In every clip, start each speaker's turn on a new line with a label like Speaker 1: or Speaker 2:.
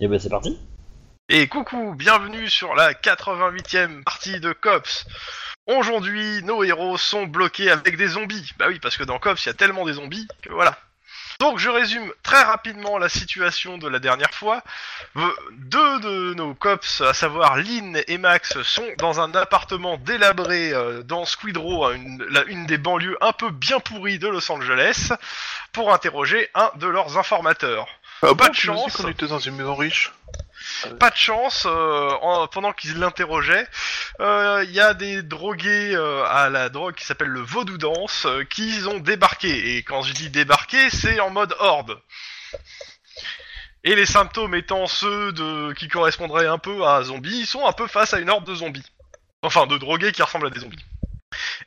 Speaker 1: Et ben c'est parti.
Speaker 2: Et coucou, bienvenue sur la 88e partie de Cops. Aujourd'hui, nos héros sont bloqués avec des zombies. Bah oui, parce que dans Cops, il y a tellement des zombies que voilà. Donc je résume très rapidement la situation de la dernière fois. Euh, Deux de nos cops, à savoir Lynn et Max, sont dans un appartement délabré euh, dans Squid Row, hein, une, la- une des banlieues un peu bien pourries de Los Angeles, pour interroger un de leurs informateurs.
Speaker 3: Ah
Speaker 2: Pas de
Speaker 3: tu nous dis
Speaker 2: chance.
Speaker 3: qu'on était dans une maison riche.
Speaker 2: Pas de chance, euh, en- pendant qu'ils l'interrogeaient, euh, il y a des drogués euh, à la drogue qui s'appelle le vaudou dance euh, qui ont débarqué. Et quand je dis débarqué, c'est en mode horde. Et les symptômes étant ceux de qui correspondraient un peu à un zombie, ils sont un peu face à une horde de zombies. Enfin, de drogués qui ressemblent à des zombies.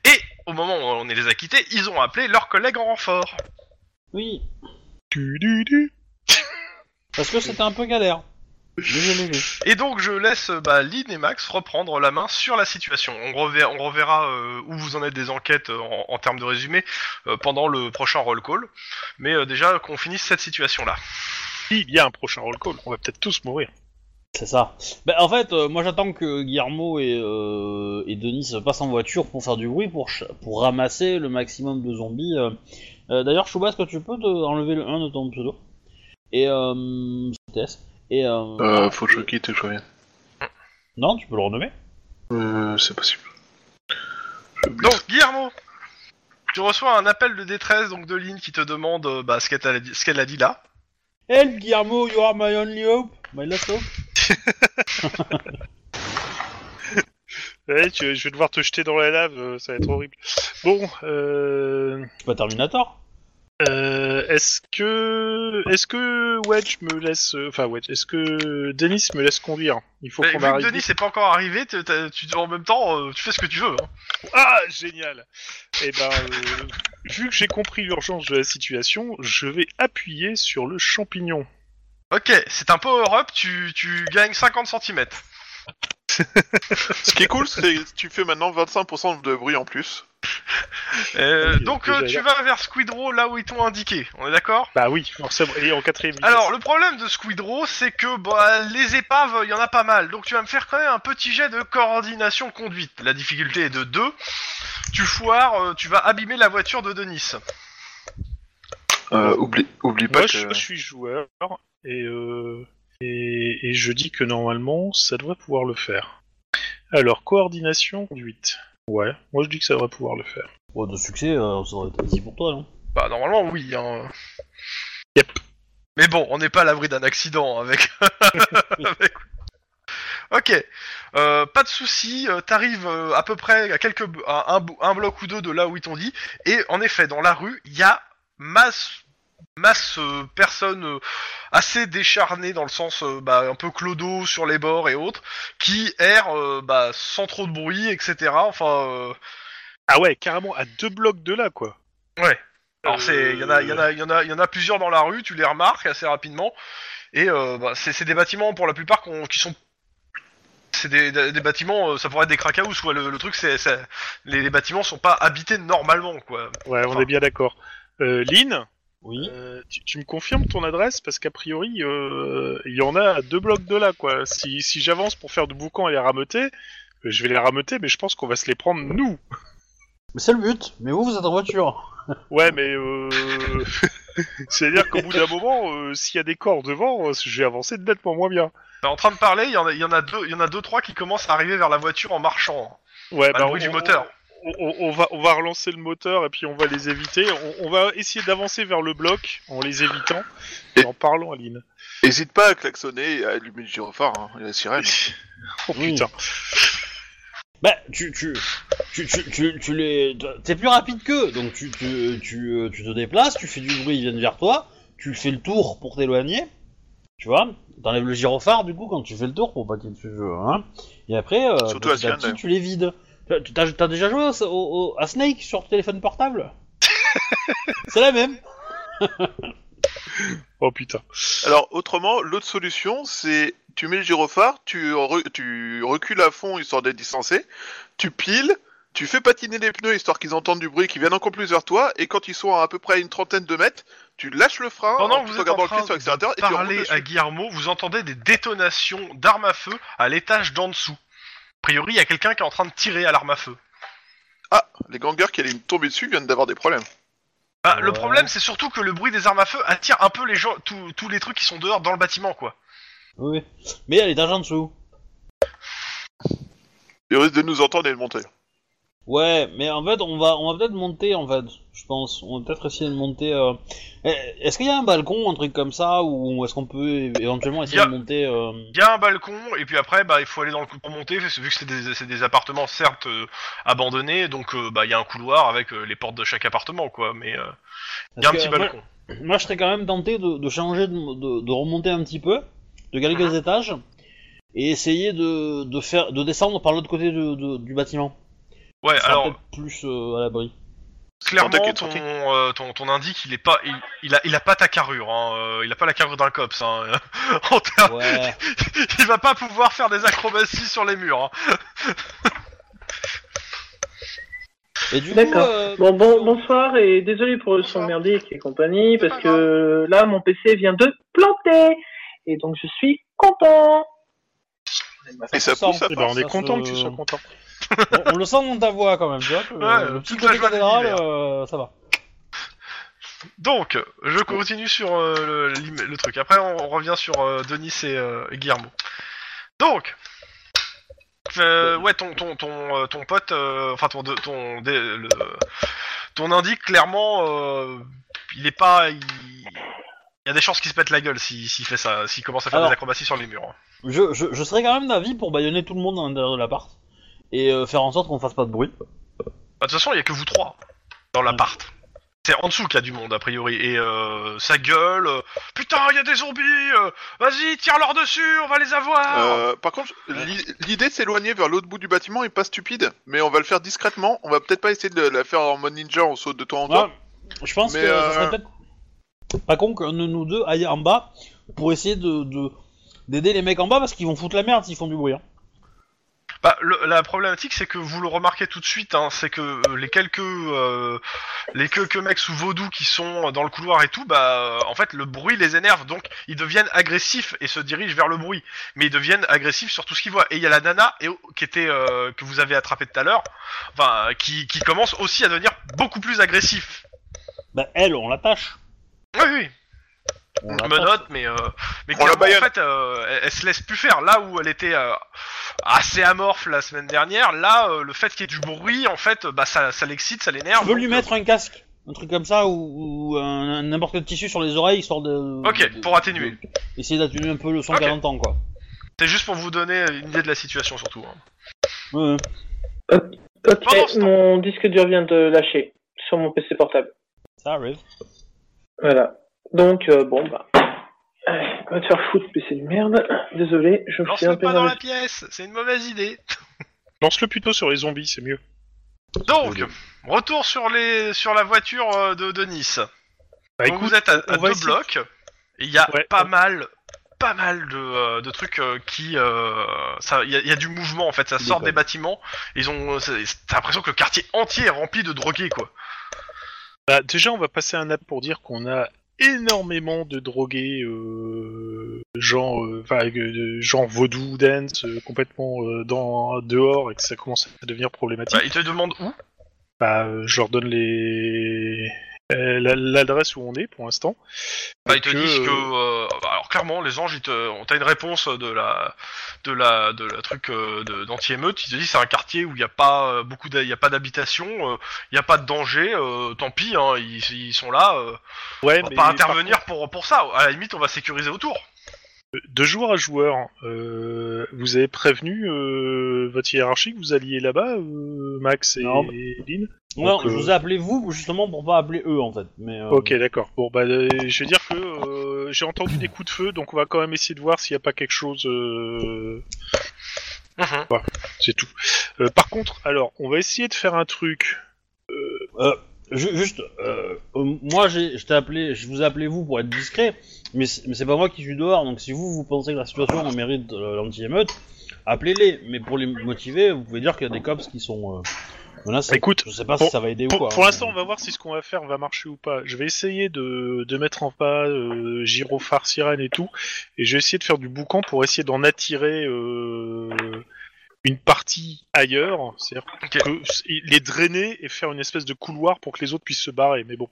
Speaker 2: Et au moment où on les a quittés, ils ont appelé leurs collègues en renfort.
Speaker 1: Oui,
Speaker 3: Du, du, du.
Speaker 1: parce que c'était un peu galère. Léger, léger.
Speaker 2: Et donc je laisse euh, bah, Lynn et Max reprendre la main sur la situation. On, rever- on reverra euh, où vous en êtes des enquêtes euh, en, en termes de résumé euh, pendant le prochain roll call. Mais euh, déjà qu'on finisse cette situation-là.
Speaker 3: Il y a un prochain roll call, on va peut-être tous mourir.
Speaker 1: C'est ça. Bah, en fait, euh, moi j'attends que Guillermo et, euh, et Denis passent en voiture pour faire du bruit, pour, ch- pour ramasser le maximum de zombies. euh. Euh, D'ailleurs, Chouba, est-ce que tu peux te- enlever le 1 de ton pseudo Et. Euh, TS. et euh,
Speaker 3: Euh, faut que je quitte et que je revienne.
Speaker 1: Non, tu peux le renommer
Speaker 3: Euh, c'est possible.
Speaker 2: Donc Guillermo, tu reçois un appel de détresse donc de Lynn qui te demande euh, bah, ce qu'elle a, dit- ce qu'elle a dit là.
Speaker 1: Help Guillermo, you are my only hope, my last hope.
Speaker 4: Ouais, eh, tu- je vais devoir te jeter dans la lave, euh, ça va être horrible. Bon, euh,
Speaker 1: C'est pas Terminator
Speaker 4: euh, est-ce que est-ce que Wedge me laisse, euh, enfin Wedge, est-ce que Denis me laisse conduire Il faut
Speaker 2: Mais
Speaker 4: qu'on
Speaker 2: vu que
Speaker 4: arrive.
Speaker 2: Denis n'est pas encore arrivé, t'as- t'as- tu, en même temps euh, tu fais ce que tu veux. hein.
Speaker 4: Ah, génial. Et ben, euh, vu que j'ai compris l'urgence de la situation, je vais appuyer sur le champignon.
Speaker 2: Ok, c'est un power-up, tu, tu gagnes 50 cm.
Speaker 3: Ce qui est cool, c'est que tu fais maintenant 25% de bruit en plus.
Speaker 2: Euh,
Speaker 4: Oui,
Speaker 2: donc
Speaker 4: déjà,
Speaker 2: euh, tu
Speaker 4: là.
Speaker 2: vas vers Squidrow là où ils t'ont indiqué, on est d'accord
Speaker 4: Bah oui, forcément. Et en quatrième. vitesse.
Speaker 2: Alors, le problème de Squidrow, c'est que bah, les épaves, il y en a pas mal. Donc, tu vas me faire quand même un petit jet de coordination conduite. La difficulté est de 2. Tu foires, euh, tu vas abîmer la voiture de Denis.
Speaker 3: Euh, oublie, oublie pas
Speaker 4: moi,
Speaker 3: que...
Speaker 4: je, je suis joueur et, euh, et et je dis que normalement, ça devrait pouvoir le faire. Alors, coordination, conduite. Ouais, moi je dis que ça devrait pouvoir le faire.
Speaker 1: Ouais, de succès, euh, ça aurait été easy pour toi, non
Speaker 2: Bah, normalement, oui. Hein.
Speaker 4: Yep.
Speaker 2: Mais bon, on n'est pas à l'abri d'un accident avec. avec- Ok, Euh, pas de souci. euh, t'arrives euh, à peu près à quelques à un, bo- un bloc ou deux de là où ils t'ont dit. Et en effet, dans la rue, il y a masse masse euh, personnes euh, assez décharnées dans le sens euh, bah, un peu clodo sur les bords et autres qui errent euh, bah, sans trop de bruit, etc. Enfin, euh,
Speaker 4: Ah ouais, carrément à deux blocs de là, quoi.
Speaker 2: Alors c'est, il y en a, il y en a, il y en a, il y en a plusieurs dans la rue. Tu les remarques assez rapidement. Et euh, bah, c'est, c'est des bâtiments pour la plupart qu'on- qui sont, c'est des, des- des bâtiments. euh, Ça pourrait être des crack house. Quoi. Le, le truc, c'est, c'est- les, les bâtiments sont pas habités normalement, quoi.
Speaker 4: Ouais, on est bien d'accord. Euh, Lynn,
Speaker 1: Oui.
Speaker 4: euh, tu, tu me confirmes ton adresse parce qu'a priori, euh, il y en a à deux blocs de là, quoi. Si, si j'avance pour faire du boucan et les rameuter, euh, je vais les rameuter, mais je pense qu'on va se les prendre nous.
Speaker 1: Mais c'est le but, mais vous, vous êtes en voiture.
Speaker 4: Ouais, mais euh... c'est-à-dire qu'au bout d'un moment, euh, s'il y a des corps devant, euh, je vais avancer nettement moins bien.
Speaker 2: T'es en train de parler. Il y en a, il y en a deux, il y en a deux trois qui commencent à arriver vers la voiture en marchant.
Speaker 4: Ouais,
Speaker 3: Eh
Speaker 2: Bah,
Speaker 3: ben,
Speaker 2: le bruit du moteur.
Speaker 4: On, on- on va, on va relancer le moteur et puis on va les éviter. On, on va essayer d'avancer vers le bloc en les évitant et en parlant à Lynn.
Speaker 3: Hésite pas à klaxonner et à allumer le gyrophare, hein, et la sirène.
Speaker 4: Oh
Speaker 1: Oui.
Speaker 4: putain.
Speaker 1: Bah, tu, tu, tu, tu, tu, tu les, t'es plus rapide qu'eux, donc tu, tu, tu, euh, tu te déplaces, tu fais du bruit, ils viennent vers toi, tu fais le tour pour t'éloigner, tu vois, t'enlèves le gyrophare du coup quand tu fais le tour pour pas qu'ils te suivent, hein, et après, euh,
Speaker 3: Surtout
Speaker 1: petit
Speaker 3: à
Speaker 1: à
Speaker 3: Sienne,
Speaker 1: petit, tu les vides. Tu- T'as, t'as déjà joué au- au- au- à Snake sur téléphone portable C'est la même
Speaker 4: Oh putain.
Speaker 3: Alors, autrement, l'autre solution, c'est tu mets le gyrophare, tu, re- tu recules à fond histoire d'être distancé, tu piles, tu fais patiner les pneus histoire qu'ils entendent du bruit, qu'ils viennent encore plus vers toi, et quand ils sont à, à peu près à une trentaine de mètres, tu lâches le frein
Speaker 2: Pendant
Speaker 3: en
Speaker 2: que
Speaker 3: te
Speaker 2: vous êtes
Speaker 3: regardant
Speaker 2: en
Speaker 3: le
Speaker 2: train
Speaker 3: piste sur
Speaker 2: de
Speaker 3: l'accélérateur et tu roules
Speaker 2: parler
Speaker 3: dessus.
Speaker 2: à Guillermo, vous entendez des détonations d'armes à feu à l'étage d'en dessous. A priori, il y a quelqu'un qui est en train de tirer à l'arme à feu.
Speaker 3: Ah, les gangers qui allaient me tomber dessus viennent d'avoir des problèmes.
Speaker 2: Bah, Le
Speaker 1: Ouais.
Speaker 2: problème, c'est surtout que le bruit des armes à feu attire un peu les gens, tous tous les trucs qui sont dehors dans le bâtiment, quoi.
Speaker 1: Oui. Mais à l'étage en dessous.
Speaker 3: Ils risquent de nous entendre et de monter.
Speaker 1: Ouais, mais en fait, on va, on va peut-être monter, en fait, je pense. On va peut-être essayer de monter. euh, eh, Est-ce qu'il y a un balcon, un truc comme ça, ou est-ce qu'on peut é- éventuellement essayer
Speaker 2: Y a-
Speaker 1: de monter euh,
Speaker 2: Il y a un balcon, et puis après, bah, il faut aller dans le couloir pour monter, parce que vu que c'est des, c'est des appartements certes euh, abandonnés, donc euh, bah, il y a un couloir avec euh, les portes de chaque appartement, quoi. Mais euh, il y a un
Speaker 1: parce
Speaker 2: petit
Speaker 1: que moi-
Speaker 2: balcon.
Speaker 1: Moi, je serais quand même tenté de, de changer, de, de- de remonter un petit peu, de quelques
Speaker 2: Ah.
Speaker 1: étages, et essayer de, de faire, de descendre par l'autre côté de- de- du bâtiment.
Speaker 2: Ouais,
Speaker 1: Ça sera
Speaker 2: alors,
Speaker 1: peut-être plus euh, à l'abri.
Speaker 2: Clairement,
Speaker 3: Contact est
Speaker 2: ton,
Speaker 3: tranquille.
Speaker 2: euh, ton, ton indique, il est pas, il, il a, il a pas ta carrure, hein, euh, il a pas la carrure d'un cops. Hein, en termes-
Speaker 1: Ouais.
Speaker 2: il va pas pouvoir faire des acrobaties sur les murs. hein.
Speaker 1: Et du coup,
Speaker 5: D'accord.
Speaker 1: euh,
Speaker 5: Bon, bon, bonsoir et désolé pour le son merdique et compagnie parce que là mon PC vient de planter et donc je suis content.
Speaker 3: Et ça
Speaker 1: Ça, on
Speaker 3: pousse à
Speaker 1: peut
Speaker 4: Eh
Speaker 3: part.
Speaker 4: ben, on
Speaker 1: ça
Speaker 4: est content
Speaker 1: se-
Speaker 4: que tu sois content.
Speaker 1: on, on le sent dans ta voix quand même, tu vois. que,
Speaker 2: Ouais,
Speaker 1: euh, le petit
Speaker 2: toute la
Speaker 1: côté
Speaker 2: joie de
Speaker 1: cathédrale,
Speaker 2: l'univers.
Speaker 1: euh, ça va.
Speaker 2: Donc, je continue sur euh, le, l'im- le truc. Après, on, on revient sur euh, Denis et, euh, et Guillermo. Donc, euh, ouais, ton, ton, ton, euh, ton pote, euh, enfin ton, de- ton, dé- le- ton indique clairement, euh, il est pas, il, il y a des chances qu'il se pète la gueule s'il s'il fait ça, s'il commence à faire
Speaker 1: Alors.
Speaker 2: des acrobaties sur les murs. hein.
Speaker 1: Je, je, je serais quand même d'avis pour baïonner tout le monde à l'intérieur de l'appart et euh, faire en sorte qu'on fasse pas de bruit.
Speaker 2: Bah, de toute façon, il y a que vous trois dans l'appart. C'est en dessous qu'il y a du monde, a priori. Et euh, ça gueule. euh, Putain, il y a des zombies euh, Vas-y, tire-leur dessus, on va les
Speaker 1: Ah.
Speaker 2: avoir
Speaker 3: Euh, par contre, l'i- l'idée de s'éloigner vers l'autre bout du bâtiment est pas stupide, mais on va le faire discrètement. On va peut-être pas essayer de la faire en mode ninja, on saute de toi en toi.
Speaker 1: Ouais, je pense
Speaker 3: Mais,
Speaker 1: que ça
Speaker 3: euh,
Speaker 1: serait peut-être pas con qu'un de nous deux aille en bas pour essayer de de- d'aider les mecs en bas parce qu'ils vont foutre la merde s'ils font du bruit. hein.
Speaker 2: Bah, le- la problématique, c'est que vous le remarquez tout de suite, hein, c'est que euh, les quelques euh, les quelques mecs sous vaudou qui sont dans le couloir et tout, bah, euh, en fait, le bruit les énerve, donc ils deviennent agressifs et se dirigent vers le bruit. Mais ils deviennent agressifs sur tout ce qu'ils voient. Et il y a la nana et, qui était euh, que vous avez attrapé tout à l'heure, enfin, qui, qui commence aussi à devenir beaucoup plus agressif.
Speaker 1: Bah elle, on l'attache.
Speaker 2: Oui, oui,
Speaker 1: On
Speaker 2: je
Speaker 1: l'attache.
Speaker 2: me note, mais euh, mais
Speaker 3: On
Speaker 2: clairement,
Speaker 3: la
Speaker 2: en
Speaker 3: baïonne.
Speaker 2: fait, euh, elle, elle se laisse plus faire. Là où elle était euh, assez amorphe la semaine dernière, là, euh, le fait qu'il y ait du bruit, en fait, euh, bah ça, ça l'excite, ça l'énerve.
Speaker 1: Je veux lui
Speaker 2: donc, euh,
Speaker 1: mettre un casque, un truc comme ça ou, ou un- n'importe quel tissu sur les oreilles histoire de.
Speaker 2: Ok,
Speaker 1: de-
Speaker 2: pour atténuer.
Speaker 1: de- essayer d'atténuer un peu le son
Speaker 2: Ok.
Speaker 1: qu'elle entend quoi.
Speaker 2: euh, C'est juste pour vous donner une idée de la situation, surtout. hein.
Speaker 1: Ouais, ouais.
Speaker 5: Ok,
Speaker 2: Pendant ce temps-
Speaker 5: mon disque dur vient de lâcher sur mon PC portable.
Speaker 1: ça arrive.
Speaker 5: Voilà. Donc euh, bon bah. Euh, Va te faire foutre PC de merde. Désolé, je me
Speaker 2: Lance
Speaker 5: suis un
Speaker 2: le
Speaker 5: peu
Speaker 2: pas dans
Speaker 5: énervé.
Speaker 2: la pièce, c'est une mauvaise idée.
Speaker 4: Lance-le plutôt sur les zombies, c'est mieux.
Speaker 2: Donc, retour sur les sur la voiture euh, de, de Nice.
Speaker 4: Bah
Speaker 2: Donc,
Speaker 4: écoute,
Speaker 2: vous êtes à,
Speaker 4: on
Speaker 2: à
Speaker 4: va
Speaker 2: deux
Speaker 4: essayer.
Speaker 2: blocs. et Il y a
Speaker 4: Ouais,
Speaker 2: pas
Speaker 4: on-
Speaker 2: mal, pas mal de, euh, de trucs euh, qui, euh, ça, il y, a- il y a du mouvement en fait. Ça
Speaker 1: Des
Speaker 2: sort des
Speaker 1: codes.
Speaker 2: bâtiments. Ils ont, c'est- c'est- t'as l'impression que le quartier entier est rempli de drogués quoi.
Speaker 4: bah, déjà, on va passer un app pour dire qu'on a énormément de drogués, euh, genre, euh, enfin, euh, genre vaudou, dance, euh, complètement euh, dans, dehors, et que ça commence à devenir problématique.
Speaker 2: Bah, ils te demandent où
Speaker 4: Bah, euh, je leur donne les euh, la- l'adresse où on est pour l'instant.
Speaker 2: Bah,
Speaker 4: Et
Speaker 2: ils te
Speaker 4: que,
Speaker 2: disent que,
Speaker 4: euh,
Speaker 2: euh, bah, alors clairement, les anges, ils te, on t'a une réponse de la, de la, de la truc euh, de- d'anti-émeute. Ils te disent c'est un quartier où il n'y a pas euh, beaucoup, d'ha- il y a pas d'habitation, euh, il n'y a pas de danger. euh, tant pis, hein, ils, ils sont là. euh,
Speaker 4: ouais,
Speaker 2: on va
Speaker 4: mais
Speaker 2: pas
Speaker 4: par
Speaker 2: intervenir pour pour ça. À la limite, on va sécuriser autour.
Speaker 4: contre, de joueur à joueur, euh, vous avez prévenu euh, votre hiérarchie que vous alliez là-bas, euh, Max et,
Speaker 1: Non.
Speaker 4: et Lynn
Speaker 1: Non,
Speaker 4: Donc, euh,
Speaker 1: je vous ai appelé vous justement pour pas appeler eux en fait. Mais euh,
Speaker 4: Ok, d'accord. Bon, bah, euh, je veux dire que euh, j'ai entendu des coups de feu, donc on va quand même essayer de voir s'il n'y a pas quelque chose. euh,
Speaker 2: Mhm.
Speaker 4: C'est tout. Euh, par contre, alors, on va essayer de faire un truc.
Speaker 1: Ju- Juste, euh, euh, moi j'ai, je t'ai appelé, je vous ai appelé vous pour être discret, mais c'est, mais c'est pas moi qui suis dehors, donc si vous vous pensez que la situation en mérite euh, l'anti-émeute, appelez-les, mais pour les motiver, vous pouvez dire qu'il y a des cops qui sont euh, Menace,
Speaker 4: Bah, écoute,
Speaker 1: je sais pas si
Speaker 4: pour-
Speaker 1: ça va aider ou
Speaker 4: Pour,
Speaker 1: quoi.
Speaker 4: pour
Speaker 1: hein.
Speaker 4: l'instant, on va voir si ce qu'on va faire va marcher ou pas. Je vais essayer de, de mettre en pas euh, Gyrophare, Sirène et tout, et je vais essayer de faire du boucan pour essayer d'en attirer euh, une partie ailleurs, c'est-à-dire
Speaker 2: Ok.
Speaker 4: que s- les drainer et faire une espèce de couloir pour que les autres puissent se barrer. Mais bon,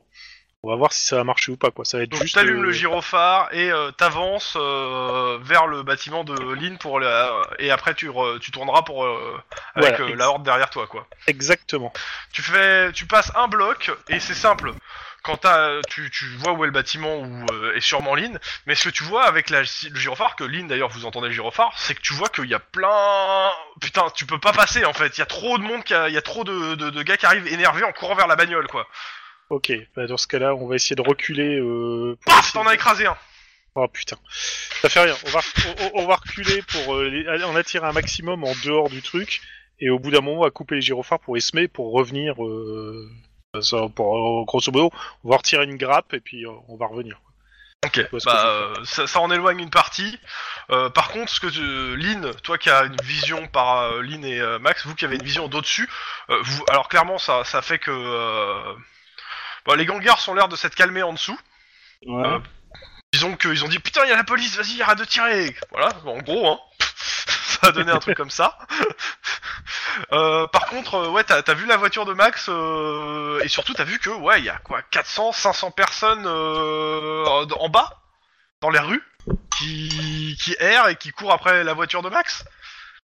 Speaker 4: on va voir si ça va marcher ou pas. Quoi. Ça va être
Speaker 2: Donc
Speaker 4: juste.
Speaker 2: t'allumes
Speaker 4: euh,
Speaker 2: le gyrophare et euh, t'avances euh, vers le bâtiment de Lynn pour la... et après tu, re- tu tourneras pour euh, avec
Speaker 4: Voilà,
Speaker 2: euh,
Speaker 4: ex-
Speaker 2: la horde derrière toi quoi.
Speaker 4: Exactement.
Speaker 2: Tu fais tu passes un bloc et c'est simple. Quand t'as- tu, tu vois où est le bâtiment où euh, est sûrement Lynn, mais ce que tu vois avec la, le gyrophare, que Lynn d'ailleurs vous entendez le gyrophare, c'est que tu vois qu'il y a plein... Putain, tu peux pas passer en fait, il y a trop de monde, qui a- il y a trop de, de- de gars qui arrivent énervés en courant vers la bagnole quoi.
Speaker 4: Ok, bah, dans ce cas-là, on va essayer de reculer. Euh, pour
Speaker 2: Paf,
Speaker 4: essayer
Speaker 2: t'en as
Speaker 4: de-
Speaker 2: écrasé un.
Speaker 4: Oh putain, ça fait rien. On va, on, on- on va reculer pour euh, les- aller en attirer un maximum en dehors du truc, et au bout d'un moment, on va couper les gyrophares pour esmer, pour revenir. Euh, ça, pour, euh, grosso modo, on va retirer une grappe et puis euh, on va revenir.
Speaker 2: Ok,
Speaker 4: vois ce que
Speaker 2: bah,
Speaker 4: je
Speaker 2: euh, ça, ça en éloigne une partie. Euh, par contre, ce que tu- Lynn, toi qui as une vision par euh, Lynn et euh, Max, vous qui avez une vision d'au-dessus, euh, vous- alors clairement ça, ça fait que euh, bah, les gangers sont l'air de s'être calmés en dessous.
Speaker 1: Ouais.
Speaker 2: Euh, Disons qu'ils ont dit putain il y a la police, vas-y arrête de tirer. Voilà, en gros hein. ça a donné un truc comme ça. Euh, par contre, euh, ouais, t'as t'as vu la voiture de Max euh, et surtout t'as vu que ouais il y a quoi 400, 500 personnes euh, en- en bas dans les rues qui qui errent et qui courent après la voiture de Max.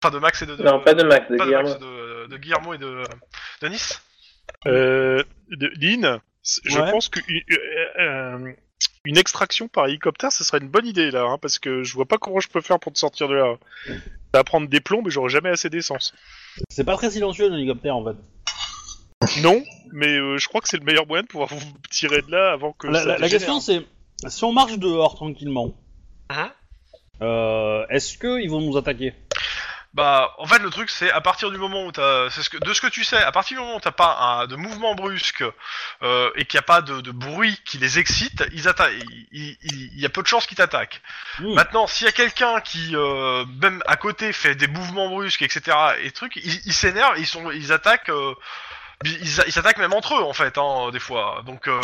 Speaker 2: Enfin de Max et de, de-
Speaker 5: Non, pas de Max, de
Speaker 2: pas de
Speaker 5: Guillermo.
Speaker 2: Max, de- de Guillermo et de, de Nice.
Speaker 4: Euh, de, Lynn, c- je
Speaker 1: Ouais.
Speaker 4: pense que euh, euh, une extraction par hélicoptère, ce serait une bonne idée là, hein, parce que je vois pas comment je peux faire pour te sortir de là. Ça va prendre des plombs, mais j'aurai jamais assez d'essence.
Speaker 1: C'est pas très silencieux l'hélicoptère en fait.
Speaker 4: Non, mais euh, je crois que c'est le meilleur moyen de pouvoir vous tirer de là avant que.
Speaker 1: La,
Speaker 4: ça
Speaker 1: la- la
Speaker 4: dégénère.
Speaker 1: question c'est si on marche dehors tranquillement,
Speaker 2: Hein
Speaker 1: euh, est-ce que ils vont nous attaquer
Speaker 2: Bah, en fait, le truc, c'est à partir du moment où t'as, c'est ce que, de ce que tu sais, à partir du moment où t'as pas un, de mouvement brusque euh, et qu'il n'y a pas de, de bruit qui les excite, ils atta- ils- ils- ils- il y a peu de chances qu'ils t'attaquent.
Speaker 1: Hmm.
Speaker 4: Bah,
Speaker 2: Maintenant, s'il y a quelqu'un qui, euh, même à côté, fait des mouvements brusques, etc., et trucs, ils ils s'énervent, ils sont, ils attaquent, euh, ils ils s'attaquent même entre eux, en fait, hein, des fois. Donc, euh,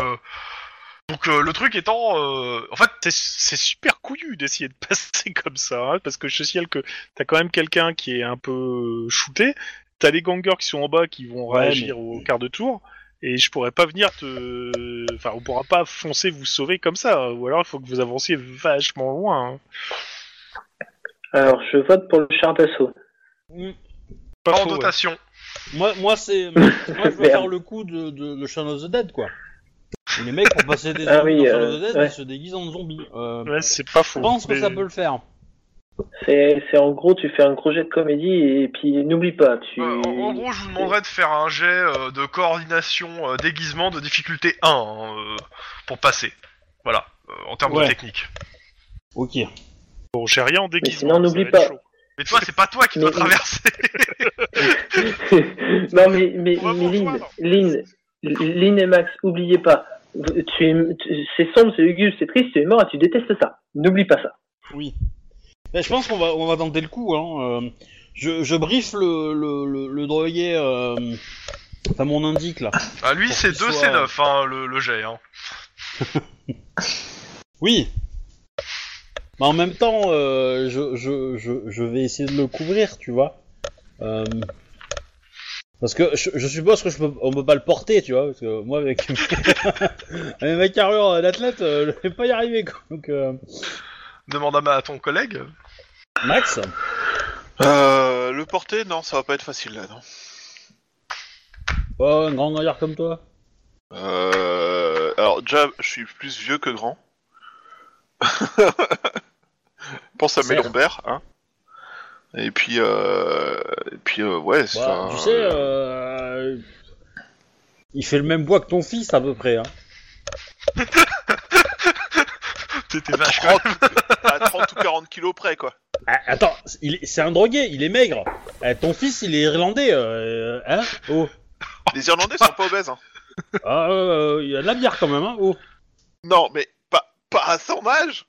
Speaker 2: donc euh, le truc étant, euh, en fait,
Speaker 4: C'est- c'est super couillu d'essayer de passer comme ça, hein, parce que je signale que t'as quand même quelqu'un qui est un peu euh, shooté, t'as les gangers qui sont en bas qui vont
Speaker 1: Ouais,
Speaker 4: réagir au quart de tour, et je pourrais pas venir te... Enfin, on pourra pas foncer vous sauver comme ça, ou alors il faut que vous avanciez vachement loin. hein.
Speaker 5: Alors, je vote pour le char d'assaut.
Speaker 1: Hmm.
Speaker 4: Pas
Speaker 2: en
Speaker 4: faux, ouais.
Speaker 2: dotation.
Speaker 1: Moi, moi c'est moi je veux
Speaker 5: Merde.
Speaker 1: faire le coup de, de, de Shaun of the Dead quoi. Et les mecs pour passer des
Speaker 5: Ah
Speaker 1: zombies
Speaker 5: oui,
Speaker 1: dans Shaun
Speaker 5: euh,
Speaker 1: of the Dead
Speaker 5: ouais.
Speaker 1: ils se déguisent en zombies. Euh,
Speaker 4: Ouais, c'est pas
Speaker 1: je
Speaker 4: faux.
Speaker 1: pense que
Speaker 4: mais-
Speaker 1: ça peut le faire.
Speaker 5: C'est c'est en gros, tu fais un gros jet de comédie et puis n'oublie pas, tu.
Speaker 2: Euh, en, en gros, je vous demanderais de faire un jet euh, de coordination euh, déguisement de difficulté 1 hein, euh, pour passer. Voilà, euh, en termes
Speaker 1: Ouais.
Speaker 2: de technique.
Speaker 1: Ok.
Speaker 4: Bon, j'ai rien en déguisement.
Speaker 5: sinon,
Speaker 4: ça
Speaker 5: n'oublie
Speaker 4: va
Speaker 5: pas.
Speaker 4: être chaud.
Speaker 2: Mais toi, c'est pas toi qui dois
Speaker 5: Mais-
Speaker 2: traverser.
Speaker 5: non, mais, mais,
Speaker 4: On va
Speaker 5: mais
Speaker 4: vous
Speaker 5: Lynn,
Speaker 4: rejoindre.
Speaker 5: Lynn, Lynn et Max, oubliez pas. Vous- Tu es, tu- c'est sombre, c'est lugubre, c'est triste, tu es mort et tu détestes ça. N'oublie pas ça.
Speaker 1: Oui. Ben, je pense qu'on va, on va tenter le coup. Hein. euh, je, je briefe le, le, le, le drogué, euh, enfin mon indique là.
Speaker 2: Ah, lui,
Speaker 1: Pour
Speaker 2: c'est
Speaker 1: qu'il
Speaker 2: 2
Speaker 1: soit-
Speaker 2: C9, hein, le, le jet. Hein.
Speaker 1: Oui. Mais en même temps, euh, je, je, je, je vais essayer de le couvrir, tu vois. Euh, parce que je, je suppose que je peux, on peut pas le porter, tu vois. Parce que moi, avec, avec ma carrure d'athlète, euh, je vais pas y arriver. quoi. Donc, euh,
Speaker 2: Demande à, ma- à ton collègue.
Speaker 1: Max
Speaker 3: Euh, le porter, non, ça va pas être facile là, non.
Speaker 1: Oh, un grand gaillard comme toi
Speaker 3: Euh, alors déjà, je suis plus vieux que grand. Pense à mes
Speaker 1: Certes.
Speaker 3: lombaires, hein. Et puis, euh, et puis euh, ouais, c'est
Speaker 1: Bah,
Speaker 3: un-
Speaker 1: Tu sais, euh, il fait le même poids que ton fils à peu près. Hein.
Speaker 2: T'es t'es
Speaker 3: à
Speaker 2: vache.
Speaker 3: 30, à 30 ou 40 kilos près, quoi.
Speaker 1: Ah, attends, il est- c'est un drogué, il est maigre. Eh, ton fils, il est irlandais. euh, hein Oh.
Speaker 3: Les Irlandais sont pas obèses, hein.
Speaker 1: Ah, euh, il y a de la bière quand même. Hein oh.
Speaker 3: Non, mais pas, pas à son âge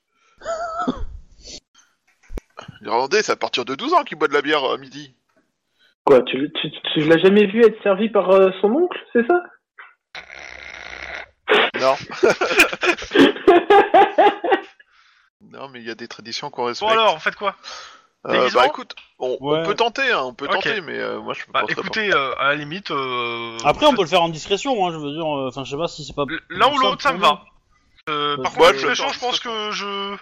Speaker 3: L'Irlandais, c'est à partir de 12 ans qu'il boit de la bière à euh, midi.
Speaker 5: Quoi, tu, tu, tu l'as jamais vu être servi par euh, son oncle, c'est ça
Speaker 3: Non. Non, mais il y a des traditions qu'on
Speaker 2: Bon
Speaker 3: respecte.
Speaker 2: alors, faites quoi
Speaker 3: Euh,
Speaker 2: déguisement
Speaker 3: bah écoute, on, on
Speaker 1: Ouais.
Speaker 3: peut tenter, hein, on peut
Speaker 2: Ok.
Speaker 3: tenter, mais euh, moi je me
Speaker 2: Bah
Speaker 3: porterai pas.
Speaker 2: écoutez, euh, à la limite... euh,
Speaker 1: Après, on peut le faire en discrétion, hein, je veux dire, euh, enfin, je sais pas si c'est pas.
Speaker 2: l- L'un ou l'autre, ça me va. Euh, par
Speaker 1: Ouais,
Speaker 2: contre,
Speaker 3: je
Speaker 2: le
Speaker 3: vais
Speaker 2: méchant,
Speaker 3: faire
Speaker 2: je pense que je...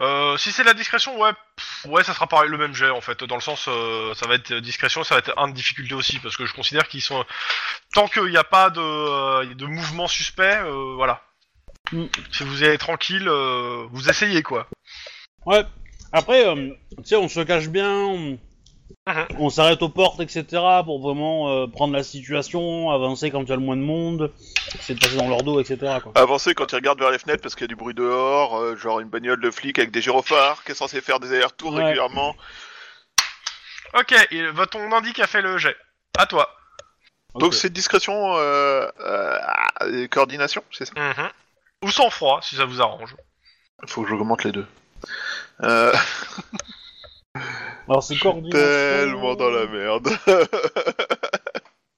Speaker 2: Euh, si c'est de la discrétion, ouais, pff, ouais, ça sera pareil, le même jet en fait, dans le sens, euh, ça va être discrétion, ça va être un de difficulté aussi, parce que je considère qu'ils sont, tant qu'il n'y a pas de, euh, de mouvement suspect, euh, voilà.
Speaker 1: Mm.
Speaker 2: Si vous êtes tranquille, euh, vous essayez quoi.
Speaker 1: Ouais. Après, euh, tu sais, on se cache bien, on,
Speaker 2: Mhm.
Speaker 1: on s'arrête aux portes, etc. pour vraiment euh, prendre la situation, avancer quand il y a le moins de monde, essayer de passer dans leur dos, etc. Quoi.
Speaker 3: Avancer quand ils regardent vers les fenêtres parce qu'il y a du bruit dehors, euh, genre une bagnole de flic avec des gyrophares qui est censée faire des allers-retours
Speaker 1: Ouais.
Speaker 3: régulièrement.
Speaker 2: Ok, et, euh, va ton indique a fait le jet. À toi.
Speaker 3: Donc
Speaker 1: Ok.
Speaker 3: c'est discrétion, euh, euh, ah, et coordination, c'est ça
Speaker 2: Mhm. Ou sans froid, si ça vous arrange.
Speaker 3: Faut que j'augmente les deux. Euh,
Speaker 1: Alors c'est coordination. euh,
Speaker 3: tellement dans la merde.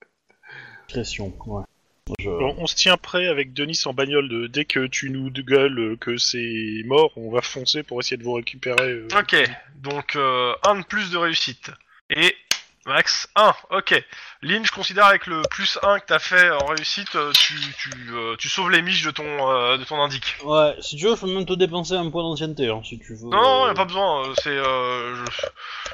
Speaker 1: Discrétion, ouais. Je-
Speaker 4: Bon, on se tient prêt avec Denis en bagnole. De, dès que tu nous gueules euh, que c'est mort, on va foncer pour essayer de vous récupérer. euh.
Speaker 2: Ok, donc euh, un de plus de réussite. Et max 1, ok. Lynn, je considère avec le plus 1 que t'as fait en réussite, euh, tu, tu, euh, tu sauves les miches de ton, euh, de ton indique.
Speaker 1: Ouais, si tu veux, je peux même te dépenser un point d'ancienneté, hein, si tu veux.
Speaker 2: Non, non, y a pas besoin. euh, C'est euh, je-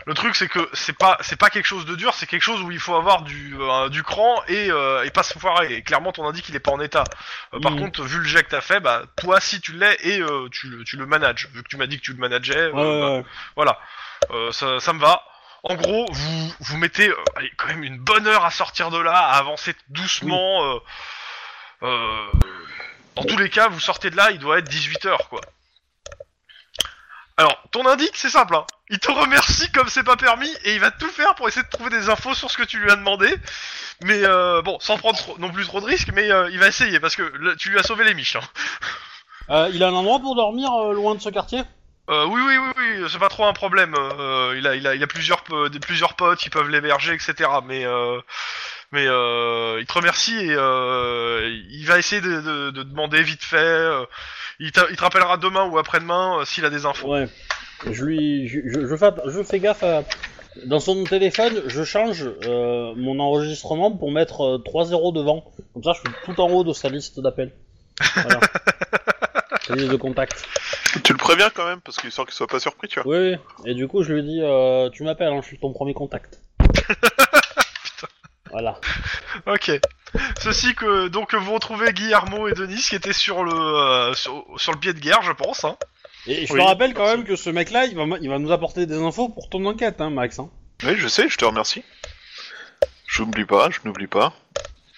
Speaker 2: le truc, c'est que c'est pas, c'est pas quelque chose de dur, c'est quelque chose où il faut avoir du, euh, du cran et, euh, et pas se foirer. Et clairement, ton indique il est pas en état. Euh, par
Speaker 1: Mhm.
Speaker 2: contre, vu le jet que t'as fait, bah toi si tu l'es et euh, tu, le- tu le manages. Vu que tu m'as dit que tu le manageais, euh,
Speaker 1: Ouais, ouais,
Speaker 2: bah,
Speaker 1: ouais.
Speaker 2: Voilà, Euh, ça, ça me va. En gros, vous vous mettez euh, allez, quand même une bonne heure à sortir de là, à avancer doucement. euh, euh, dans tous les cas, vous sortez de là, il doit être 18h, quoi. Alors, ton indique, c'est simple. hein. Il te remercie comme c'est pas permis et il va tout faire pour essayer de trouver des infos sur ce que tu lui as demandé. Mais euh, bon, sans prendre trop- non plus trop de risques, mais euh, il va essayer parce que là, tu lui as sauvé les miches. hein.
Speaker 1: Euh, il a un endroit pour dormir euh, loin de ce quartier
Speaker 2: Euh, oui, oui, oui, oui, c'est pas trop un problème. Euh, il a, il a, il a plusieurs, po- des- plusieurs potes qui peuvent l'héberger, etc. Mais, euh, mais euh, il te remercie et euh, il va essayer de, de, de demander vite fait. euh, Il, t'a- il te rappellera demain ou après-demain euh, s'il a des infos.
Speaker 1: Ouais. Je lui, je, je, je fais, je fais gaffe à. Dans son téléphone, je change euh, mon enregistrement pour mettre euh, 3 0 devant. Comme ça, je suis tout en haut de sa liste d'appels. Voilà. sa liste de contacts.
Speaker 3: tu le préviens quand même parce qu'il sort qu'il soit pas surpris, tu vois.
Speaker 1: Oui, oui. Et du coup, je lui dis, euh, tu m'appelles, hein, je suis ton premier contact. Voilà.
Speaker 2: Ok. Ceci que donc vous retrouvez Guillermo et Denis qui étaient sur le, euh, sur, sur le pied de guerre, je pense. Hein.
Speaker 1: Et je
Speaker 4: Oui,
Speaker 1: te rappelle quand même que ce mec-là, il va, m- il va nous apporter des infos pour ton enquête, hein, Max. hein.
Speaker 3: Oui, je sais, je te remercie. Je n'oublie pas, je n'oublie pas.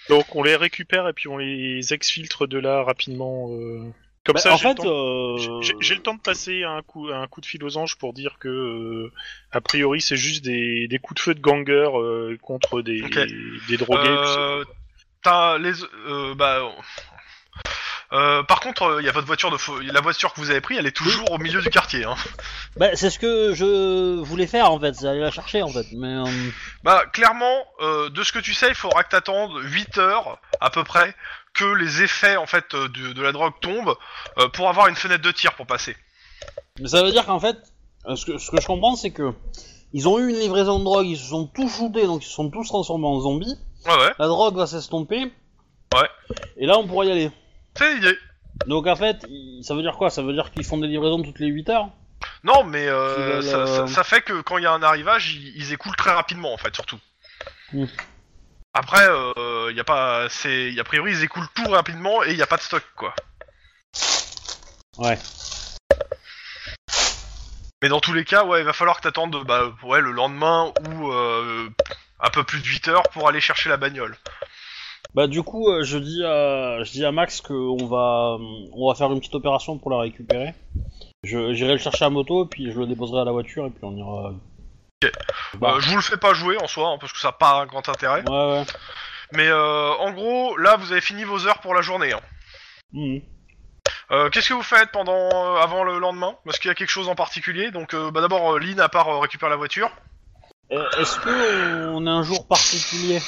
Speaker 4: Donc on les récupère et puis on les exfiltre de là rapidement. euh. Comme
Speaker 1: Bah,
Speaker 4: ça,
Speaker 1: en
Speaker 4: j'ai le
Speaker 1: fait,
Speaker 4: temps-
Speaker 1: euh,
Speaker 4: J'ai- J'ai j'ai le temps de passer un coup, un coup de fil aux anges pour dire que, euh, a priori, c'est juste des, des coups de feu de gangers euh, contre des,
Speaker 2: Ok.
Speaker 4: des drogués.
Speaker 2: Euh, t'as les euh, bah euh, par contre, il y a votre voiture de fo- la voiture que vous avez pris, elle est toujours au milieu du quartier. Hein.
Speaker 1: bah, c'est ce que je voulais faire en fait, c'est aller la chercher en fait. Mais euh,
Speaker 2: Bah clairement, euh, de ce que tu sais, il faudra que t'attendes 8 heures à peu près que les effets en fait euh, de, de la drogue tombent euh, pour avoir une fenêtre de tir pour passer.
Speaker 1: Mais ça veut dire qu'en fait, euh, ce que, ce que je comprends, c'est que ils ont eu une livraison de drogue, ils se sont tous shootés, donc ils se sont tous transformés en zombies.
Speaker 2: Ouais ouais,
Speaker 1: La drogue va s'estomper.
Speaker 2: Ouais.
Speaker 1: Et là, on pourra y aller.
Speaker 2: c'est l'idée.
Speaker 1: Donc en fait, il- ça veut dire quoi Ça veut dire qu'ils font des livraisons toutes les 8 heures
Speaker 2: Non mais euh,
Speaker 1: Ils
Speaker 2: ça,
Speaker 1: veulent, euh,
Speaker 2: ça- ça fait que quand il y a un arrivage, ils, ils écoulent très rapidement en fait surtout.
Speaker 1: Mm.
Speaker 2: Après, il y a pas, c'est, y a priori ils écoulent tout rapidement et il y a pas de stock quoi.
Speaker 1: Ouais.
Speaker 2: Mais dans tous les cas, ouais, il va falloir que t'attendes bah, ouais, le lendemain ou euh, un peu plus de 8 heures pour aller chercher la bagnole.
Speaker 1: Bah du coup, euh, je dis à, je dis à Max qu'on va, euh, on va faire une petite opération pour la récupérer. Je- J'irai le chercher à moto, puis je le déposerai à la voiture, et puis on ira... Bah.
Speaker 2: Euh, je vous le fais pas jouer en soi, hein, parce que ça n'a pas un grand intérêt.
Speaker 1: Ouais, ouais.
Speaker 2: Mais euh, en gros, là, vous avez fini vos heures pour la journée. hein.
Speaker 1: Mhm.
Speaker 2: Euh, Qu'est-ce que vous faites pendant, euh, avant le lendemain Parce qu'il y a quelque chose en particulier. Donc, euh, bah, d'abord, euh, Lynn, à part euh, récupérer la voiture.
Speaker 1: Euh, Est-ce que on a un jour particulier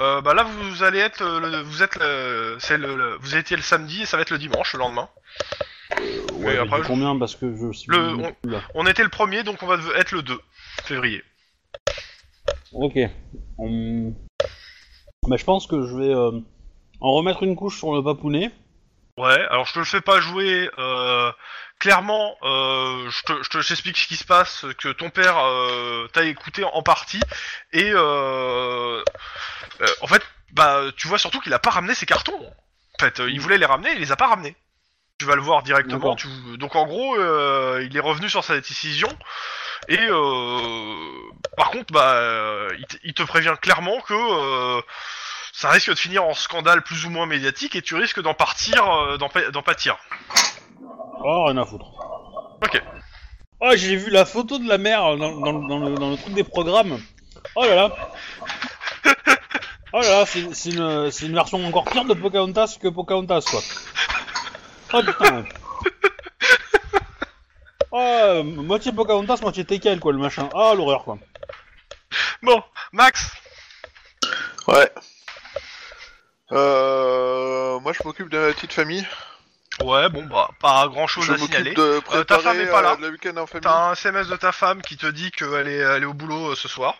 Speaker 2: Euh, bah là, vous allez être, euh, le, vous êtes, le, c'est le, le- vous étiez le samedi et ça va être le dimanche, le lendemain.
Speaker 1: Ouais, mais
Speaker 2: après,
Speaker 1: dis Euh, combien parce que je suis
Speaker 2: Le-
Speaker 1: plus là.
Speaker 2: On était le premier, donc on va être le 2 février.
Speaker 1: Ok. On- Bah, je pense que je vais euh, en remettre une couche sur le papounet.
Speaker 2: Ouais, alors je te le fais pas jouer. Euh, clairement, euh, je te, je te- je t'explique ce qui se passe, que ton père euh, t'a écouté en partie, et euh, euh, en fait, bah tu vois surtout qu'il a pas ramené ses cartons. En fait, euh, il voulait les ramener, il les a pas ramenés. Tu vas le voir directement.
Speaker 1: D'accord.
Speaker 2: Tu... Donc en gros, euh, il est revenu sur sa décision, et euh, par contre, bah euh, il, te- il te prévient clairement que. euh, ça risque de finir en scandale plus ou moins médiatique et tu risques d'en partir, euh, d'en pa- d'en pâtir.
Speaker 1: Oh, rien à foutre.
Speaker 2: Ok.
Speaker 1: Oh, j'ai vu la photo de la mère dans, dans- dans le, dans le truc des programmes. Oh là là. Oh là là, c'est c'est une, c'est une version encore pire de Pocahontas que Pocahontas, quoi. Oh putain. ouais. Oh, euh, moitié Pocahontas, moitié Tekel, quoi, le machin. Ah, l'horreur, quoi.
Speaker 2: Bon, Max,
Speaker 3: Ouais. Euh, moi, je m'occupe de ma petite famille.
Speaker 2: Ouais, bon, bah, pas grand chose
Speaker 3: Je
Speaker 2: à signaler.
Speaker 3: m'occupe
Speaker 2: femme
Speaker 3: de préparer
Speaker 2: est pas là.
Speaker 3: euh, le week-end en famille.
Speaker 2: T'as un SMS de ta femme qui te dit qu'elle est, elle est au boulot euh, ce soir.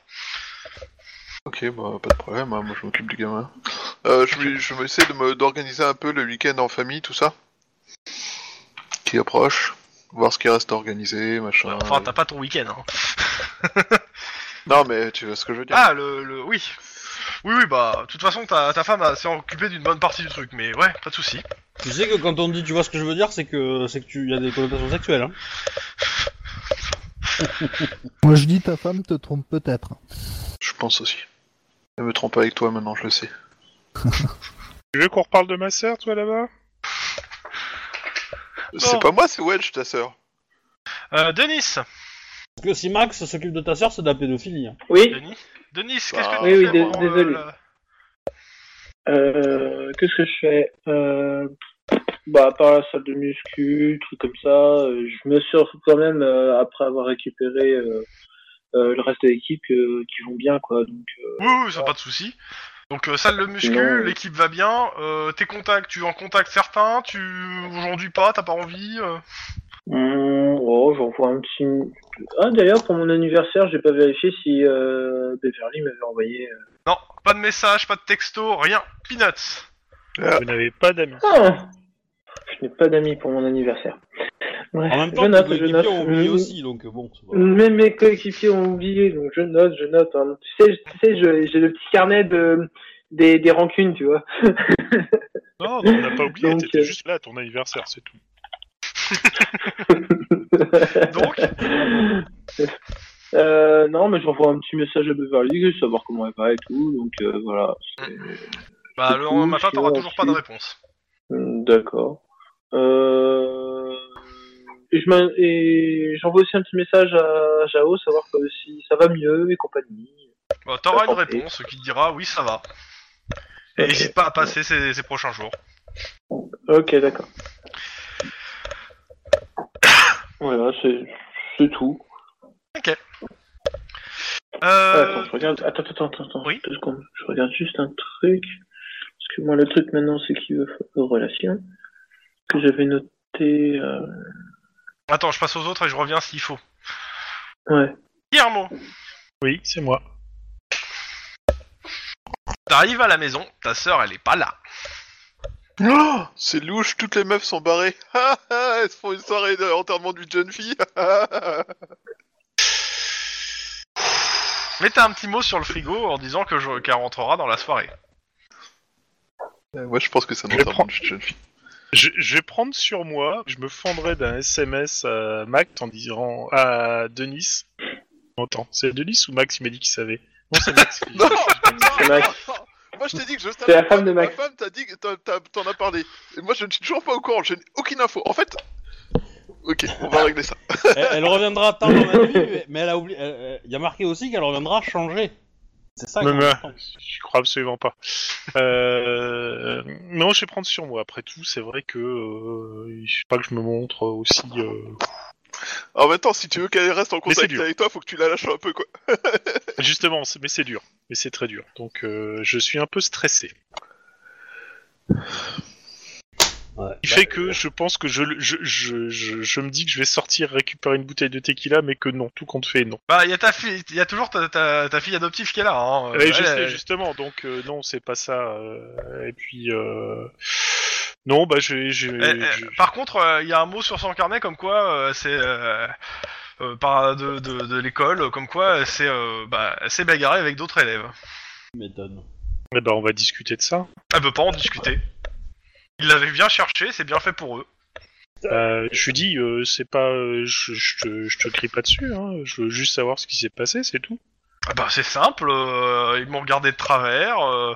Speaker 3: Ok, bah, pas de problème, hein, moi je m'occupe du gamin. Euh, je vais- je vais essayer de me- d'organiser un peu le week-end en famille, tout ça. Qui approche, voir ce qui reste à organiser, machin.
Speaker 2: Enfin, t'as pas ton week-end. Hein.
Speaker 3: Non, mais tu vois ce que je veux dire.
Speaker 2: Ah, le, le. Oui. Oui, oui, bah, de toute façon, ta, ta femme euh, s'est occupée d'une bonne partie du truc, mais ouais, pas de soucis.
Speaker 1: Tu sais que quand on dit, tu vois ce que je veux dire, c'est que c'est que tu y a des connotations sexuelles. Hein.
Speaker 6: Moi je dis ta femme te trompe peut-être.
Speaker 3: Je pense aussi. Je me trompe avec toi maintenant, je le sais.
Speaker 4: Tu veux qu'on reparle de ma sœur, toi, là-bas
Speaker 3: C'est pas moi, c'est Wedge, ta sœur.
Speaker 2: Euh, Denis,
Speaker 1: Parce que si Max s'occupe de ta sœur, c'est de la pédophilie. hein.
Speaker 7: Oui,
Speaker 2: Denis, Denis, qu'est-ce
Speaker 3: Bah,
Speaker 2: que tu
Speaker 7: oui, oui,
Speaker 2: fais
Speaker 7: dé-
Speaker 2: pour, euh,
Speaker 7: désolé.
Speaker 2: la-
Speaker 7: euh, qu'est-ce que je fais euh, Bah, par la salle de muscu, trucs comme ça, euh, je me suis quand même, euh, après avoir récupéré euh, euh, le reste de l'équipe, euh, qui vont bien, quoi. Donc, euh,
Speaker 2: Oui, oui, ça, pas de soucis. Donc, euh, salle de muscu,
Speaker 7: Sinon, euh,
Speaker 2: l'équipe va bien. Euh, tes contacts, tu en contactes certains Tu. Aujourd'hui pas, t'as pas envie euh.
Speaker 7: hum, oh, j'envoie un petit. Ah, d'ailleurs, pour mon anniversaire, j'ai pas vérifié si euh, Beverly m'avait envoyé. euh,
Speaker 2: Non, pas de message, pas de texto, rien. Peanuts.
Speaker 4: Vous n'avez pas d'amis.
Speaker 7: Ah je n'ai pas d'amis pour mon anniversaire. Bref,
Speaker 1: En même temps,
Speaker 7: je note,
Speaker 1: les
Speaker 7: je note.
Speaker 1: coéquipiers ont oublié
Speaker 7: Hum,
Speaker 1: aussi, donc bon. c'est pas-
Speaker 7: Même mes coéquipiers ont oublié, donc je note, je note. hein. Tu sais, je- tu sais, je- j'ai le petit carnet de, des, des rancunes, tu vois.
Speaker 4: Non, on n'a pas oublié,
Speaker 7: Donc,
Speaker 4: t'étais
Speaker 7: euh,
Speaker 4: juste là à ton anniversaire, c'est tout.
Speaker 2: Donc,
Speaker 7: Euh, non, mais j'envoie un petit message à Beverly, je veux savoir comment elle va et tout, donc euh, voilà.
Speaker 2: bah, le
Speaker 7: Coucou,
Speaker 2: lendemain matin,
Speaker 7: je
Speaker 2: t'auras
Speaker 7: suis
Speaker 2: toujours pas de
Speaker 7: là-dessus.
Speaker 2: réponse.
Speaker 7: Hum, D'accord. Euh... Et je m'in- et j'envoie aussi un petit message à Jao, savoir que si ça va mieux et compagnie.
Speaker 2: Bah, t'auras une
Speaker 7: D'accord.
Speaker 2: réponse qui te dira oui, ça va. Et
Speaker 7: Ok.
Speaker 2: n'hésite pas à passer ces, ces prochains jours.
Speaker 7: Ok, d'accord. Voilà, c'est c'est tout. Attends,
Speaker 2: Euh,
Speaker 7: je regarde. Attends, attends, attends, attends.
Speaker 2: Oui.
Speaker 7: Deux secondes. Je regarde juste un truc. Parce que moi, le truc maintenant, c'est qu'il veut faire aux relations. Que j'avais noté. euh,
Speaker 2: attends, je passe aux autres et je reviens s'il faut.
Speaker 7: Ouais.
Speaker 2: Guillermo,
Speaker 4: Oui, c'est moi.
Speaker 2: t'arrives à la maison, ta sœur, elle est pas là.
Speaker 3: Oh, c'est louche, toutes les meufs sont barrées. Ah, ah, Elles se font une soirée d'enterrement d'une jeune fille. Ah, ah, ah.
Speaker 2: Mais t'as un petit mot sur le frigo en disant que je- qu'elle rentrera dans la soirée.
Speaker 3: Euh, Moi, je pense que c'est un
Speaker 4: Je vais
Speaker 3: enterrement d'une jeune fille.
Speaker 4: Je, je vais prendre sur moi, je me fendrai d'un SMS à Max en disant à Denis. Attends, c'est Denis ou Max Il m'a dit qu'il savait. Non, c'est Max. qui-
Speaker 3: Non,
Speaker 7: C'est Max.
Speaker 3: Moi, je t'ai dit que je savais.
Speaker 7: C'est la femme de Max.
Speaker 3: Ma femme t'a dit que t'en- t'as- t'en as parlé. Et moi, je ne suis toujours pas au courant, je n'ai aucune info. En fait. Ok, on va régler ça.
Speaker 1: elle, elle reviendra tard dans la nuit, mais- mais elle a oublié. elle- elle- Il y a marqué aussi qu'elle reviendra changer. C'est ça.
Speaker 4: Non,
Speaker 1: qu'on
Speaker 4: mais-
Speaker 1: attend.
Speaker 4: J'y crois absolument pas. Euh, non, je vais prendre sur moi. Après tout, c'est vrai que euh, je sais pas que je me montre aussi. euh,
Speaker 3: En même temps, si tu veux qu'elle reste en
Speaker 4: c'est
Speaker 3: contact
Speaker 4: dur.
Speaker 3: avec toi, faut que tu la lâches un peu, quoi.
Speaker 4: Justement, c'est- mais c'est dur. Mais c'est très dur. Donc euh, je suis un peu stressé.
Speaker 1: Ouais.
Speaker 4: Ce qui fait que je pense que je, le- je, je, je, je me dis que je vais sortir récupérer une bouteille de tequila, mais que non, tout compte fait, non.
Speaker 2: Bah, il y a ta fille, il y a toujours ta, ta, ta fille adoptive qui est là. Hein.
Speaker 4: Ouais, je
Speaker 2: Elle,
Speaker 4: sais,
Speaker 2: elle-
Speaker 4: justement, donc euh, non, c'est pas ça. euh, et puis, euh, non, bah je, je,
Speaker 2: elle- elle-
Speaker 4: je-
Speaker 2: Par contre, euh, il y a un mot sur son carnet comme quoi euh, c'est euh, euh, par de, de, de l'école, comme quoi elle s'est euh, bah, elle s'est bagarrée avec d'autres élèves.
Speaker 1: Tu m'étonnes.
Speaker 4: eh ben, on va discuter de ça.
Speaker 2: Elle peut pas en discuter. Ils l'avaient bien cherché, c'est bien fait pour eux.
Speaker 4: Euh, je lui dis, euh, c'est pas, euh, je, je, te, je te crie pas dessus. Hein, je veux juste savoir ce qui s'est passé, c'est tout.
Speaker 2: Ah Bah, c'est simple, euh, ils m'ont regardé de travers, euh,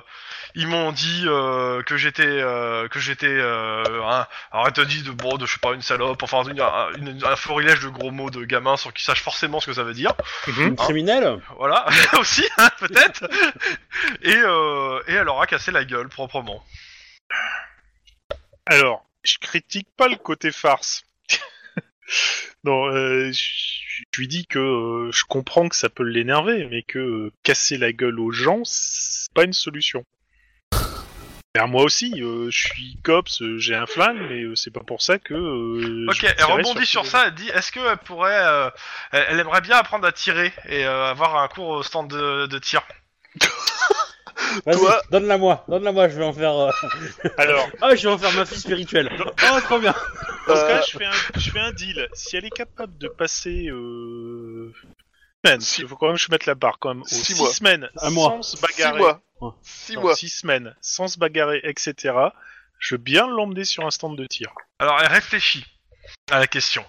Speaker 2: ils m'ont dit euh, que j'étais. euh, que j'étais. euh, un- alors, elle te dit de, bon, de, je sais pas, une salope, enfin, une, un- une- un florilège de gros mots de gamins sans qu'ils sachent forcément ce que ça veut dire.
Speaker 1: Une criminelle
Speaker 2: Voilà, aussi, hein, peut-être. Et, euh, et elle aura cassé la gueule, proprement.
Speaker 4: Alors, je critique pas le côté farce. non, euh, je je lui dis que euh, je comprends que ça peut l'énerver, mais que euh, casser la gueule aux gens, c'est pas une solution. Ben, moi aussi, euh, je suis cops, euh, j'ai un flingue, mais euh, c'est pas pour ça que. euh, je
Speaker 2: Ok,
Speaker 4: vais
Speaker 2: elle
Speaker 4: tirer
Speaker 2: rebondit sur ça, elle dit, est-ce qu'elle pourrait... euh, elle, elle aimerait bien apprendre à tirer et euh, avoir un cours au stand de, de tir.
Speaker 1: Vas-y,
Speaker 3: Toi-
Speaker 1: donne-la moi, donne-la moi, je vais en faire. euh,
Speaker 4: Alors,
Speaker 1: Ah, je vais en faire ma fille spirituelle. Oh, trop bien.
Speaker 4: dans ce
Speaker 3: Euh,
Speaker 4: cas, je fais, un, je fais un deal. Si elle est capable de passer. Euh... semaines,
Speaker 3: Six-
Speaker 4: il faut quand même que je mette la barre quand même. aux
Speaker 3: Six
Speaker 4: Six,
Speaker 3: mois.
Speaker 4: semaines
Speaker 1: Un
Speaker 4: sans
Speaker 1: mois.
Speaker 4: se
Speaker 3: six
Speaker 4: bagarrer.
Speaker 3: mois.
Speaker 1: Ouais.
Speaker 3: Six
Speaker 4: dans
Speaker 3: mois.
Speaker 4: six semaines, sans se bagarrer, etc. Je veux bien l'emmener sur un stand de tir.
Speaker 2: Alors elle réfléchit à la question.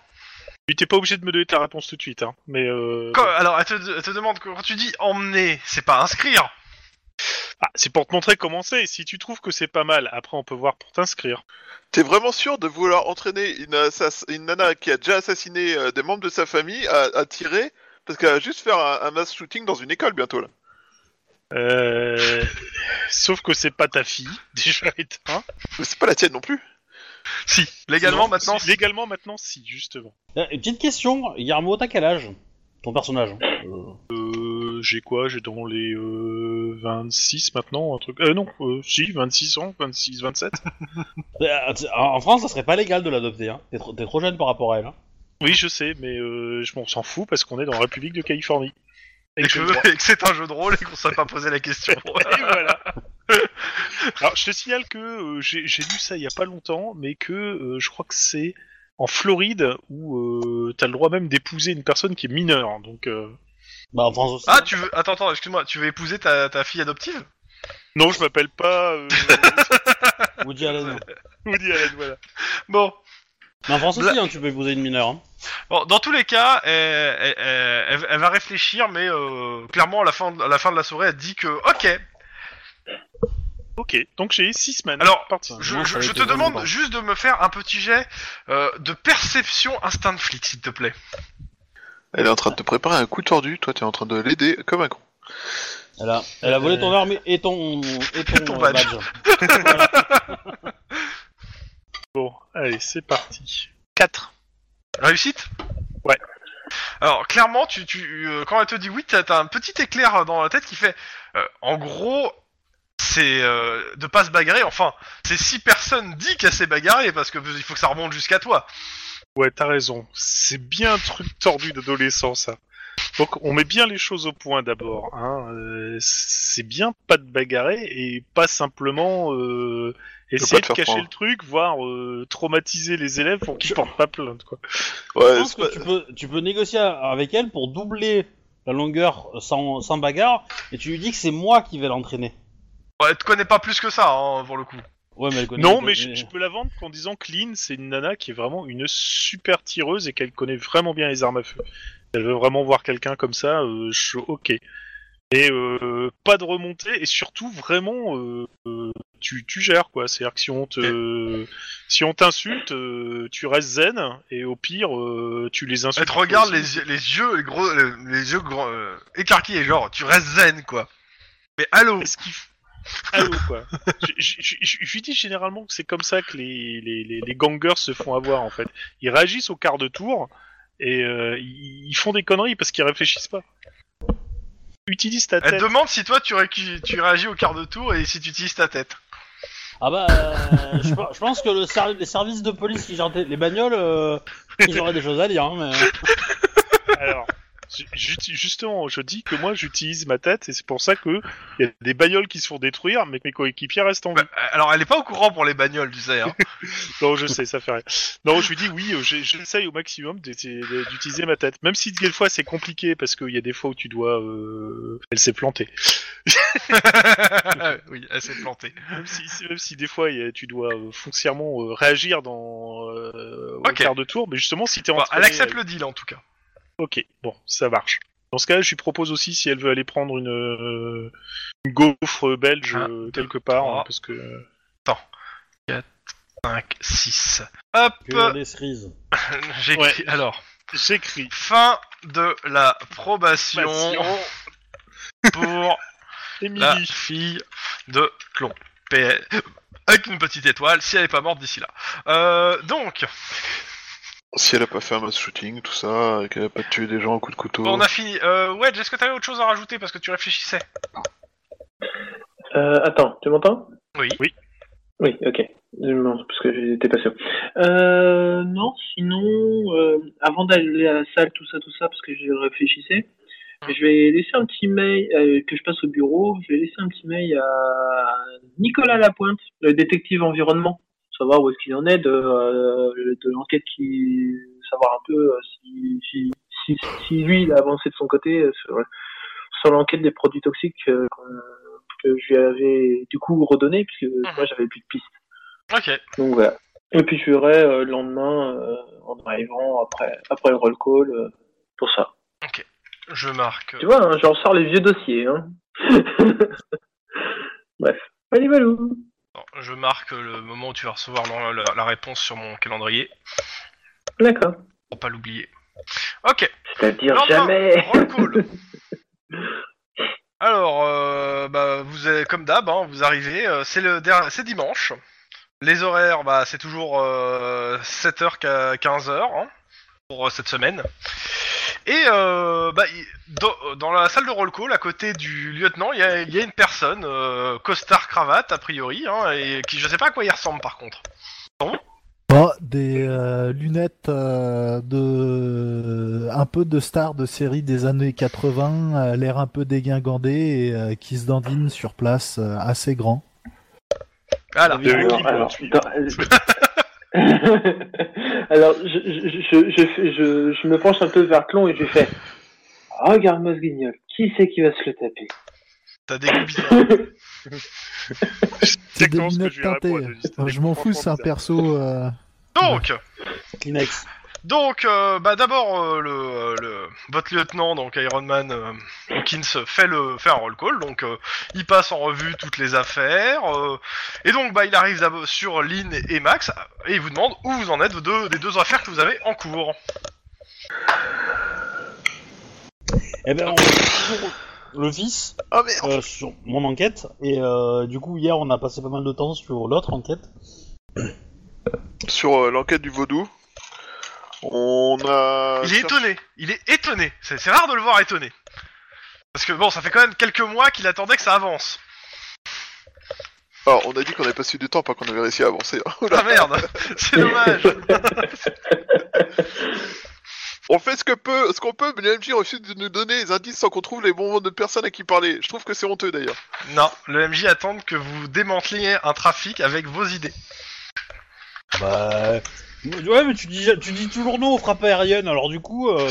Speaker 4: Tu t'es pas obligé de me donner ta réponse tout de suite, hein, mais... Euh...
Speaker 2: Quand- alors elle te, elle te demande, que- quand tu dis emmener, c'est pas inscrire.
Speaker 4: Ah, c'est pour te montrer comment c'est, si tu trouves que c'est pas mal, après on peut voir pour t'inscrire.
Speaker 3: T'es vraiment sûr de vouloir entraîner une, assass- une nana qui a déjà assassiné euh, des membres de sa famille à, à tirer parce qu'elle va juste faire un, un mass shooting dans une école bientôt là.
Speaker 4: Euh... Sauf que c'est pas ta fille, déjà éteint.
Speaker 3: Mais c'est pas la tienne non plus.
Speaker 2: Si, légalement
Speaker 4: Non,
Speaker 2: maintenant.
Speaker 4: si- Légalement maintenant, si, justement.
Speaker 1: Euh, Une petite question, Yarmo, t'as quel âge Ton personnage. hein. Euh,
Speaker 4: Euh, j'ai quoi J'ai dans les euh, 26 maintenant, un truc... Euh, non, euh, si, 26 ans, 26, 27.
Speaker 1: euh, t- En en France, ça serait pas légal de l'adopter. Hein. T'es trop, t'es trop jeune par rapport à elle. hein.
Speaker 4: Oui, je sais, mais euh, je m'en s'en fout parce qu'on est dans la République de Californie.
Speaker 2: Et
Speaker 4: que j'ai le droit.
Speaker 2: que, et que c'est un jeu de rôle et qu'on ne s'est pas posé la question.
Speaker 4: Et voilà. Alors, je te signale que euh, j'ai j'ai lu ça il y a pas longtemps, mais que euh, je crois que c'est en Floride où euh, t'as le droit même d'épouser une personne qui est mineure. Donc, euh,
Speaker 1: Bah, en France aussi.
Speaker 2: ah, tu veux... Attends, attends, excuse-moi, tu veux épouser ta, ta fille adoptive
Speaker 4: non, je m'appelle pas euh,
Speaker 1: hein. Woody Allen.
Speaker 4: Woody Allen, voilà.
Speaker 2: Bon.
Speaker 1: Mais en France
Speaker 2: Bla-
Speaker 1: aussi, hein, tu peux épouser une mineure. hein.
Speaker 2: Bon, dans tous les cas, elle, elle- elle- elle- elle va réfléchir, mais euh, clairement, à la, fin de, à la fin de la soirée, elle dit que, ok,
Speaker 4: Ok, donc j'ai six semaines.
Speaker 2: Alors,
Speaker 4: parti.
Speaker 2: je,
Speaker 1: Non,
Speaker 2: je-
Speaker 1: ça
Speaker 2: je
Speaker 1: a été
Speaker 2: te
Speaker 1: vraiment
Speaker 2: demande
Speaker 1: pas.
Speaker 2: juste de me faire un petit jet euh, de perception instinct de flic, s'il te plaît.
Speaker 3: Elle est en train de te préparer un coup tordu, toi t'es en train de l'aider comme un con.
Speaker 1: Elle a, elle a volé ton arme et ton, Euh, et ton,
Speaker 2: ton
Speaker 1: euh,
Speaker 2: badge.
Speaker 4: Bon, allez, c'est parti. 4.
Speaker 2: Réussite
Speaker 4: Ouais.
Speaker 2: Alors, clairement, tu, tu, euh, quand elle te dit oui, t'as t'as un petit éclair dans la tête qui fait... euh, en gros, c'est euh, de pas se bagarrer. Enfin, c'est si personne dit qu'elle s'est bagarrée, parce que il faut que ça remonte jusqu'à toi.
Speaker 4: Ouais, t'as raison. C'est bien un truc tordu d'adolescent, ça. Donc, on met bien les choses au point d'abord. Hein. Euh, c'est bien pas de bagarrer et pas simplement euh, essayer
Speaker 3: te
Speaker 4: de,
Speaker 3: faire
Speaker 4: cacher
Speaker 3: prendre.
Speaker 4: le truc, voire euh, traumatiser les élèves pour qu'ils portent pas plainte. Quoi.
Speaker 1: Je
Speaker 3: Ouais,
Speaker 1: pense
Speaker 3: c'est pas-
Speaker 1: que tu peux, tu peux négocier avec elle pour doubler la longueur sans, sans bagarre et tu lui dis que c'est moi qui vais l'entraîner.
Speaker 2: Ouais, elle te connaît pas plus que ça, hein, pour le coup.
Speaker 1: Ouais, mais elle connaît-
Speaker 4: Non,
Speaker 1: elle
Speaker 4: mais je,
Speaker 1: connaît-
Speaker 4: je peux la vendre en disant que Lynn, c'est une nana qui est vraiment une super tireuse et qu'elle connaît vraiment bien les armes à feu. Elle veut vraiment voir quelqu'un comme ça, euh, je suis ok. Et euh, pas de remontée, et surtout vraiment, euh, euh, tu, tu gères quoi. C'est-à-dire que si on te, si on t'insulte, euh, tu restes zen, et au pire, euh, tu les insultes.
Speaker 2: Elle te regarde
Speaker 4: aussi.
Speaker 2: les, yeux- les yeux les gros, les, les yeux grands, euh, écarquillés, genre tu restes zen quoi. Mais allô,
Speaker 4: Est-ce qu'il f- Allô, quoi. Je- je- je je- je lui dis généralement que c'est comme ça que les, les, les, les gangers se font avoir, en fait. Ils réagissent au quart de tour, et euh, ils ils font des conneries parce qu'ils réfléchissent pas. Utilise ta
Speaker 2: Elle
Speaker 4: tête.
Speaker 2: te demande si toi tu, récu- tu réagis au quart de tour et si tu utilises ta tête.
Speaker 1: Ah bah, euh, je, pe- je pense que le ser- les services de police qui gèrent les- les bagnoles, euh, ils auraient des choses à dire. hein, mais...
Speaker 4: Alors, ju- ju- justement, je dis que moi j'utilise ma tête et c'est pour ça que il y a des bagnoles qui se font détruire, mais que mes coéquipiers restent en vie.
Speaker 2: Bah, alors elle est pas au courant pour les bagnoles, tu sais. Hein.
Speaker 4: Non, je sais, ça fait rien. Non, je lui dis oui, euh, j'ai- j'essaye au maximum d'essayer de- d'utiliser ma tête. Même si des fois c'est compliqué parce qu'il y a des fois où tu dois. euh, Elle s'est plantée.
Speaker 2: oui, elle s'est plantée.
Speaker 4: Même si, si- même si des fois il y a- tu dois euh, foncièrement euh, réagir dans. euh, au
Speaker 2: Ok.
Speaker 4: quart de tour, mais justement si t'es en
Speaker 2: Enfin, elle accepte le deal en tout cas.
Speaker 4: Ok, bon, ça marche. Dans ce cas, je lui propose aussi si elle veut aller prendre une, euh, une gaufre belge
Speaker 2: Un,
Speaker 4: euh, quelque part,
Speaker 2: trois.
Speaker 4: hein, parce que
Speaker 2: 5, 6. Hop
Speaker 1: Que des cerises.
Speaker 2: J'ai
Speaker 4: Ouais.
Speaker 2: écrit- Alors,
Speaker 4: j'écris.
Speaker 2: fin de la probation
Speaker 4: Passion.
Speaker 2: pour la
Speaker 4: Émilie.
Speaker 2: fille de Clon. PL. Avec une petite étoile, si elle est pas morte d'ici là. Euh, donc,
Speaker 3: Si elle a pas fait un mass shooting, tout ça, et qu'elle a pas tué des gens à coups de couteau.
Speaker 2: on a fini. Euh, Wedge, est-ce que t'avais autre chose à rajouter parce que tu réfléchissais
Speaker 7: Euh, attends, tu m'entends
Speaker 2: Oui.
Speaker 7: Oui, ok. Je me demande, Parce que j'étais pas sûr. Euh, non, sinon, euh, avant d'aller à la salle, tout ça, tout ça, parce que je réfléchissais, je vais laisser un petit mail euh, que je passe au bureau. Je vais laisser un petit mail à Nicolas Lapointe, le détective environnement, pour savoir où est-ce qu'il en est de, euh, de l'enquête, qui savoir un peu euh, si, si, si, si lui il a avancé de son côté euh, sur, sur l'enquête des produits toxiques euh, qu'on- que je lui avais du coup redonné puisque moi j'avais plus de piste.
Speaker 2: Ok.
Speaker 7: Donc voilà. Et puis je verrai euh, le lendemain euh, en arrivant après après le roll call euh, pour ça.
Speaker 2: Je marque.
Speaker 7: Tu vois, hein, j'en sors les vieux dossiers. Hein. Bref, allez Valou.
Speaker 2: Non, Je marque le moment où tu vas recevoir la, la- la réponse sur mon calendrier
Speaker 7: D'accord.
Speaker 2: pour pas l'oublier. Ok.
Speaker 7: C'est-à-dire
Speaker 2: Non, non,
Speaker 7: jamais.
Speaker 2: Roll call. Alors, euh, bah, vous avez, comme d'hab, hein, vous arrivez, euh, c'est le der- c'est dimanche. Les horaires, bah, c'est toujours 7h qu'à 15h pour euh, cette semaine. Et euh, bah, il- dans, dans la salle de roll call, à côté du lieutenant, il y a, il y a une personne, euh, costard cravate a priori, hein, et qui je sais pas à quoi il ressemble par contre.
Speaker 6: Bah, des euh, lunettes euh, de un peu de star de série des années 80, euh, l'air un peu dégingandé et euh, qui se dandine sur place, euh, assez grand.
Speaker 2: Voilà.
Speaker 4: De Hulk,
Speaker 7: alors,
Speaker 4: tu-
Speaker 7: dans- Alors, je, je, je, je, fais- je, je me penche un peu vers Clon et je lui fais Regarde-moi ce guignol, qui c'est qui va se le taper
Speaker 2: T'as des goûts bizarres.
Speaker 6: C'est des
Speaker 4: exactement ce que
Speaker 6: lunettes
Speaker 4: je lui réponds,
Speaker 6: teintées.
Speaker 4: Adonis. C'est
Speaker 6: Enfin, Euh, je m'en fous, c'est un
Speaker 4: franchement
Speaker 6: perso. euh,
Speaker 2: Donc,
Speaker 1: Kleenex.
Speaker 2: Donc, euh, bah d'abord euh, le, euh, le- votre lieutenant, donc Iron Man euh, Hawkins, fait le fait un roll call. Donc, euh, il passe en revue toutes les affaires. euh, et donc, bah, il arrive d'abord sur Lynn et Max et il vous demande où vous en êtes de- des deux affaires que vous avez en cours.
Speaker 1: Eh ben, on est toujours le vice
Speaker 3: Ah merde
Speaker 1: euh, sur mon enquête. Et euh, du coup, hier, on a passé pas mal de temps sur l'autre enquête.
Speaker 3: Sur euh, l'enquête du vaudou, on a.
Speaker 2: Il est étonné. Il est étonné. C'est c'est rare de le voir étonné. Parce que bon, ça fait quand même quelques mois qu'il attendait que ça avance.
Speaker 3: Alors, Ah, on a dit qu'on avait passé du temps, pas qu'on avait réussi à avancer. Oh là.
Speaker 2: Ah merde, c'est dommage.
Speaker 3: on fait ce que peut, ce qu'on peut, mais l'MJ refuse de nous donner les indices sans qu'on trouve les bons noms de personnes à qui parler. Je trouve que c'est honteux d'ailleurs.
Speaker 2: Non, le MJ attend que vous démanteliez un trafic avec vos idées.
Speaker 1: Bah. Ouais, mais tu dis, tu dis toujours non aux frappes aériennes, alors du coup. euh,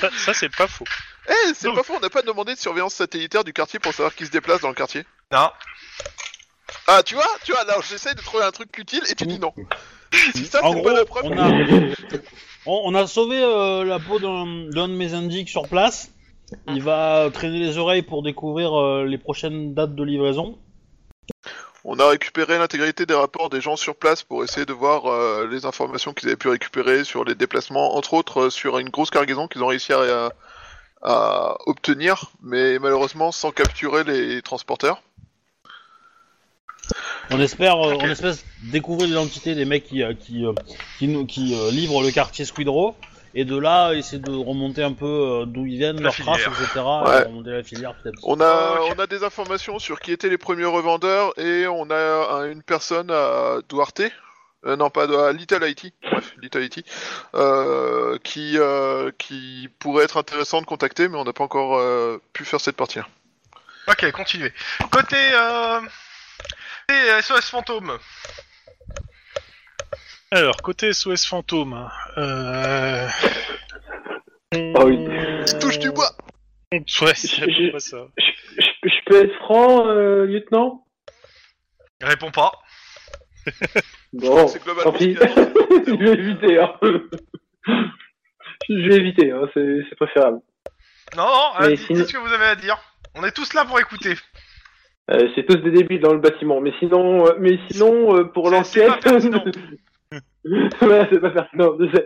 Speaker 4: Ça, ça, c'est pas faux.
Speaker 3: Eh, c'est
Speaker 4: Donc-
Speaker 3: pas faux, on n'a pas demandé de surveillance satellitaire du quartier pour savoir qui se déplace dans le quartier.
Speaker 2: Non.
Speaker 3: Ah, tu vois, tu vois, alors j'essaye de trouver un truc utile et tu dis non. ça,
Speaker 1: en
Speaker 3: c'est
Speaker 1: gros,
Speaker 3: pas la preuve.
Speaker 1: on a, on, on a sauvé euh, la peau d'un d'un de mes indiques sur place. Il va traîner les oreilles pour découvrir euh, les prochaines dates de livraison.
Speaker 3: On a récupéré l'intégralité des rapports des gens sur place pour essayer de voir euh, les informations qu'ils avaient pu récupérer sur les déplacements, entre autres euh, sur une grosse cargaison qu'ils ont réussi à, à obtenir, mais malheureusement sans capturer les transporteurs.
Speaker 1: On espère, euh, on espère découvrir l'identité des mecs qui, euh, qui, euh, qui, nous- qui, euh, livrent le quartier Squidrow. Et de là, essayer de remonter un peu euh, d'où ils viennent,
Speaker 2: La
Speaker 1: leurs traces,
Speaker 2: filière.
Speaker 1: etc.
Speaker 3: Ouais.
Speaker 1: Et remonter la filière, peut-être.
Speaker 3: On
Speaker 7: Euh,
Speaker 3: a,
Speaker 2: Ok.
Speaker 3: on a des informations sur qui étaient les premiers revendeurs et on a un- une personne à Duarte, euh, non pas à Little Haiti, bref, Little Haiti, euh, qui, euh, qui pourrait être intéressant de contacter, mais on n'a pas encore euh, pu faire cette partie.
Speaker 2: Ok, continuez. Côté, euh... côté, euh, SOS fantôme.
Speaker 4: Alors, côté SOS fantôme, hein, euh...
Speaker 7: Ah oui.
Speaker 3: Touche du bois
Speaker 4: Ouais, c'est à peu
Speaker 7: J'ai-
Speaker 4: près ça.
Speaker 7: Je, je- je peux être franc, euh, lieutenant
Speaker 2: Réponds pas.
Speaker 7: Bon,
Speaker 3: C'est
Speaker 7: tant
Speaker 3: globalement ce qu'il
Speaker 7: pis.
Speaker 3: y a dans cette
Speaker 7: je
Speaker 3: vidéo.
Speaker 7: vais éviter, hein. je vais éviter, hein, c'est c'est préférable.
Speaker 2: Non, non, euh,
Speaker 7: Mais
Speaker 2: dites,
Speaker 7: sinon-
Speaker 2: dites ce que vous avez à dire. On est tous là pour écouter.
Speaker 7: Euh, c'est tous des débiles dans le bâtiment, mais sinon, euh, mais sinon euh, pour
Speaker 2: C'est- c'est
Speaker 7: l'enquête.
Speaker 2: pas pertinent.
Speaker 7: Ouais, c'est pas pertinent, je sais.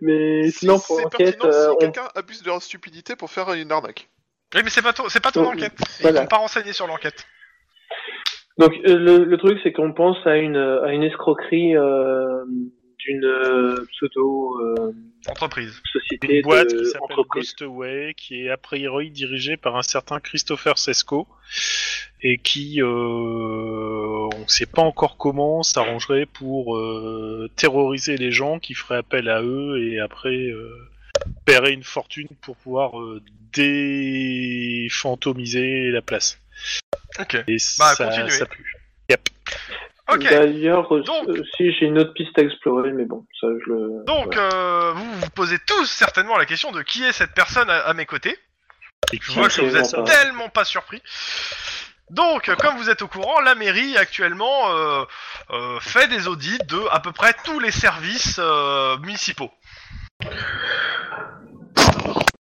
Speaker 7: Mais
Speaker 3: Si
Speaker 7: sinon, pour
Speaker 3: c'est
Speaker 7: l'enquête,
Speaker 3: pertinent
Speaker 7: euh,
Speaker 3: si
Speaker 7: on-
Speaker 3: quelqu'un abuse de leur stupidité pour faire une arnaque.
Speaker 2: Oui, mais c'est pas, ton- c'est pas ton
Speaker 7: Donc,
Speaker 2: enquête. Ils
Speaker 7: voilà.
Speaker 2: t'ont pas renseigné sur l'enquête.
Speaker 7: Donc euh, le, le truc, c'est qu'on pense à une à une escroquerie euh, d'une euh, pseudo euh,
Speaker 2: Entreprise.
Speaker 7: société
Speaker 4: Une boîte
Speaker 7: de-
Speaker 4: qui s'appelle
Speaker 7: entreprise.
Speaker 4: Ghostway, qui est a priori dirigée par un certain Christopher Sesco, et qui, euh, on ne sait pas encore comment, s'arrangerait pour euh, terroriser les gens qui feraient appel à eux et après euh, paierait une fortune pour pouvoir euh, défantomiser la place.
Speaker 2: Ok.
Speaker 4: Et
Speaker 2: Bah,
Speaker 4: ça,
Speaker 2: continuez.
Speaker 4: ça pue.
Speaker 2: Ok.
Speaker 7: D'ailleurs, euh,
Speaker 2: Donc-
Speaker 7: euh, si j'ai une autre piste à explorer, mais bon, ça je le.
Speaker 2: Donc, euh, vous vous posez tous certainement la question de qui est cette personne à, à mes côtés.
Speaker 4: Et
Speaker 2: Je
Speaker 4: qui-
Speaker 2: vois que vous êtes
Speaker 7: Absolument pas.
Speaker 2: tellement pas surpris. Donc, euh, comme vous êtes au courant, la mairie actuellement euh, euh, fait des audits de à peu près tous les services euh, municipaux.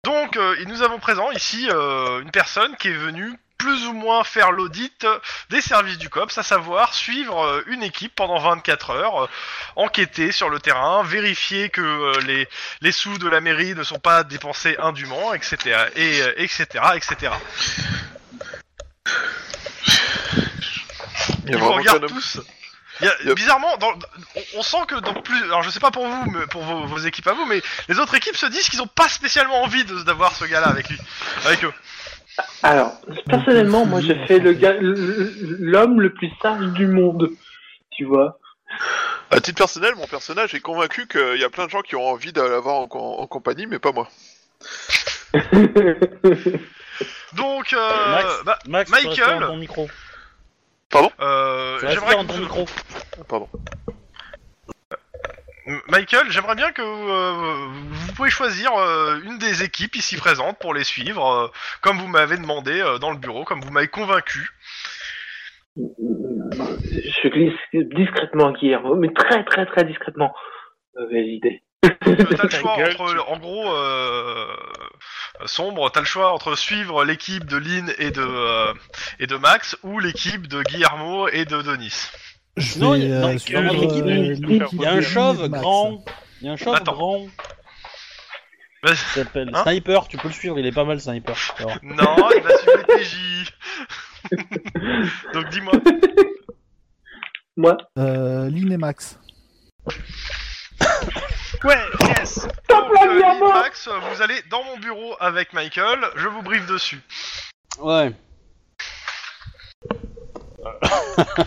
Speaker 2: Donc, euh, et nous avons présent ici euh, une personne qui est venue plus ou moins faire l'audit des services du COPS, à savoir suivre euh, une équipe pendant 24 heures, euh, enquêter sur le terrain, vérifier que euh, les, les sous de la mairie ne sont pas dépensés indûment, etc. Et, euh, etc., etc.
Speaker 3: Il y a
Speaker 2: Ils vous
Speaker 3: vraiment qu'un
Speaker 2: regardent
Speaker 3: homme.
Speaker 2: tous. Il y a-
Speaker 3: Yep.
Speaker 2: Bizarrement, dans- on, on sent que dans plus, alors je sais pas pour vous, mais pour vos, vos équipes à vous, mais les autres équipes se disent qu'ils ont pas spécialement envie de- d'avoir ce gars-là avec lui, avec eux.
Speaker 7: Alors, personnellement, moi j'ai fait le gars, le- le- l'homme le plus sage du monde, tu vois.
Speaker 3: À titre personnel, mon personnage est convaincu qu'il y a plein de gens qui ont envie d'avoir en, en- en compagnie, mais pas moi.
Speaker 2: Donc, euh,
Speaker 1: Max,
Speaker 2: bah,
Speaker 1: Max,
Speaker 2: Michael.
Speaker 1: tu restes dans ton micro.
Speaker 2: euh,
Speaker 1: Tu restes
Speaker 2: j'aimerais
Speaker 1: dans ton
Speaker 2: que-
Speaker 1: micro.
Speaker 3: Pardon.
Speaker 2: Michael, j'aimerais bien que euh, vous pouvez choisir euh, une des équipes ici présentes pour les suivre, euh, comme vous m'avez demandé euh, dans le bureau, comme vous m'avez convaincu.
Speaker 7: je glisse discrètement à Guillermo, mais très très très discrètement. Mauvaise idée.
Speaker 2: Euh, T'as le choix
Speaker 4: Ta gueule,
Speaker 2: entre,
Speaker 4: tu-
Speaker 2: en gros, euh, euh, sombre, t'as le choix entre suivre l'équipe de Lynn et de, euh, et de Max ou l'équipe de Guillermo et de Denis.
Speaker 6: Je
Speaker 1: Non, il y
Speaker 6: vais
Speaker 1: a- dans-
Speaker 6: euh,
Speaker 1: dans
Speaker 6: suivre,
Speaker 1: notre équipe,
Speaker 6: euh,
Speaker 1: il-
Speaker 6: l'équipe
Speaker 4: il
Speaker 1: Il y a un
Speaker 6: de
Speaker 1: chauve
Speaker 6: Max.
Speaker 1: grand. Il y a un chauve
Speaker 2: Attends.
Speaker 1: grand.
Speaker 2: Vas-y.
Speaker 1: Il s'appelle
Speaker 2: Hein
Speaker 1: Sniper, tu peux le suivre, il est pas mal Sniper. Alors,
Speaker 2: Non, il va suivre les TJ. Donc dis-moi.
Speaker 7: Moi,
Speaker 6: Euh, Lynn et Max.
Speaker 4: Ouais, yes
Speaker 2: Donc,
Speaker 7: la
Speaker 2: euh, Lynn,
Speaker 7: Guillermo
Speaker 2: Max, euh, vous allez dans mon bureau avec Michael, je vous briefe dessus.
Speaker 1: Ouais.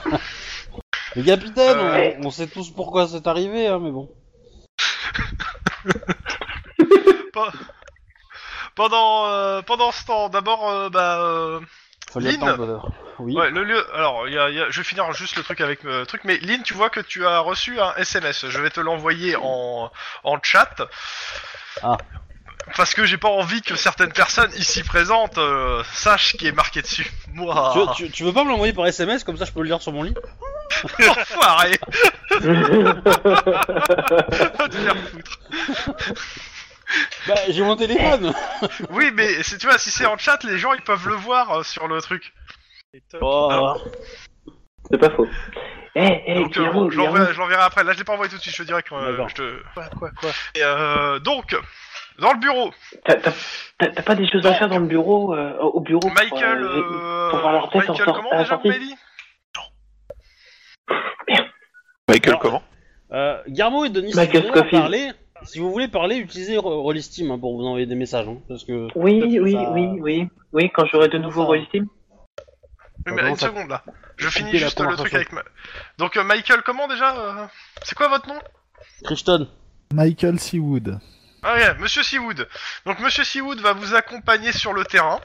Speaker 1: Le capitaine,
Speaker 2: Euh.
Speaker 1: on, on sait tous pourquoi c'est arrivé, hein, mais bon.
Speaker 2: Pendant, euh, pendant ce temps, d'abord, euh, bah... euh,
Speaker 1: Fallait
Speaker 2: Lynn
Speaker 1: attendre. euh, Oui.
Speaker 2: Ouais, le lieu. Alors, il y a- il y a- je vais finir juste le truc avec le truc, mais Lynn, tu vois que tu as reçu un SMS. Je vais te l'envoyer en, en chat.
Speaker 1: Ah.
Speaker 2: Parce que j'ai pas envie que certaines personnes ici présentes euh, sachent qui est marqué dessus. Moi,
Speaker 1: Tu, veux- tu- tu veux pas me l'envoyer par SMS comme ça je peux le lire sur mon lit
Speaker 2: enfoiré Va te faire foutre.
Speaker 1: Bah j'ai mon téléphone
Speaker 2: Oui, mais si tu vois, si c'est en chat, les gens ils peuvent le voir euh, sur le truc. Ah
Speaker 1: Oh.
Speaker 7: c'est pas faux. Eh, eh,
Speaker 2: Donc, euh,
Speaker 7: Guillermo,
Speaker 2: bon, je l'enverrai
Speaker 7: Guillermo.
Speaker 2: je l'enverrai après. Là, je l'ai pas envoyé tout de suite. Je te dirais que euh,
Speaker 1: D'accord.
Speaker 2: je te.
Speaker 4: Quoi, quoi, quoi
Speaker 2: Et, euh, donc, dans le bureau,
Speaker 7: T'as- t'as- t'as t'as pas des choses à faire dans le bureau, euh, au bureau pour,
Speaker 2: Michael.
Speaker 7: euh,
Speaker 2: euh,
Speaker 7: pour voir leur tête en
Speaker 2: Michael,
Speaker 7: sort-
Speaker 2: comment
Speaker 7: à la
Speaker 2: déjà vous
Speaker 7: sortie.
Speaker 2: m'avez dit
Speaker 3: Michael,
Speaker 1: Alors,
Speaker 3: comment
Speaker 1: Euh, Garmo et Denis, si
Speaker 7: Michael
Speaker 1: vous, voulez en
Speaker 7: Scofield.
Speaker 1: parler, si vous voulez parler, utilisez Ro- Rollisteam hein, pour vous envoyer des messages. hein, parce que...
Speaker 7: Oui, oui,
Speaker 1: Ça-
Speaker 7: oui, oui. Oui, quand j'aurai de nouveau
Speaker 1: Ça-
Speaker 7: Royal Steam.
Speaker 2: Oui,
Speaker 1: Ah,
Speaker 2: mais
Speaker 1: bon,
Speaker 2: une
Speaker 1: ça-
Speaker 2: seconde là. Je
Speaker 1: Couper
Speaker 2: finis
Speaker 1: la
Speaker 2: juste le truc
Speaker 1: conversation.
Speaker 2: avec ma... Donc euh, Michael, comment déjà euh, C'est quoi votre nom
Speaker 1: Christon,
Speaker 6: Michael Seawood.
Speaker 2: Ah ouais, Monsieur Seawood. Donc Monsieur Seawood va vous accompagner sur le terrain.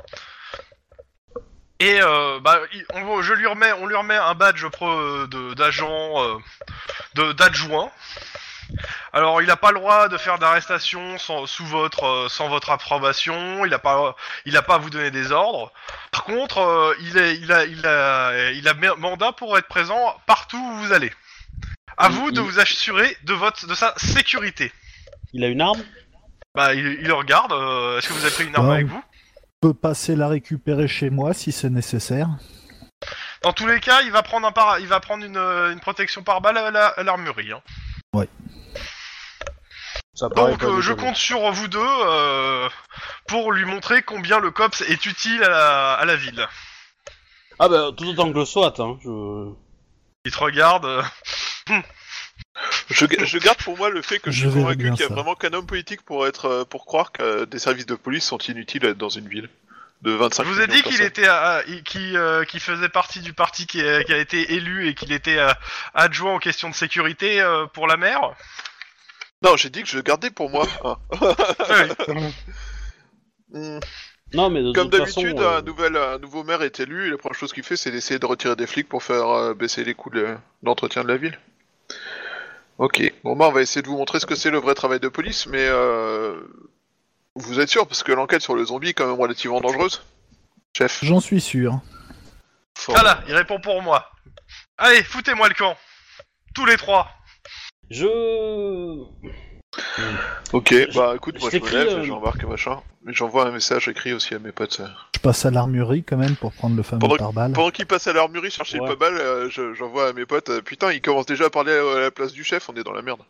Speaker 2: Et euh, bah, il- on, je lui remets, on lui remet un badge pro- de- d'agent, euh, de- d'adjoint. Alors il n'a pas le droit de faire d'arrestation sans, sous votre, euh, sans votre approbation. Il n'a pas, il a pas à vous donner des ordres. Par contre, euh, il, est, il, a, il, a, il a mer- mandat pour être présent partout où vous allez. À
Speaker 1: Il-
Speaker 2: vous de
Speaker 1: il-
Speaker 2: vous assurer de votre, de sa sécurité.
Speaker 1: il a une arme
Speaker 2: Bah, il, il le regarde. euh, Est-ce que vous avez pris une arme
Speaker 6: Non.
Speaker 2: avec vous
Speaker 6: peut passer la récupérer chez moi si c'est nécessaire.
Speaker 2: Dans tous les cas, il va prendre un para- il va prendre une, euh, une protection par balle à la- à l'armurerie. hein.
Speaker 1: Ça paraît
Speaker 2: Donc,
Speaker 1: pas
Speaker 2: euh, je
Speaker 1: déconnant.
Speaker 2: compte sur vous deux euh, pour lui montrer combien le cops est utile à la, à la ville.
Speaker 1: Ah bah, tout autant que le SWAT. Hein, je...
Speaker 2: Il te regarde. euh,
Speaker 3: je, ga- je garde pour moi le fait que je,
Speaker 6: Je
Speaker 3: suis
Speaker 6: verrai
Speaker 3: convaincu
Speaker 6: bien
Speaker 3: qu'il y a
Speaker 6: ça.
Speaker 3: vraiment qu'un homme politique pour être euh, pour croire que euh, des services de police sont inutiles à être dans une ville de 25
Speaker 2: Je vous ai
Speaker 3: millions
Speaker 2: dit
Speaker 3: de
Speaker 2: qu'il
Speaker 3: personnes.
Speaker 2: était, à- à- il- qui, euh, qui faisait partie du parti qui, est- qui a été élu et qu'il était euh, adjoint aux questions de sécurité euh, pour la mer.
Speaker 3: Non, j'ai dit que je le gardais pour moi. Ah.
Speaker 2: Ouais.
Speaker 3: Hmm.
Speaker 1: Non, mais de
Speaker 3: Comme
Speaker 1: toute façon...
Speaker 3: d'habitude, hein,
Speaker 1: euh,
Speaker 3: un, nouvel, un nouveau maire est élu et la première chose qu'il fait, c'est d'essayer de retirer des flics pour faire euh, baisser les coûts de l'entretien de la ville. Ok, bon bah on va essayer de vous montrer ce que c'est le vrai travail de police, mais euh, vous êtes sûr parce que l'enquête sur le zombie est quand même relativement dangereuse Chef.
Speaker 6: J'en suis sûr.
Speaker 2: Ah là, il répond pour moi. Allez, foutez-moi le camp. Tous les trois.
Speaker 1: Je...
Speaker 3: Ok, bah écoute,
Speaker 1: je
Speaker 3: moi je me
Speaker 1: t'écris,
Speaker 3: lève,
Speaker 1: euh,
Speaker 3: j'embarque machin, mais j'envoie un message écrit aussi à mes potes. euh.
Speaker 6: Je passe à l'armurerie quand même pour prendre le fameux
Speaker 3: Pendant-
Speaker 6: pare-balles.
Speaker 3: Pendant qu'ils passent à l'armurerie chercher
Speaker 1: Ouais.
Speaker 3: pas mal, euh, j'envoie à mes potes, euh, putain, ils commencent déjà à parler à la place du chef, on est dans la merde.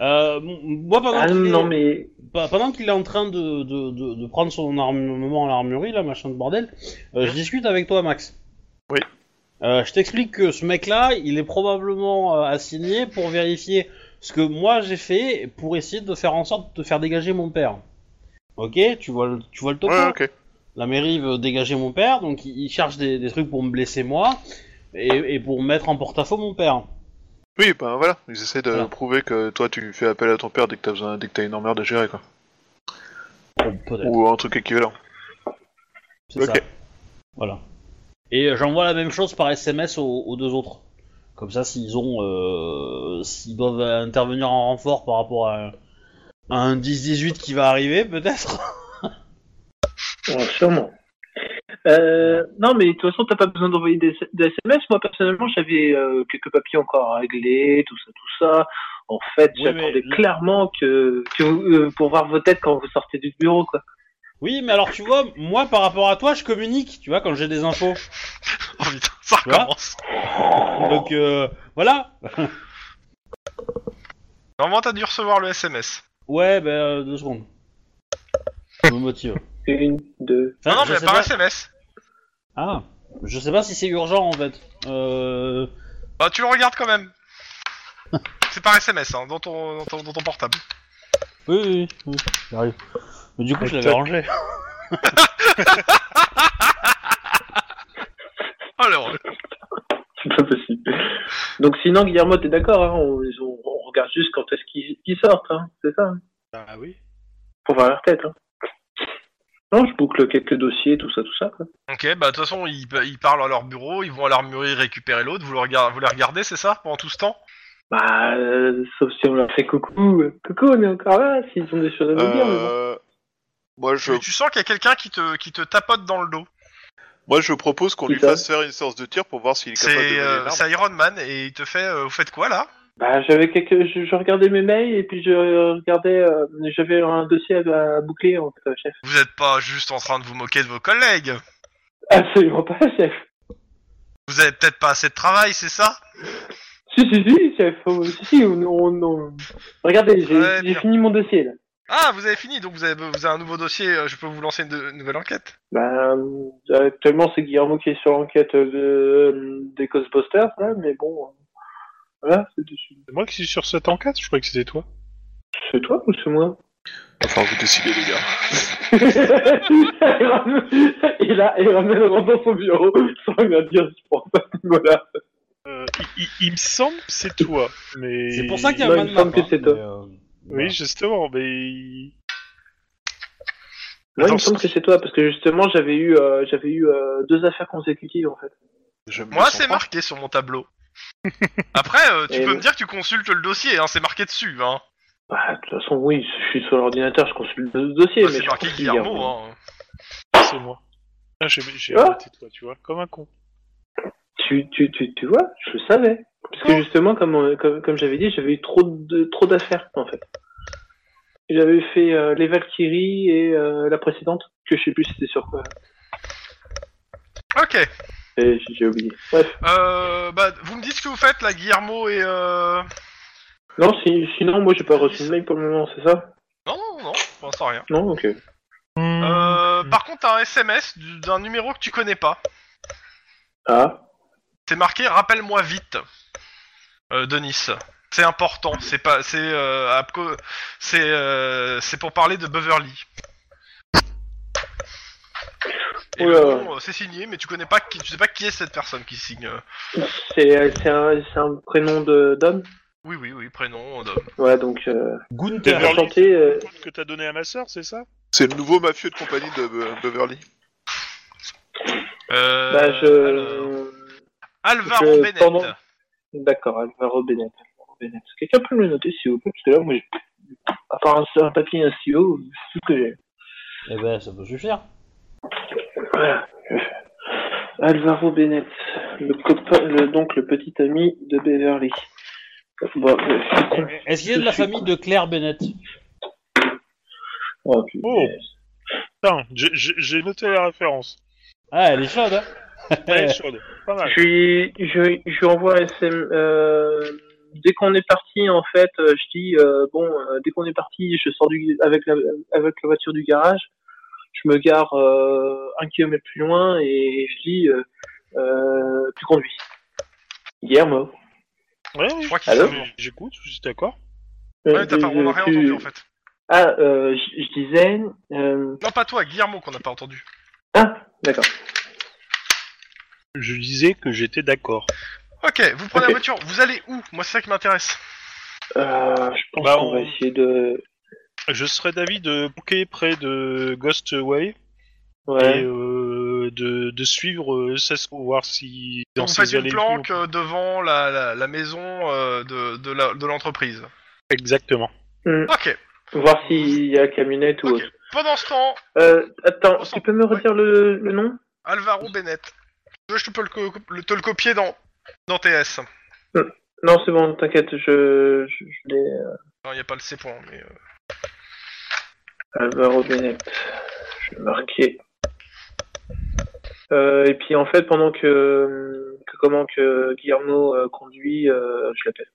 Speaker 1: Euh, m- moi, pendant
Speaker 7: Ah
Speaker 1: qu'il est-
Speaker 7: non, mais.
Speaker 1: pa- pendant qu'il est en train de, de, de, de prendre son armement à l'armurerie, là, machin de bordel, euh, je discute avec toi, Max.
Speaker 3: Oui.
Speaker 1: Euh, je t'explique que ce mec-là, il est probablement euh, assigné pour vérifier ce que moi j'ai fait pour essayer de faire en sorte de faire dégager mon père. Ok, tu vois le, tu vois le topo
Speaker 3: Ouais, ok.
Speaker 1: La mairie veut dégager mon père, donc il il cherche des, des trucs pour me blesser moi et, et pour mettre en porte-à-faux mon père.
Speaker 3: Oui, ben voilà, ils essaient de
Speaker 1: Voilà.
Speaker 3: prouver que toi tu fais appel à ton père dès que t'as besoin, dès que t'as une emmerde à gérer quoi.
Speaker 1: Bon, peut-être.
Speaker 3: Ou un truc équivalent.
Speaker 1: C'est
Speaker 3: Ok.
Speaker 1: ça. Voilà. Et euh, j'envoie la même chose par SMS aux, aux deux autres. Comme ça, s'ils ont, euh, s'ils doivent euh, intervenir en renfort par rapport à, à un 10-18 qui va arriver, peut-être.
Speaker 7: Bon, sûrement. Euh, non, mais de toute façon, t'as pas besoin d'envoyer des, des SMS. Moi, personnellement, j'avais euh, quelques papiers encore à régler, tout ça, tout ça. En fait,
Speaker 1: Oui,
Speaker 7: j'attendais
Speaker 1: mais-
Speaker 7: clairement que, que vous- euh, pour voir vos têtes quand vous sortez du bureau, quoi.
Speaker 1: Oui, mais alors tu vois, moi par rapport à toi, je communique, tu vois, quand j'ai des infos.
Speaker 2: Oh putain, ça
Speaker 1: Quoi
Speaker 2: recommence.
Speaker 1: Donc euh, voilà.
Speaker 2: Normalement, t'as dû recevoir le SMS.
Speaker 1: Ouais, ben euh, deux secondes. Je me motive.
Speaker 7: Une, deux.
Speaker 1: Enfin,
Speaker 2: non, non,
Speaker 1: Hein, je
Speaker 2: mais
Speaker 1: sais
Speaker 2: par
Speaker 1: pas-
Speaker 2: SMS.
Speaker 1: Ah, je sais pas si c'est urgent en fait. Euh...
Speaker 2: Bah, tu le regardes quand même. C'est par SMS, hein, dans ton, dans ton, dans ton portable.
Speaker 1: Oui, oui, oui, oui, j'arrive. Mais du coup, je l'avais rangé.
Speaker 2: Alors,
Speaker 7: C'est pas possible. Donc, sinon, Guillermo, t'es d'accord, hein, on, on- on regarde juste quand est-ce qu'ils qu'ils sortent, hein, c'est ça, hein,
Speaker 4: Ah oui.
Speaker 7: pour voir leur tête. Hein. Non, je boucle quelques dossiers, tout ça, tout ça, quoi.
Speaker 2: ok, bah de toute façon, ils, ils parlent à leur bureau, ils vont à l'armurerie récupérer l'autre, vous, le regardez- vous les regardez, c'est ça, pendant tout ce temps
Speaker 7: Bah, euh, sauf si on leur fait coucou. euh, Coucou, on est encore là, s'ils ont des choses à nous dire. mais bon.
Speaker 3: Euh, Moi je,
Speaker 2: Mais Tu sens qu'il y a quelqu'un qui te, qui te tapote dans le dos.
Speaker 3: moi je propose qu'on
Speaker 7: Qui
Speaker 3: lui
Speaker 7: ça
Speaker 3: fasse faire une séance de tir pour voir s'il est capable de
Speaker 2: C'est
Speaker 3: mener
Speaker 2: euh,
Speaker 3: une arme.
Speaker 2: c'est Iron Man et il te fait euh, Vous faites quoi là
Speaker 7: Bah, j'avais quelques, je, je regardais mes mails et puis je regardais, euh, j'avais un dossier à, à boucler en fait, euh, chef.
Speaker 2: Vous êtes pas juste en train de vous moquer de vos collègues
Speaker 7: Absolument pas, chef.
Speaker 2: Vous avez peut-être pas assez de travail, c'est ça
Speaker 7: Si, si, si, chef. Oh, si, si, on, on- on- Regardez, j'ai
Speaker 2: Ouais,
Speaker 7: j'ai
Speaker 2: bien.
Speaker 7: fini mon dossier là.
Speaker 2: Ah, vous avez fini, donc vous avez, vous avez un nouveau dossier, euh, je peux vous lancer une, de- une nouvelle enquête.
Speaker 7: Bah, euh, actuellement c'est Guillermo qui est sur l'enquête de, des Ghostbusters là, mais bon. euh, Voilà, c'est dessus.
Speaker 4: C'est moi qui suis sur cette enquête, je croyais que c'était toi.
Speaker 7: C'est toi ou c'est moi
Speaker 3: Enfin, vous décidez, les gars.
Speaker 7: il, ramène, il, a, il ramène Laurent dans son bureau sans rien dire, je pense. Voilà.
Speaker 4: Euh, il, il- il me semble que c'est toi, mais...
Speaker 1: C'est pour ça qu'il y a
Speaker 7: Non,
Speaker 1: un
Speaker 7: il me semble que c'est toi.
Speaker 1: euh,
Speaker 4: Oui, justement, mais...
Speaker 7: Moi, il
Speaker 4: Attends,
Speaker 7: me semble que c'est toi, parce que justement, j'avais eu, euh, j'avais eu euh, deux affaires consécutives, en fait.
Speaker 3: J'aime
Speaker 2: Moi,
Speaker 3: bien
Speaker 2: c'est
Speaker 3: son temps.
Speaker 2: marqué sur mon tableau. Après, euh, tu
Speaker 7: Et
Speaker 2: peux
Speaker 7: Eh oui.
Speaker 2: me dire que tu consultes le dossier, hein, c'est marqué dessus. Hein.
Speaker 7: Bah, de toute façon, oui, je suis sur l'ordinateur, je consulte le dossier,
Speaker 2: Bah,
Speaker 7: Eh, mais
Speaker 2: c'est
Speaker 7: je
Speaker 2: marqué
Speaker 7: pense qu'il y a-
Speaker 2: Guillermo. Hein.
Speaker 4: c'est moi. Ah, j'ai j'ai
Speaker 7: Ah
Speaker 4: arrêté toi, tu vois, comme un con.
Speaker 7: Tu, tu, tu, tu vois, je le savais. Parce que justement, comme, euh, comme, comme j'avais dit, j'avais eu trop de, trop d'affaires, en fait. J'avais fait euh, les Valkyries et euh, la précédente, que je sais plus c'était sur quoi.
Speaker 2: Ok.
Speaker 7: Et j'ai j'ai oublié. Bref.
Speaker 2: Euh, bah, vous me dites ce que vous faites, là, Guillermo et... Euh...
Speaker 7: Non, si, sinon, moi, j'ai pas reçu de mail pour le moment, c'est ça
Speaker 2: Non, non, non, pour l'instant, rien.
Speaker 7: Non Ok.
Speaker 2: Euh, par contre, t'as un SMS du- d'un numéro que tu connais pas.
Speaker 7: Ah.
Speaker 2: C'est marqué « Rappelle-moi vite euh, Denis. C'est important, c'est pas... C'est euh, à co- c'est, euh, c'est pour parler de Beverly. Et le
Speaker 7: Oula.
Speaker 2: nom, euh, c'est signé, mais tu connais pas qui, tu sais pas qui est cette personne qui signe. euh.
Speaker 7: C'est, euh, c'est un, c'est un prénom de, d'homme
Speaker 2: Oui, oui, oui, prénom. d'homme.
Speaker 7: Ouais, donc, euh,
Speaker 1: Gunther.
Speaker 4: Beverly.
Speaker 7: enchanté, euh,
Speaker 4: que t'as donné à ma sœur, c'est ça
Speaker 3: C'est le nouveau mafieux de compagnie de Be- Beverly.
Speaker 2: Euh,
Speaker 7: bah,
Speaker 2: alors,
Speaker 7: je...
Speaker 2: Alvaro
Speaker 7: je-
Speaker 2: Bennett.
Speaker 7: pendant- D'accord, Alvaro Bennett. Alvaro Bennett. Quelqu'un peut me le noter, s'il vous plaît Parce que là, moi, j'ai- à part un, un papier et un stylo, c'est tout ce que j'ai.
Speaker 1: Eh ben, ça peut suffire.
Speaker 7: Voilà. Alvaro Bennett, le copain, le- donc le petit ami de Beverly. Bon, euh,
Speaker 1: Est-ce qu'il y a de la famille de Claire Bennett
Speaker 7: oh, putain.
Speaker 4: Oh Putain, j'ai- j'ai j'ai noté la référence.
Speaker 1: Ah, elle est chaude, hein
Speaker 4: Elle est chaude, pas mal.
Speaker 7: Je lui, je, lui- je lui envoie un SM. euh, dès qu'on est parti, en fait, euh, je dis euh, bon, euh, dès qu'on est parti, je sors du, avec la, avec la voiture du garage. Je me gare euh, un kilomètre plus loin et je dis euh, euh, tu conduis. Guillermo.
Speaker 4: Ouais, oui,
Speaker 2: Je crois qu'il
Speaker 7: Allô
Speaker 2: s'appelle-
Speaker 4: J'écoute, je suis d'accord.
Speaker 2: Ouais, t'as pas, on a rien
Speaker 7: Tu-
Speaker 2: entendu en fait.
Speaker 7: Euh, Ah, euh, je, je disais. euh,
Speaker 2: Non, pas toi, Guillermo qu'on n'a pas entendu.
Speaker 7: Ah, d'accord.
Speaker 4: Je disais que j'étais d'accord.
Speaker 2: Ok, vous prenez
Speaker 7: Ok.
Speaker 2: la voiture, vous allez où Moi, c'est ça qui m'intéresse.
Speaker 7: Euh, je pense
Speaker 4: Bah,
Speaker 7: qu'on
Speaker 4: on-
Speaker 7: va essayer de.
Speaker 4: Je serais d'avis de bouquer près de Ghostway et
Speaker 7: Ouais.
Speaker 4: euh, de, de suivre euh, Cesco, voir si dans
Speaker 2: vous
Speaker 4: ces
Speaker 2: faites une
Speaker 4: allées-
Speaker 2: planque euh, devant la, la, la maison euh, de, de la- de l'entreprise.
Speaker 4: Exactement.
Speaker 7: Hmm.
Speaker 2: Ok,
Speaker 7: Voir s'il y a camionnette ou
Speaker 2: Ok.
Speaker 7: autre.
Speaker 2: pendant ce temps,
Speaker 7: Euh, attends,
Speaker 2: On s'en-
Speaker 7: tu peux me redire le, le nom
Speaker 2: Alvaro Bennett. Je je peux le co- le- te le copier dans, dans TS.
Speaker 7: Non, c'est bon, t'inquiète, je, je, je l'ai. euh,
Speaker 2: Non, il n'y a pas le C point, mais... euh,
Speaker 7: Alvaro Bennett. Je vais marquer. Euh, et puis en fait, pendant que, que comment que Guillermo euh, conduit, euh, je l'appelle.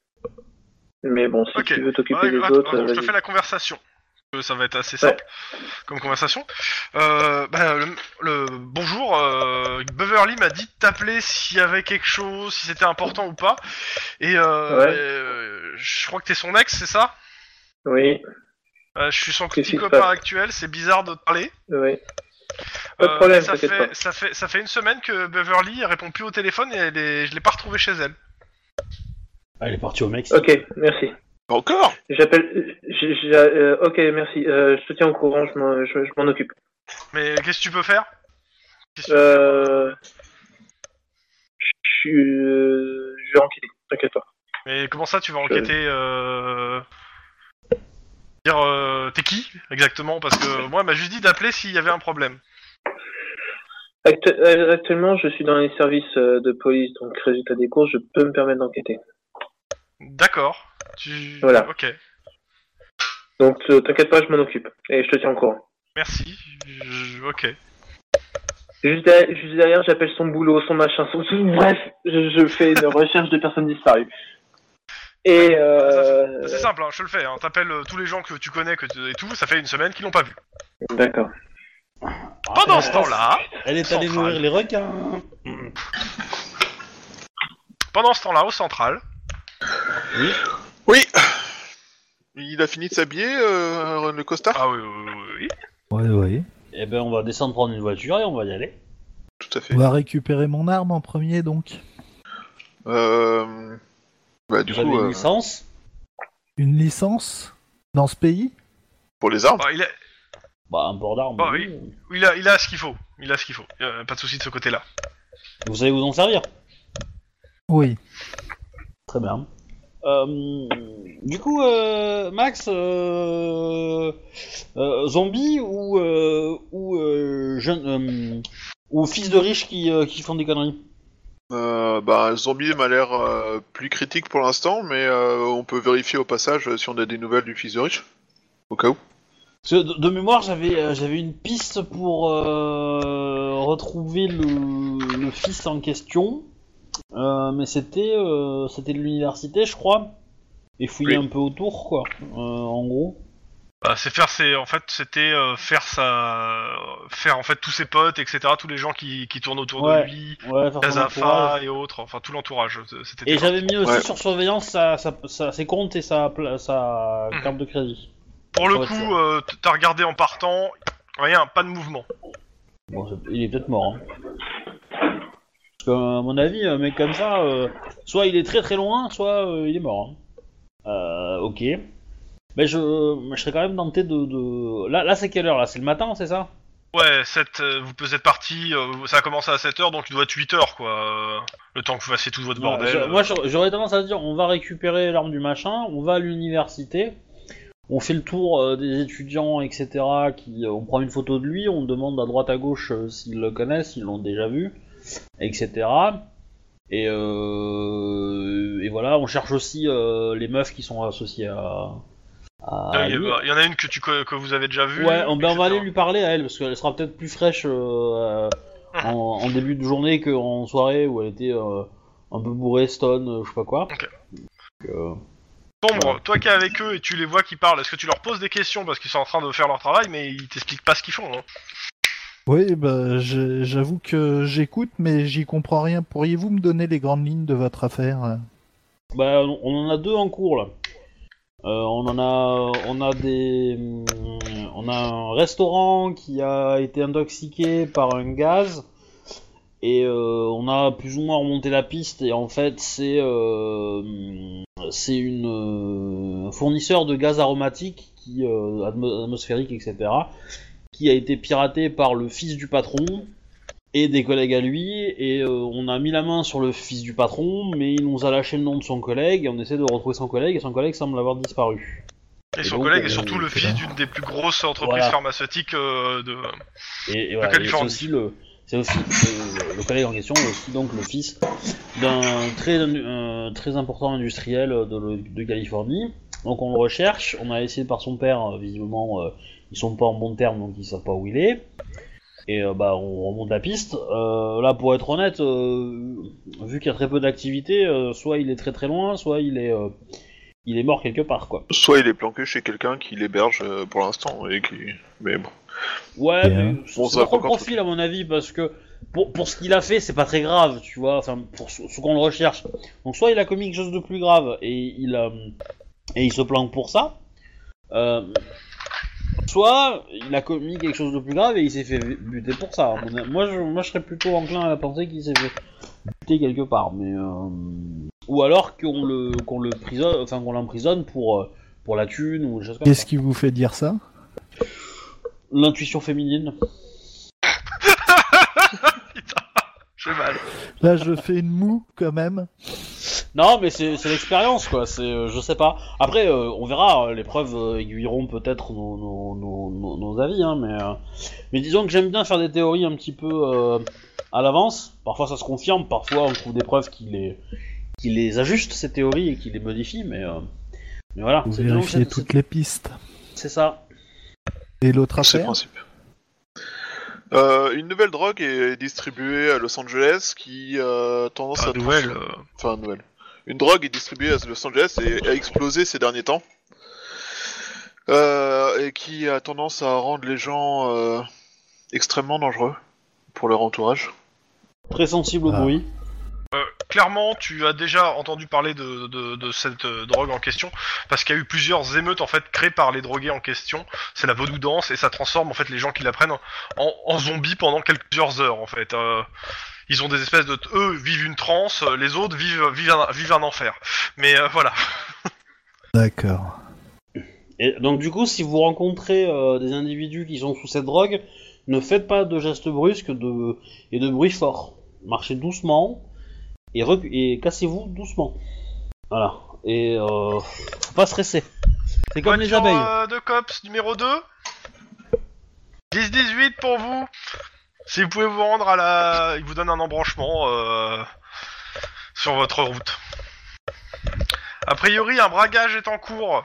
Speaker 7: Mais bon, si
Speaker 2: Ok.
Speaker 7: tu veux t'occuper
Speaker 2: Ouais,
Speaker 7: des
Speaker 2: attends,
Speaker 7: autres,
Speaker 2: attends,
Speaker 7: euh,
Speaker 2: je te
Speaker 7: vas-y.
Speaker 2: fais la conversation. Euh, Ça va être assez
Speaker 7: Ouais.
Speaker 2: simple comme conversation. Euh, bah, le, le- bonjour, euh, Beverly m'a dit de t'appeler s'il y avait quelque chose, si c'était important ou pas. Et euh,
Speaker 7: Ouais.
Speaker 2: euh, je crois que t'es son ex, c'est ça
Speaker 7: Oui,
Speaker 2: Euh, Je suis son
Speaker 7: Qu'est-ce
Speaker 2: petit
Speaker 7: qui se
Speaker 2: copain
Speaker 7: passe
Speaker 2: actuel, c'est bizarre de te parler.
Speaker 7: oui. Pas de
Speaker 2: Euh,
Speaker 7: problème,
Speaker 2: ça
Speaker 7: t'inquiète
Speaker 2: fait,
Speaker 7: pas.
Speaker 2: ça, fait, ça fait une semaine que Beverly elle répond plus au téléphone et elle est- je l'ai pas retrouvée chez elle.
Speaker 1: Ah, Elle est partie au Mexique.
Speaker 7: Ok, merci.
Speaker 3: Encore
Speaker 7: J'appelle. j'ai- j'ai- euh, ok, merci. Euh, je te tiens au courant, je m'en- je- je m'en occupe.
Speaker 2: Mais qu'est-ce que tu peux faire Qu'est-ce que tu peux faire
Speaker 7: Euh... Je, suis, euh, je vais enquêter, t'inquiète pas.
Speaker 2: Mais comment ça, tu vas enquêter euh... Dire, euh, t'es qui exactement Parce que moi, elle m'a juste dit d'appeler s'il y avait un problème.
Speaker 7: Actu- euh, actuellement, je suis dans les services euh, de police, donc résultat des courses, je peux me permettre d'enquêter.
Speaker 2: D'accord. Tu...
Speaker 7: Voilà.
Speaker 2: Ok.
Speaker 7: Donc euh, t'inquiète pas, je m'en occupe et je te tiens au courant.
Speaker 2: Merci. Je- Ok.
Speaker 7: Euh. Juste derrière, juste derrière, j'appelle son boulot, son machin, son bref, je, je fais une recherche de personnes disparues. Et euh...
Speaker 2: C'est simple, hein, je te le fais. Hein. T'appelles euh, tous les gens que tu connais que tu- et tout. Ça fait une semaine qu'ils l'ont pas vu.
Speaker 7: d'accord.
Speaker 1: Ah,
Speaker 2: Pendant ce temps-là,
Speaker 1: Elle est allée
Speaker 2: Centrale.
Speaker 1: nourrir les requins.
Speaker 2: pendant ce temps-là, au central,
Speaker 3: Oui Il a fini de s'habiller, euh, le costard
Speaker 2: Ah oui, oui, oui, oui.
Speaker 6: Ouais, ouais.
Speaker 1: Eh ben, on va descendre prendre une voiture et on va y aller.
Speaker 3: Tout à fait.
Speaker 6: On va récupérer mon arme en premier, donc.
Speaker 3: Euh... Bah, du
Speaker 1: Vous avez
Speaker 3: coup,
Speaker 1: une
Speaker 3: euh,
Speaker 1: licence
Speaker 6: Une licence dans ce pays
Speaker 3: pour les armes
Speaker 2: Bah, il, a,
Speaker 1: Bah, un port d'armes.
Speaker 2: Bah oui. il, a, il a ce qu'il faut. Il a ce qu'il faut. Y a pas de souci de ce côté-là.
Speaker 1: Vous savez vous en servir
Speaker 6: Oui.
Speaker 1: Très bien. Euh, du coup, euh, Max, euh, euh, zombie ou euh, ou euh, jeune euh, ou fils de riche qui, euh, qui font des conneries.
Speaker 3: Euh, bah, Zombie m'a l'air euh, plus critique pour l'instant, mais euh, on peut vérifier au passage euh, si on a des nouvelles du fils de riche. Au cas où.
Speaker 1: Parce que de, de mémoire, j'avais euh, j'avais une piste pour euh, retrouver le, le fils en question, Euh, mais c'était euh, c'était de l'université, je crois, et fouiller
Speaker 2: Oui.
Speaker 1: un peu autour, quoi, euh, en gros.
Speaker 2: Bah, c'est faire, c'est en fait, c'était euh, faire sa, faire en fait tous ses potes, etc. Tous les gens qui, qui tournent autour
Speaker 1: Ouais.
Speaker 2: de lui,
Speaker 1: Ouais, faire son entourage.
Speaker 2: Kazafa et autres, enfin tout l'entourage. euh, C'était
Speaker 1: Et j'avais mis aussi
Speaker 3: Ouais.
Speaker 1: sur surveillance sa, sa- sa- ses comptes et sa, pla- sa
Speaker 2: Mhm.
Speaker 1: carte de crédit.
Speaker 2: Pour le
Speaker 1: Ouais, tu
Speaker 2: coup, euh, t- t'as regardé en partant, rien, pas de mouvement.
Speaker 1: Bon, c'est- il est peut-être mort. hein. Parce que, à mon avis, un mec comme ça, euh, soit il est très très loin, soit euh, il est mort. hein. Euh, ok. Mais je, je serais quand même tenté de. de- Là, là c'est quelle heure là C'est le matin, c'est ça
Speaker 2: Ouais, cette, euh, vous vous êtes parti, euh, ça a commencé à 7h, donc il doit être 8h, quoi. euh, le temps que vous fassiez tout votre bordel.
Speaker 1: Ouais, je- Moi, j'aurais- j'aurais tendance à dire on va récupérer l'arme du machin, on va à l'université, on fait le tour euh, des étudiants, etc. Qui, euh, on prend une photo de lui, on demande à droite à gauche euh, s'ils le connaissent, s'ils l'ont déjà vu, etc. Et, euh, et voilà, on cherche aussi euh, les meufs qui sont associées à. à
Speaker 2: Euh, il, y
Speaker 1: Ah, lui.
Speaker 2: a- il y en a une que, tu, co- que vous avez déjà vue.
Speaker 1: Ouais, on, ben, on va
Speaker 2: etc.
Speaker 1: aller lui parler à elle parce qu'elle sera peut-être plus fraîche euh, euh, en, en début de journée qu'en soirée où elle était euh, un peu bourrée, stone, euh, je sais pas quoi.
Speaker 2: Ok.
Speaker 1: Donc, euh,
Speaker 2: Sombre, toi qui es avec eux et tu les vois qui parlent, est-ce que tu leur poses des questions parce qu'ils sont en train de faire leur travail, mais ils t'expliquent pas ce qu'ils font hein.
Speaker 6: Oui, bah, je- j'avoue que j'écoute, mais j'y comprends rien. Pourriez-vous me donner les grandes lignes de votre affaire
Speaker 1: bah, on on en a deux en cours là. Euh, on en a, on a des, hum, on a un restaurant qui a été intoxiqué par un gaz et euh, on a plus ou moins remonté la piste et en fait c'est euh, hum, c'est une euh, un fournisseur de gaz aromatique qui euh, atmo- atmosphérique etc qui a été piraté par le fils du patron et des collègues à lui, et euh, on a mis la main sur le fils du patron, mais il nous a lâché le nom de son collègue, et on essaie de retrouver son collègue, et son collègue semble avoir disparu.
Speaker 2: Et,
Speaker 1: Et
Speaker 2: son
Speaker 1: donc,
Speaker 2: collègue
Speaker 1: euh,
Speaker 2: est surtout le
Speaker 1: c'est
Speaker 2: fils
Speaker 1: là.
Speaker 2: d'une des plus grosses entreprises
Speaker 1: Voilà.
Speaker 2: pharmaceutiques euh, de.
Speaker 1: Et, et voilà, et c'est
Speaker 2: Californie.
Speaker 1: aussi le... C'est aussi le, le collègue en question, est aussi donc le fils d'un très, un très important industriel de, le- de Californie. Donc on le recherche, on a essayé par son père, euh, visiblement euh, ils sont pas en bon terme donc ils savent pas où il est. Et euh, bah on remonte la piste. Euh, là pour être honnête, euh, vu qu'il y a très peu d'activité, euh, soit il est très très loin, soit il est euh, il est mort quelque part quoi.
Speaker 3: Soit il est planqué chez quelqu'un qui l'héberge euh, pour l'instant et qui. Mais bon.
Speaker 1: Ouais,
Speaker 6: Bien.
Speaker 1: mais
Speaker 3: Bon,
Speaker 1: c'est
Speaker 3: ça va
Speaker 1: pas trop
Speaker 3: pas
Speaker 1: le profil à mon avis parce que pour, pour ce qu'il a fait, c'est pas très grave, tu vois, enfin pour ce, ce qu'on le recherche. Donc soit il a commis quelque chose de plus grave et il euh, et il se planque pour ça, euh, soit il a commis quelque chose de plus grave et il s'est fait buter pour ça. À mon avis- Moi, je, moi, je serais plutôt enclin à penser qu'il s'est fait buter quelque part, mais euh, ou alors qu'on le qu'on le prisonne, enfin qu'on l'emprisonne pour euh, pour la thune ou des choses comme
Speaker 6: Qu'est-ce
Speaker 1: ça.
Speaker 6: qui vous fait dire ça
Speaker 1: L'intuition féminine.
Speaker 2: Je vais mal.
Speaker 6: Là, je fais une moue quand même.
Speaker 1: Non, mais c'est c'est l'expérience, quoi. C'est, euh, je sais pas. Après, euh, on verra. euh, Les preuves euh, aiguilleront peut-être nos, nos, nos, nos- nos avis, hein. Mais, euh, mais disons que j'aime bien faire des théories un petit peu euh, à l'avance. Parfois, ça se confirme. Parfois, on trouve des preuves qui les, qui les ajustent ces théories et qui les modifient. Mais, euh, mais voilà.
Speaker 6: Vous
Speaker 1: C'est- disons que
Speaker 6: vérifiez
Speaker 1: C'est
Speaker 6: toutes les pistes.
Speaker 1: c'est- c'est ça.
Speaker 6: Et l'autre
Speaker 3: C'est le
Speaker 6: affaire
Speaker 3: principe. Euh, une nouvelle drogue est distribuée à Los Angeles qui euh, a tendance
Speaker 2: Pas
Speaker 3: à.
Speaker 2: de nouvelles, euh,
Speaker 3: Enfin, nouvelle. Une drogue est distribuée à Los Angeles et a explosé ces derniers temps. Euh, et qui a tendance à rendre les gens euh, extrêmement dangereux pour leur entourage.
Speaker 1: Très sensible au
Speaker 6: Ah.
Speaker 1: bruit.
Speaker 2: Euh, clairement, tu as déjà entendu parler de, de- de cette euh, drogue en question, parce qu'il y a eu plusieurs émeutes en fait créées par les drogués en question. C'est la vaudou danse et ça transforme en fait les gens qui la prennent en, en zombies pendant quelques- plusieurs heures en fait. Euh, ils ont des espèces de eux vivent une transe, euh, les autres vivent vivent un, vivent un enfer. Mais euh, voilà.
Speaker 6: D'accord.
Speaker 1: Et donc du coup, si vous rencontrez euh, des individus qui sont sous cette drogue, ne faites pas de gestes brusques de... et de bruit fort. Marchez doucement et, recu- et cassez-vous doucement. Voilà. Et euh, faut pas stresser. C'est comme les
Speaker 2: Voiture,
Speaker 1: abeilles.
Speaker 2: euh, de cops numéro 2. 10-18 pour vous. Si vous pouvez vous rendre à la... Il vous donne un embranchement euh, sur votre route. A priori, un bragage est en cours.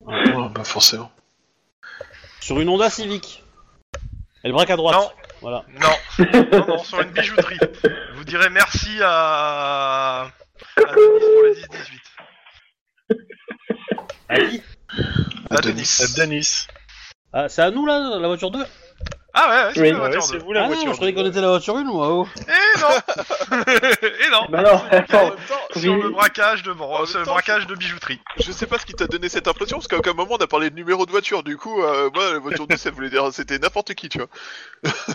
Speaker 3: Ouais, bah forcément.
Speaker 1: Sur une Honda Civic. Elle braque à droite.
Speaker 2: Non.
Speaker 1: Voilà.
Speaker 2: Non, non, non, sur une bijouterie. Vous direz merci à... à Denis pour les 10-18.
Speaker 1: À qui
Speaker 2: À
Speaker 3: Denis.
Speaker 2: Ah, Denis.
Speaker 4: À Danis.
Speaker 1: Ah, c'est à nous là, la voiture 2
Speaker 2: Ah ouais, ouais, c'est
Speaker 5: Oui.
Speaker 2: la
Speaker 4: Ouais,
Speaker 2: voiture
Speaker 4: c'est
Speaker 2: de-
Speaker 4: vous la
Speaker 1: Ah non,
Speaker 4: voiture.
Speaker 1: je croyais qu'on était la voiture 1 moi. oh.
Speaker 2: Eh non Eh non
Speaker 5: Bah non,
Speaker 3: En
Speaker 5: attends.
Speaker 3: même temps,
Speaker 4: Bah,
Speaker 2: Sur le braquage de,
Speaker 3: En même
Speaker 2: sur le
Speaker 3: temps,
Speaker 2: braquage de bijouterie.
Speaker 3: je sais pas ce qui t'a donné cette impression, parce qu'à aucun moment on a parlé de numéro de voiture, du coup, euh, moi, la voiture 10, ça voulait dire c'était n'importe qui, tu vois.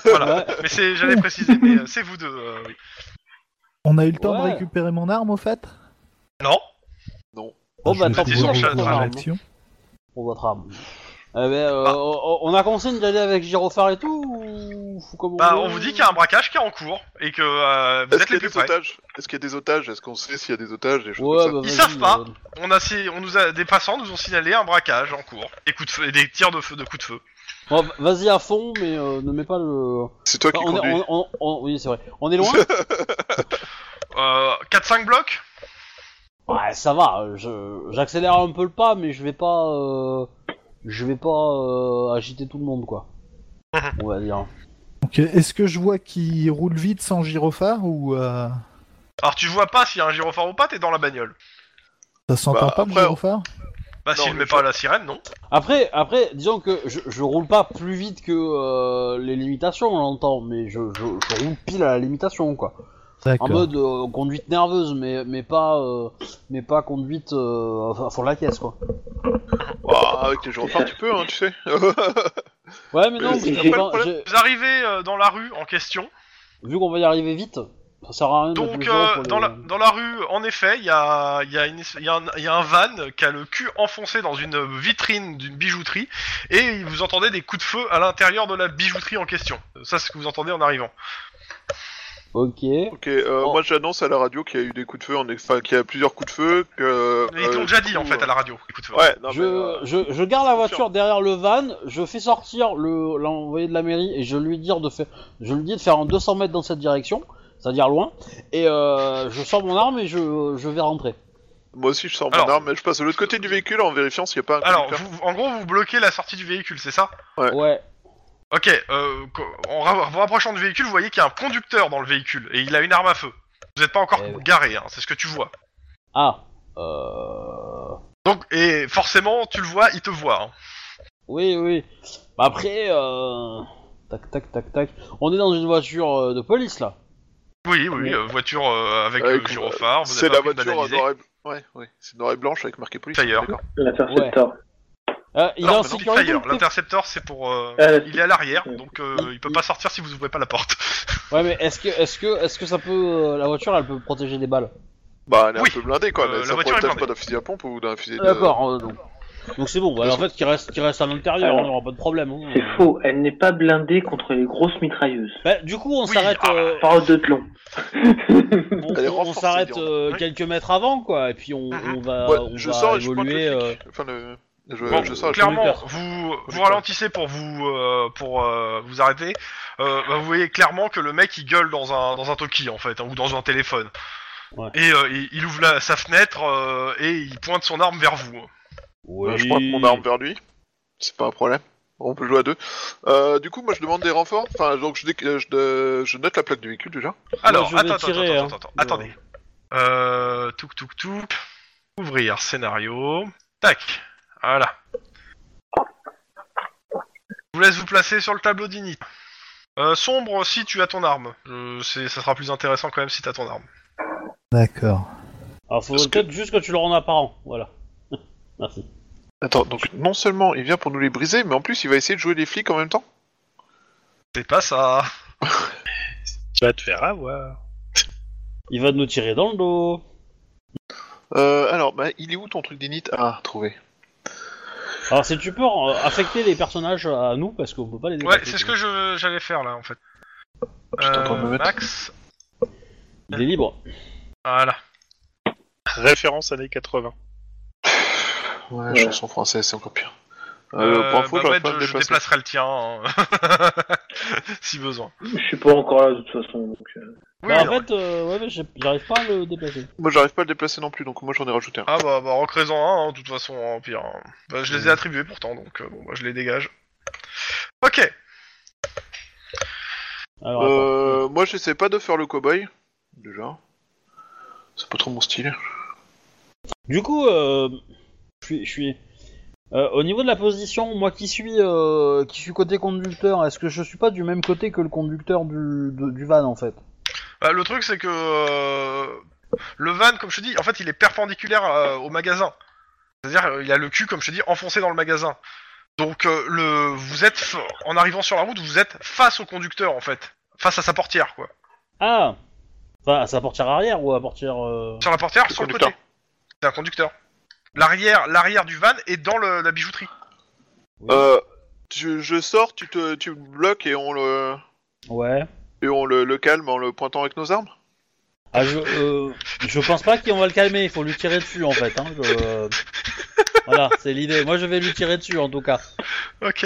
Speaker 2: Voilà. Mais c'est, j'allais préciser, mais euh, c'est vous deux. euh, oui.
Speaker 6: On a eu le temps
Speaker 1: Ouais.
Speaker 6: de récupérer mon arme au fait
Speaker 2: Non.
Speaker 1: Bon,
Speaker 6: Je
Speaker 1: bah,
Speaker 6: vais
Speaker 1: tant
Speaker 2: pis, ils
Speaker 6: trouver
Speaker 2: ont
Speaker 6: des
Speaker 2: changé de
Speaker 6: points
Speaker 2: trajet.
Speaker 6: d'action.
Speaker 1: pour votre âme. Eh ben, euh,
Speaker 2: Ah.
Speaker 1: on on a consigne d'aller avec Gyrophare et tout ou faut comment
Speaker 2: Bah, on vous dit qu'il y a un braquage qui est en cours et que euh, vous
Speaker 3: Est-ce
Speaker 2: êtes
Speaker 3: qu'il y
Speaker 2: les
Speaker 3: a
Speaker 2: plus
Speaker 3: des
Speaker 2: près.
Speaker 3: otages Est-ce qu'il y a des otages Est-ce qu'on sait s'il y a des otages des choses
Speaker 1: Ouais,
Speaker 3: comme
Speaker 1: bah,
Speaker 3: ça
Speaker 1: vas-y,
Speaker 2: Ils savent pas.
Speaker 1: euh,
Speaker 2: On a, si- on nous a, des passants nous ont signalé un braquage en cours. Des coups de feu, et des tirs de feu, de coups de feu.
Speaker 1: bon, vas-y à fond, mais euh, ne mets pas le.
Speaker 2: bah.
Speaker 3: C'est toi qui
Speaker 1: Enfin, on, est-
Speaker 3: conduis.
Speaker 1: on- on- on- oui, c'est vrai. On est loin.
Speaker 2: Euh, 4-5 blocs.
Speaker 1: ouais, ça va. euh, je- J'accélère un peu le pas, mais je vais pas, euh, je vais pas euh, agiter tout le monde, quoi. on va dire.
Speaker 6: Ok, euh, Est-ce que je vois qui roule vite sans gyrophare ou euh,
Speaker 2: Alors tu vois pas s'il y a un gyrophare ou pas, t'es dans la bagnole.
Speaker 6: ça s'entend
Speaker 3: Bah,
Speaker 6: pas le
Speaker 3: après, on-
Speaker 6: gyrophare
Speaker 2: Bah
Speaker 3: Non,
Speaker 2: s'il
Speaker 3: mais
Speaker 2: met
Speaker 3: je-
Speaker 2: pas la sirène, non.
Speaker 1: Après, après, disons que je, je roule pas plus vite que euh, les limitations, on l'entend, mais je, je, je roule pile à la limitation, quoi. En
Speaker 6: D'accord.
Speaker 1: mode euh, conduite nerveuse, mais, mais pas euh, mais pas conduite euh, enfin, fond de la caisse, quoi.
Speaker 3: Bah, avec les gyrophares, tu peux, hein, tu sais.
Speaker 1: Ouais, mais non,
Speaker 3: Mais
Speaker 1: j'ai-
Speaker 3: après, Euh, le
Speaker 1: j'ai-
Speaker 3: problème-
Speaker 2: Vous arrivez euh, dans la rue en question.
Speaker 1: vu qu'on va y arriver vite, ça sert à rien de mettre
Speaker 2: Donc
Speaker 1: les gens
Speaker 2: euh,
Speaker 1: pour les-
Speaker 2: dans, la, dans la rue, en effet, il y a, il y, a une es- il y a un- il y a un van qui a le cul enfoncé dans une vitrine d'une bijouterie et vous entendez des coups de feu à l'intérieur de la bijouterie en question. Euh, Ça, c'est ce que vous entendez en arrivant.
Speaker 1: Ok.
Speaker 3: ok, euh,
Speaker 1: Oh.
Speaker 3: moi j'annonce à la radio qu'il y a eu des coups de feu, en... enfin qu'il y a plusieurs coups de feu, que.
Speaker 2: Mais ils te l'ont
Speaker 3: euh,
Speaker 2: déjà
Speaker 3: du
Speaker 2: dit
Speaker 3: coup,
Speaker 2: en fait à la radio. les coups de feu.
Speaker 3: Ouais, non,
Speaker 1: je,
Speaker 3: mais, euh,
Speaker 1: je, je garde la voiture
Speaker 3: sûr.
Speaker 1: derrière le van, je fais sortir le l'envoyé de la mairie et je lui dire de faire, je lui dis de faire un 200 mètres dans cette direction, c'est-à-dire loin, et euh, je sors mon arme et je, je vais rentrer.
Speaker 3: Moi aussi je sors mon
Speaker 2: Alors-
Speaker 3: arme, mais je passe de l'autre côté du véhicule en vérifiant s'il n'y a pas un
Speaker 2: Alors,
Speaker 3: conducteur.
Speaker 2: vous- en gros, vous bloquez la sortie du véhicule, c'est ça
Speaker 3: Ouais.
Speaker 1: Ouais.
Speaker 2: Ok, euh, co- en ra- vous rapprochant du véhicule, vous voyez qu'il y a un conducteur dans le véhicule et il a une arme à feu. Vous n'êtes pas encore
Speaker 1: Eh oui.
Speaker 2: garé, hein, c'est ce que tu vois.
Speaker 1: Ah. Euh...
Speaker 2: Donc, et forcément, tu le vois, il te voit. hein.
Speaker 1: Oui, oui. Bah après, euh... tac, tac, tac, tac. On est dans une voiture euh, de police là.
Speaker 2: Oui, oui, euh, voiture euh, avec
Speaker 3: Avec,
Speaker 2: euh, gyrophare, vous
Speaker 3: C'est
Speaker 2: êtes
Speaker 3: la
Speaker 2: pas pris de
Speaker 3: voiture euh, en
Speaker 2: banaliser.
Speaker 3: noir et... Ouais, ouais. C'est noir et blanche avec marqué police.
Speaker 2: D'ailleurs.
Speaker 3: d'accord.
Speaker 5: l'intercepteur.
Speaker 1: Euh, il est
Speaker 2: Non,
Speaker 1: en
Speaker 2: mais non,
Speaker 1: sécurité.
Speaker 2: Spitfire,
Speaker 1: le type
Speaker 2: l'intercepteur c'est pour. euh,
Speaker 5: Ah, la-
Speaker 2: Il est à l'arrière, donc euh, il peut pas sortir si vous ouvrez pas la porte.
Speaker 1: Ouais, mais est-ce que, est-ce que, est-ce que ça peut, euh, la voiture, elle peut protéger des balles
Speaker 3: Bah, elle est
Speaker 2: Oui.
Speaker 3: un peu blindée quoi,
Speaker 2: Euh,
Speaker 3: mais
Speaker 2: la
Speaker 3: ça
Speaker 2: voiture est
Speaker 3: protège
Speaker 2: blindée.
Speaker 3: pas d'un fusil à pompe ou d'un fusil de.
Speaker 1: D'accord. euh, donc, donc c'est bon. Bah, alors, en fait, qu'il reste, qu'il reste à l'intérieur,
Speaker 5: Alors,
Speaker 1: on aura pas de problème. hein.
Speaker 5: C'est faux, elle n'est pas blindée contre les grosses mitrailleuses.
Speaker 1: Bah, du coup, on
Speaker 2: Oui,
Speaker 1: s'arrête,
Speaker 2: ah.
Speaker 1: euh,
Speaker 5: Parole de plomb.
Speaker 1: on,
Speaker 3: Elle est
Speaker 1: on
Speaker 3: renforcée,
Speaker 1: s'arrête
Speaker 3: disons.
Speaker 1: euh,
Speaker 2: Oui.
Speaker 1: quelques mètres avant, quoi, et puis on,
Speaker 2: Mhm.
Speaker 1: on va,
Speaker 3: Ah, Ouais,
Speaker 1: Euh, on
Speaker 3: je
Speaker 1: va
Speaker 3: sors et je pointe le
Speaker 1: évoluer. euh,
Speaker 3: flic. Enfin, le... Je,
Speaker 2: Bon,
Speaker 3: Euh, je sors et je
Speaker 1: clairement.
Speaker 2: clairement,
Speaker 1: conducteur.
Speaker 2: vous vous
Speaker 3: Conducteur.
Speaker 2: ralentissez pour vous euh, pour euh, vous arrêter. Euh, bah, vous voyez clairement que le mec il gueule dans un dans un toki en fait, hein, ou dans un téléphone.
Speaker 1: Ouais.
Speaker 2: Et euh, il, il ouvre la- sa fenêtre euh, et il pointe son arme vers vous. hein.
Speaker 3: Euh, Je pointe mon arme vers lui. C'est pas un problème. On peut jouer à deux. Euh, du coup, moi, je demande des renforts. Enfin, donc, je, dé- euh, je, euh, je note la plaque du véhicule déjà.
Speaker 2: Alors,
Speaker 1: je vais
Speaker 2: attends,
Speaker 1: tirer,
Speaker 2: attends,
Speaker 1: hein.
Speaker 2: attends, attends, attendez. Euh, touk touk touk. Ouvrir scénario. Tac. Voilà. Je vous laisse vous placer sur le tableau d'init. Euh, sombre, si tu as ton arme. Je- c'est- ça sera plus intéressant quand même si t'as ton arme.
Speaker 6: D'accord.
Speaker 1: Alors, faudrait peut-être juste que tu le rendes apparent, voilà. Merci.
Speaker 3: Attends, donc non seulement il vient pour nous les briser, mais en plus il va essayer de jouer les flics en même temps
Speaker 2: C'est pas ça.
Speaker 4: Tu vas te faire avoir.
Speaker 1: Il va nous tirer dans le dos.
Speaker 3: Euh, alors, bah, il est où ton truc d'init Ah, trouvé.
Speaker 1: Alors, si tu peux euh, affecter les personnages à nous, parce qu'on peut pas les
Speaker 2: Ouais, c'est ce que je- j'allais faire là en fait.
Speaker 3: bah, Je suis en train de me
Speaker 2: Euh,
Speaker 3: mettre.
Speaker 2: Max,
Speaker 1: Il est libre.
Speaker 2: voilà.
Speaker 4: Référence années 80.
Speaker 3: Ouais,
Speaker 5: Ouais.
Speaker 3: chanson française, c'est encore pire. Euh, pour info,
Speaker 2: bah,
Speaker 3: j'aurais
Speaker 2: Brett,
Speaker 3: pas à me
Speaker 2: je, je
Speaker 3: déplacer.
Speaker 2: déplacerai le tien hein. si besoin.
Speaker 5: Je suis pas encore là de toute façon. Donc, euh,
Speaker 2: Oui,
Speaker 1: Bah,
Speaker 2: oui,
Speaker 1: en fait, euh, ouais, mais j'ai- j'arrive pas à le déplacer.
Speaker 3: Moi, j'arrive pas à le déplacer non plus, donc moi j'en ai rajouté un.
Speaker 2: Ah bah, bah recrée-en un, hein, de toute façon, hein, au pire. hein. Bah, je les ai attribués pourtant, donc euh, bon, bah, je les dégage. Ok,
Speaker 1: Alors,
Speaker 3: Euh, moi, j'essaie pas de faire le cowboy, déjà. C'est pas trop mon style.
Speaker 1: Du coup, euh, je suis, je suis- euh, au niveau de la position, moi qui suis, euh, qui suis côté conducteur, est-ce que je suis pas du même côté que le conducteur du, de- du van en fait
Speaker 2: Bah, le truc c'est que euh, le van, comme je te dis, en fait il est perpendiculaire euh, au magasin. C'est-à-dire euh, il a le cul, comme je te dis, enfoncé dans le magasin. Donc euh, le, vous êtes f- en arrivant sur la route, vous êtes face au conducteur en fait, face à sa portière quoi.
Speaker 1: Ah, enfin à sa portière arrière ou à portière euh,
Speaker 2: Sur la portière,
Speaker 3: Le
Speaker 2: sur le
Speaker 3: conducteur.
Speaker 2: côté. C'est un conducteur. L'arrière, l'arrière du van est dans le- la bijouterie.
Speaker 1: Oui.
Speaker 3: Euh, tu- je sors, tu te tu me bloques et on le
Speaker 1: Ouais.
Speaker 3: et on le, le calme en le pointant avec nos armes
Speaker 1: Ah, je, euh, je pense pas qu'on va le calmer. Il faut lui tirer dessus en fait. Hein, je- Voilà, c'est l'idée. Moi, je vais lui tirer dessus en tout cas.
Speaker 2: Ok.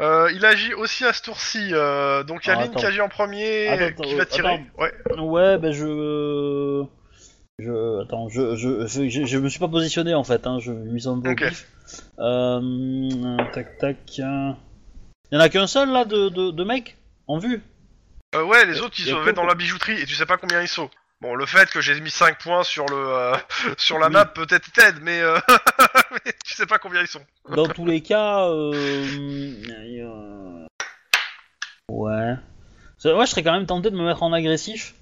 Speaker 2: Euh, il agit aussi à ce tour-ci. euh, donc il y a
Speaker 1: Alors,
Speaker 2: Lynn qui
Speaker 1: attends.
Speaker 2: agit en premier,
Speaker 1: Attends,
Speaker 2: euh,
Speaker 1: attends,
Speaker 2: qui va tirer.
Speaker 1: attends.
Speaker 2: Ouais.
Speaker 1: Ouais, ben je. Je. Attends, je, je, je, je- je me suis pas positionné en fait, hein, je me suis un peu au
Speaker 2: Ok.
Speaker 1: pif. Euh, tac tac. euh. Y en a qu'un seul là de, de, de mec en vue
Speaker 2: Euh, ouais, les autres ils
Speaker 1: Il y a
Speaker 2: se
Speaker 1: que-
Speaker 2: mettent dans la bijouterie et tu sais pas combien ils sont. Bon, le fait que j'ai mis 5 points sur le euh, sur la
Speaker 1: Oui.
Speaker 2: map peut-être t'aide, mais, euh, mais tu sais pas combien ils sont.
Speaker 1: Dans tous les cas. Euh... y a- Ouais. Ça, Moi je serais quand même tenté de me mettre en agressif,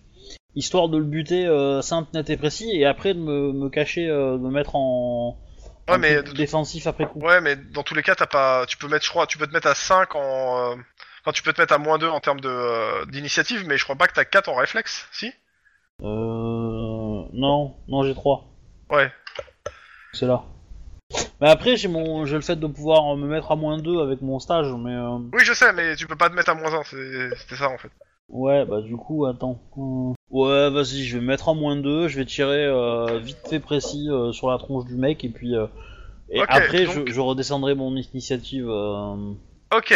Speaker 1: histoire de le buter euh, simple, net et précis, et après de me, me cacher, euh, de me mettre en.
Speaker 2: Ouais,
Speaker 1: en
Speaker 2: mais
Speaker 1: truc
Speaker 2: de-
Speaker 1: défensif après coup.
Speaker 2: Ouais, mais dans tous les cas, t'as pas, tu peux mettre, je crois, tu peux te mettre à 5 en, euh, enfin, tu peux te mettre à moins 2 en termes de euh, d'initiative, mais je crois pas que t'as 4 en réflexe, si
Speaker 1: Euh... Non, non, j'ai 3.
Speaker 2: Ouais.
Speaker 1: C'est là. Mais après, j'ai mon, j'ai le fait de pouvoir me mettre à moins 2 avec mon stage, mais euh,
Speaker 2: Oui, je sais, mais tu peux pas te mettre à moins 1, c'est- c'était ça en fait.
Speaker 1: ouais, bah du coup, attends. Hum. Ouais, vas-y, je vais me mettre à moins 2, je vais tirer euh, vite fait précis euh, sur la tronche du mec, et puis... euh, Et
Speaker 2: Ok,
Speaker 1: après,
Speaker 2: donc-
Speaker 1: je, je redescendrai mon initiative. euh,
Speaker 2: Ok.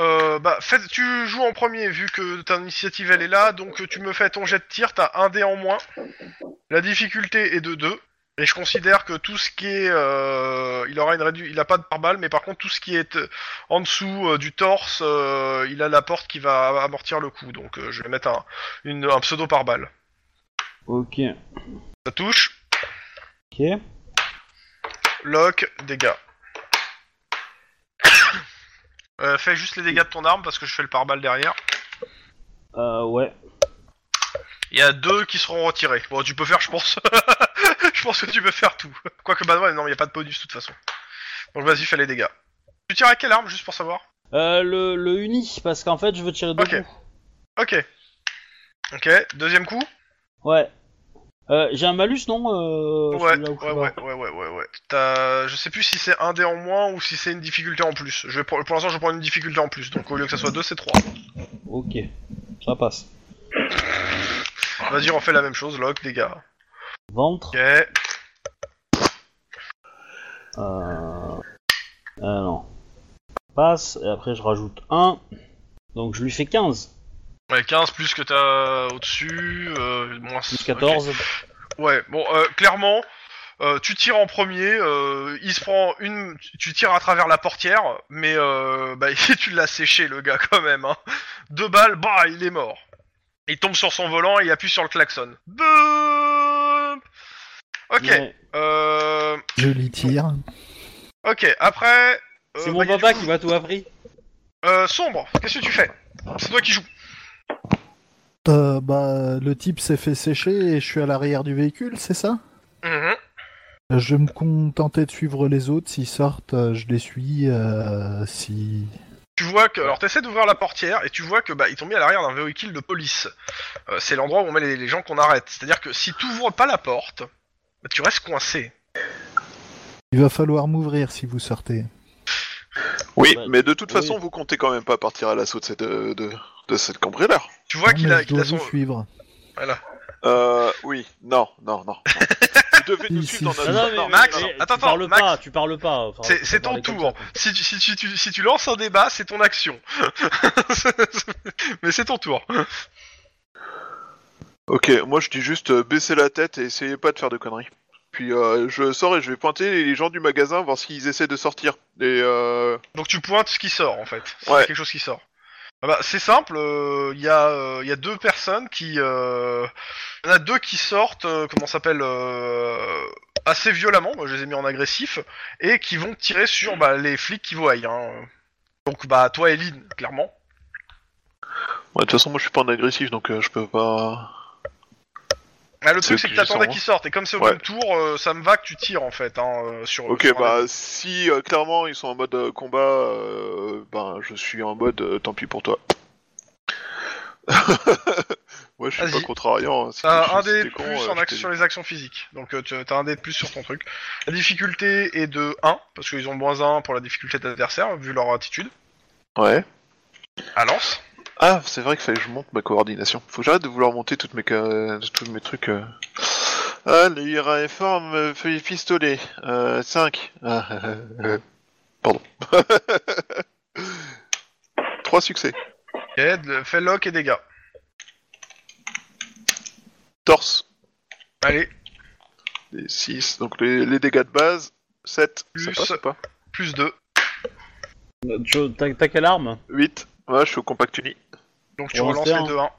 Speaker 2: Euh, bah, fais, tu joues en premier vu que ta initiative elle est là, donc euh, tu me fais ton jet de tir, t'as un dé en moins. La difficulté est de 2. Et je considère que tout ce qui est, euh, il aura une rédu- il a pas de pare-balles, mais par contre tout ce qui est euh, en dessous euh, du torse, euh, il a la porte qui va amortir le coup. Donc euh, je vais mettre un, une- un pseudo pare-balles.
Speaker 1: Ok.
Speaker 2: Ça touche,
Speaker 1: Ok.
Speaker 2: lock, dégâts. Euh, fais juste les dégâts de ton arme parce que je fais le pare-balles derrière.
Speaker 1: Euh, ouais.
Speaker 2: Il y a deux qui seront retirés. Bon, tu peux faire, je pense. je pense que tu peux faire tout. Quoique, bah ouais, non, il n'y a pas de bonus de toute façon. Donc vas-y, fais les dégâts. Tu tires à quelle arme, juste pour savoir
Speaker 1: Euh, le, le uni, parce qu'en fait, je veux tirer deux
Speaker 2: Ok.
Speaker 1: coups.
Speaker 2: Ok. Ok, deuxième coup
Speaker 1: Ouais. Euh, j'ai un malus, non euh,
Speaker 2: ouais,
Speaker 1: celui-là ou
Speaker 2: ouais,
Speaker 1: celui-là
Speaker 2: ouais, ouais, ouais, ouais, ouais. T'as- Je sais plus si c'est un dé en moins ou si c'est une difficulté en plus. Je vais pour pour l'instant, je prends une difficulté en plus. Donc au lieu que ça soit deux, c'est trois.
Speaker 1: Ok, ça passe.
Speaker 2: Vas-y, refais la même chose, lock, dégâts.
Speaker 1: Ventre.
Speaker 2: Ok.
Speaker 1: Euh... euh, non. Passe, et après je rajoute 1. Donc je lui fais 15,
Speaker 2: Ouais, 15 plus que t'as au-dessus, euh, moins
Speaker 1: plus
Speaker 2: ok.
Speaker 1: 14.
Speaker 2: Ouais, bon, euh, clairement, euh, tu tires en premier, euh, il se prend une... Tu tires à travers la portière, mais euh, bah, tu l'as séché, le gars, quand même. Hein. Deux balles, bah, il est mort. Il tombe sur son volant et il appuie sur le klaxon. Boum Ok,
Speaker 1: Ouais.
Speaker 2: euh,
Speaker 6: Je l'y tire.
Speaker 2: ok, après... euh,
Speaker 1: C'est mon
Speaker 2: bah, y a du
Speaker 1: papa
Speaker 2: coup-
Speaker 1: qui m'a tout appris.
Speaker 2: Euh, sombre, qu'est-ce que tu fais C'est toi qui joues.
Speaker 6: Euh, bah, le type s'est fait sécher et je suis à l'arrière du véhicule, c'est ça
Speaker 2: Mhm.
Speaker 6: Euh, Je vais me contenter de suivre les autres. S'ils sortent, euh, je les suis. euh, si...
Speaker 2: Tu vois que, alors t'essaies d'ouvrir la portière et tu vois que bah ils t'ont mis à l'arrière d'un véhicule de police. Euh, c'est l'endroit où on met les, les gens qu'on arrête. C'est-à-dire que si t'ouvres pas la porte, bah, tu restes coincé.
Speaker 6: Il va falloir m'ouvrir si vous sortez.
Speaker 3: Oui,
Speaker 1: Ouais,
Speaker 3: mais de toute
Speaker 1: oui.
Speaker 3: façon, vous comptez quand même pas partir à l'assaut de cette, euh, de, de cette cambrioleur.
Speaker 2: Tu vois
Speaker 6: Non,
Speaker 2: qu'il
Speaker 6: mais
Speaker 2: a,
Speaker 6: je
Speaker 2: qu'il
Speaker 6: dois
Speaker 2: a son.
Speaker 6: vous suivre.
Speaker 3: Euh, oui, non, non, non. vous devez nous
Speaker 6: Si,
Speaker 3: suivre
Speaker 6: si,
Speaker 3: dans
Speaker 6: si.
Speaker 1: Non, Ah
Speaker 3: notre...
Speaker 1: non, mais,
Speaker 3: non,
Speaker 1: mais-
Speaker 2: Euh, Max,
Speaker 1: mais
Speaker 2: attends,
Speaker 1: tu parles
Speaker 2: attends, Max.
Speaker 1: pas, tu parles pas. enfin,
Speaker 2: C'est-
Speaker 1: faut
Speaker 2: c'est ton
Speaker 1: parler comme
Speaker 2: tour.
Speaker 1: ça.
Speaker 2: Si tu, si, tu, si, tu, si tu lances un débat, c'est ton action. Mais c'est ton tour.
Speaker 3: Ok, moi je dis juste euh, baissez la tête et essayez pas de faire de conneries. Puis euh, je sors et je vais pointer les gens du magasin voir s'ils essaient de sortir. Et euh...
Speaker 2: Donc tu pointes ce qui sort en fait. C'est
Speaker 3: Ouais.
Speaker 2: quelque chose qui sort. Ah bah, c'est simple, euh, il y, a, euh, il y a deux personnes qui... euh, Il y en a deux qui sortent, euh, comment ça s'appelle, euh, assez violemment, moi je les ai mis en agressif, et qui vont tirer sur bah, les flics qui voient. Hein. Donc bah toi Eline, clairement.
Speaker 3: ouais, de toute façon, moi je suis pas en agressif donc euh, je peux pas.
Speaker 2: Ah, le truc
Speaker 3: C'est eux
Speaker 2: c'est
Speaker 3: qui
Speaker 2: que t'attendais
Speaker 3: sortent,
Speaker 2: qu'ils sortent, et comme c'est au
Speaker 3: Ouais.
Speaker 2: même tour, euh, ça me va que tu tires en fait. Hein, euh, sur,
Speaker 3: Ok,
Speaker 2: sur un
Speaker 3: bah si euh, clairement ils sont en mode euh, combat, euh, ben je suis en mode euh, tant pis pour toi. ouais, je suis
Speaker 2: Vas-y.
Speaker 3: pas contrariant. hein, c'est
Speaker 2: T'as
Speaker 3: que je
Speaker 2: un
Speaker 3: suis-
Speaker 2: dé de
Speaker 3: c'était
Speaker 2: plus
Speaker 3: con, euh,
Speaker 2: en
Speaker 3: j'étais-
Speaker 2: action, sur les actions physiques. Donc euh, tu- t'as un dé de plus sur ton truc. La difficulté est de 1, parce qu'ils ont moins 1 pour la difficulté d'adversaire, vu leur attitude.
Speaker 3: Ouais.
Speaker 2: À lance.
Speaker 3: Ah, c'est vrai qu'il fallait que je monte ma coordination. Faut que j'arrête de vouloir monter toutes mes ca- tous mes trucs. euh. Ah, les réformes, euh, feuilles pistolet. Euh, 5. euh, Pardon. 3 succès.
Speaker 2: Ok, de- fais lock et dégâts.
Speaker 3: Torse.
Speaker 2: Allez,
Speaker 3: Les 6. Donc les, les dégâts de base. 7. Ça
Speaker 2: Plus.
Speaker 3: passe ou pas
Speaker 2: plus 2.
Speaker 1: Euh, Tu- T'as t'as quelle arme
Speaker 3: 8. Ouais, je suis au compact uni.
Speaker 2: Donc tu
Speaker 1: On
Speaker 2: relances
Speaker 1: fait
Speaker 2: les
Speaker 1: un.
Speaker 2: 2 1.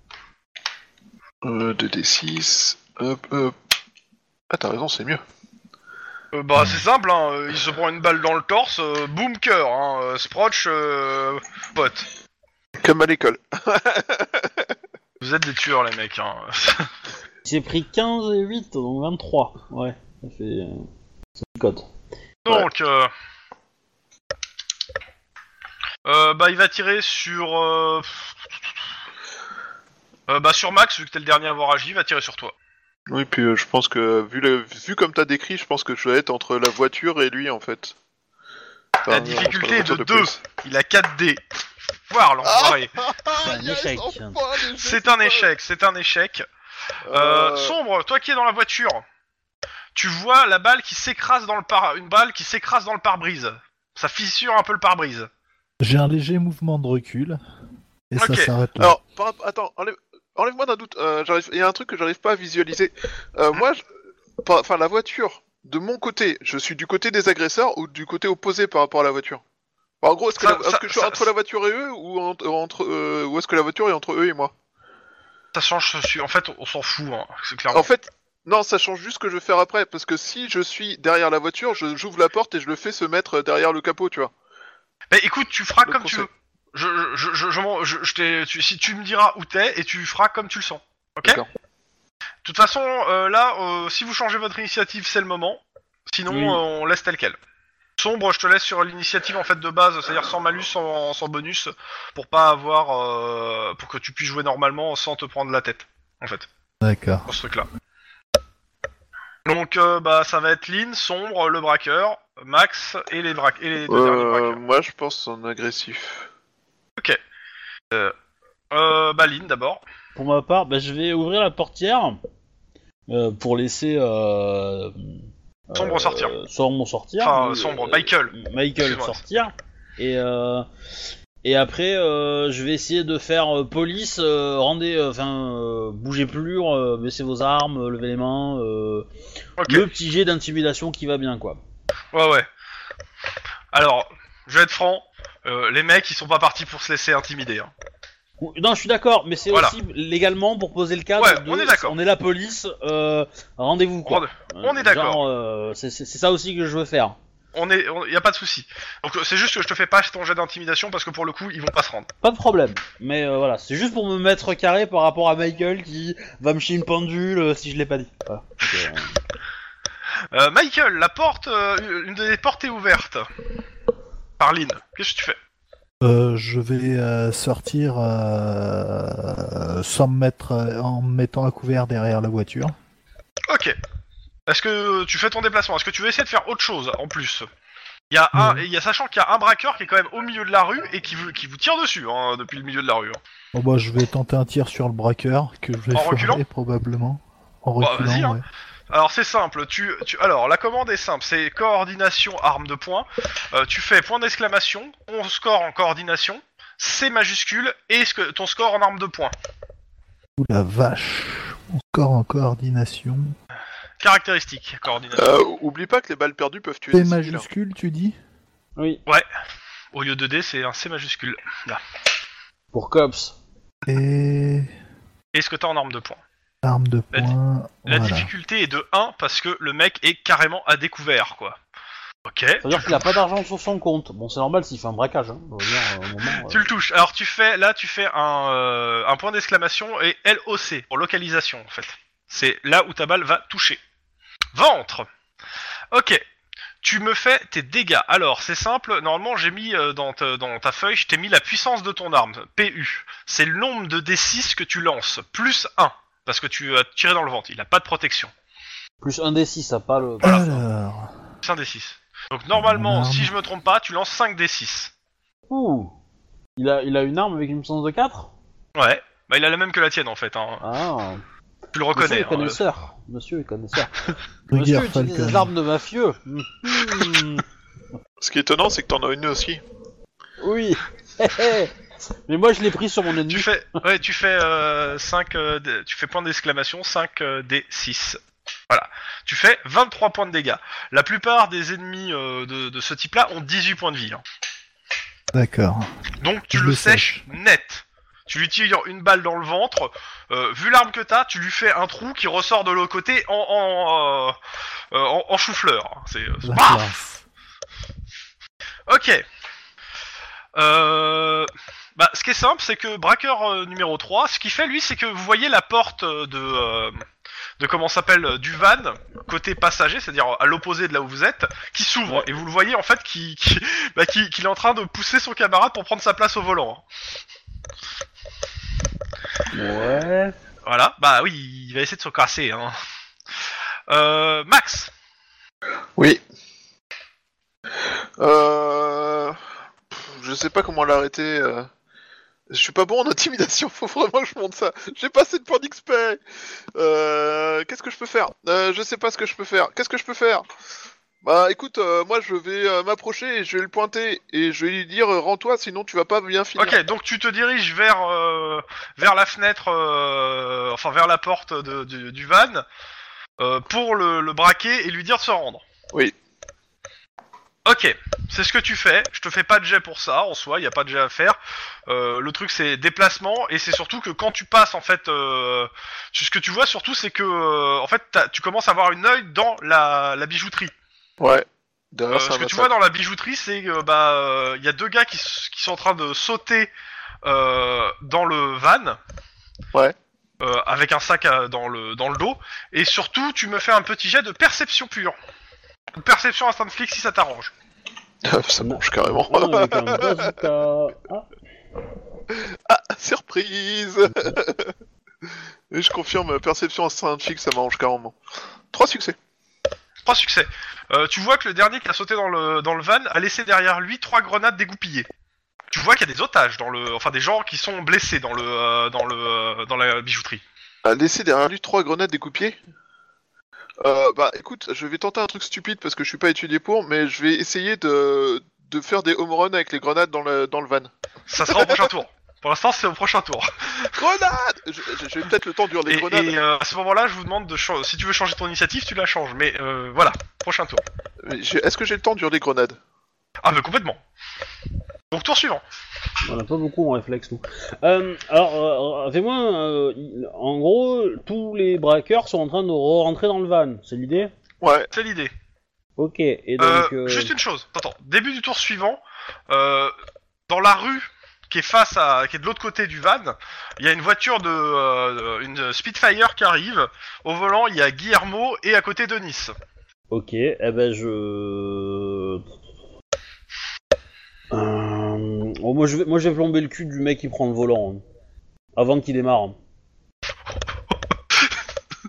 Speaker 3: Euh, 2d6. Hop, hop. Ah, t'as raison, c'est mieux.
Speaker 2: Euh, bah c'est simple, hein, euh, il se prend une balle dans le torse, euh, boum cœur, hein, euh, Sproch, euh, pote.
Speaker 3: Comme à l'école.
Speaker 2: Vous êtes des tueurs les mecs. Hein.
Speaker 1: J'ai pris 15 et 8, donc 23. Ouais, ça fait. euh, C'est une cote.
Speaker 2: Donc, euh, euh, bah, il va tirer sur. euh, euh, bah, sur Max, vu que t'es le dernier à avoir agi, il va tirer sur toi.
Speaker 3: Oui, puis euh, je pense que, vu, le, vu comme t'as décrit, je pense que je vais être entre la voiture et lui, en fait. Enfin,
Speaker 2: La
Speaker 3: euh,
Speaker 2: difficulté
Speaker 3: entre la
Speaker 2: est de
Speaker 3: voiture
Speaker 2: deux.
Speaker 3: police.
Speaker 2: Il a 4 dés. Voir l'enfoiré.
Speaker 1: C'est un échec.
Speaker 2: Ah, oh,
Speaker 4: Oh,
Speaker 2: c'est un échec, c'est un échec. Euh, Sombre, toi qui es dans la voiture, tu vois la balle qui s'écrase dans le par... une balle qui s'écrase dans le pare-brise. Ça fissure un peu le pare-brise.
Speaker 6: J'ai un léger mouvement de recul. Et
Speaker 2: Ok.
Speaker 6: ça s'arrête là.
Speaker 3: Alors, par rapp- attends, enlève... moi d'un doute. euh, j'arrive- Il y a un truc que j'arrive pas à visualiser.
Speaker 2: Hein
Speaker 3: Euh, moi, je- par- enfin, la voiture, de mon côté, je suis du côté des agresseurs ou du côté opposé par rapport à la voiture Enfin, En gros, est-ce que,
Speaker 2: Ça-
Speaker 3: la- est-ce
Speaker 2: ça-
Speaker 3: que je suis
Speaker 2: ça-
Speaker 3: entre la voiture et eux ou, en- entre, euh, ou est-ce que la voiture est entre eux et moi
Speaker 2: Ça change, je suis- en fait, on s'en fout, hein, c'est clairement.
Speaker 3: En fait, non, ça change juste ce que je vais faire après, parce que si je suis derrière la voiture, je j'ouvre la porte et je le fais se mettre derrière le capot, tu vois.
Speaker 2: Bah écoute, tu feras
Speaker 3: Le
Speaker 2: comme tu
Speaker 3: conseil.
Speaker 2: veux. Je, je, je, je, m'en- je, je t'ai- tu- si tu me diras où t'es et tu feras comme tu le sens. Ok.
Speaker 3: D'accord.
Speaker 2: De toute façon, euh, là, euh, si vous changez votre initiative, c'est le moment. Sinon,
Speaker 1: Oui.
Speaker 2: euh, on laisse tel quel. Sombre, je te laisse sur l'initiative en fait de base, c'est-à-dire sans malus, sans, sans bonus, pour pas avoir, euh, pour que tu puisses jouer normalement sans te prendre la tête, en fait,
Speaker 6: D'accord.
Speaker 2: pour ce truc-là. Donc, euh, bah, ça va être Lynn, Sombre, le braqueur, Max et les braque et les deux derniers braqueurs.
Speaker 3: Euh, moi, je pense en agressif.
Speaker 2: Euh, bah, Lynn d'abord.
Speaker 1: Pour ma part, bah, je vais ouvrir la portière euh, pour laisser. euh,
Speaker 2: Sombre
Speaker 1: euh,
Speaker 2: sortir.
Speaker 1: Sombre sortir.
Speaker 2: Enfin,
Speaker 1: ou,
Speaker 2: sombre,
Speaker 1: euh,
Speaker 2: Michael.
Speaker 1: Michael
Speaker 2: Excuse-moi.
Speaker 1: sortir. Et, euh, et après, euh, je vais essayer de faire euh, police, euh, rendez. euh, Enfin, euh, bougez plus, euh, baissez vos armes, euh, levez les mains. euh,
Speaker 2: Ok.
Speaker 1: Le petit jet d'intimidation qui va bien, quoi.
Speaker 2: Ouais, ouais. Alors, je vais être franc, euh, les mecs, ils sont pas partis pour se laisser intimider. hein.
Speaker 1: Ou- Non, je suis d'accord, mais c'est
Speaker 2: Voilà.
Speaker 1: aussi légalement pour poser le cadre.
Speaker 2: Ouais,
Speaker 1: de-
Speaker 2: on est d'accord.
Speaker 1: la police, euh, rendez-vous quoi. euh,
Speaker 2: On est d'accord.
Speaker 1: Genre, euh, c'est- c'est c'est ça aussi que je veux faire.
Speaker 2: on est, il y a pas de souci. Donc euh, c'est juste que je te fais pas ton jet d'intimidation parce que pour le coup ils vont pas se rendre.
Speaker 1: Pas de problème. Mais euh, voilà, c'est juste pour me mettre carré par rapport à Michael qui va me chier une pendule euh, si je l'ai pas dit. Voilà. Donc, euh,
Speaker 2: Euh, Michael, la porte, euh, une des portes est ouverte. Par Lynn, qu'est-ce que tu fais
Speaker 6: Euh, je vais euh, sortir euh, sans me mettre euh, en me mettant à couvert derrière la voiture.
Speaker 2: Ok. Est-ce que tu fais ton déplacement Est-ce que tu veux essayer de faire autre chose en plus il y a
Speaker 1: Hmm.
Speaker 2: un,
Speaker 6: Mhm.
Speaker 2: et il y a sachant qu'il y a un braqueur qui est quand même au milieu de la rue et qui, vous- qui vous tire dessus hein, depuis le milieu de la rue. hein.
Speaker 6: Bon, bah, je vais tenter un tir sur le braqueur que je vais
Speaker 2: En
Speaker 6: foirer,
Speaker 2: reculant
Speaker 6: probablement. En
Speaker 2: Bah,
Speaker 6: reculant,
Speaker 2: vas-y, hein.
Speaker 6: ouais.
Speaker 2: Alors c'est simple. Tu, tu- alors la commande est simple. C'est coordination arme de poing. Euh, tu fais point d'exclamation, ton score en coordination, C majuscule et ce que- ton score en arme de poing.
Speaker 6: Ouh la vache. Encore en coordination.
Speaker 2: Caractéristique coordination.
Speaker 3: Euh, oublie pas que les balles perdues peuvent tuer
Speaker 6: T
Speaker 3: des civils. hein.
Speaker 6: majuscule, tu dis
Speaker 1: Oui,
Speaker 2: Au lieu de D, c'est un C majuscule.
Speaker 1: pour Cops.
Speaker 6: Et.
Speaker 2: Et ce que t'as en arme de poing.
Speaker 6: Arme de
Speaker 2: La di-
Speaker 6: poing.
Speaker 2: La
Speaker 6: voilà.
Speaker 2: difficulté est de 1 parce que le mec est carrément à découvert, quoi. Ok.
Speaker 1: C'est-à-dire qu'il a pas d'argent sur son compte. Bon, c'est normal s'il fait un braquage. Hein. Je veux dire, euh, au moment, euh,
Speaker 2: Tu le touches. Alors tu fais, là tu fais un, euh, un point d'exclamation et LOC pour localisation en fait. C'est là où ta balle va toucher. Ventre. Ok. Tu me fais tes dégâts. Alors c'est simple. Normalement j'ai mis euh, dans, ta- dans ta feuille, je t'ai mis la puissance de ton arme. PU. C'est le nombre de D6 que tu lances plus 1 parce que tu as tiré dans le ventre. Il a pas de protection.
Speaker 1: Plus un des six, ça pas le.
Speaker 6: Alors.
Speaker 2: C'est un D6. Donc normalement,
Speaker 6: Mon arme.
Speaker 2: si je me trompe pas, tu lances 5 D6.
Speaker 1: Ouh. Il a, il a une arme avec une puissance de 4
Speaker 2: Ouais. Bah il a la même que la tienne en fait. Hein.
Speaker 1: Ah.
Speaker 2: Tu le
Speaker 1: Monsieur
Speaker 2: reconnais.
Speaker 1: est
Speaker 2: hein.
Speaker 1: connaisseur. Monsieur est connaisseur. Monsieur
Speaker 6: Regarde,
Speaker 1: utilise
Speaker 6: Falcon.
Speaker 1: des armes de mafieux. Mhm.
Speaker 3: Ce qui est étonnant, c'est que t'en as une aussi.
Speaker 1: oui. Hé, hé. Mais moi, je l'ai pris sur mon ennemi.
Speaker 2: Tu fais, ouais, tu fais euh, 5, euh, d- tu fais point d'exclamation 5 euh, D6. Voilà. Tu fais 23 points de dégâts. La plupart des ennemis euh, de, de ce type-là ont 18 points de vie. hein.
Speaker 6: D'accord.
Speaker 2: Donc tu
Speaker 6: Je
Speaker 2: le
Speaker 6: le
Speaker 2: sèches net. Tu lui tires une balle dans le ventre. Euh, vu l'arme que t'as, tu lui fais un trou qui ressort de l'autre côté en, en, euh, euh, en, en chou-fleur. C'est euh,
Speaker 6: La
Speaker 2: paf
Speaker 6: classe.
Speaker 2: Ok. Euh, bah, ce qui est simple, c'est que braqueur euh, numéro 3, ce qu'il fait lui, c'est que vous voyez la porte euh, de, euh, de comment ça s'appelle, euh, du van, côté passager, c'est-à-dire euh, à l'opposé de là où vous êtes, qui s'ouvre. Et vous le voyez en fait qui, qui- bah, qui- qu'il est en train de pousser son camarade pour prendre sa place au volant.
Speaker 1: Ouais.
Speaker 2: Voilà, bah oui, il va essayer de se casser. Hein. Euh, Max,
Speaker 3: Oui. Euh... pff, Je sais pas comment l'arrêter. euh. Je suis pas bon en intimidation, faut vraiment que je monte ça. J'ai pas assez de points d'XP. Euh... Qu'est-ce que je peux faire euh, Je sais pas ce que je peux faire. Qu'est-ce que je peux faire Bah écoute, euh, moi je vais euh, m'approcher et je vais le pointer et je vais lui dire euh, rends-toi sinon tu vas pas bien finir.
Speaker 2: ok, donc tu te diriges vers, euh, vers la fenêtre, euh, enfin vers la porte de- du, du van, euh, pour le, le braquer et lui dire de se rendre.
Speaker 3: Oui.
Speaker 2: Ok, c'est ce que tu fais. Je te fais pas de jet pour ça, en soi, il a pas de jet à faire. Euh, le truc, c'est déplacement, et c'est surtout que quand tu passes, en fait, euh, ce que tu vois surtout, c'est que, euh, en fait, t'as- tu commences à avoir une œil dans la, la bijouterie.
Speaker 3: Ouais.
Speaker 2: Euh,
Speaker 3: Derrière, c'est
Speaker 2: ce
Speaker 3: un
Speaker 2: que tu vois
Speaker 3: massacre.
Speaker 2: dans la bijouterie, c'est que bah, euh, il y a deux gars qui, s- qui sont en train de sauter euh, dans le van.
Speaker 3: Ouais.
Speaker 2: Euh, avec un sac à- dans, le, dans le dos. Et surtout, tu me fais un petit jet de perception pure. Ou Perception instant flic si ça t'arrange.
Speaker 3: ça mange carrément.
Speaker 1: Non, avec un bazooka. Ah.
Speaker 3: Surprise Et je confirme, perception instinctive, ça mange carrément. Trois succès.
Speaker 2: Trois succès. Euh, tu vois que le dernier qui a sauté dans le, dans le van a laissé derrière lui trois grenades dégoupillées. Tu vois qu'il y a des otages dans le, enfin des gens qui sont blessés dans le, euh, dans le, euh, dans la bijouterie.
Speaker 3: a laissé derrière lui trois grenades découpées. Euh, bah écoute, je vais tenter un truc stupide parce que je suis pas étudié pour, mais je vais essayer de, de faire des home runs avec les grenades dans le, dans le van.
Speaker 2: Ça sera au prochain tour. Pour l'instant, c'est au prochain tour.
Speaker 3: Grenades je, je- je vais peut-être le temps d'hurler
Speaker 2: Et,
Speaker 3: les grenades.
Speaker 2: et, euh, à ce moment-là, je vous demande de cha- si tu veux changer ton initiative, tu la changes. Mais euh, voilà, prochain tour.
Speaker 3: Mais j'ai- Est-ce que j'ai le temps d'hurler grenades
Speaker 2: Ah, mais complètement. Donc tour suivant.
Speaker 1: On n'a pas beaucoup en réflexe, nous. Euh, alors, euh, fais-moi. euh, il- en gros, tous les braqueurs sont en train de rentrer dans le van. C'est l'idée
Speaker 3: Ouais,
Speaker 2: C'est l'idée.
Speaker 1: Ok, et
Speaker 2: Euh,
Speaker 1: donc... euh,
Speaker 2: Juste une chose, attends, début du tour suivant, euh, dans la rue qui est face à, qui est de l'autre côté du van, il y a une voiture de, euh, une Spitfire qui arrive. Au volant, il y a Guillermo et à côté Denis.
Speaker 1: Ok, eh ben je... Euh, oh, moi, je vais, moi je vais plomber le cul du mec qui prend le volant. hein. Avant qu'il démarre. hein.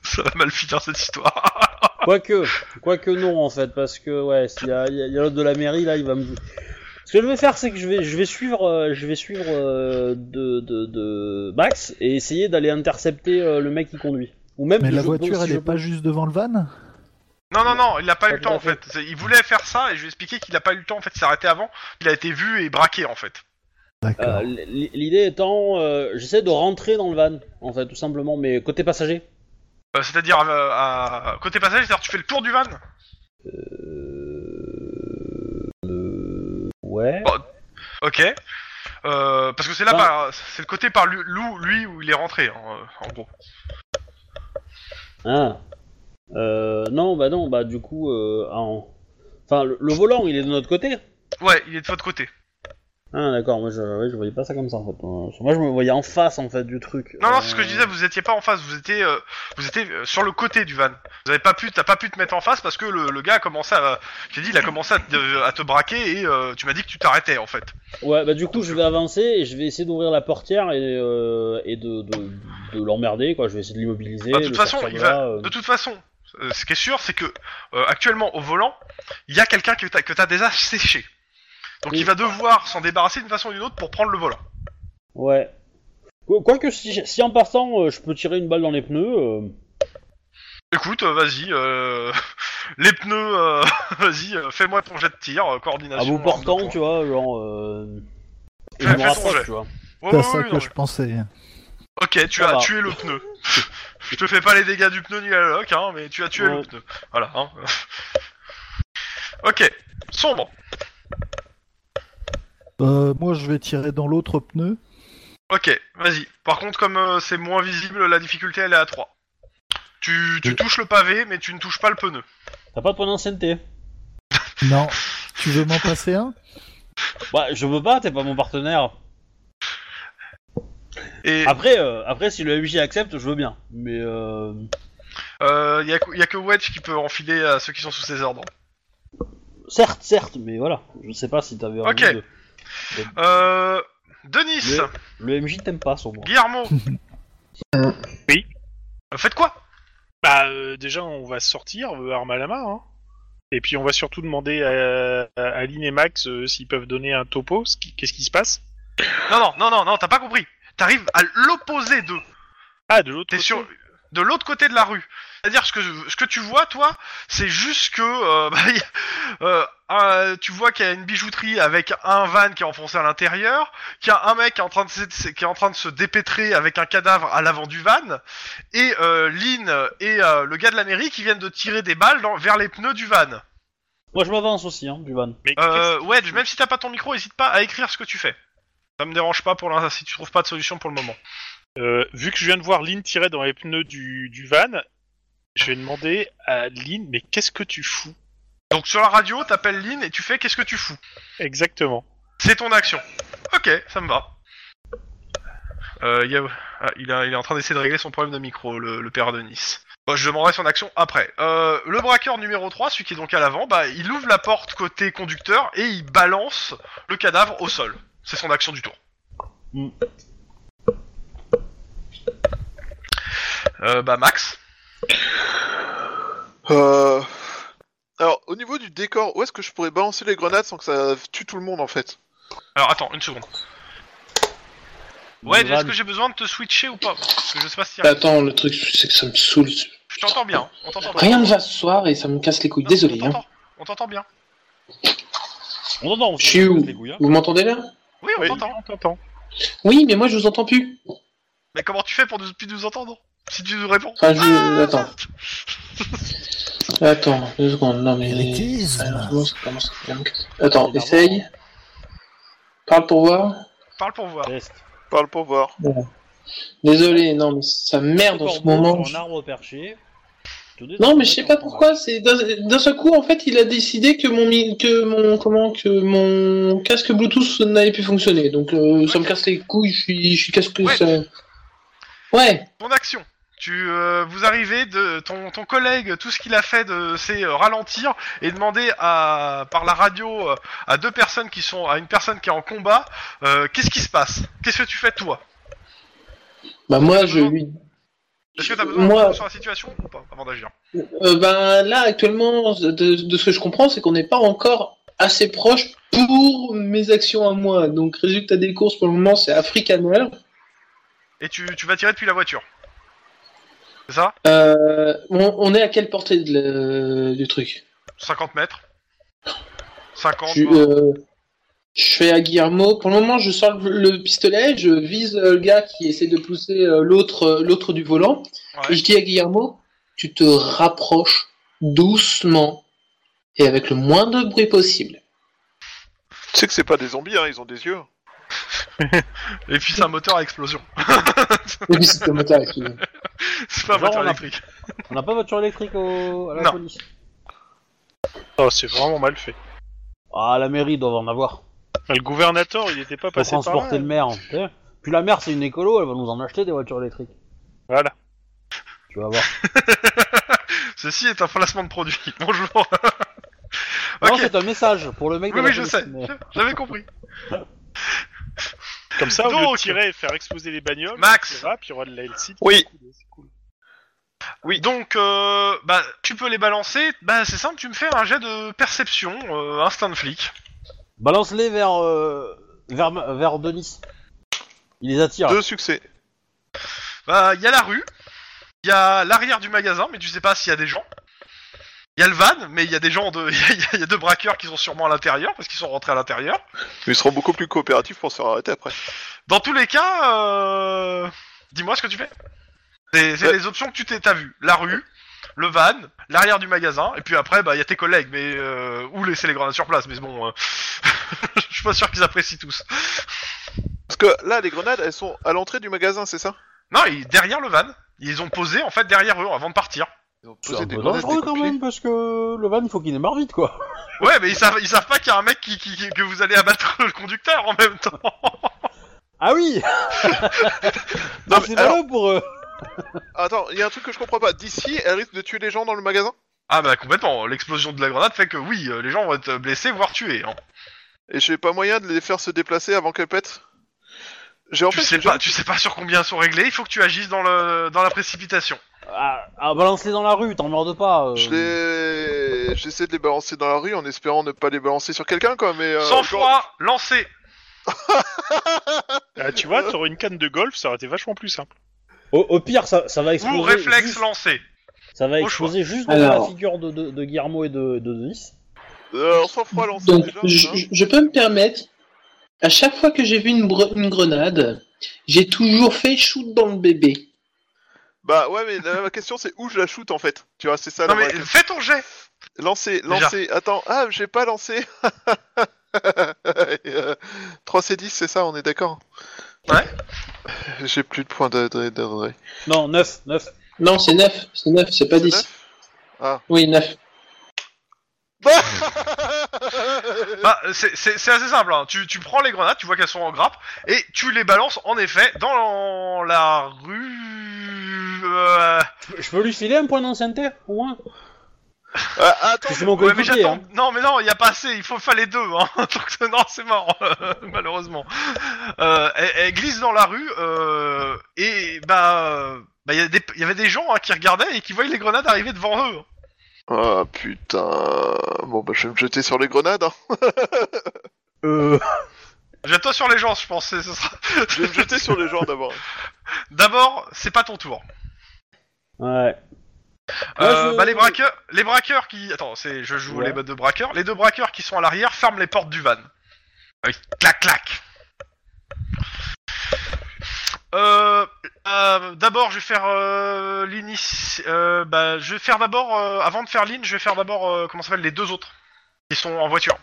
Speaker 2: Ça va mal finir cette histoire.
Speaker 1: Quoique, quoique non en fait, parce que ouais, s'il y a, il y a- il y a l'autre de la mairie là, il va me. Ce que je vais faire, c'est que je vais, je vais suivre, euh, je vais suivre euh, de, de, de Max et essayer d'aller intercepter euh, le mec qui conduit. Ou même.
Speaker 6: Mais
Speaker 1: je-
Speaker 6: la voiture,
Speaker 1: si
Speaker 6: elle
Speaker 1: je
Speaker 6: est pas juste devant le van
Speaker 2: Non, non, non, il n'a pas eu
Speaker 1: Pas
Speaker 2: le temps en
Speaker 1: tout à fait.
Speaker 2: fait. C'est- Il voulait faire ça et je lui ai expliqué qu'il n'a pas eu le temps en fait de s'arrêter avant. Il a été vu et braqué en fait.
Speaker 6: D'accord.
Speaker 1: Euh, l- l- L'idée étant, euh, j'essaie de rentrer dans le van, en fait, tout simplement, mais côté passager.
Speaker 2: Euh, c'est-à-dire euh, à côté passager, c'est-à-dire tu fais le tour du van.
Speaker 1: Euh, Ouais.
Speaker 2: Ok. Euh, parce que c'est là,
Speaker 1: Ah.
Speaker 2: par- c'est le côté par lui, Lou- lui où il est rentré, hein, euh, en gros.
Speaker 1: Ah. Euh, non, bah non, bah du coup, euh, en- enfin, le, le volant, il est de notre côté.
Speaker 2: Ouais, il est de votre côté.
Speaker 1: Ah d'accord, moi je, ouais, je voyais pas ça comme ça en fait. Euh, moi je me voyais en face en fait du truc.
Speaker 2: Non,
Speaker 1: Euh,
Speaker 2: non, c'est ce que je disais, vous étiez pas en face, vous étiez, euh, vous étiez euh, sur le côté du van. Vous avez pas pu, t'as pas pu te mettre en face parce que le, le gars a commencé à, j'ai dit, il a commencé à te, à te braquer et euh, tu m'as dit que tu t'arrêtais en fait.
Speaker 1: Ouais, bah du coup je vais avancer et je vais essayer d'ouvrir la portière et, euh, et de, de, de l'emmerder quoi. Je vais essayer de l'immobiliser.
Speaker 2: Bah, de
Speaker 1: le
Speaker 2: toute façon,
Speaker 1: sortir de
Speaker 2: il va-
Speaker 1: là, euh.
Speaker 2: De toute façon, euh, ce qui est sûr, c'est que euh, actuellement au volant, il y a quelqu'un que t'as, que t'as déjà séché. Donc
Speaker 1: Oui.
Speaker 2: il va devoir s'en débarrasser d'une façon ou d'une autre pour prendre le volant.
Speaker 1: Ouais. Quoi- Quoique si, si en partant euh, je peux tirer une balle dans les pneus. euh,
Speaker 2: Écoute, euh, vas-y, euh, les pneus, euh, vas-y, euh, fais-moi ton jet de tir, euh,
Speaker 1: à
Speaker 2: coordination.
Speaker 1: bout
Speaker 2: arme de
Speaker 1: Ah, portant,
Speaker 2: poing.
Speaker 1: tu vois, genre. Euh... et
Speaker 2: Fais-
Speaker 1: je me
Speaker 2: fais ton
Speaker 1: rapproche,
Speaker 2: jet.
Speaker 1: tu vois.
Speaker 2: Ouais,
Speaker 6: C'est
Speaker 2: ouais,
Speaker 6: ça
Speaker 2: ouais,
Speaker 6: que
Speaker 2: non,
Speaker 6: je pensais.
Speaker 2: Ok, tu
Speaker 1: Ça
Speaker 2: as
Speaker 1: va.
Speaker 2: tué le pneu. Je te fais pas les dégâts du pneu ni la loc, hein, mais tu as tué
Speaker 1: Ouais.
Speaker 2: le pneu. Voilà. Hein. ok, sombre.
Speaker 6: Euh, moi, je vais tirer dans l'autre pneu.
Speaker 2: Ok, vas-y. Par contre, comme euh, c'est moins visible, la difficulté elle est à 3. Tu, tu touches le pavé, mais tu ne touches pas le pneu.
Speaker 1: T'as pas de point d'ancienneté.
Speaker 6: Non. tu veux m'en passer un
Speaker 1: Bah je veux pas, t'es pas mon partenaire.
Speaker 2: Et
Speaker 1: Après, euh, après si le MJ accepte, je veux bien. Mais euh...
Speaker 2: euh, y, a, que- y a que Wedge qui peut enfiler à ceux qui sont sous ses ordres.
Speaker 1: certes, certes, mais voilà, je sais pas si t'avais envie
Speaker 2: Ok.
Speaker 1: de.
Speaker 2: Euh, Denis,
Speaker 1: Mais- Le MJ t'aime pas, son moi.
Speaker 2: Guillermo.
Speaker 4: Oui.
Speaker 2: Euh, Faites quoi
Speaker 4: Bah euh, déjà on va sortir, euh, arme à la main. hein. Et puis on va surtout demander à, à Aline et Max euh, s'ils peuvent donner un topo, ce qui- qu'est-ce qui se passe
Speaker 2: Non, non, non, non, non, t'as pas compris. T'arrives à l'opposé d'eux.
Speaker 4: Ah de l'autre
Speaker 2: T'es
Speaker 4: côté.
Speaker 2: sur de l'autre côté de la rue. C'est-à-dire ce que ce que tu vois toi, c'est juste que euh, bah, y a- euh, un- tu vois qu'il y a une bijouterie avec un van qui est enfoncé à l'intérieur, qu'il y a un mec qui est en train de se, qui est en train de se dépêtrer avec un cadavre à l'avant du van, et euh, Lynn et euh, le gars de la mairie qui viennent de tirer des balles dans- vers les pneus du van.
Speaker 1: Moi je m'avance aussi, hein, du van.
Speaker 4: Mais
Speaker 2: Euh, Wedge, même si t'as pas ton micro, hésite pas à écrire ce que tu fais. Ça me dérange pas pour l'instant si tu trouves pas de solution pour le moment.
Speaker 4: Euh, vu que je viens de voir Lynn tirer dans les pneus du, du van, je vais demander à Lynn, mais qu'est-ce que tu fous
Speaker 2: Donc sur la radio, t'appelles Lynn et tu fais qu'est-ce que tu fous
Speaker 4: Exactement.
Speaker 2: C'est ton action. Ok, ça me va. Euh, il y a- ah, il, a- il est en train d'essayer de régler son problème de micro, le, le père de Nice. Bon, je demanderai son action après. Euh, le braqueur numéro 3, celui qui est donc à l'avant, bah, il ouvre la porte côté conducteur et il balance le cadavre au sol. C'est son action du tour.
Speaker 1: Mm.
Speaker 2: Euh, bah Max,
Speaker 3: Euh... Alors, au niveau du décor, où est-ce que je pourrais balancer les grenades sans que ça tue tout le monde en fait
Speaker 2: alors attends une seconde. Ouais,
Speaker 1: Le
Speaker 2: est-ce
Speaker 1: van.
Speaker 2: que j'ai besoin de te switcher ou pas Parce que je sais pas
Speaker 7: Euh,
Speaker 2: si
Speaker 5: Bah, Attends, le truc, c'est que ça me saoule.
Speaker 2: je t'entends bien. hein. On t'entend bien.
Speaker 5: Rien ne va ce soir et ça me casse les couilles. Désolé.
Speaker 2: On
Speaker 5: hein.
Speaker 2: t'entend. On t'entend bien.
Speaker 1: On entend, on
Speaker 5: Je suis
Speaker 1: on
Speaker 5: où
Speaker 1: les couilles, hein.
Speaker 5: Vous m'entendez là
Speaker 2: Oui, on
Speaker 4: Oui,
Speaker 2: t'entend.
Speaker 4: on t'entend.
Speaker 5: Oui, mais moi je vous entends plus.
Speaker 2: Mais comment tu fais pour nous, plus nous entendre Si tu nous réponds.
Speaker 5: Enfin, je... Attends. Attends, deux secondes. Non, mais.
Speaker 6: Bêtise.
Speaker 5: Sérieusement, ça commence à me casser. Attends, essaye. Parle pour voir.
Speaker 2: Parle pour voir.
Speaker 1: Test.
Speaker 3: Parle pour voir.
Speaker 5: Désolé, non, mais ça merde en ce
Speaker 1: Corbeau
Speaker 5: moment.
Speaker 1: sur un arbre perché. te dis,
Speaker 7: Non,
Speaker 1: ça
Speaker 7: mais
Speaker 1: va
Speaker 7: je sais
Speaker 1: être
Speaker 7: pas
Speaker 1: un-
Speaker 7: pourquoi. C'est d'un d'un seul coup, en fait, il a décidé que mon mi- que mon comment que mon casque Bluetooth n'allait plus fonctionner. Donc euh, ça me casse les couilles. Je suis je suis casque.
Speaker 2: Ouais.
Speaker 7: ça- Ouais.
Speaker 2: Ton action. Tu, euh, vous arrivez de ton, ton collègue, tout ce qu'il a fait, de, c'est euh, ralentir et demander à, par la radio euh, à deux personnes qui sont, à une personne qui est en combat, euh, qu'est-ce qui se passe Qu'est-ce que tu fais toi
Speaker 7: Bah moi, je lui.
Speaker 2: Est-ce que t'as besoin
Speaker 7: Moi-
Speaker 2: d'informations sur la situation ou pas avant d'agir
Speaker 7: Euh, ben là, actuellement, de, de ce que je comprends, c'est qu'on n'est pas encore assez proche pour mes actions à moi. Donc résultat des courses pour le moment, c'est Africaner.
Speaker 2: Et tu, tu vas tirer depuis la voiture. C'est ça
Speaker 7: Euh, on, on est à quelle portée de le- du truc
Speaker 2: 50 mètres 50
Speaker 7: je, euh, je fais à Guillermo. Pour le moment, je sors le, le pistolet, je vise euh, le gars qui essaie de pousser euh, l'autre, euh, l'autre du volant.
Speaker 2: Ouais.
Speaker 7: Et je dis à Guillermo, tu te rapproches doucement et avec le moins de bruit possible.
Speaker 3: Tu sais que c'est pas des zombies, hein, ils ont des yeux.
Speaker 2: Et puis c'est un moteur à explosion.
Speaker 7: Et puis, c'est le moteur, excusez-moi.
Speaker 2: c'est pas un
Speaker 1: Genre,
Speaker 2: moteur
Speaker 1: on a-
Speaker 2: électrique.
Speaker 1: On n'a pas voiture électrique au... à la
Speaker 2: Non.
Speaker 1: police.
Speaker 4: Oh, c'est vraiment mal fait.
Speaker 1: Ah, la mairie doit en avoir.
Speaker 2: Bah,
Speaker 4: Ah, Le gouvernateur, il était pas
Speaker 1: Pour
Speaker 4: passé par là. hein.
Speaker 1: transporter le maire. tu sais. Puis la mère, c'est une écolo, elle va nous en acheter des voitures électriques.
Speaker 4: Voilà.
Speaker 1: Tu vas voir.
Speaker 2: Ceci est un placement de produit. Bonjour.
Speaker 1: Non,
Speaker 2: ok,
Speaker 1: c'est un message pour le mec. de
Speaker 2: oui,
Speaker 1: la
Speaker 2: oui, je
Speaker 1: police,
Speaker 2: sais.
Speaker 1: mais- euh,
Speaker 2: J'avais compris.
Speaker 4: Comme ça, au lieu de
Speaker 2: Donc-
Speaker 4: tirer et faire exploser les bagnoles,
Speaker 2: Max.
Speaker 4: on tirera, puis il y aura de la LC.
Speaker 3: Oui.
Speaker 4: C'est cool.
Speaker 2: Oui. Donc, euh, bah, tu peux les balancer. Bah, c'est simple, tu me fais un jet de perception, euh, instinct de flic.
Speaker 1: Balance-les vers, euh, vers, vers Denis. Il les attire.
Speaker 3: Deux succès.
Speaker 2: Bah, il y a la rue, il y a l'arrière du magasin, mais tu sais pas s'il y a des gens. Il y a le van, mais il y a des gens de, il y a- il y, a deux braqueurs qui sont sûrement à l'intérieur parce qu'ils sont rentrés à l'intérieur.
Speaker 3: Ils seront beaucoup plus coopératifs pour se faire arrêter après.
Speaker 2: Dans tous les cas, euh, dis-moi ce que tu fais. C'est c'est
Speaker 3: Euh.
Speaker 2: les options que tu t'es t'as vu. La rue, le van, l'arrière du magasin, et puis après, bah, il y a tes collègues, mais euh, ou laisser les grenades sur place. Mais bon, euh, je suis pas sûr qu'ils apprécient tous.
Speaker 3: Parce que là, les grenades, elles sont à l'entrée du magasin, c'est ça
Speaker 2: Non, ils- derrière le van. Ils ont posé en fait derrière eux avant de partir.
Speaker 3: Ils ont
Speaker 1: C'est
Speaker 3: posé
Speaker 1: un
Speaker 3: des
Speaker 1: peu
Speaker 3: grenades
Speaker 1: dangereux quand
Speaker 3: découpées.
Speaker 1: même parce que le van il faut qu'il démarre vite quoi.
Speaker 2: Ouais, mais ils savent, ils savent pas qu'il y a un mec qui, qui- qui- que vous allez abattre le conducteur en même temps.
Speaker 1: Ah oui
Speaker 3: Non,
Speaker 1: Ah,
Speaker 3: mais
Speaker 1: C'est
Speaker 3: alors-
Speaker 1: malheureux pour eux
Speaker 3: Attends, il y a un truc que je comprends pas. D'ici, elle risque de tuer les gens dans le magasin
Speaker 2: Ah bah complètement. L'explosion de la grenade fait que oui, euh, les gens vont être blessés voire tués. Hein.
Speaker 3: Et j'ai pas moyen de les faire se déplacer avant qu'elle pète J'ai en
Speaker 2: Tu
Speaker 3: fait,
Speaker 2: sais
Speaker 3: j'ai-
Speaker 2: pas, tu sais pas sur combien ils sont réglés. Il faut que tu agisses dans le dans la précipitation.
Speaker 1: ah, ah, balance-les dans la rue, t'en meurs de pas. euh.
Speaker 3: je les- J'essaie de les balancer dans la rue en espérant ne pas les balancer sur quelqu'un, quoi, mais... euh,
Speaker 2: Sans
Speaker 3: genre-
Speaker 2: froid, lancé.
Speaker 4: Ah, tu vois, t'aurais une canne de golf, ça aurait été vachement plus simple.
Speaker 1: Au, au pire, ça, ça va exploser.
Speaker 2: Ou réflexe
Speaker 1: juste-
Speaker 2: lancé.
Speaker 1: Ça va
Speaker 2: Au
Speaker 1: exploser juste dans
Speaker 7: Alors.
Speaker 1: la figure de, de, de Guillermo et de, de Denis.
Speaker 3: Euh, alors, sans froid, lancé,
Speaker 7: Donc,
Speaker 3: déjà,
Speaker 7: je,
Speaker 3: hein.
Speaker 7: je- je peux me permettre, à chaque fois que j'ai vu une, bre- une grenade, j'ai toujours fait shoot dans le bébé.
Speaker 3: Bah ouais, mais la, la question, c'est où je la shoot, en fait Tu vois, c'est ça,
Speaker 2: Non
Speaker 3: la
Speaker 2: mais
Speaker 3: vraie question.
Speaker 2: fais ton jet.
Speaker 3: Lancer, lancer, attends, ah, j'ai pas lancé Et, euh, 3 C10, c'est ça, on est d'accord
Speaker 2: Ouais.
Speaker 3: J'ai plus de points d'adresse. d'adresse.
Speaker 1: Non, 9, 9.
Speaker 7: Non, c'est 9, c'est 9, c'est pas
Speaker 3: C'est
Speaker 7: 10.
Speaker 3: neuf Ah.
Speaker 7: Oui, 9.
Speaker 2: Bah, c'est c'est- c'est assez simple. hein. Tu, tu prends les grenades, tu vois qu'elles sont en grappe, et tu les balances en effet dans la rue. euh,
Speaker 1: Je peux lui filer un point d'ancienneté, au moins
Speaker 3: Ah, attends,
Speaker 1: Parce que C'est mon
Speaker 2: ouais, mais
Speaker 1: coéquipier,
Speaker 2: j'attends.
Speaker 1: hein.
Speaker 2: Non, mais non, il y a pas assez. Il faut fallait deux. Hein. Donc, non, c'est mort, malheureusement. Euh, elle, elle glisse dans la rue euh, et bah, euh, bah, il y, a des- il y avait des gens hein, qui regardaient et qui voyaient les grenades arriver devant eux.
Speaker 3: Ah putain. Bon bah je vais me jeter sur les grenades. Hein.
Speaker 1: Euh...
Speaker 2: Jette-toi sur les gens, je pense. c'est- ce sera-
Speaker 3: Je vais me jeter sur les gens d'abord.
Speaker 2: D'abord, c'est pas ton tour.
Speaker 1: Ouais.
Speaker 2: Euh,
Speaker 1: je-
Speaker 2: bah, les braqueurs, les braqueurs qui, attends, c'est, je joue
Speaker 1: Ouais.
Speaker 2: les bottes de braqueurs. Les deux braqueurs qui sont à l'arrière ferment les portes du van. Ah oui, clac, clac. Euh, euh, d'abord, je vais faire euh, l'initie- euh, bah, je vais faire d'abord, euh, avant de faire l'in, je vais faire d'abord, euh, comment ça s'appelle, les deux autres qui sont en voiture.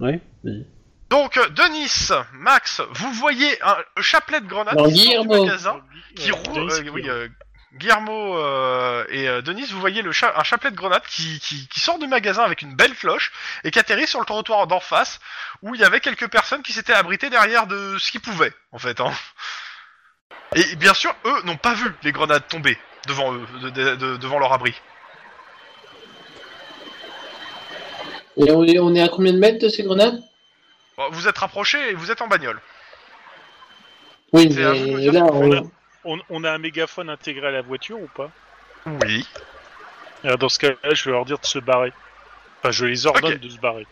Speaker 1: Oui, vas-y.
Speaker 2: Donc, euh, Denis, Max, vous voyez un chapelet de grenades
Speaker 7: Non,
Speaker 2: qui sort du
Speaker 7: Guillermo.
Speaker 2: magasin, qui
Speaker 4: Euh,
Speaker 2: roule,
Speaker 4: Denis,
Speaker 2: euh, oui, euh, Guillermo euh, et euh, Denis, vous voyez le cha- un chapelet de grenades qui, qui- qui sort du magasin avec une belle cloche et qui atterrit sur le trottoir d'en face où il y avait quelques personnes qui s'étaient abritées derrière de ce qu'ils pouvaient, en fait. hein. Et bien sûr, eux n'ont pas vu les grenades tomber devant eux, de- de- de- devant leur abri.
Speaker 7: Et on est, on est à combien de mètres de ces grenades
Speaker 2: Bon, Vous êtes rapprochés et vous êtes en bagnole.
Speaker 7: Oui,
Speaker 2: C'est à vous de me
Speaker 7: mais
Speaker 2: dire
Speaker 7: là,
Speaker 2: ce qu'on fait
Speaker 4: là.
Speaker 7: on...
Speaker 4: On, on a un mégaphone intégré à la voiture ou pas
Speaker 2: Oui.
Speaker 4: Alors, Dans ce cas-là, je vais leur dire de se barrer. Enfin, je les ordonne
Speaker 2: Ok.
Speaker 4: de se barrer.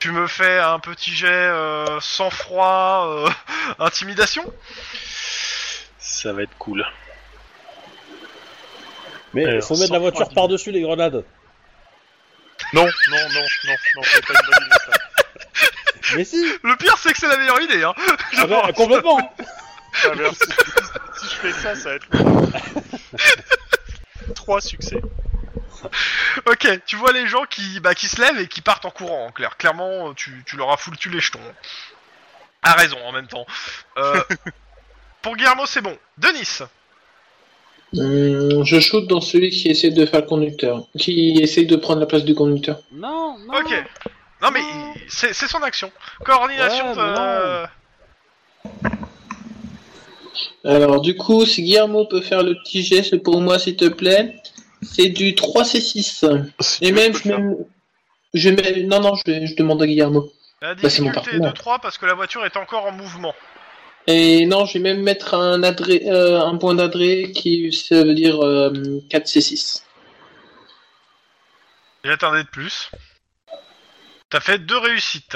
Speaker 2: Tu me fais un petit jet euh, sang-froid, euh, intimidation
Speaker 4: Ça va être cool.
Speaker 1: Mais
Speaker 2: Euh,
Speaker 4: Alors,
Speaker 1: faut mettre la voiture
Speaker 4: 130.
Speaker 1: par-dessus les grenades.
Speaker 4: Non, non, non, non, non, c'est pas une bonne idée, ça.
Speaker 1: Mais si
Speaker 2: Le pire, c'est que c'est la meilleure idée, hein
Speaker 1: ah bah, Complètement
Speaker 4: Ah, merde. si je fais ça, ça va être. Trois succès.
Speaker 2: Ok, tu vois les gens qui, bah, qui se lèvent et qui partent en courant, en clair. Clairement, tu, tu leur as foutu les jetons. À raison, en même temps. Euh, pour Guillermo, c'est bon. Denis
Speaker 7: Hum, je shoot dans celui qui essaie de faire le conducteur, qui essaie de prendre la place du conducteur.
Speaker 1: Non, non
Speaker 2: Ok. Non, mais
Speaker 1: Non.
Speaker 2: il- c'est c'est son action. Coordination
Speaker 1: Ouais,
Speaker 2: de... euh,
Speaker 1: mais non.
Speaker 7: Alors du coup, si Guillermo peut faire le petit geste pour moi, s'il te plaît, c'est du 3C6.
Speaker 3: Si
Speaker 7: Et
Speaker 3: tu veux,
Speaker 7: même,
Speaker 3: peux
Speaker 7: je
Speaker 3: le faire.
Speaker 7: mets... Je mets... Non, non, je, je demande à Guillermo.
Speaker 2: La
Speaker 7: Bah, c'est
Speaker 2: difficulté
Speaker 7: mon
Speaker 2: est
Speaker 7: partenaire.
Speaker 2: de 3 parce que la voiture est encore en mouvement.
Speaker 7: Et non, je vais même mettre un, adré... euh, un point d'adré qui ça veut dire euh, 4C6.
Speaker 2: J'ai attendé de plus. T'as fait deux réussites.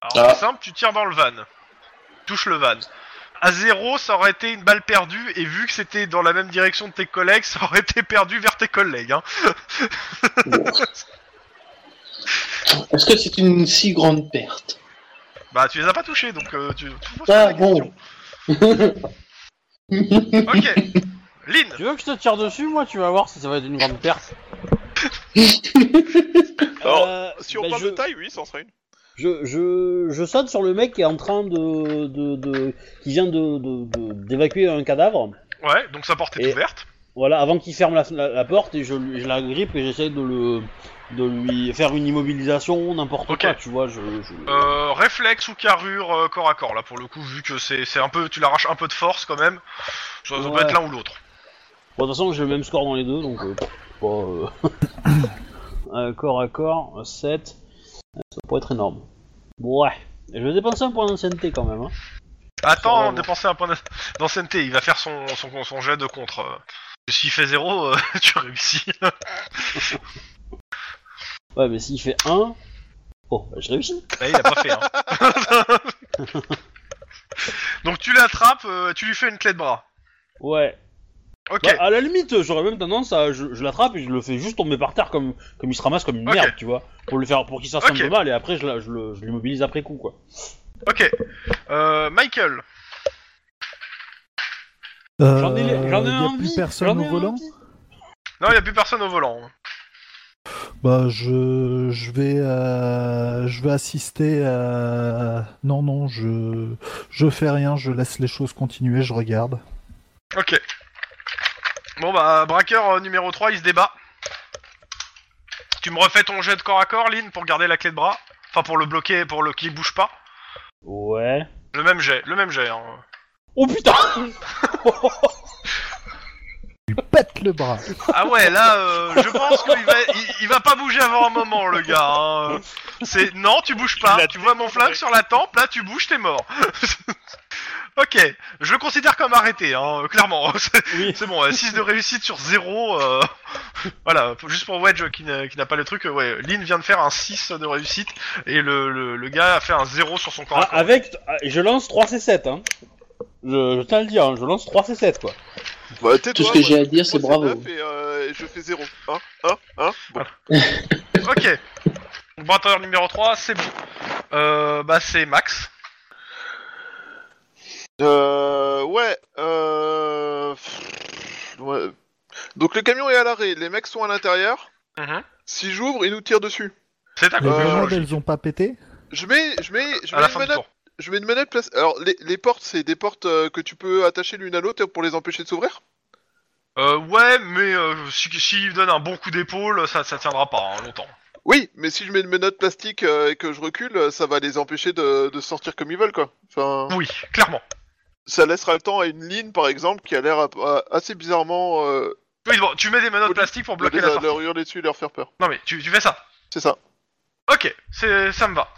Speaker 2: Alors,
Speaker 7: Ah.
Speaker 2: c'est simple, tu tires dans le van. Touche le van. À zéro, ça aurait été une balle perdue, et vu que c'était dans la même direction de tes collègues, ça aurait été perdu vers tes collègues. Hein.
Speaker 7: Est-ce que c'est une si grande perte
Speaker 2: Bah, tu les as pas touchés, donc euh, tu, tu poses pas
Speaker 7: Ah
Speaker 2: la
Speaker 7: bon
Speaker 2: question. Ok. Lynn,
Speaker 1: Tu veux que je te tire dessus, moi Tu vas voir si ça va être une grande perte.
Speaker 3: Alors,
Speaker 1: Euh,
Speaker 3: Si on
Speaker 1: bah,
Speaker 3: parle
Speaker 1: je,
Speaker 3: de taille, oui, ça en serait une.
Speaker 1: je, je, je saute sur le mec qui est en train de. de, de qui vient de, de- de- d'évacuer un cadavre.
Speaker 2: ouais, donc sa porte est
Speaker 1: Et-
Speaker 2: ouverte.
Speaker 1: Voilà, avant qu'il ferme la, la- la porte et je, lui- je la grippe et j'essaie de le. de lui faire une immobilisation, n'importe
Speaker 2: Ok.
Speaker 1: quoi, tu vois. Je, je...
Speaker 2: Euh, réflexe ou carrure euh, corps à corps, là, pour le coup, vu que c'est c'est un peu, tu l'arraches un peu de force quand même. Ça, ça
Speaker 1: Ouais.
Speaker 2: peut être l'un ou l'autre.
Speaker 1: Bon, de toute façon, j'ai le même score dans les deux, donc. euh, bon, euh, euh, corps à corps, 7. Ça pourrait être énorme. Ouais. Je vais dépenser un point d'ancienneté quand même. Hein. Ça va,
Speaker 2: Attends, hein,
Speaker 1: bon.
Speaker 2: dépenser un point d'an- d'ancienneté, il va faire son, son, son jet de contre. euh. S'il fait 0, tu réussis.
Speaker 1: Ouais, mais s'il fait 1. Oh, bah, je réussis.
Speaker 2: Là, il a pas fait. hein. Donc tu l'attrapes, euh, tu lui fais une clé de bras.
Speaker 1: Ouais.
Speaker 2: Ok,
Speaker 1: Bah, à la limite, j'aurais même tendance à. Je, je l'attrape et je le fais juste tomber par terre comme, comme il se ramasse comme une
Speaker 2: Ok.
Speaker 1: merde, tu vois. Pour, le faire, pour qu'il se fasse
Speaker 2: Ok.
Speaker 1: un peu mal et après, je, la- je, le- je l'immobilise après coup, quoi.
Speaker 2: ok. Euh, Michael,
Speaker 1: J'en ai,
Speaker 6: Euh,
Speaker 1: j'en ai
Speaker 6: y a
Speaker 1: envie.
Speaker 6: plus personne
Speaker 1: j'en ai
Speaker 6: au volant
Speaker 1: envie.
Speaker 2: non, il n'y a plus personne au volant. hein.
Speaker 6: Bah, je, je vais, euh, je vais assister. euh, Non, non, je, je fais rien. Je laisse les choses continuer. Je regarde.
Speaker 2: Ok. Bon bah, braqueur euh, numéro 3, il se débat. Tu me refais ton jet de corps à corps, Lynn, pour garder la clé de bras. Enfin, pour le bloquer, pour le qu'il bouge pas.
Speaker 1: Ouais.
Speaker 2: Le même jet, le même jet. hein.
Speaker 1: Oh putain
Speaker 6: Pète le bras.
Speaker 2: Ah ouais, là, euh, je pense qu'il va, il, il va pas bouger avant un moment, le gars. hein. C'est non, tu bouges
Speaker 4: Il
Speaker 2: pas.
Speaker 4: a
Speaker 2: Tu vois mon flingue sur la tempe, là, tu bouges, t'es mort. ok, je le considère comme arrêté, hein, clairement. C'est
Speaker 1: Oui.
Speaker 2: c'est bon, 6 de réussite sur 0. voilà, pour- juste pour Wedge euh, qui n'a qui n'a pas le truc, euh, ouais, Lynn vient de faire un 6 de réussite et le, le, le gars a fait un 0 sur son corps. à
Speaker 1: Ah,
Speaker 2: corps.
Speaker 1: avec. ah, Je lance 3C7, hein. Je, je tiens à le dire, hein, je lance 3C7, quoi.
Speaker 3: Bah, tais-toi,
Speaker 7: Tout ce que
Speaker 3: moi,
Speaker 7: j'ai à
Speaker 3: je
Speaker 7: dire, c'est
Speaker 3: prends ces
Speaker 7: bravo.
Speaker 3: neuf Et, euh, et je fais 0. Hein Hein Hein Bon.
Speaker 2: Ok, Donc, braqueur numéro 3, c'est bon. Euh, bah, c'est Max.
Speaker 3: Euh, ouais. Euh... pff, ouais. Donc le camion est à l'arrêt, les mecs sont à l'intérieur.
Speaker 2: Mhm.
Speaker 3: Si j'ouvre, ils nous tirent dessus.
Speaker 2: C'est ta
Speaker 6: Les
Speaker 3: Euh,
Speaker 2: conclusion
Speaker 6: grenades,
Speaker 2: logique.
Speaker 6: elles ont pas pété.
Speaker 3: Je mets, je mets, je
Speaker 2: À
Speaker 3: mets,
Speaker 2: la
Speaker 3: une,
Speaker 2: fin du
Speaker 3: manette,
Speaker 2: tour.
Speaker 3: je mets une manette place. Alors les, les portes, c'est des portes euh, que tu peux attacher l'une à l'autre pour les empêcher de s'ouvrir
Speaker 2: Euh, ouais, mais euh, si, si il donne un bon coup d'épaule, ça, ça tiendra pas hein, longtemps.
Speaker 3: Oui, mais si je mets mes notes plastiques euh, et que je recule, euh, ça va les empêcher de, de sortir comme ils veulent, quoi. Enfin,
Speaker 2: Oui, clairement.
Speaker 3: ça laissera le temps à une ligne, par exemple, qui a l'air à- à- assez bizarrement euh,
Speaker 2: Oui, bon, tu mets des menottes
Speaker 3: Oui,
Speaker 2: plastiques pour
Speaker 3: de
Speaker 2: bloquer la
Speaker 3: les-
Speaker 2: sortie.
Speaker 3: leur hurler dessus, leur faire peur.
Speaker 2: Non mais tu, tu fais ça.
Speaker 3: C'est ça.
Speaker 2: Ok, c'est ça me va.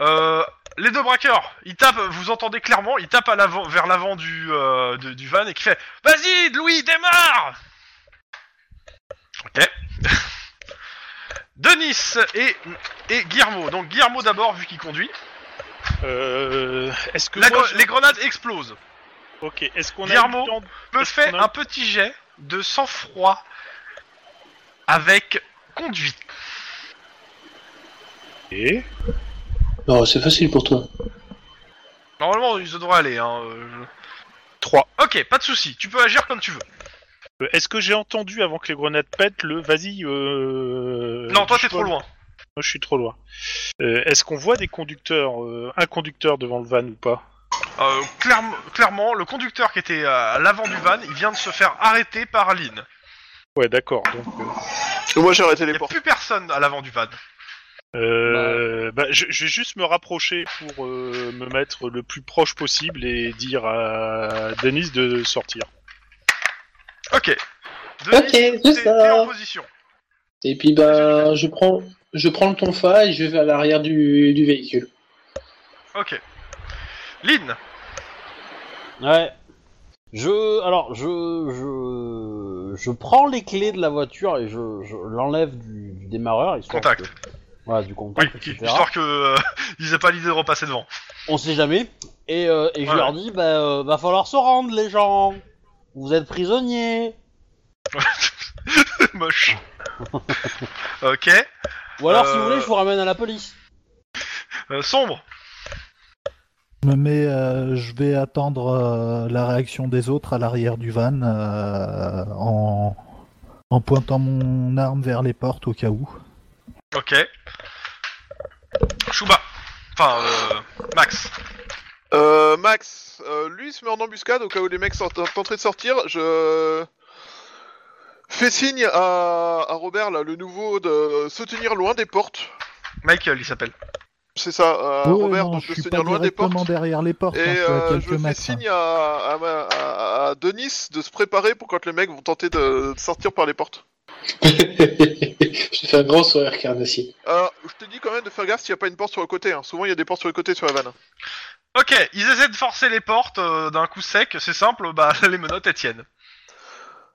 Speaker 2: Euh, les deux braqueurs, ils tapent, vous entendez clairement, ils tapent à l'avant, vers l'avant du, euh, de- du van et qui fait Vas-y, Louis, démarre Ok. Denis et, et Guillermo. Donc Guillermo d'abord, vu qu'il conduit.
Speaker 4: Euh, Est-ce que
Speaker 2: La
Speaker 4: moi,
Speaker 2: gre-
Speaker 4: je-
Speaker 2: Les grenades explosent.
Speaker 4: Ok, est-ce qu'on a eu
Speaker 2: Guillermo.
Speaker 4: le temps-
Speaker 2: Me
Speaker 4: Est-ce
Speaker 2: fait
Speaker 4: qu'on a-
Speaker 2: un petit jet de sang-froid avec conduite.
Speaker 4: Eh
Speaker 7: Non, Oh, c'est facile pour toi.
Speaker 2: Normalement, ils devraient aller. Hein. euh,
Speaker 4: Trois.
Speaker 2: Ok, pas de souci. Tu peux agir comme tu veux.
Speaker 4: Euh, Est-ce que j'ai entendu avant que les grenades pètent le vas-y euh...
Speaker 2: non, toi,
Speaker 4: je
Speaker 2: t'es
Speaker 4: sais
Speaker 2: trop
Speaker 4: pas.
Speaker 2: loin.
Speaker 4: Moi, je suis trop loin. Euh, Est-ce qu'on voit des conducteurs, euh, un conducteur devant le van ou pas
Speaker 2: Euh, clairement, clairement, le conducteur qui était euh, à l'avant du van, il vient de se faire arrêter par Lynn.
Speaker 4: Ouais, d'accord. Donc,
Speaker 3: Et moi, j'ai arrêté
Speaker 2: Il
Speaker 3: les
Speaker 2: n'y a
Speaker 3: portes.
Speaker 2: plus personne à l'avant du van.
Speaker 4: euh, bah, je, je vais juste me rapprocher pour euh, me mettre le plus proche possible et dire à Denis de sortir.
Speaker 2: Ok.
Speaker 7: Ok,
Speaker 2: Denis,
Speaker 7: je
Speaker 2: t'es- t'es en
Speaker 7: sors.
Speaker 2: position.
Speaker 7: Et puis, ben, je prends, je prends le tonfa et je vais vers l'arrière du, du véhicule.
Speaker 2: Ok. Lynn,
Speaker 1: Ouais. Je, alors, je, je, je prends les clés de la voiture et je, je l'enlève du, du démarreur. Histoire
Speaker 2: Contact.
Speaker 1: que- voilà, du
Speaker 2: oui,
Speaker 1: contact, etc.
Speaker 2: histoire que euh, ils aient pas l'idée de repasser devant.
Speaker 1: On sait jamais. Et, euh, et je
Speaker 2: Ouais.
Speaker 1: leur dis, bah, euh, va falloir se rendre, les gens. Vous êtes prisonniers.
Speaker 2: Moche. ok.
Speaker 1: Ou alors, si
Speaker 2: Euh.
Speaker 1: vous voulez, je vous ramène à la police.
Speaker 2: Euh, sombre.
Speaker 6: Je me mets, euh, je vais attendre euh, la réaction des autres à l'arrière du van euh, en, en pointant mon arme vers les portes au cas où.
Speaker 2: Ok. Chouba. Enfin, euh, Max.
Speaker 3: Euh, Max, euh, lui, il se met en embuscade au cas où les mecs sont en- tentés de sortir. Je fais signe à, à Robert, là, le nouveau, de se tenir loin des portes.
Speaker 2: Michael, il s'appelle.
Speaker 3: C'est ça, euh,
Speaker 6: Ouais,
Speaker 3: Robert,
Speaker 6: Oh, non,
Speaker 3: donc
Speaker 6: je
Speaker 3: de
Speaker 6: suis
Speaker 3: se
Speaker 6: pas
Speaker 3: tenir loin des portes.
Speaker 6: directement derrière les portes,
Speaker 3: Et
Speaker 6: hein, je suis à
Speaker 3: euh,
Speaker 6: quelques hein.
Speaker 3: je fais
Speaker 6: mètres.
Speaker 3: signe à, à, ma- à- à Denis de se préparer pour quand les mecs vont tenter de, de sortir par les portes.
Speaker 7: je te fais un grand sourire carnassier.
Speaker 3: Euh, je te dis quand même de faire gaffe s'il n'y a pas une porte sur le côté. hein. Souvent, il y a des portes sur le côté sur la vanne.
Speaker 2: Ok, ils essaient de forcer les portes euh, d'un coup sec. C'est simple, bah les menottes elles tiennent.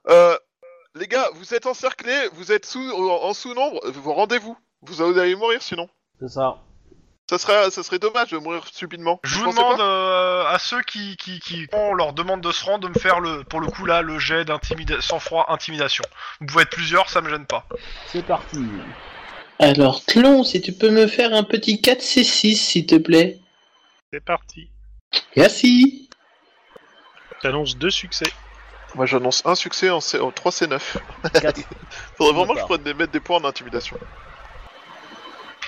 Speaker 3: Euh, les gars, vous êtes encerclés, vous êtes sous, en, en sous-nombre, vous rendez-vous. Vous allez mourir sinon.
Speaker 1: C'est ça.
Speaker 3: Ça serait, ça serait dommage de mourir subitement.
Speaker 2: Je vous
Speaker 3: pensez
Speaker 2: demande
Speaker 3: pas
Speaker 2: euh, à ceux qui, qui, qui on leur demande de se rendre de me faire le pour le coup là le jet d'intimidation sans froid intimidation. Vous pouvez être plusieurs, ça me gêne pas.
Speaker 1: C'est parti.
Speaker 7: Alors, Clon, si tu peux me faire un petit 4C6, s'il te plaît.
Speaker 4: C'est parti.
Speaker 7: Merci.
Speaker 4: T'annonces deux succès.
Speaker 3: Moi, j'annonce un succès en, C- en 3 C9.
Speaker 1: Quatre.
Speaker 3: Faudrait vraiment que je
Speaker 1: D'accord.
Speaker 3: prenne des, mettre des points d'intimidation.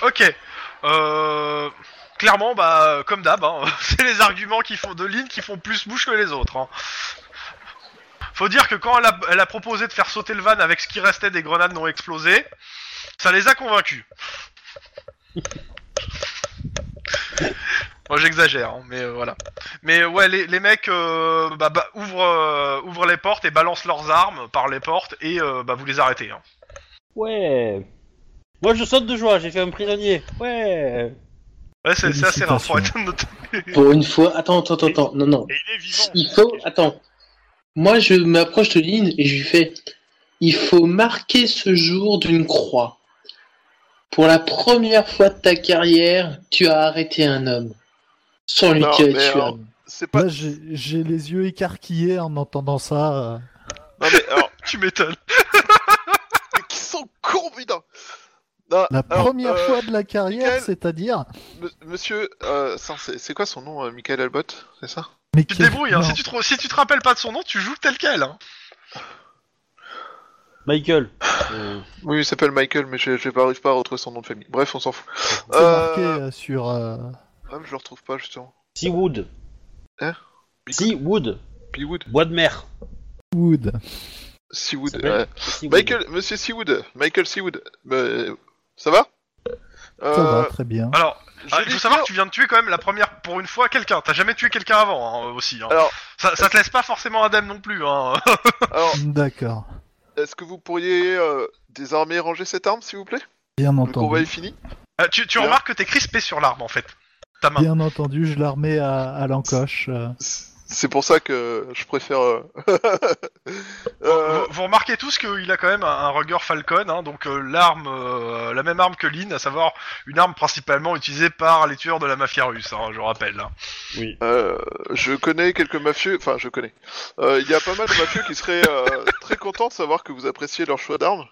Speaker 2: Ok. Euh, clairement, bah comme d'hab, hein, c'est les arguments qui font de Lynn qui font plus bouche que les autres. hein. Faut dire que quand elle a, elle a proposé de faire sauter le van avec ce qui restait des grenades non explosées, ça les a convaincus. Moi j'exagère, hein, mais euh, voilà. Mais ouais, les, les mecs euh, bah, bah, ouvrent, euh, ouvrent les portes et balancent leurs armes par les portes et euh, bah, vous les arrêtez. hein.
Speaker 1: Ouais. Moi, je saute de joie. J'ai fait un prisonnier. Ouais.
Speaker 2: Ouais, c'est c'est assez rare, faut arrêter
Speaker 6: Félicitations.
Speaker 2: de noter.
Speaker 7: Pour une fois, attends, attends, attends, attends. non, non.
Speaker 4: Et il est vivant.
Speaker 7: Il faut, attends. Moi, je m'approche de Lynn et je lui fais Il faut marquer ce jour d'une croix. Pour la première fois de ta carrière, tu as arrêté un homme. Sans lui
Speaker 3: Non,
Speaker 7: tirer
Speaker 3: mais
Speaker 7: dessus.
Speaker 3: alors-
Speaker 7: hein.
Speaker 3: C'est pas.
Speaker 6: Là, j'ai j'ai les yeux écarquillés en entendant ça. euh.
Speaker 3: Non, mais alors,
Speaker 2: Tu m'étonnes.
Speaker 3: mais qui sont cons, putain Non,
Speaker 6: La
Speaker 3: alors,
Speaker 6: première
Speaker 3: euh,
Speaker 6: fois de la carrière,
Speaker 3: Michael-
Speaker 6: c'est-à-dire.
Speaker 3: M- Monsieur, euh, ça, c'est c'est quoi son nom, euh, Michael Albot C'est ça
Speaker 6: Mais
Speaker 2: Tu te
Speaker 6: quel-
Speaker 2: débrouilles, hein.
Speaker 6: non.
Speaker 2: si, tu te, si tu te rappelles pas de son nom, tu joues tel quel. Hein.
Speaker 1: Michael. Euh,
Speaker 3: Oui, il s'appelle Michael, mais je n'arrive pas à retrouver son nom de famille. Bref, on s'en fout.
Speaker 6: C'est marqué
Speaker 3: Euh,
Speaker 6: euh, sur. euh,
Speaker 3: ah, mais je le retrouve pas, justement.
Speaker 1: Seawood.
Speaker 3: Hein
Speaker 1: Seawood.
Speaker 3: Piwood
Speaker 1: Bois de mer.
Speaker 6: Wood.
Speaker 3: Seawood.
Speaker 1: s'appelle
Speaker 3: ouais.
Speaker 1: Seawood.
Speaker 3: Michael, Monsieur Seawood, Michael Seawood, euh, ça va
Speaker 6: Ça va,
Speaker 3: Euh,
Speaker 6: très bien.
Speaker 2: Alors,
Speaker 3: je
Speaker 2: ah, il
Speaker 3: déclare-
Speaker 2: faut savoir que tu viens de tuer quand même la première, pour une fois, quelqu'un. T'as jamais tué quelqu'un avant, hein, aussi. hein.
Speaker 3: Alors-
Speaker 2: ça, ça te laisse pas forcément indemne non plus. Hein.
Speaker 3: Alors,
Speaker 6: D'accord.
Speaker 3: est-ce que vous pourriez euh, désarmer et ranger cette arme, s'il vous plaît
Speaker 6: Bien
Speaker 3: Le combat est
Speaker 6: entendu.
Speaker 3: fini.
Speaker 2: Euh, tu tu
Speaker 3: Bien.
Speaker 2: remarques que t'es crispé sur l'arme, en fait. Ta main.
Speaker 6: Bien entendu, je la remets à, à l'encoche. euh.
Speaker 3: C'est pour ça que je préfère. euh, euh,
Speaker 2: Vous, vous remarquez tous qu'il a quand même un, un Ruger Falcon, hein, donc euh, l'arme, euh, la même arme que Lynn, à savoir une arme principalement utilisée par les tueurs de la mafia russe, hein, je rappelle. hein.
Speaker 3: Euh, je connais quelques mafieux, enfin je connais. Euh, Il y a pas mal de mafieux qui seraient euh, très contents de savoir que vous appréciez leur choix d'armes,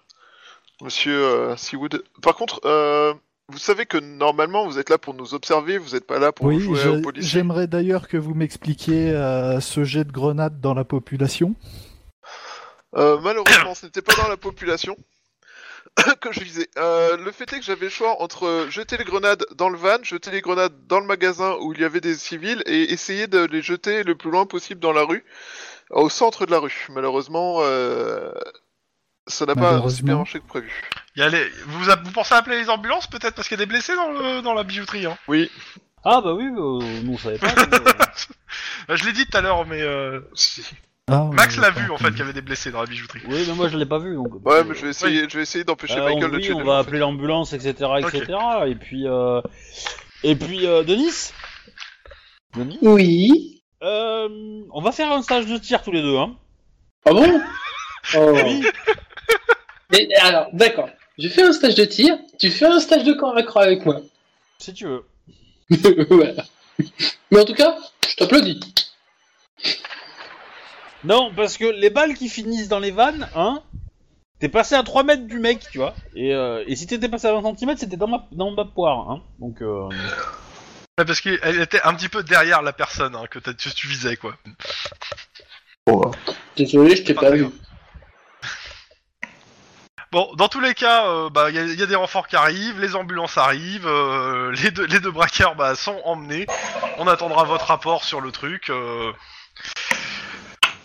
Speaker 3: Monsieur euh, Seawood. Par contre, euh, vous savez que normalement vous êtes là pour nous observer, vous n'êtes pas là pour
Speaker 6: Oui,
Speaker 3: jouer
Speaker 6: j'ai-
Speaker 3: aux policiers.
Speaker 6: j'aimerais d'ailleurs que vous m'expliquiez euh, ce jet de grenade dans la population.
Speaker 3: Euh, malheureusement, ce n'était pas dans la population que je visais. Euh, le fait est que j'avais le choix entre jeter les grenades dans le van, jeter les grenades dans le magasin où il y avait des civils et essayer de les jeter le plus loin possible dans la rue, au centre de la rue. Malheureusement, euh, ça n'a pas aussi bien
Speaker 6: Malheureusement.
Speaker 3: marché que prévu.
Speaker 2: Il y a les- vous, a- vous pensez appeler les ambulances peut-être parce qu'il y a des blessés dans, le- dans la bijouterie. Hein.
Speaker 1: Ah bah oui, euh, nous on savait pas. mais, euh,
Speaker 2: Je l'ai dit tout à l'heure, mais euh,
Speaker 6: Ah, ouais,
Speaker 2: Max
Speaker 6: j'ai
Speaker 2: l'a
Speaker 6: pas
Speaker 2: vu en
Speaker 6: entendu.
Speaker 2: fait qu'il y avait des blessés dans la bijouterie.
Speaker 1: oui, mais moi je l'ai pas vu. Donc,
Speaker 3: Ouais, mais je vais essayer, je vais essayer d'empêcher
Speaker 1: Euh,
Speaker 3: Michael
Speaker 1: on,
Speaker 3: de
Speaker 1: oui,
Speaker 3: tuer
Speaker 1: on
Speaker 3: les
Speaker 1: va
Speaker 3: gens, en fait.
Speaker 1: appeler l'ambulance, etc., etc. Et puis, euh... et puis, euh, Denis, Denis,
Speaker 7: Oui.
Speaker 1: euh, on va faire un stage de tir tous les deux, hein.
Speaker 7: Ah bon Oh.
Speaker 1: Oui.
Speaker 7: Mais alors, d'accord. Je fais un stage de tir, tu fais un stage de convaincre avec moi.
Speaker 1: Si tu veux.
Speaker 7: voilà. Mais en tout cas, je t'applaudis.
Speaker 1: Non, parce que les balles qui finissent dans les vannes, hein, t'es passé à 3 mètres du mec, tu vois. Et, euh, et si t'étais passé à 20 cm, c'était dans ma, dans ma poire, hein. Donc, euh...
Speaker 2: Ouais, Parce qu'elle était un petit peu derrière la personne hein, que, t'as- que tu visais quoi.
Speaker 7: Désolé, je t'ai
Speaker 2: Ah,
Speaker 7: pas vu.
Speaker 2: d'accord. Bon, dans tous les cas, il euh, bah, y, a- y a des renforts qui arrivent, les ambulances arrivent, euh, les, deux, les deux braqueurs bah, sont emmenés. On attendra votre rapport sur le truc. Il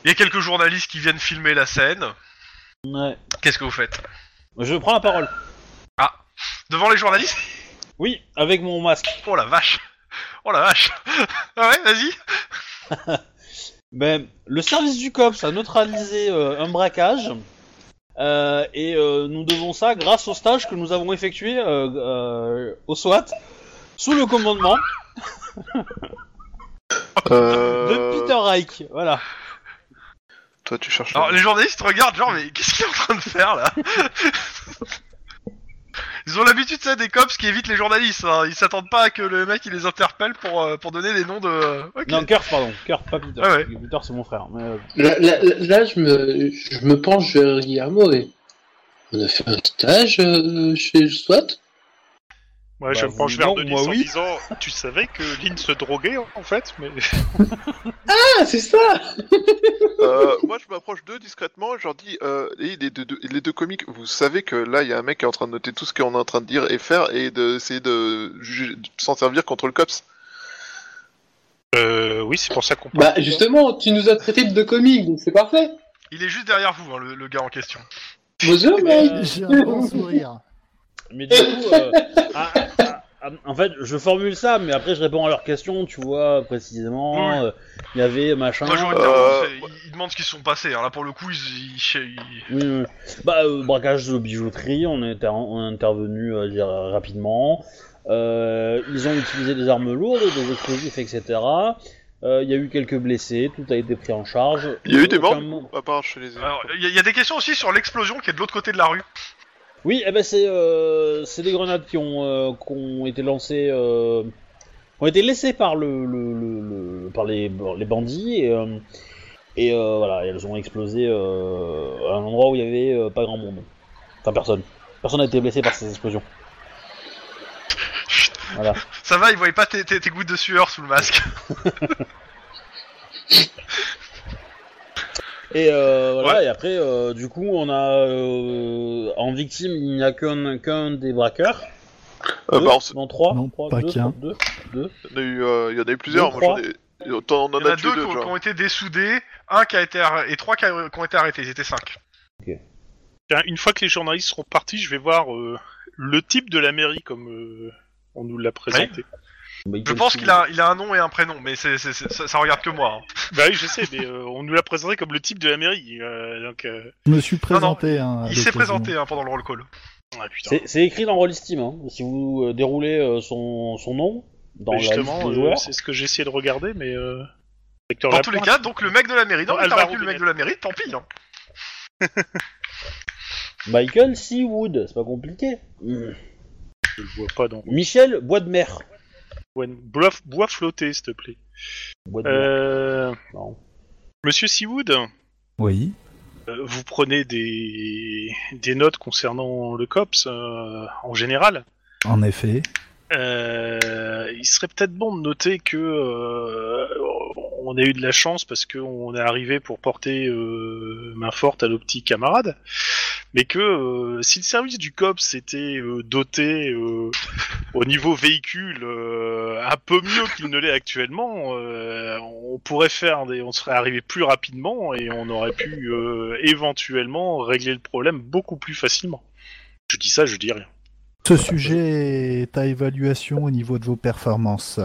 Speaker 2: y a quelques journalistes qui viennent filmer la scène.
Speaker 1: ouais.
Speaker 2: Qu'est-ce que vous faites
Speaker 1: Je prends la parole.
Speaker 2: Devant les journalistes
Speaker 1: Oui, avec mon masque.
Speaker 2: Oh la vache Oh la vache Ah ouais, vas-y
Speaker 1: Ben, le service du COPS a neutralisé euh, un braquage. euh, et euh, nous devons ça grâce au stage que nous avons effectué euh, euh, au SWAT sous le commandement de
Speaker 3: Euh,
Speaker 1: Peter Reich. Voilà.
Speaker 3: Toi, tu cherches.
Speaker 2: Alors les journalistes regardent genre mais qu'est-ce qu'il est en train de faire là Ils ont l'habitude ça des cops qui évitent les journalistes, hein. ils s'attendent pas à que le mec il les interpelle pour, euh, pour donner des noms de... Ok.
Speaker 1: Non, Kurt, pardon. Kurt, pas Peter.
Speaker 2: Ah ouais.
Speaker 1: Peter, c'est mon frère. Mais, euh,
Speaker 7: Là, là- là- là, je, me, je me penche vers Guillermo et. On a fait un stage euh, chez le SWAT
Speaker 4: Ouais, je
Speaker 1: Bah,
Speaker 4: me penche
Speaker 1: vous-
Speaker 4: vers
Speaker 1: non,
Speaker 4: Denis
Speaker 1: moi,
Speaker 4: en
Speaker 1: oui.
Speaker 4: disant Tu savais que Lynn se droguait en fait mais...
Speaker 7: Ah, c'est ça
Speaker 3: Euh, moi, je m'approche d'eux discrètement. Je leur dis, euh, et les, deux, deux- les deux comiques, vous savez que là, il y a un mec qui est en train de noter tout ce qu'on est en train de dire et faire et d'essayer de, juger- de s'en servir contre le cops.
Speaker 4: Euh, oui, c'est pour ça qu'on parle.
Speaker 7: Bah, justement, tu nous as traité de deux comiques, donc c'est parfait.
Speaker 2: Il est juste derrière vous, hein, le, le gars en question.
Speaker 7: Bonjour, mec
Speaker 6: J'ai un grand sourire.
Speaker 1: mais du coup, euh, ah, ah, ah, en fait, je formule ça, mais après, je réponds à leurs questions, tu vois, précisément.
Speaker 2: Oui.
Speaker 1: euh, Il y avait machin.
Speaker 2: Majoritairement,
Speaker 3: Euh,
Speaker 2: hein, c'est- ils- ils demandent ce qu'ils sont passés. Hein. Là, pour le coup, ils, ils- ils-
Speaker 1: Oui, oui. Bah, euh, braquage de bijouterie, on est, on est intervenu euh, je veux dire, rapidement. Euh, ils ont utilisé des armes lourdes, des explosifs, etc. Euh, Il y a eu quelques blessés, tout a été pris en charge.
Speaker 3: Il y a eu des
Speaker 1: Aucun
Speaker 3: morts
Speaker 1: mo-
Speaker 3: À part chez les.
Speaker 2: Alors, il y, a- il y a des questions aussi sur l'explosion qui est de l'autre côté de la rue.
Speaker 1: Oui, eh ben c'est euh, c'est des grenades qui ont, euh, qui ont été lancées, euh, ont été laissées par le, le- le- le- par les, les bandits et, euh, et euh, voilà, elles ont explosé euh, à un endroit où il y avait euh, pas grand monde, enfin personne. Personne n'a été blessé par ces explosions.
Speaker 2: Ça va, ils voyaient pas tes, tes- tes gouttes de sueur sous le masque.
Speaker 1: Et euh, voilà, et après, euh, du coup, on a euh, en victime, il n'y a qu'un qu'un des braqueurs.
Speaker 3: Euh,
Speaker 1: Deux
Speaker 3: bah, on s-
Speaker 1: non, trois,
Speaker 6: Non,
Speaker 1: trois,
Speaker 6: pas
Speaker 1: deux,
Speaker 6: qu'un.
Speaker 1: deux.
Speaker 3: il y en a eu, euh, il y en a eu plusieurs.
Speaker 1: Deux,
Speaker 3: Moi, j'en ai. T'en- On en
Speaker 2: Il y en
Speaker 3: a
Speaker 2: a
Speaker 3: tué
Speaker 2: deux qui
Speaker 3: bah, deux,
Speaker 2: ont, qui
Speaker 3: genre.
Speaker 2: ont été dessoudés, un qui a été arr- et trois qui, a- qui ont été arrêtés. Ils étaient cinq.
Speaker 4: Tiens, une fois que les journalistes seront partis, je vais voir euh, le type de la mairie comme euh, on nous l'a présenté.
Speaker 1: Bah, il
Speaker 2: Je
Speaker 1: peut
Speaker 2: pense
Speaker 1: le-
Speaker 2: qu'il a, il a un nom et un prénom, mais c'est, c'est- c'est- ça, ça regarde que moi. hein.
Speaker 4: Bah oui, je sais, mais euh, on nous l'a présenté comme le type de la mairie. euh, donc, euh,
Speaker 6: Je me suis
Speaker 2: non,
Speaker 6: présenté.
Speaker 7: Ah,
Speaker 6: hein, à
Speaker 2: Il s'est
Speaker 6: l'occasion.
Speaker 2: présenté hein, pendant le roll call.
Speaker 4: ah, putain.
Speaker 1: C'est c'est écrit dans Rollisteam. Hein. Si vous euh, déroulez euh, son, son nom dans
Speaker 4: Bah,
Speaker 1: la liste
Speaker 4: justement,
Speaker 1: des
Speaker 4: euh,
Speaker 1: joueurs,
Speaker 4: c'est ce que j'ai essayé de regarder, mais. Euh... Hector
Speaker 2: Dans tous les
Speaker 4: Lapointe,
Speaker 2: cas, donc le mec de la mairie, non,
Speaker 4: Bon,
Speaker 2: mais t'as
Speaker 4: Alvaro
Speaker 2: retenu le mec
Speaker 4: Bennett.
Speaker 2: de la mairie, tant pis. hein.
Speaker 1: Michael Seawood, c'est pas compliqué.
Speaker 4: Je le vois pas dans.
Speaker 1: Michel Bois de Mer.
Speaker 4: One- Bois, bois flotté, s'il te plaît.
Speaker 1: Bois de Mer,
Speaker 4: Euh,
Speaker 1: non.
Speaker 4: Monsieur Seawood,
Speaker 6: Oui.
Speaker 4: euh, vous prenez des, des notes concernant le COPS euh, en général.
Speaker 6: En effet.
Speaker 4: Euh, il serait peut-être bon de noter que euh, on a eu de la chance parce qu'on est arrivé pour porter euh, main forte à nos petits camarades, mais que euh, si le service du COPS était euh, doté euh, au niveau véhicule euh, un peu mieux qu'il ne l'est actuellement, euh, on pourrait faire des, on serait arrivé plus rapidement et on aurait pu euh, éventuellement régler le problème beaucoup plus facilement. Je dis ça, je dis rien.
Speaker 6: Ce sujet est à évaluation au niveau de vos performances.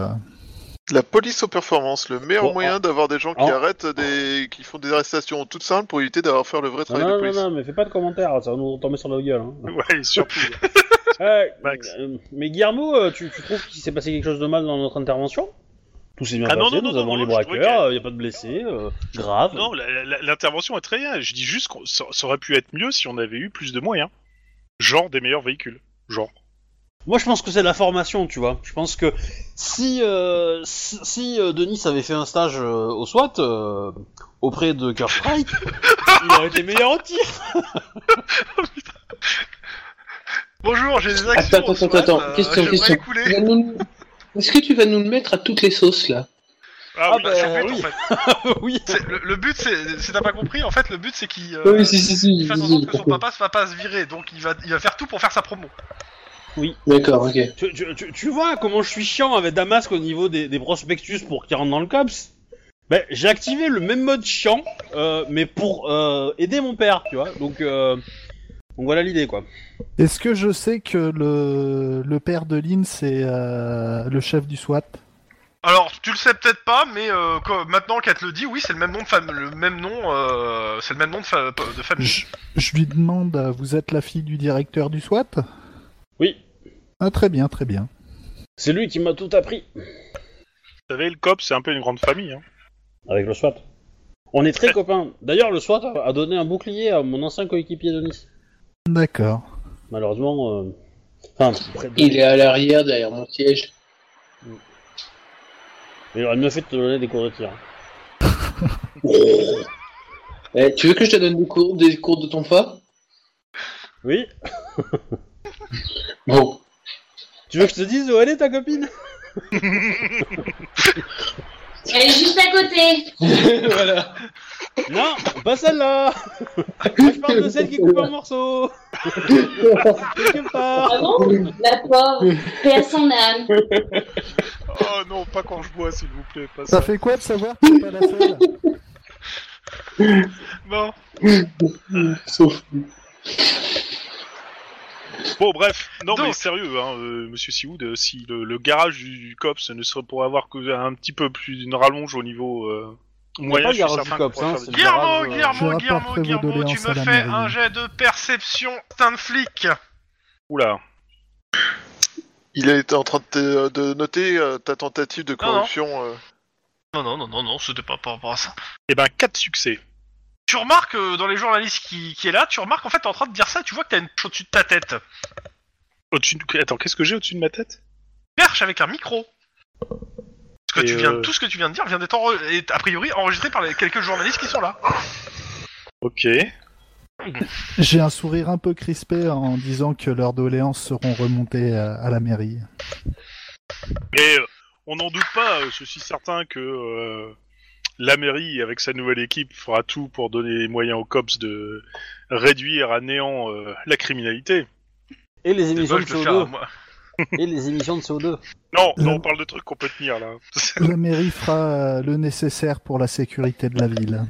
Speaker 3: La police aux performances, le meilleur
Speaker 1: Bon,
Speaker 3: moyen d'avoir des gens qui
Speaker 1: en-
Speaker 3: arrêtent des, qui font des arrestations toutes simples pour éviter d'avoir faire le vrai
Speaker 1: Non,
Speaker 3: travail de
Speaker 1: non, non,
Speaker 3: police.
Speaker 1: non, mais fais pas de commentaires, ça va nous tomber sur la gueule. Hein.
Speaker 4: Ouais, surtout.
Speaker 1: Euh,
Speaker 4: Max.
Speaker 1: euh, mais Guillermo, euh, tu, tu trouves qu'il s'est passé quelque chose de mal dans notre intervention Tout s'est bien
Speaker 4: Ah
Speaker 1: passé,
Speaker 4: non, non,
Speaker 1: nous
Speaker 4: non,
Speaker 1: avons
Speaker 4: non,
Speaker 1: les
Speaker 4: non, je trouvais
Speaker 1: braqueurs, il n'y a pas de blessés, euh, grave.
Speaker 4: Ah Non, la- la- l'intervention est très bien. Je dis juste que ça, ça aurait pu être mieux si on avait eu plus de moyens. Genre des meilleurs véhicules. Genre.
Speaker 1: Moi, je pense que c'est de la formation, tu vois. Je pense que si euh, si, si, euh, Denis avait fait un stage euh, au SWAT euh, auprès de Curfright, il aurait été meilleur au tir.
Speaker 2: Bonjour, j'ai des actions.
Speaker 7: Attends, attends,
Speaker 2: au SWAT,
Speaker 7: attends, attends.
Speaker 2: euh,
Speaker 7: Question,
Speaker 2: j'aimerais
Speaker 7: question.
Speaker 2: écouler.
Speaker 7: Tu vas nous- Est-ce que tu vas nous le mettre à toutes les sauces là
Speaker 4: Ah,
Speaker 1: Ah
Speaker 4: oui,
Speaker 7: Euh,
Speaker 1: bah,
Speaker 4: sur-
Speaker 2: Le but, en
Speaker 1: oui.
Speaker 2: fait,
Speaker 1: oui.
Speaker 2: c'est- le, le but, c'est, si t'as pas compris, en fait, le but, c'est qu'il euh,
Speaker 7: Oui, si, si, si.
Speaker 2: fasse en sorte que son papa se va pas se virer, donc il va, il va faire tout pour faire sa promo.
Speaker 7: D'accord, ok.
Speaker 1: Tu, tu- tu- tu vois comment je suis chiant avec Damasque au niveau des, des prospectus pour qu'ils rentrent dans le COPS ben, J'ai activé le même mode chiant, euh, mais pour euh, aider mon père, tu vois. Donc, euh, donc voilà l'idée, quoi.
Speaker 6: Est-ce que je sais que le, le père de Lynn, c'est euh, le chef du SWAT
Speaker 2: Alors, tu le sais peut-être pas, mais euh, quand- maintenant qu'elle te le dit, oui, c'est le même nom de femme, le même nom, euh, c'est le même nom de, fa- de famille.
Speaker 6: je, je lui demande, euh, vous êtes la fille du directeur du SWAT
Speaker 1: Oui.
Speaker 6: Ah, très bien, très bien.
Speaker 1: C'est lui qui m'a tout appris.
Speaker 4: Vous savez, le COP, c'est un peu une grande famille. Hein.
Speaker 1: Avec le SWAT. On est très copains. D'ailleurs, le SWAT a donné un bouclier à mon ancien coéquipier Denis.
Speaker 6: D'accord.
Speaker 1: Malheureusement. euh, Enfin, près de-
Speaker 7: Il est à l'arrière derrière mon siège.
Speaker 1: il aurait mieux fait de te donner des cours de tir.
Speaker 7: Eh, tu veux que je te donne des cours, des cours de ton fa
Speaker 1: Oui
Speaker 7: Bon.
Speaker 1: Tu veux que je te dise où elle est ta copine
Speaker 8: Elle est juste à côté.
Speaker 7: voilà.
Speaker 1: Non, pas celle-là Moi, je parle de celle qui est coupée en morceaux Quelque part
Speaker 8: Ah bon La pauvre. Paix à son âme.
Speaker 4: Oh non, pas quand je bois, s'il vous plaît. Pas
Speaker 6: Ça fait quoi de savoir que t'es pas la seule
Speaker 2: Bon.
Speaker 7: Sauf.
Speaker 4: Bon, bref. Non,
Speaker 2: Donc-
Speaker 4: mais sérieux, hein, euh, monsieur Sioud, euh, si le, le garage du, du COPS ne serait pour avoir qu'un petit peu plus d'une rallonge au niveau euh, moyen,
Speaker 1: pas le
Speaker 4: je suis
Speaker 1: garage du
Speaker 4: certain
Speaker 1: COPS,
Speaker 4: qu'on pourrait
Speaker 1: hein,
Speaker 4: faire des-
Speaker 1: c'est le garage, euh,
Speaker 2: Guillermo, Guillermo,
Speaker 6: je
Speaker 2: Guillermo,
Speaker 6: rapporterai vos
Speaker 2: Guillermo, tu
Speaker 6: doléances
Speaker 2: me
Speaker 6: à la
Speaker 2: fais
Speaker 6: mairie.
Speaker 2: un jet de perception, putain de flic.
Speaker 4: Oula.
Speaker 3: Il était en train de, te- de noter euh, ta tentative de
Speaker 2: Non, non.
Speaker 3: corruption. euh.
Speaker 2: Non, non, non, non, non, c'était pas par rapport à ça.
Speaker 4: Eh ben, quatre succès.
Speaker 2: Tu remarques euh, dans les journalistes qui, qui est là, tu remarques en fait t'es en train de dire ça, tu vois que t'as une perche au-dessus de ta tête.
Speaker 4: Au-dessus de- Attends, qu'est-ce que j'ai au-dessus de ma tête
Speaker 2: Perche avec un micro. Parce que
Speaker 4: Et,
Speaker 2: tu viens,
Speaker 4: euh,
Speaker 2: tout ce que tu viens de dire vient d'être enre- est, a priori enregistré par les quelques journalistes qui sont là.
Speaker 4: Ok.
Speaker 6: J'ai un sourire un peu crispé en disant que leurs doléances seront remontées euh, à la mairie.
Speaker 4: Et euh, on n'en doute pas, euh, je suis certain que euh, la mairie, avec sa nouvelle équipe, fera tout pour donner les moyens aux cops de réduire à néant euh, la criminalité.
Speaker 1: Et les émissions de
Speaker 2: moche de faire un
Speaker 1: CO2
Speaker 2: mois.
Speaker 1: Et les émissions de CO2
Speaker 4: Non, non,
Speaker 6: Euh.
Speaker 4: on parle de trucs qu'on peut tenir là.
Speaker 6: La mairie fera euh, le nécessaire pour la sécurité de la ville.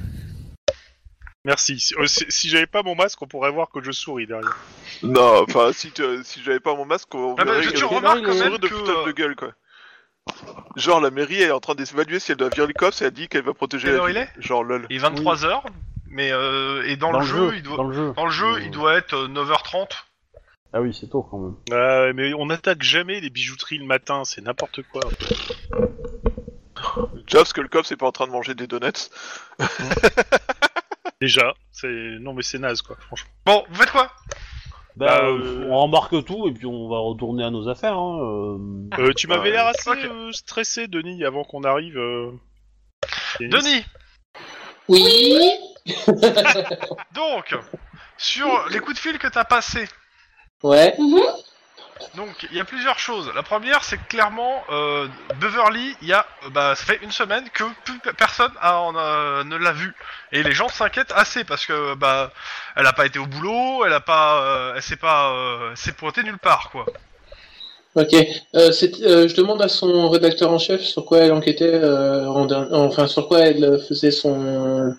Speaker 4: Merci. Si, euh, si- si j'avais pas mon masque, on pourrait voir que je souris derrière.
Speaker 3: Non, enfin, si, tu- si j'avais pas mon masque, on
Speaker 2: Ah bah,
Speaker 3: verrait
Speaker 2: tu-
Speaker 3: que-
Speaker 2: tu remarques quand
Speaker 3: Sourire
Speaker 2: même
Speaker 3: de
Speaker 2: que,
Speaker 3: foutage
Speaker 2: euh,
Speaker 3: de gueule, quoi. Genre, la mairie, elle est en train d'évaluer si elle doit virer le cops et elle dit qu'elle va protéger
Speaker 2: Quelle
Speaker 3: la
Speaker 2: heure
Speaker 3: ville. Genre, lol.
Speaker 2: Il est 23h, mais euh, et dans, le, jeu, il doit.
Speaker 1: Dans le jeu.
Speaker 2: Dans le jeu,
Speaker 1: Euh,
Speaker 2: il doit être euh, 9h30.
Speaker 1: Ah oui, c'est tôt quand même.
Speaker 4: Ouais, mais on n'attaque jamais les bijouteries le matin, c'est n'importe quoi.
Speaker 3: Tu vois, parce que le cops est pas en train de manger des donuts.
Speaker 4: Déjà, c'est non mais c'est naze quoi, franchement.
Speaker 2: Bon, vous faites quoi
Speaker 1: Bah,
Speaker 4: Bah,
Speaker 1: euh,
Speaker 4: euh,
Speaker 1: on embarque tout et puis on va retourner à nos affaires. Hein. euh.
Speaker 4: Euh, tu m'avais
Speaker 3: Ouais.
Speaker 4: l'air assez
Speaker 2: Ok.
Speaker 4: euh, stressé, Denis, avant qu'on arrive. euh.
Speaker 2: Denis,
Speaker 7: Oui
Speaker 2: donc, sur les coups de fil que t'as passés,
Speaker 7: Ouais.
Speaker 8: Mhm.
Speaker 2: donc il y a plusieurs choses. La première, c'est que clairement, euh, Beverly, il y a, euh, bah, ça fait une semaine que plus pe- personne a- en, a- ne l'a vu. Et les gens s'inquiètent assez parce que, bah, elle a pas été au boulot, elle a pas, euh, elle s'est pas, euh, elle s'est pointée nulle part, quoi.
Speaker 7: Ok. Euh, c'est- euh, je demande à son rédacteur en chef sur quoi elle enquêtait, euh, en der- enfin sur quoi elle faisait son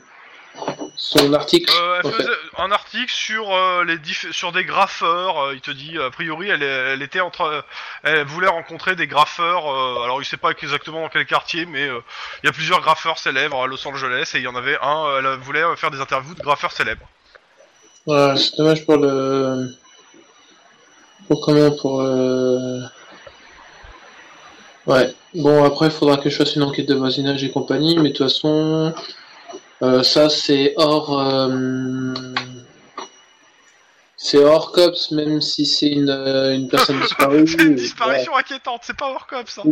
Speaker 7: son article.
Speaker 2: Euh, elle
Speaker 7: en fait.
Speaker 2: faisait un article sur euh, les diff- sur des graffeurs. euh, il te dit a priori elle, est- elle était entre euh, elle voulait rencontrer des graffeurs. euh, alors il sait pas exactement dans quel quartier, mais euh, il y a plusieurs graffeurs célèbres à Los Angeles et il y en avait un. euh, Elle voulait euh, faire des interviews de graffeurs célèbres.
Speaker 7: Ouais, c'est dommage pour le pour comment pour euh... ouais. Bon après il faudra que je fasse une enquête de voisinage et compagnie, mais de toute façon euh, ça c'est hors euh, c'est hors cops même si c'est une euh, une personne disparue.
Speaker 2: C'est une
Speaker 7: ouais.
Speaker 2: disparition inquiétante. C'est pas hein. hors cop ça.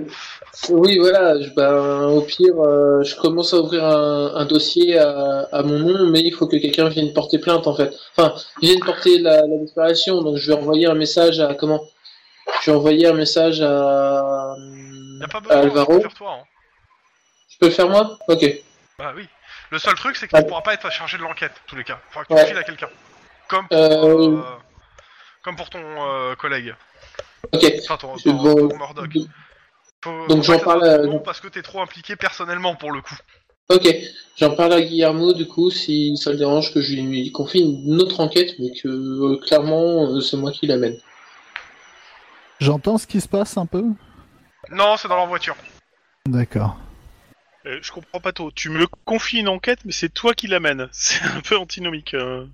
Speaker 7: Oui, voilà, je- ben, au pire, euh, je commence à ouvrir un, un dossier à, à mon nom, mais il faut que quelqu'un vienne porter plainte, en fait. Enfin, vienne porter la, la disparition, donc je vais envoyer un message à... Comment Je vais envoyer un message à...
Speaker 2: Y a pas
Speaker 7: à
Speaker 2: besoin de
Speaker 7: Alvaro.
Speaker 2: faire toi. hein.
Speaker 7: Je peux le faire moi Ok.
Speaker 2: Bah oui. Le seul truc c'est qu'il
Speaker 7: Ouais.
Speaker 2: pourra pas être chargé de l'enquête en tous les cas. Faudra que tu
Speaker 7: Ouais.
Speaker 2: le files à quelqu'un. Comme pour,
Speaker 7: Euh,
Speaker 2: euh, comme pour ton euh, collègue.
Speaker 7: Ok.
Speaker 2: Enfin, ton,
Speaker 7: C'est
Speaker 2: ton-
Speaker 7: bon.
Speaker 2: ton Murdoch. Faut-
Speaker 7: Donc,
Speaker 2: faut pas
Speaker 7: j'en
Speaker 2: que ça
Speaker 7: parle
Speaker 2: soit
Speaker 7: à-
Speaker 2: trop long parce que t'es trop impliqué personnellement pour le coup.
Speaker 7: Ok. J'en parle à Guillermo, du coup, si ça le dérange que je lui confie une autre enquête, mais que euh, clairement, euh, c'est moi qui l'amène.
Speaker 6: J'entends ce qui se passe un peu
Speaker 2: Non, c'est dans leur voiture.
Speaker 6: D'accord.
Speaker 4: Euh, je comprends pas trop. Tu me confies une enquête, mais c'est toi qui l'amènes. C'est un peu antinomique. euh.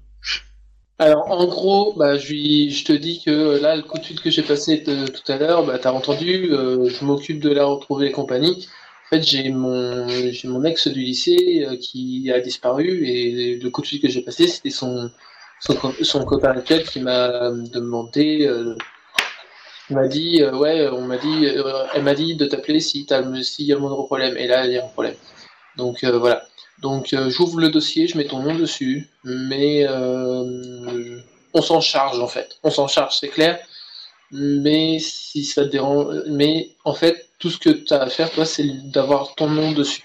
Speaker 7: Alors en gros, bah, je, lui- je te dis que euh, là, le coup de fil que j'ai passé de- tout à l'heure, bah, t'as entendu, euh, je m'occupe de la retrouver et compagnie. En fait, j'ai mon, j'ai mon ex du lycée euh, qui a disparu et le coup de fil que j'ai passé, c'était son, son, co- son copain actuel qui m'a euh, demandé, euh, il m'a dit, euh, ouais, on m'a dit, euh, elle m'a dit de t'appeler si t'as, le- s'il y a le moindre problème. Et là, il y a un problème. Donc euh, voilà. Donc euh, j'ouvre le dossier, je mets ton nom dessus, mais euh, on s'en charge en fait. On s'en charge, c'est clair. Mais si ça te dérange, mais en fait tout ce que tu as à faire toi, c'est d'avoir ton nom dessus.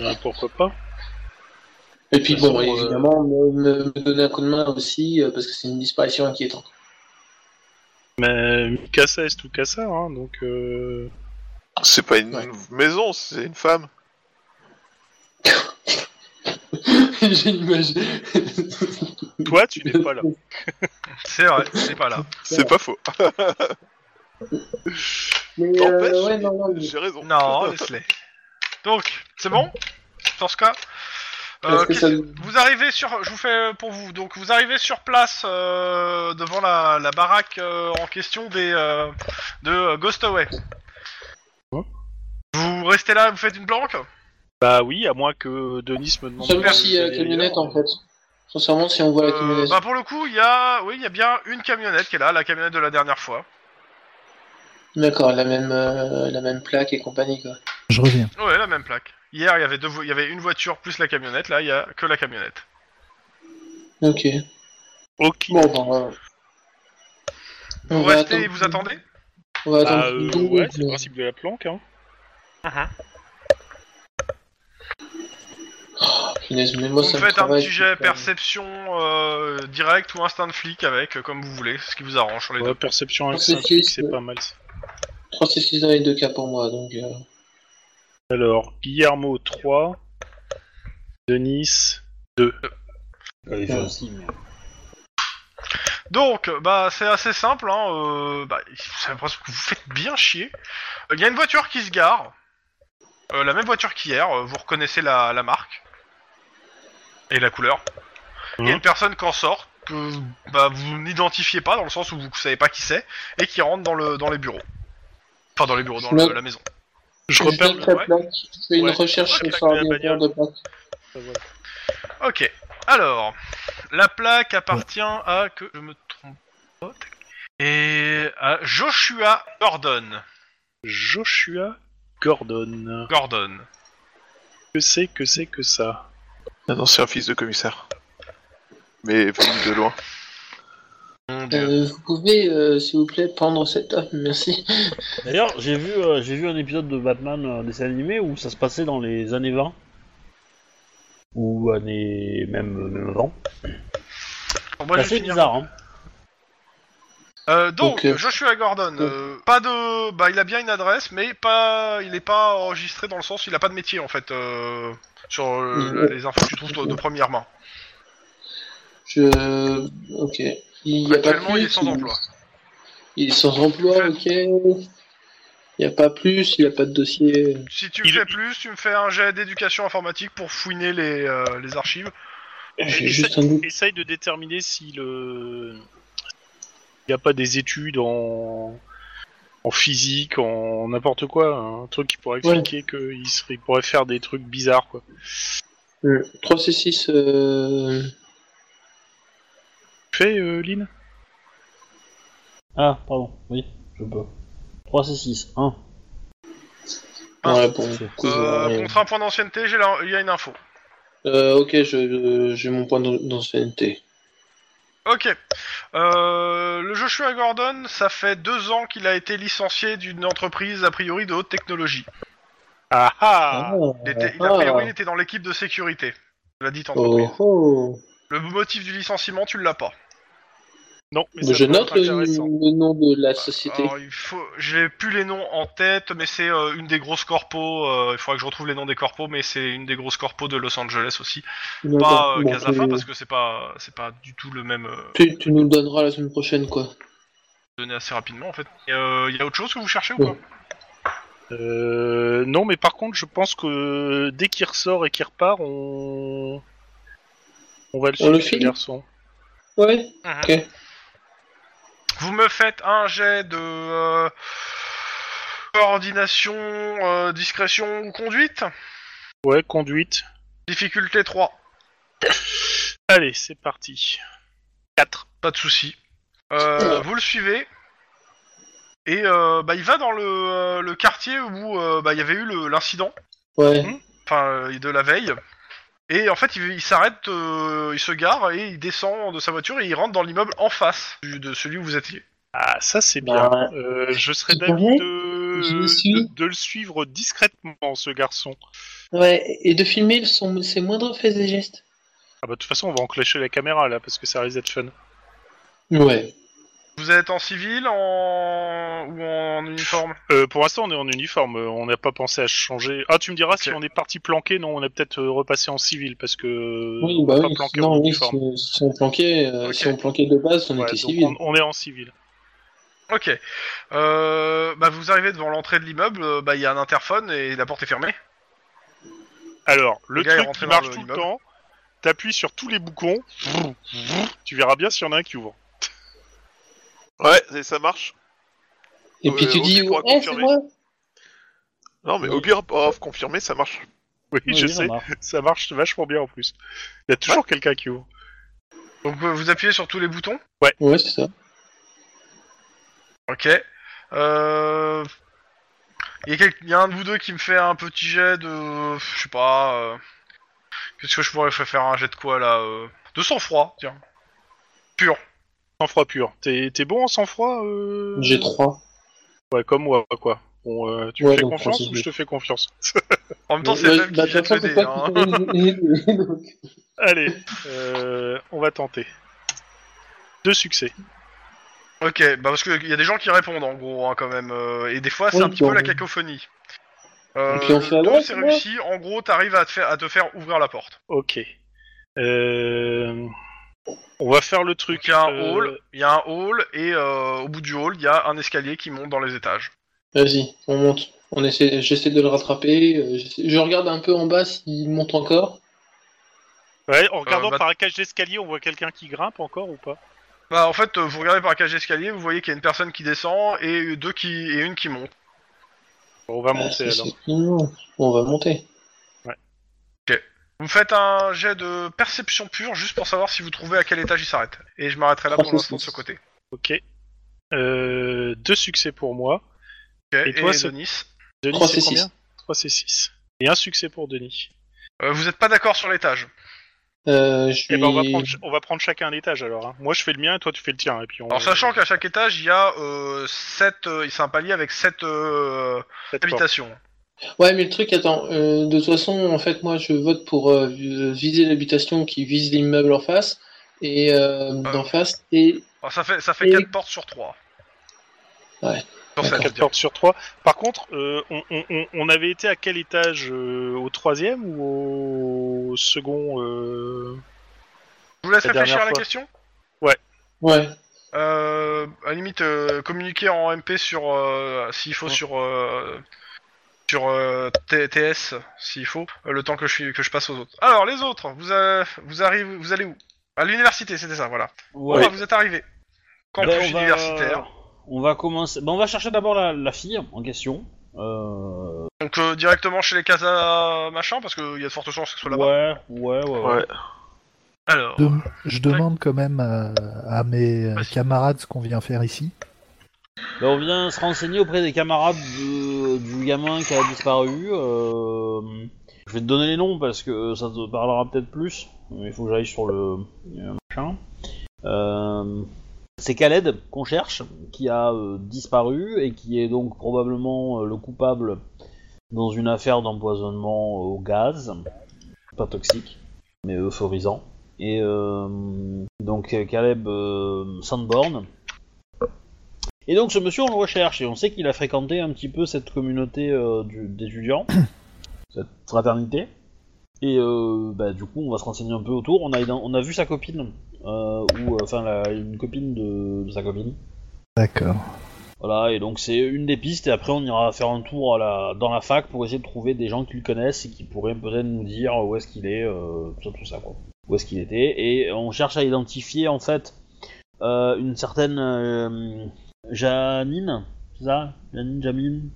Speaker 4: Euh, pourquoi pas
Speaker 7: Et puis
Speaker 3: De toute
Speaker 7: bon,
Speaker 3: façon, euh,
Speaker 7: évidemment, me, me- me donner un coup de main aussi euh, parce que c'est une disparition inquiétante.
Speaker 4: Mais Mikasa est tout Mikasa, hein, donc. euh,
Speaker 3: C'est pas une
Speaker 7: Ouais.
Speaker 3: maison, c'est une femme.
Speaker 7: J'imagine.
Speaker 4: Toi, tu n'es pas là.
Speaker 2: C'est vrai, c'est pas là.
Speaker 3: C'est pas faux.
Speaker 7: Mais
Speaker 3: N'empêche,
Speaker 7: euh, ouais, non, non, mais-
Speaker 3: J'ai raison.
Speaker 2: Non, laisse-les. Donc, c'est bon Dans ce cas euh,
Speaker 7: Est-ce que ça-
Speaker 2: qu'est-ce- Vous arrivez sur, je vous fais euh, pour vous. Donc vous arrivez sur place euh, devant la, la baraque euh, en question des euh, de euh, Ghostaway.
Speaker 4: Ouais.
Speaker 2: Vous restez là, vous faites une planque
Speaker 4: Bah oui, à moins que Denis me demande.
Speaker 7: Seulement
Speaker 4: de-
Speaker 7: si euh,
Speaker 4: d'aller
Speaker 7: camionnette
Speaker 4: ailleurs.
Speaker 7: en fait. Sincèrement, si on voit la
Speaker 2: Euh,
Speaker 7: camionnette.
Speaker 2: Bah pour le coup, il y a, oui, il y a bien une camionnette qui est là, la camionnette de la dernière fois.
Speaker 4: bah.
Speaker 7: D'accord, la même, euh, la même plaque et compagnie quoi.
Speaker 6: Je reviens.
Speaker 2: Ouais, la même plaque. Hier, il y avait deux, vo- il y avait une voiture plus la camionnette. Là, il y a que la camionnette.
Speaker 7: Ok.
Speaker 4: Ok.
Speaker 7: Bon, ben, euh,
Speaker 2: Vous
Speaker 7: on va
Speaker 2: restez, et
Speaker 7: attendre-
Speaker 2: vous attendez
Speaker 7: On va
Speaker 4: Bah,
Speaker 7: attendre.
Speaker 4: euh,
Speaker 7: double.
Speaker 4: ouais, c'est le principe de la planque. Hein.
Speaker 7: Punaise, mais
Speaker 2: Vous
Speaker 7: moi, ça me
Speaker 2: faites un
Speaker 7: travaille,
Speaker 2: petit jet
Speaker 7: putain.
Speaker 2: perception euh, direct ou instinct de flic avec, euh, comme vous voulez, ce qui vous arrange sur les
Speaker 4: Ouais, perception avec
Speaker 7: C'est euh,
Speaker 4: cinq trucs,
Speaker 7: six,
Speaker 4: c'est
Speaker 7: ouais.
Speaker 4: pas mal. ça.
Speaker 7: 3 C6 dans les deux cas pour moi, donc. euh,
Speaker 4: Alors, Guillermo 3, Denis.
Speaker 1: Il fait aussi, mais-
Speaker 2: Donc, bah, c'est assez simple. Hein, euh, bah, j'ai l'impression que vous faites bien chier. Il y a une voiture qui se gare. Euh, la même voiture qu'hier. euh, vous reconnaissez la, la marque et la couleur. Il y a
Speaker 1: Mhm.
Speaker 2: une personne qui en sort que bah, vous n'identifiez pas dans le sens où vous savez pas qui c'est et qui rentre dans le dans les bureaux. Enfin, dans les bureaux, dans le-
Speaker 7: Ouais.
Speaker 2: la maison.
Speaker 4: Je
Speaker 7: Je
Speaker 4: repère
Speaker 7: donne la
Speaker 2: ouais.
Speaker 7: plaque. Je fais une
Speaker 4: Ouais.
Speaker 7: recherche
Speaker 4: Ouais,
Speaker 7: sur
Speaker 4: plaque de la
Speaker 7: les
Speaker 4: bagnole.
Speaker 7: de plaque.
Speaker 2: Ok. Alors, la plaque appartient à que je me trompe pas, tac. et à Joshua Gordon.
Speaker 4: Joshua Gordon.
Speaker 2: Gordon.
Speaker 4: Que c'est, que c'est, que ça
Speaker 3: Un ancien fils de commissaire. Mais venu de loin.
Speaker 2: Mon dieu.
Speaker 7: Euh, vous pouvez, euh, s'il vous plaît, prendre cet homme, merci.
Speaker 1: D'ailleurs, j'ai vu, euh, j'ai vu un épisode de Batman euh, dessin animé où ça se passait dans les années 20. Ou années. même, euh, même avant.
Speaker 2: Bon,
Speaker 1: C'est
Speaker 2: moi, je vais
Speaker 1: assez
Speaker 2: finir.
Speaker 1: bizarre, hein.
Speaker 2: Euh, donc,
Speaker 7: Donc, euh,
Speaker 2: Joshua Gordon,
Speaker 7: bon.
Speaker 2: euh, pas de, bah, il a bien une adresse, mais pas, il est pas enregistré dans le sens, il a pas de métier en fait euh, sur euh,
Speaker 7: Mm.
Speaker 2: les infos que tu trouves toi, de première main.
Speaker 7: Je. Ok. Il y a pas
Speaker 2: Actuellement,
Speaker 7: plus,
Speaker 2: il est sans emploi.
Speaker 7: Il est sans emploi, ok. Il n'y a pas plus, il n'y a pas de dossier.
Speaker 2: Si tu me
Speaker 4: Il-
Speaker 2: fais plus, tu me fais un jet d'éducation informatique pour fouiner les, euh, les archives.
Speaker 7: J'ai
Speaker 4: Et-
Speaker 7: juste un doute.
Speaker 4: Essaye de déterminer si le. Il n'y a pas des études en, en physique, en n'importe quoi, hein, un truc qui pourrait
Speaker 7: Ouais.
Speaker 4: expliquer qu'il serait... il pourrait faire des trucs bizarres quoi.
Speaker 7: Euh, 3 C6. Euh...
Speaker 4: Tu fais, euh, Lynn
Speaker 1: Ah, pardon, oui, je peux. 3 c'est 6, 1.
Speaker 2: Ah,
Speaker 7: ouais, bon.
Speaker 1: c'est-
Speaker 7: coup,
Speaker 2: Euh,
Speaker 7: ouais.
Speaker 2: contre un point d'ancienneté, j'ai la- il y a une info.
Speaker 7: Euh, ok, je- euh, j'ai mon point d'an- d'ancienneté.
Speaker 2: Ok. Euh, le Joshua Gordon, ça fait deux ans qu'il a été licencié d'une entreprise a priori de haute technologie.
Speaker 4: Ah ah
Speaker 2: Il était, il- a
Speaker 7: Ah.
Speaker 2: priori, il était dans l'équipe de sécurité de la dite entreprise.
Speaker 7: Oh, oh.
Speaker 2: Le motif du licenciement, tu l'as pas.
Speaker 4: Non, mais
Speaker 7: Bah,
Speaker 4: ça
Speaker 7: je
Speaker 4: peut être
Speaker 7: note le,
Speaker 4: intéressant.
Speaker 7: le nom de la société.
Speaker 2: Alors, il faut... J'ai plus les noms en tête, mais c'est euh, une des grosses corpos. euh, il faudra que je retrouve les noms des corpos, mais c'est une des grosses corpos de Los Angeles aussi. Pas
Speaker 7: D'accord.
Speaker 2: euh,
Speaker 7: Bon,
Speaker 2: Casafa,
Speaker 7: tu-
Speaker 2: parce que c'est pas c'est pas du tout le même euh,
Speaker 7: tu, tu nous le donneras la semaine prochaine, quoi.
Speaker 2: donné assez rapidement en fait. Et, euh, Il y a autre chose que vous cherchez ou
Speaker 7: Non.
Speaker 2: pas
Speaker 4: Euh, non, mais par contre, je pense que dès qu'il ressort et qu'il repart, on on va le
Speaker 7: On
Speaker 4: suivre,
Speaker 7: le
Speaker 4: ce
Speaker 7: filme
Speaker 4: garçon.
Speaker 7: Ouais. Ok.
Speaker 2: Mhm. Vous me faites un jet de euh, coordination, euh, discrétion ou conduite.
Speaker 4: Ouais, conduite.
Speaker 2: Difficulté 3.
Speaker 4: Allez, c'est parti. 4.
Speaker 2: Pas de souci. Euh, vous le suivez. Et euh, bah, il va dans le, euh, le quartier où euh, bah, il y avait eu le- l'incident,
Speaker 7: Ouais.
Speaker 2: enfin euh, de la veille. Et en fait, il, il s'arrête, euh, il se gare et il descend de sa voiture et il rentre dans l'immeuble en face du- de celui où vous étiez.
Speaker 4: Ah, ça c'est bien.
Speaker 7: Bah,
Speaker 4: Euh, je serais
Speaker 7: je
Speaker 4: d'avis
Speaker 7: dirais,
Speaker 4: de...
Speaker 7: je le suis.
Speaker 4: de- de le suivre discrètement, ce garçon.
Speaker 7: Ouais, et de filmer son, ses moindres faits et gestes.
Speaker 4: Ah bah de toute façon, on va enclencher la caméra là, parce que ça risque d'être fun.
Speaker 7: Ouais.
Speaker 2: Vous êtes en civil en... ou en uniforme
Speaker 4: Euh, pour l'instant, on est en uniforme, euh, on n'a pas pensé à changer. Ah, tu me diras
Speaker 2: Ok.
Speaker 4: si on est parti planqué, non, on est peut-être euh, repassé en civil, parce que euh,
Speaker 7: Oui,
Speaker 4: on
Speaker 7: bah
Speaker 4: est pas
Speaker 7: oui,
Speaker 4: planqué en
Speaker 7: sinon, oui, si
Speaker 4: uniforme.
Speaker 7: on, si on planquait, euh,
Speaker 2: Ok.
Speaker 7: si on planquait de base, on
Speaker 4: Ouais,
Speaker 7: était
Speaker 4: donc
Speaker 7: civil.
Speaker 4: on- on est en civil.
Speaker 2: Ok. Euh, bah, vous arrivez devant l'entrée de l'immeuble, euh, bah, il y a un interphone et la porte est fermée.
Speaker 4: Alors,
Speaker 2: Le
Speaker 4: le,
Speaker 2: gars est
Speaker 4: truc
Speaker 2: rentré
Speaker 4: qui
Speaker 2: dans
Speaker 4: marche
Speaker 2: le-
Speaker 4: tout le
Speaker 2: l'immeuble.
Speaker 4: temps, t'appuies sur tous les boucons, tu verras bien s'il y en a un qui ouvre.
Speaker 3: Ouais, et ça marche.
Speaker 7: Et puis
Speaker 3: Ouais,
Speaker 7: tu
Speaker 3: ok,
Speaker 7: dis,
Speaker 3: pourra
Speaker 7: ouais, c'est
Speaker 3: confirmer.
Speaker 7: moi.
Speaker 3: Non, mais
Speaker 1: Oui.
Speaker 3: au pire, off confirmé, ça marche.
Speaker 4: Oui,
Speaker 1: Oui,
Speaker 4: je
Speaker 1: oui, ça
Speaker 4: sais,
Speaker 1: marche.
Speaker 4: ça marche vachement bien en plus. Il y a toujours quelqu'un qui ouvre.
Speaker 2: Donc euh, vous appuyez sur tous les boutons.
Speaker 7: Ouais, c'est ça.
Speaker 2: Ok. Euh... Il y, a quel- il y a un de vous deux qui me fait un petit jet de... Je sais pas... euh, Qu'est-ce que je pourrais faire un jet de quoi là euh, De sang-froid, tiens. Pur.
Speaker 4: Sang-froid pur. T'es t'es bon en sang-froid euh...
Speaker 7: J'ai 3.
Speaker 4: Ouais, comme moi, quoi. Bon, euh, tu
Speaker 7: Ouais,
Speaker 4: me fais
Speaker 7: donc,
Speaker 4: confiance
Speaker 7: franchement,
Speaker 4: ou je te fais confiance
Speaker 2: En même temps, c'est le même
Speaker 7: bah,
Speaker 2: qui jette le dé. hein.
Speaker 4: Allez, euh, on va tenter. Deux succès.
Speaker 2: Ok, bah parce qu'il y a des gens qui répondent en gros hein, quand même. euh, Et des fois, c'est
Speaker 7: Oui,
Speaker 2: un petit peu
Speaker 7: bon.
Speaker 2: la cacophonie. Euh,
Speaker 7: puis on fait,
Speaker 2: le deux,
Speaker 7: ouais,
Speaker 2: c'est
Speaker 7: c'est bon.
Speaker 2: réussi. En gros, t'arrives à te faire, à te faire ouvrir la porte.
Speaker 4: Ok. Euh, On va faire le
Speaker 2: Donc
Speaker 4: truc.
Speaker 2: il y a un
Speaker 4: euh,
Speaker 2: hall, il y a un hall et euh, au bout du hall, il y a un escalier qui monte dans les étages.
Speaker 7: Vas-y, on monte. On essaie, j'essaie de le rattraper. euh, j'essaie- Je regarde un peu en bas s'il monte encore.
Speaker 4: Ouais, en regardant
Speaker 2: Euh, bah-
Speaker 4: par un cage d'escalier, on voit quelqu'un qui grimpe encore ou pas
Speaker 2: Bah en fait, euh, vous regardez par cage d'escalier, vous voyez qu'il y a une personne qui descend et deux qui et une qui monte.
Speaker 4: Bon, On va
Speaker 7: Ah,
Speaker 4: monter
Speaker 7: c'est-
Speaker 4: alors.
Speaker 7: c'est- non, On va monter.
Speaker 2: Vous faites un jet de perception pure juste pour savoir si vous trouvez à quel étage il s'arrête. Et je m'arrêterai là pour
Speaker 7: Franchement,
Speaker 2: l'instant de
Speaker 7: c'est-
Speaker 2: ce côté.
Speaker 4: Ok. Euh, deux succès pour moi.
Speaker 2: Ok,
Speaker 4: Et
Speaker 2: Et,
Speaker 4: toi, ce-
Speaker 2: Denis
Speaker 4: Denis,
Speaker 7: Trois,
Speaker 4: c'est
Speaker 7: c'est six.
Speaker 4: combien 3 c'est 6. Et un succès pour Denis.
Speaker 2: Euh, Vous n'êtes pas d'accord sur l'étage.
Speaker 7: Euh, je
Speaker 4: Eh ben, on, va
Speaker 7: lui-
Speaker 4: prendre, on va prendre chacun un étage alors. hein. Moi je fais le mien et toi tu fais le tien. Et puis on...
Speaker 2: Alors sachant qu'à chaque étage, il y a euh, sept, euh, c'est un palier avec sept euh,
Speaker 4: Cette porte.
Speaker 2: habitations.
Speaker 7: Ouais, mais le truc, attends, euh, de toute façon, en fait, moi, je vote pour euh, viser l'habitation qui vise l'immeuble en face et euh,
Speaker 4: Ah.
Speaker 7: d'en face. Et
Speaker 2: Alors, ça fait ça fait
Speaker 7: Et-
Speaker 2: quatre portes sur trois.
Speaker 7: Ouais.
Speaker 2: Sur sept,
Speaker 7: D'accord.
Speaker 2: je veux
Speaker 4: Quatre
Speaker 2: dire.
Speaker 4: portes sur trois. Par contre, euh, on, on- on- on avait été à quel étage euh, Au troisième ou au second euh,
Speaker 2: Je vous laisse
Speaker 4: La dernière
Speaker 2: réfléchir à la
Speaker 4: fois.
Speaker 2: question.
Speaker 7: ouais,
Speaker 2: Euh, à la limite, euh, communiquer en MP sur euh, s'il faut
Speaker 4: Ouais.
Speaker 2: sur euh, sur euh, T- TS s'il faut euh, le temps que je suis- que je passe aux autres. Alors les autres, vous euh, vous arrivez vous allez où À l'université, c'était ça, voilà. Bon, bah, vous êtes arrivés. Campus
Speaker 1: Ben, on va-
Speaker 2: universitaire.
Speaker 1: On va commencer. ben, on va chercher d'abord la, la fille en question. Euh,
Speaker 2: Donc euh, directement chez les casas machin parce qu'il y a de fortes chances que ce soit
Speaker 1: Ouais,
Speaker 2: là-bas.
Speaker 1: ouais, ouais, ouais.
Speaker 3: Ouais.
Speaker 2: Alors.
Speaker 6: Dem- je demande quand même à, à mes euh,
Speaker 2: Vas-y.
Speaker 6: camarades ce qu'on vient faire ici.
Speaker 1: Ben, on vient se renseigner auprès des camarades de- du gamin qui a disparu. euh, Je vais te donner les noms parce que ça te parlera peut-être plus. Il faut que j'aille sur le euh, machin. Euh, C'est Khaled qu'on cherche, qui a euh, disparu et qui est donc probablement euh, le coupable dans une affaire d'empoisonnement euh, au gaz, pas toxique, mais euphorisant. Et euh, donc euh, Caleb euh, Sandborn, et donc ce monsieur, on le recherche, et on sait qu'il a fréquenté un petit peu cette communauté euh, du- d'étudiants, cette fraternité. Et euh, bah, du coup, on va se renseigner un peu autour. On a, ident- on a vu sa copine, euh, ou euh, enfin la- une copine de, de sa copine.
Speaker 6: D'accord.
Speaker 1: Voilà, et donc c'est une des pistes, et après on ira faire un tour à la, dans la fac pour essayer de trouver des gens qui le connaissent et qui pourraient peut-être nous dire où est-ce qu'il est, euh, tout ça, tout ça, quoi. Où est-ce qu'il était, et on cherche à identifier en fait euh, une certaine euh, Janine, c'est ça Janine, Jamine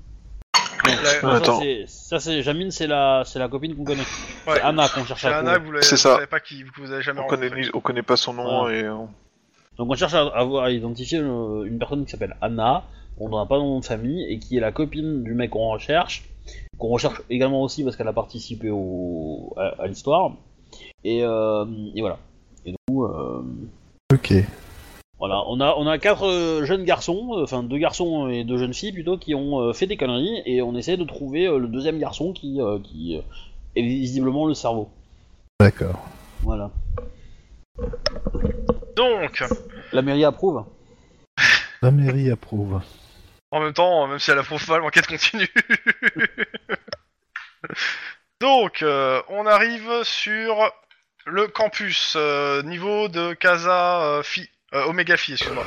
Speaker 1: Non,
Speaker 2: La-
Speaker 1: non, ça,
Speaker 3: Euh, attends.
Speaker 1: c'est- Ça c'est Jamine, c'est la, c'est la copine qu'on connaît.
Speaker 2: Ouais.
Speaker 1: C'est Anna qu'on cherche
Speaker 2: Chez
Speaker 1: à trouver.
Speaker 2: Anna, vous l'avez-
Speaker 3: C'est
Speaker 2: vous
Speaker 3: ça.
Speaker 2: savez pas qui que vous avez jamais
Speaker 3: On connaît,
Speaker 2: rencontré.
Speaker 3: on connaît pas son nom et on-
Speaker 1: Donc on cherche à, à voir- à identifier euh, une personne qui s'appelle Anna, qu'on n'a pas dans nom de famille, et qui est la copine du mec qu'on recherche, qu'on recherche également aussi parce qu'elle a participé au, à, à l'histoire. Et, euh, et voilà. Et du coup, euh,
Speaker 6: Ok.
Speaker 1: voilà, on a, on a quatre euh, jeunes garçons, euh, enfin deux garçons et deux jeunes filles plutôt, qui ont euh, fait des conneries, et on essaie de trouver euh, le deuxième garçon qui, euh, qui euh, est visiblement le cerveau.
Speaker 6: D'accord.
Speaker 1: Voilà.
Speaker 2: Donc,
Speaker 1: La mairie approuve
Speaker 6: La mairie approuve.
Speaker 2: en même temps, même si elle approuve pas, l'enquête continue. Donc, euh, on arrive sur le campus, euh, niveau de Casa euh, Phi, euh, Omega Phi, excuse-moi.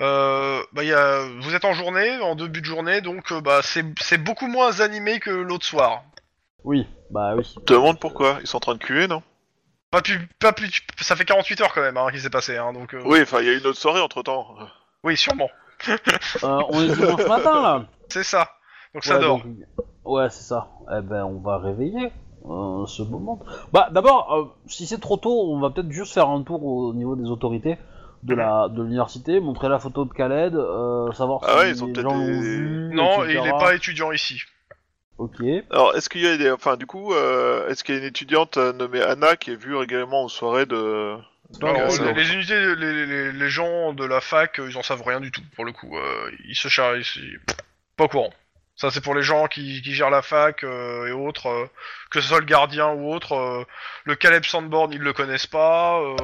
Speaker 2: Euh, bah, y a- vous êtes en journée, en début de journée, donc euh, bah, c'est c'est beaucoup moins animé que l'autre soir.
Speaker 1: Oui, bah oui.
Speaker 3: te demande pourquoi. Ils sont en train de cuver, non
Speaker 2: Pas plus, pas plus, ça fait 48 heures quand même hein, qu'il s'est passé, hein, donc euh, oui.
Speaker 3: Oui, enfin, il y a une autre soirée entre temps.
Speaker 2: sûrement,
Speaker 1: Euh, on est dimanche matin là
Speaker 2: c'est ça. Donc ça
Speaker 1: Ouais,
Speaker 2: dort.
Speaker 1: donc- ouais, c'est ça. Eh ben, on va réveiller euh, ce moment. Bah, d'abord, euh, si c'est trop tôt, on va peut-être juste faire un tour au niveau des autorités de la de l'université, montrer la photo de Khaled, euh, savoir
Speaker 3: Ah ouais,
Speaker 1: si
Speaker 3: ils ont
Speaker 1: les
Speaker 3: peut-être
Speaker 1: gens l'ont
Speaker 3: des-
Speaker 1: vu,
Speaker 2: Non, et
Speaker 1: etc.
Speaker 2: il est pas étudiant ici.
Speaker 1: Ok.
Speaker 3: Alors, est-ce qu'il y a des... Enfin, du coup, euh, est-ce qu'il y a une étudiante euh, nommée Anna qui est vue régulièrement aux soirées de... de
Speaker 2: Alors,
Speaker 3: Casa
Speaker 2: les, les unités, les, les- les gens de la fac, euh, ils en savent rien du tout pour le coup. Euh, ils se chargent, ils, se- pas au courant. Ça, c'est pour les gens qui, qui gèrent la fac euh, et autres, euh, que ce soit le gardien ou autre. euh, le Caleb Sandborn, ils le connaissent pas. euh,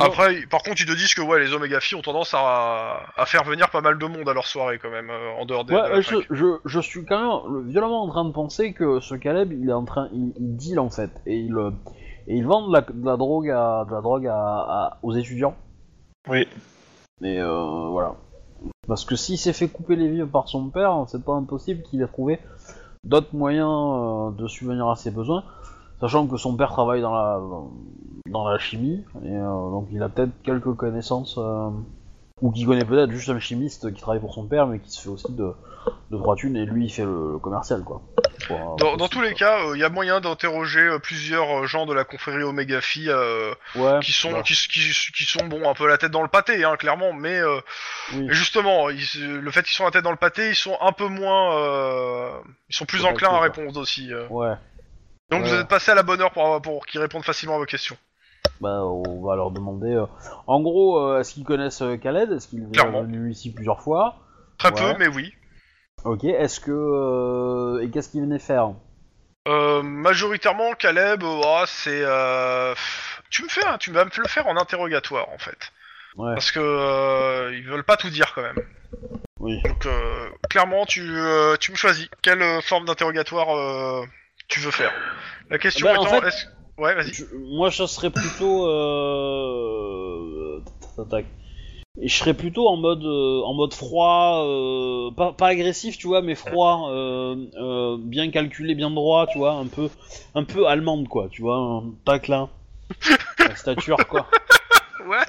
Speaker 2: après, ils- par contre, ils te disent que ouais, les Omega Phi ont tendance à, à faire venir pas mal de monde à leur soirée quand même, euh, en dehors des. de
Speaker 1: Ouais,
Speaker 2: la
Speaker 1: euh,
Speaker 2: fac.
Speaker 1: je, je, je suis quand même violemment en train de penser que ce Caleb, il est en train, il, il deal en fait, et il, euh, et il vend de la, de la drogue à, de la drogue à, à- aux étudiants.
Speaker 4: Oui.
Speaker 1: Et euh, voilà. Parce que s'il s'est fait couper les vives par son père, c'est pas impossible qu'il ait trouvé d'autres moyens euh, de subvenir à ses besoins, sachant que son père travaille dans la dans, dans la chimie, et euh, donc il a peut-être quelques connaissances. euh, ou qui connaît peut-être juste un chimiste qui travaille pour son père, mais qui se fait aussi de, de trois thunes, et lui il fait le, le commercial quoi. Pour, euh,
Speaker 2: Dans,
Speaker 1: pour
Speaker 2: dans
Speaker 1: ce
Speaker 2: tous
Speaker 1: truc,
Speaker 2: les cas, euh, il y a moyen d'interroger euh, plusieurs euh, gens de la confrérie Omega Phi euh,
Speaker 1: quoi. ouais, Bah,
Speaker 2: qui sont
Speaker 1: voilà.
Speaker 2: qui, s- qui s- qui sont bon un peu la tête dans le pâté, hein, clairement. Mais euh,
Speaker 1: Oui.
Speaker 2: mais justement, ils se- le fait qu'ils sont la tête dans le pâté, ils sont un peu moins, euh, ils sont plus
Speaker 1: Faut pas
Speaker 2: enclins à
Speaker 1: le
Speaker 2: répondre aussi. euh.
Speaker 1: Ouais,
Speaker 2: Donc
Speaker 1: Ouais.
Speaker 2: vous êtes passé à la bonne heure pour, pour qu'ils répondent facilement à vos questions.
Speaker 1: bah on va leur demander. euh, En gros, euh, est-ce qu'ils connaissent euh, Khaled Est-ce qu'il est déjà
Speaker 2: Clairement.
Speaker 1: venu ici plusieurs fois
Speaker 2: Très
Speaker 1: Ouais.
Speaker 2: peu, mais oui.
Speaker 1: Ok, est-ce que. euh, Et qu'est-ce qu'il venait faire
Speaker 2: Euh, majoritairement, Caleb, euh, ah, c'est. euh, pff, Tu me fais, un- tu vas me le faire en interrogatoire en fait,
Speaker 1: Ouais,
Speaker 2: parce que euh, ils veulent pas tout dire quand même.
Speaker 1: oui.
Speaker 2: Donc euh, clairement, tu, euh, tu me choisis quelle euh, forme d'interrogatoire euh, tu veux faire. La question
Speaker 1: Ben, en
Speaker 2: étant,
Speaker 1: fait-
Speaker 2: est-ce ouais, vas-y.
Speaker 1: Je- moi, je serais plutôt. Euh... tac, tac. Et je serais plutôt en mode, euh, en mode froid, euh, pas, pas agressif, tu vois, mais froid, euh, euh, bien calculé, bien droit, tu vois, un peu, un peu allemande, quoi, tu vois, un taclin, la stature, quoi.
Speaker 2: What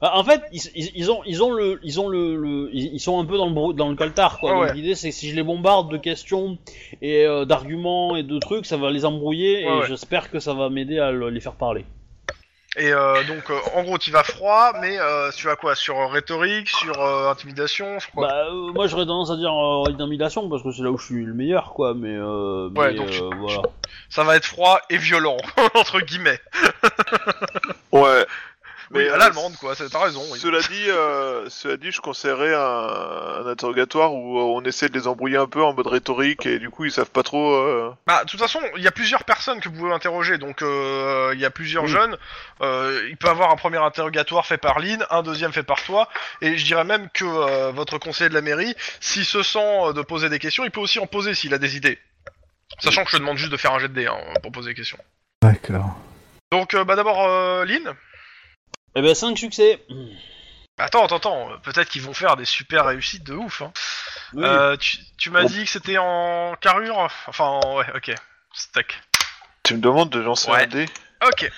Speaker 1: Ah, En fait, ils, ils- ils ont, ils ont le, ils ont le, le- ils ils sont un peu dans le brou- dans le coltard quoi.
Speaker 2: Ouais,
Speaker 1: Donc,
Speaker 2: ouais.
Speaker 1: L'idée c'est que si je les bombarde de questions et euh, d'arguments et de trucs, ça va les embrouiller
Speaker 2: Ouais,
Speaker 1: et
Speaker 2: ouais.
Speaker 1: j'espère que ça va m'aider à le- les faire parler.
Speaker 2: Et euh, donc euh, en gros, tu vas froid, mais euh, tu vas quoi Sur euh, rhétorique, sur euh, intimidation, sur quoi
Speaker 1: Bah, euh, moi j'aurais tendance à dire euh, intimidation parce que c'est là où je suis le meilleur quoi, mais, euh,
Speaker 2: Ouais,
Speaker 1: mais,
Speaker 2: donc tu-
Speaker 1: euh, voilà.
Speaker 2: Ça va être froid et violent entre guillemets.
Speaker 3: Ouais.
Speaker 2: Mais à
Speaker 3: euh,
Speaker 2: l'allemande quoi. c'est- T'as raison. oui.
Speaker 3: Cela dit, euh, cela dit, je conseillerais un, un interrogatoire où euh, on essaie de les embrouiller un peu en mode rhétorique et du coup ils savent pas trop. euh,
Speaker 2: Bah, de toute façon, il y a plusieurs personnes que vous pouvez interroger, donc euh, il y a plusieurs
Speaker 1: Oui.
Speaker 2: jeunes. Euh, il peut avoir un premier interrogatoire fait par Lynn, un deuxième fait par toi, et je dirais même que euh, votre conseiller de la mairie, s'il se sent euh, de poser des questions, il peut aussi en poser s'il a des idées. Sachant que je te demande juste de faire un jet de dés hein, pour poser des questions.
Speaker 6: D'accord.
Speaker 2: Donc, euh, bah d'abord, euh, Lynn
Speaker 1: Eh ben 5 succès.
Speaker 2: Attends, attends, attends, euh, peut-être qu'ils vont faire des super réussites de ouf. Hein.
Speaker 1: Oui.
Speaker 2: Euh, tu tu m'as
Speaker 3: Oh.
Speaker 2: dit que c'était en carrure Enfin, en- ouais, ok. Stack.
Speaker 3: Tu me demandes de lancer
Speaker 2: Ouais.
Speaker 3: un dé,
Speaker 2: Ok,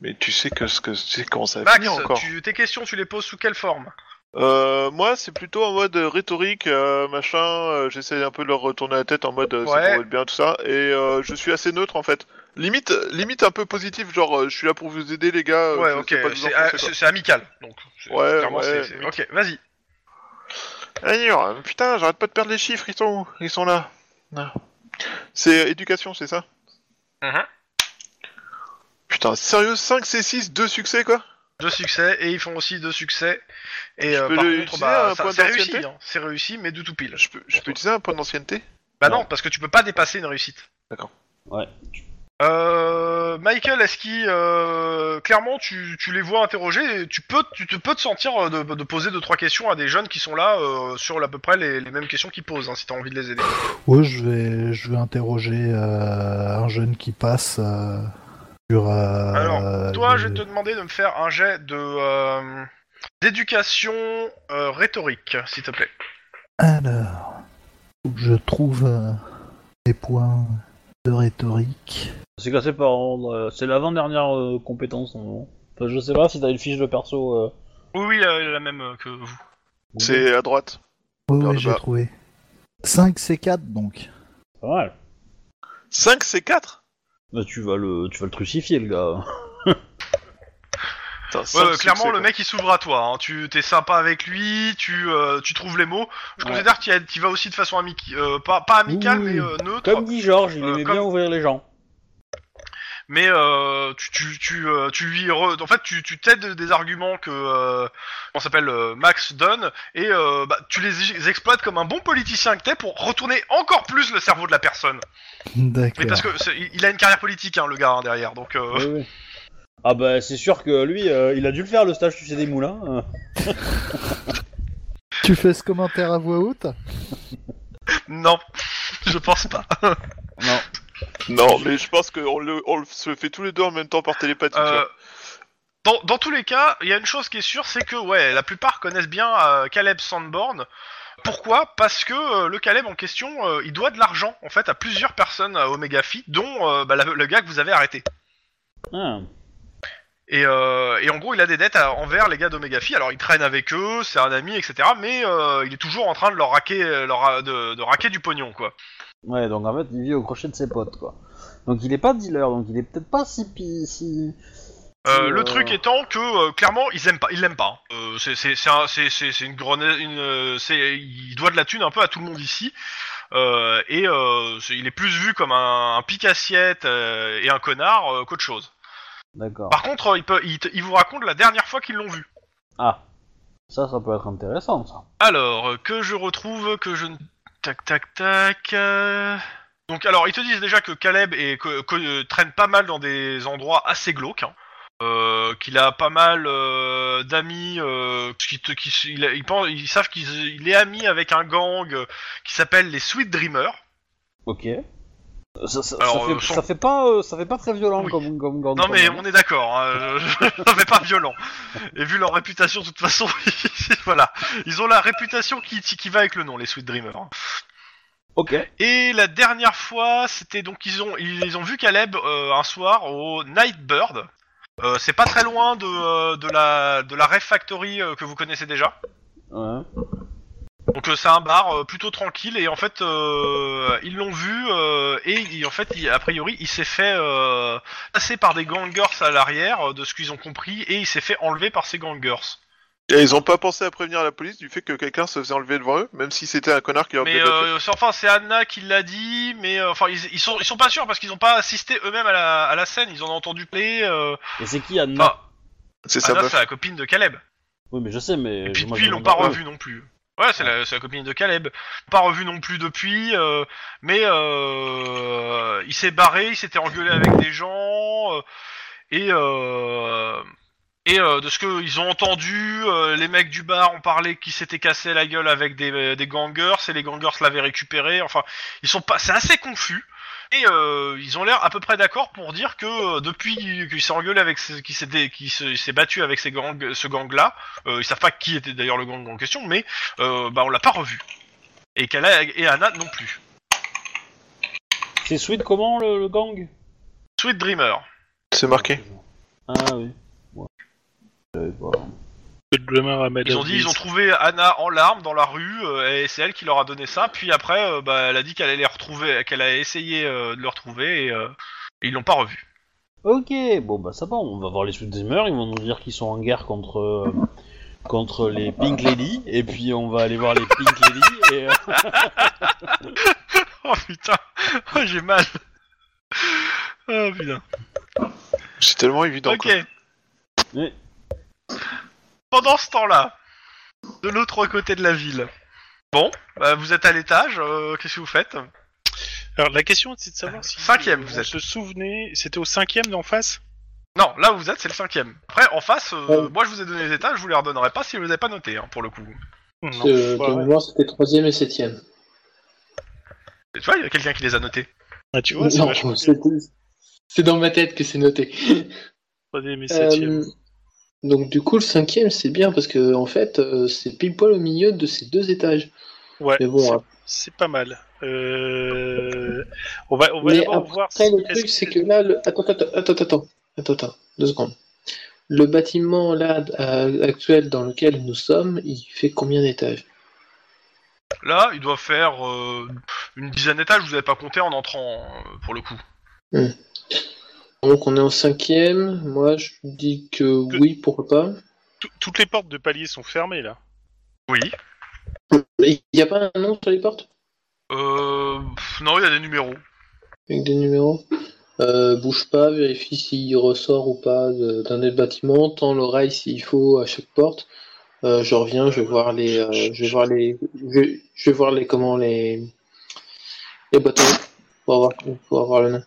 Speaker 3: mais tu sais que ce que tu sais comment ça va
Speaker 2: Max,
Speaker 3: finir encore.
Speaker 2: tu, tes questions, tu les poses sous quelle forme
Speaker 3: Euh, moi, c'est plutôt en mode rhétorique, euh, machin. euh, J'essaie un peu de leur retourner la tête en mode euh, c'est
Speaker 2: Ouais.
Speaker 3: pour votre bien, tout ça. Et euh, je suis assez neutre en fait. Limite, limite un peu positif, genre euh, je suis là pour vous aider les gars. euh,
Speaker 2: Ouais,
Speaker 3: je
Speaker 2: ok,
Speaker 3: sais pas vous
Speaker 2: c'est
Speaker 3: en pensez,
Speaker 2: ah,
Speaker 3: quoi.
Speaker 2: c'est- c'est amical. Donc, c'est-
Speaker 3: Ouais,
Speaker 2: clairement,
Speaker 3: ouais,
Speaker 2: c'est- c'est-
Speaker 3: oui.
Speaker 2: Ok, vas-y.
Speaker 3: Ailleurs, Eh, putain, j'arrête pas de perdre les chiffres, ils sont où Ils sont là. Ah. C'est euh, éducation, c'est ça
Speaker 2: Mhm.
Speaker 3: Putain, sérieux, 5 C6, 2 succès quoi
Speaker 2: Deux succès, et ils font aussi deux succès. Et
Speaker 3: Je
Speaker 2: euh,
Speaker 3: peux
Speaker 2: par
Speaker 3: le
Speaker 2: contre,
Speaker 3: utiliser,
Speaker 2: bah,
Speaker 3: un
Speaker 2: ça-
Speaker 3: point
Speaker 2: c'est réussi,
Speaker 3: d'ancienneté
Speaker 2: hein, c'est réussi, mais de tout pile.
Speaker 3: Je peux, je peux utiliser un point d'ancienneté
Speaker 2: Bah non, parce que tu peux pas dépasser une réussite.
Speaker 3: D'accord.
Speaker 1: Ouais.
Speaker 2: Euh, Michael, est-ce qu'il euh, clairement tu, tu les vois interroger et tu peux tu te peux te sentir euh, de, de poser deux trois questions à des jeunes qui sont là euh, sur à peu près les, les mêmes questions qu'ils posent hein, si t'as envie de les aider.
Speaker 6: Ouais, je vais, je vais interroger euh, un jeune qui passe euh, sur. euh,
Speaker 2: Alors, Toi,
Speaker 6: le-
Speaker 2: je vais te demander de me faire un jet de euh, d'éducation euh, rhétorique, s'il te plaît.
Speaker 6: Alors, faut que je trouve euh, des points de rhétorique.
Speaker 1: C'est classé par ordre. euh, C'est l'avant-dernière euh, compétence en moment. Enfin, je sais pas si t'as une fiche de perso. euh,
Speaker 2: Oui, oui, euh, la même euh, que vous.
Speaker 1: ou-
Speaker 3: C'est à droite.
Speaker 6: Ouais,
Speaker 3: Vers
Speaker 6: ouais,
Speaker 3: le
Speaker 6: j'ai
Speaker 3: bas.
Speaker 6: trouvé. 5 C4 donc.
Speaker 1: Pas mal.
Speaker 3: 5 C4
Speaker 1: Bah, tu vas le, tu vas le crucifier le gars.
Speaker 3: Putain,
Speaker 2: Ouais,
Speaker 3: cinq
Speaker 2: ouais, clairement,
Speaker 3: succès,
Speaker 2: le
Speaker 3: quoi.
Speaker 2: mec il s'ouvre à toi. hein. Tu t'es sympa avec lui, tu euh, tu trouves les mots. Je
Speaker 1: Ouais.
Speaker 2: considère que tu vas aussi de façon amicale, pas pas amicale
Speaker 1: Oui,
Speaker 2: mais euh, neutre.
Speaker 1: Comme dit Georges, il
Speaker 2: Euh,
Speaker 1: aimait
Speaker 2: comme-
Speaker 1: bien ouvrir les gens.
Speaker 2: mais euh, tu, tu, tu, euh, tu lui re- en fait tu tu t'aides des arguments que euh, on s'appelle euh, Max donne et euh, bah, tu les exploites comme un bon politicien que t'es pour retourner encore plus le cerveau de la personne. Mais
Speaker 6: D'accord.
Speaker 2: parce que c'est- il- il a une carrière politique hein, le gars hein, derrière donc euh,
Speaker 1: Oui, oui. Ah bah c'est sûr que lui, euh, il a dû le faire le stage tu sais des moulins. euh.
Speaker 6: Tu fais ce commentaire à voix haute
Speaker 2: non je pense pas.
Speaker 3: Non, mais je pense qu'on le, on le se fait tous les deux en même temps par télépathie.
Speaker 2: Euh,
Speaker 3: tu
Speaker 2: dans, dans tous les cas, il y a une chose qui est sûre, c'est que ouais, la plupart connaissent bien euh, Caleb Sandborn. Pourquoi Parce que euh, le Caleb en question, euh, il doit de l'argent en fait à plusieurs personnes à Omega Phi, dont euh, bah, la- le gars que vous avez arrêté.
Speaker 1: Ah.
Speaker 2: Et, euh, et en gros, il a des dettes à- envers les gars d'Omega Phi. Alors, il traîne avec eux, c'est un ami, etc. Mais euh, il est toujours en train de leur raquer, euh, leur, ra- de, de raquer du pognon, quoi.
Speaker 1: Ouais, donc en fait, il vit au crochet de ses potes, quoi. Donc il est pas dealer, donc il est peut-être pas si... pi- si...
Speaker 2: Euh,
Speaker 1: Euh.
Speaker 2: Le truc étant que euh, clairement ils aiment pas, ils l'aiment pas. hein. Euh, c'est- c'est c'est un- c'est- c'est- c'est une grenade, une, euh, c'est il doit de la thune un peu à tout le monde ici. Euh, et euh, c'est- il est plus vu comme un, un pic assiette euh, et un connard euh, qu'autre chose.
Speaker 1: D'accord.
Speaker 2: Par contre, euh, il, peut, il, te- il vous raconte la dernière fois qu'ils l'ont vu.
Speaker 1: Ah. Ça, ça peut être intéressant, ça.
Speaker 2: Alors euh, que je retrouve, que je ne- tac tac tac. euh. Donc alors ils te disent déjà que Caleb est, que, que, euh, traîne pas mal dans des endroits assez glauques. hein. Euh, qu'il a pas mal euh, d'amis, euh, qui, te- qui se- il a- ils, pensent- ils savent qu'il se- il est ami avec un gang euh, qui s'appelle les Sweet Dreamers.
Speaker 1: Ok. Ça, ça,
Speaker 2: Alors,
Speaker 1: ça fait,
Speaker 2: euh, son-
Speaker 1: ça fait pas, euh, ça fait pas très violent
Speaker 2: Oui.
Speaker 1: comme, comme, comme-
Speaker 2: Non
Speaker 1: comme-
Speaker 2: mais on est d'accord, hein, je- ça fait pas violent. Et vu leur réputation, de toute façon, voilà, ils ont la réputation qui, qui va avec le nom, les Sweet Dreamers.
Speaker 1: Ok.
Speaker 2: Et la dernière fois, c'était donc ils ont ils ont vu Caleb euh, un soir au Nightbird. Euh, c'est pas très loin de, euh, de la de la Ref Factory euh, que vous connaissez déjà.
Speaker 1: Ouais.
Speaker 2: Donc euh, c'est un bar euh, plutôt tranquille et en fait euh, ils l'ont vu euh, et il- en fait il- a priori il s'est fait euh, passer par des gangers à l'arrière euh, de ce qu'ils ont compris et il s'est fait enlever par ces gangers.
Speaker 3: vois. Et ils ont pas pensé à prévenir la police du fait que quelqu'un se faisait enlever devant eux, même si c'était un connard qui leur
Speaker 2: Mais
Speaker 3: débattait.
Speaker 2: euh, c'est- enfin c'est Anna qui l'a dit mais euh, enfin ils, ils sont ils sont pas sûrs parce qu'ils ont pas assisté eux-mêmes à la, à la scène ils en ont entendu parler. euh,
Speaker 1: Et c'est qui Anna
Speaker 2: Enfin,
Speaker 3: C'est ça,
Speaker 2: Anna, Ah c'est la copine de Caleb.
Speaker 1: Oui, mais je sais, mais...
Speaker 2: Et puis
Speaker 1: moi,
Speaker 2: depuis,
Speaker 1: je
Speaker 2: ils l'ont
Speaker 1: demande
Speaker 2: pas
Speaker 1: à eux.
Speaker 2: revu non plus. Ouais, c'est la, c'est la copine de Caleb. Pas revu non plus depuis, euh, mais euh, il s'est barré, il s'était engueulé avec des gens, euh, et euh, et euh, de ce que ils ont entendu, euh, les mecs du bar ont parlé qu'ils s'étaient cassé la gueule avec des, des gangers, et les gangers l'avaient récupéré. Enfin, ils sont pas, c'est assez confus. Et euh, ils ont l'air à peu près d'accord pour dire que euh, depuis qu'il s'est engueulé avec, ce- qu'il s'était, qu'il se- il s'est battu avec ces gangs, ce gang-là, euh, ils savent pas qui était d'ailleurs le gang en question, mais euh, bah, on l'a pas revu. Et, Kala et Anna non plus.
Speaker 1: C'est Sweet comment, le, le gang
Speaker 2: Sweet Dreamer.
Speaker 3: C'est marqué.
Speaker 1: Ah oui. Ouais. J'avais pas...
Speaker 4: Que demain à
Speaker 2: Ils
Speaker 4: Madame
Speaker 2: ont dit, ils ont
Speaker 4: Lise.
Speaker 2: trouvé Anna en larmes dans la rue, euh, et c'est elle qui leur a donné ça. Puis après, euh, bah, elle a dit qu'elle allait les retrouver, qu'elle a essayé euh, de le retrouver, et, euh, et ils l'ont pas revu.
Speaker 1: Ok, bon bah ça va, on va voir les Sweet Dreamers, ils vont nous dire qu'ils sont en guerre contre euh, contre les Pink Lady, et puis on va aller voir les Pink Lady, et, euh,
Speaker 2: Oh putain, Oh, j'ai mal. Oh putain.
Speaker 3: C'est tellement évident.
Speaker 2: ok.
Speaker 3: quoi.
Speaker 1: Oui.
Speaker 2: Pendant ce temps-là, de l'autre côté de la ville. Bon, bah, vous êtes à l'étage. euh, Qu'est-ce que vous faites
Speaker 4: Alors la question c'est de savoir si
Speaker 2: Cinquième, vous
Speaker 4: on
Speaker 2: êtes.
Speaker 4: se souvenait, c'était au cinquième d'en face.
Speaker 2: Non, là où vous êtes, c'est le cinquième. Après, en face, euh,
Speaker 7: Ouais.
Speaker 2: moi je vous ai donné les étages, je vous les redonnerai pas si vous les avez pas notés, hein, pour le coup.
Speaker 4: Non.
Speaker 7: Euh,
Speaker 4: Bah,
Speaker 7: de
Speaker 4: ouais.
Speaker 7: mémoire, c'était troisième et septième.
Speaker 2: Et tu vois, il y a quelqu'un qui les a notés.
Speaker 4: Ah, tu vois, c'est
Speaker 7: Non,
Speaker 4: vachement bien.
Speaker 7: c'était- c'est dans ma tête que c'est noté.
Speaker 4: Troisième et septième.
Speaker 7: Euh, donc du coup, le cinquième, c'est bien parce que en fait, euh, c'est pile poil au milieu de ces deux étages.
Speaker 4: ouais.
Speaker 7: Mais bon,
Speaker 4: c'est-
Speaker 7: hein.
Speaker 4: C'est pas mal. Euh, On va, on va
Speaker 7: Mais
Speaker 4: d'abord voir.
Speaker 7: Après, le
Speaker 4: est-ce
Speaker 7: truc, c'est que là, le... attends, attends, attends, attends, attends, attends, deux secondes. Le bâtiment là euh, actuel dans lequel nous sommes, il fait combien d'étages
Speaker 2: Là, il doit faire euh, une dizaine d'étages, vous avez pas compté en entrant, euh, pour le coup.
Speaker 7: Donc on est au cinquième. Moi, je dis que
Speaker 4: Que-
Speaker 7: oui, pourquoi pas.
Speaker 4: tout- toutes les portes de palier sont fermées là.
Speaker 2: Oui.
Speaker 7: Mais Il n'y a pas un nom sur les portes
Speaker 2: Euh, pff, non, il y a des numéros.
Speaker 7: avec des numéros. Euh, bouge pas, vérifie s'il ressort ou pas de- d'un des bâtiments, tend l'oreille s'il faut à chaque porte. Euh, je reviens, je vais voir les, euh, je vais voir les, je, je vais voir les comment les, les boîtes aux lettres pour avoir, pour avoir le nom.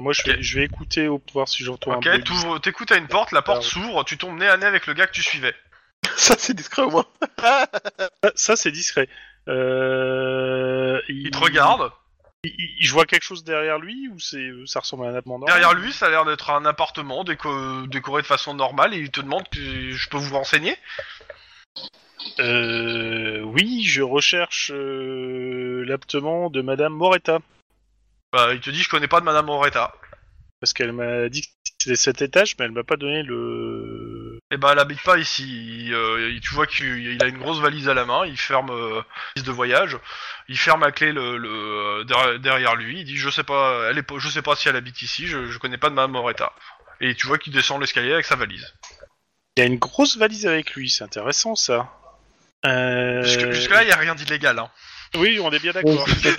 Speaker 4: Moi, je vais, je vais écouter au voir si j'entends
Speaker 2: Ok,
Speaker 4: un bruit.
Speaker 2: t'ouvres- t'écoutes à une porte, la porte
Speaker 4: Ah,
Speaker 2: s'ouvre, tu tombes nez à nez avec le gars que tu suivais.
Speaker 3: Ça, c'est discret au moins.
Speaker 4: Ça, ça, c'est discret. Euh,
Speaker 2: Il te regarde.
Speaker 4: il- il- je vois quelque chose derrière lui ou c'est ça ressemble à un abandon
Speaker 2: Derrière lui, ça a l'air d'être un appartement déco- décoré de façon normale et il te demande que je peux vous renseigner.
Speaker 4: Euh, oui, je recherche euh, l'appartement de Madame Moretta
Speaker 2: Bah, il te dit je connais pas de Madame Moretta.
Speaker 4: parce qu'elle m'a dit que c'était cet étage, mais elle m'a pas donné le.
Speaker 2: Et bah, elle habite pas ici. Il, euh, il- tu vois qu'il il a une grosse valise à la main, il ferme euh, valise de voyage, il ferme à clé le, le- derrière- derrière lui. Il dit je sais pas, elle est, pas- je sais pas si elle habite ici, je, je connais pas de Madame Moretta. Et tu vois qu'il descend l'escalier avec sa valise.
Speaker 4: Il y a une grosse valise avec lui, c'est intéressant ça. Euh...
Speaker 2: Jusque, là, il y a rien d'illégal. Hein.
Speaker 4: Oui, on est bien d'accord. Je-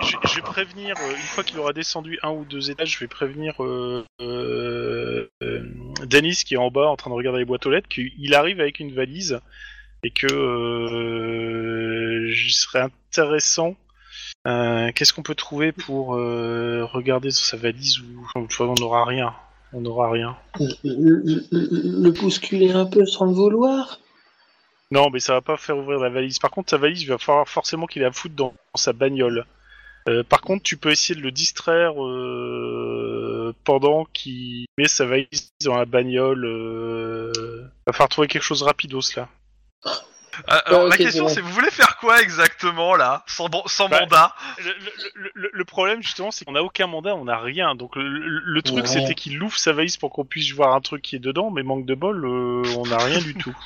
Speaker 4: je, je vais prévenir, euh, une fois qu'il aura descendu un ou deux étages, je vais prévenir euh, euh, euh, Dennis qui est en bas en train de regarder les boîtes aux lettres qu'il arrive avec une valise et que euh, je serais intéressant. euh, Qu'est-ce qu'on peut trouver pour euh, regarder sur sa valise ou ou de toute façon, on n'aura rien. On n'aura rien.
Speaker 7: Le, le, le- le bousculer un peu sans le vouloir.
Speaker 4: Non, mais ça va pas faire ouvrir la valise. Par contre, sa valise, il va falloir forcément qu'il la foute dans, dans sa bagnole. Euh, par contre, tu peux essayer de le distraire euh, pendant qu'il met sa valise dans la bagnole. Euh... Va falloir trouver quelque chose rapidos là.
Speaker 2: Euh, alors,
Speaker 7: ok,
Speaker 2: la
Speaker 7: c'est
Speaker 2: question
Speaker 7: bon.
Speaker 2: c'est vous voulez faire quoi exactement là, sans, ban- sans
Speaker 4: Bah,
Speaker 2: mandat
Speaker 4: Le, le- le- le problème justement, c'est qu'on n'a aucun mandat, on n'a rien. Donc le, le- le truc,
Speaker 7: Ouais.
Speaker 4: c'était qu'il ouvre sa valise pour qu'on puisse voir un truc qui est dedans, mais manque de bol, euh, on n'a rien du tout.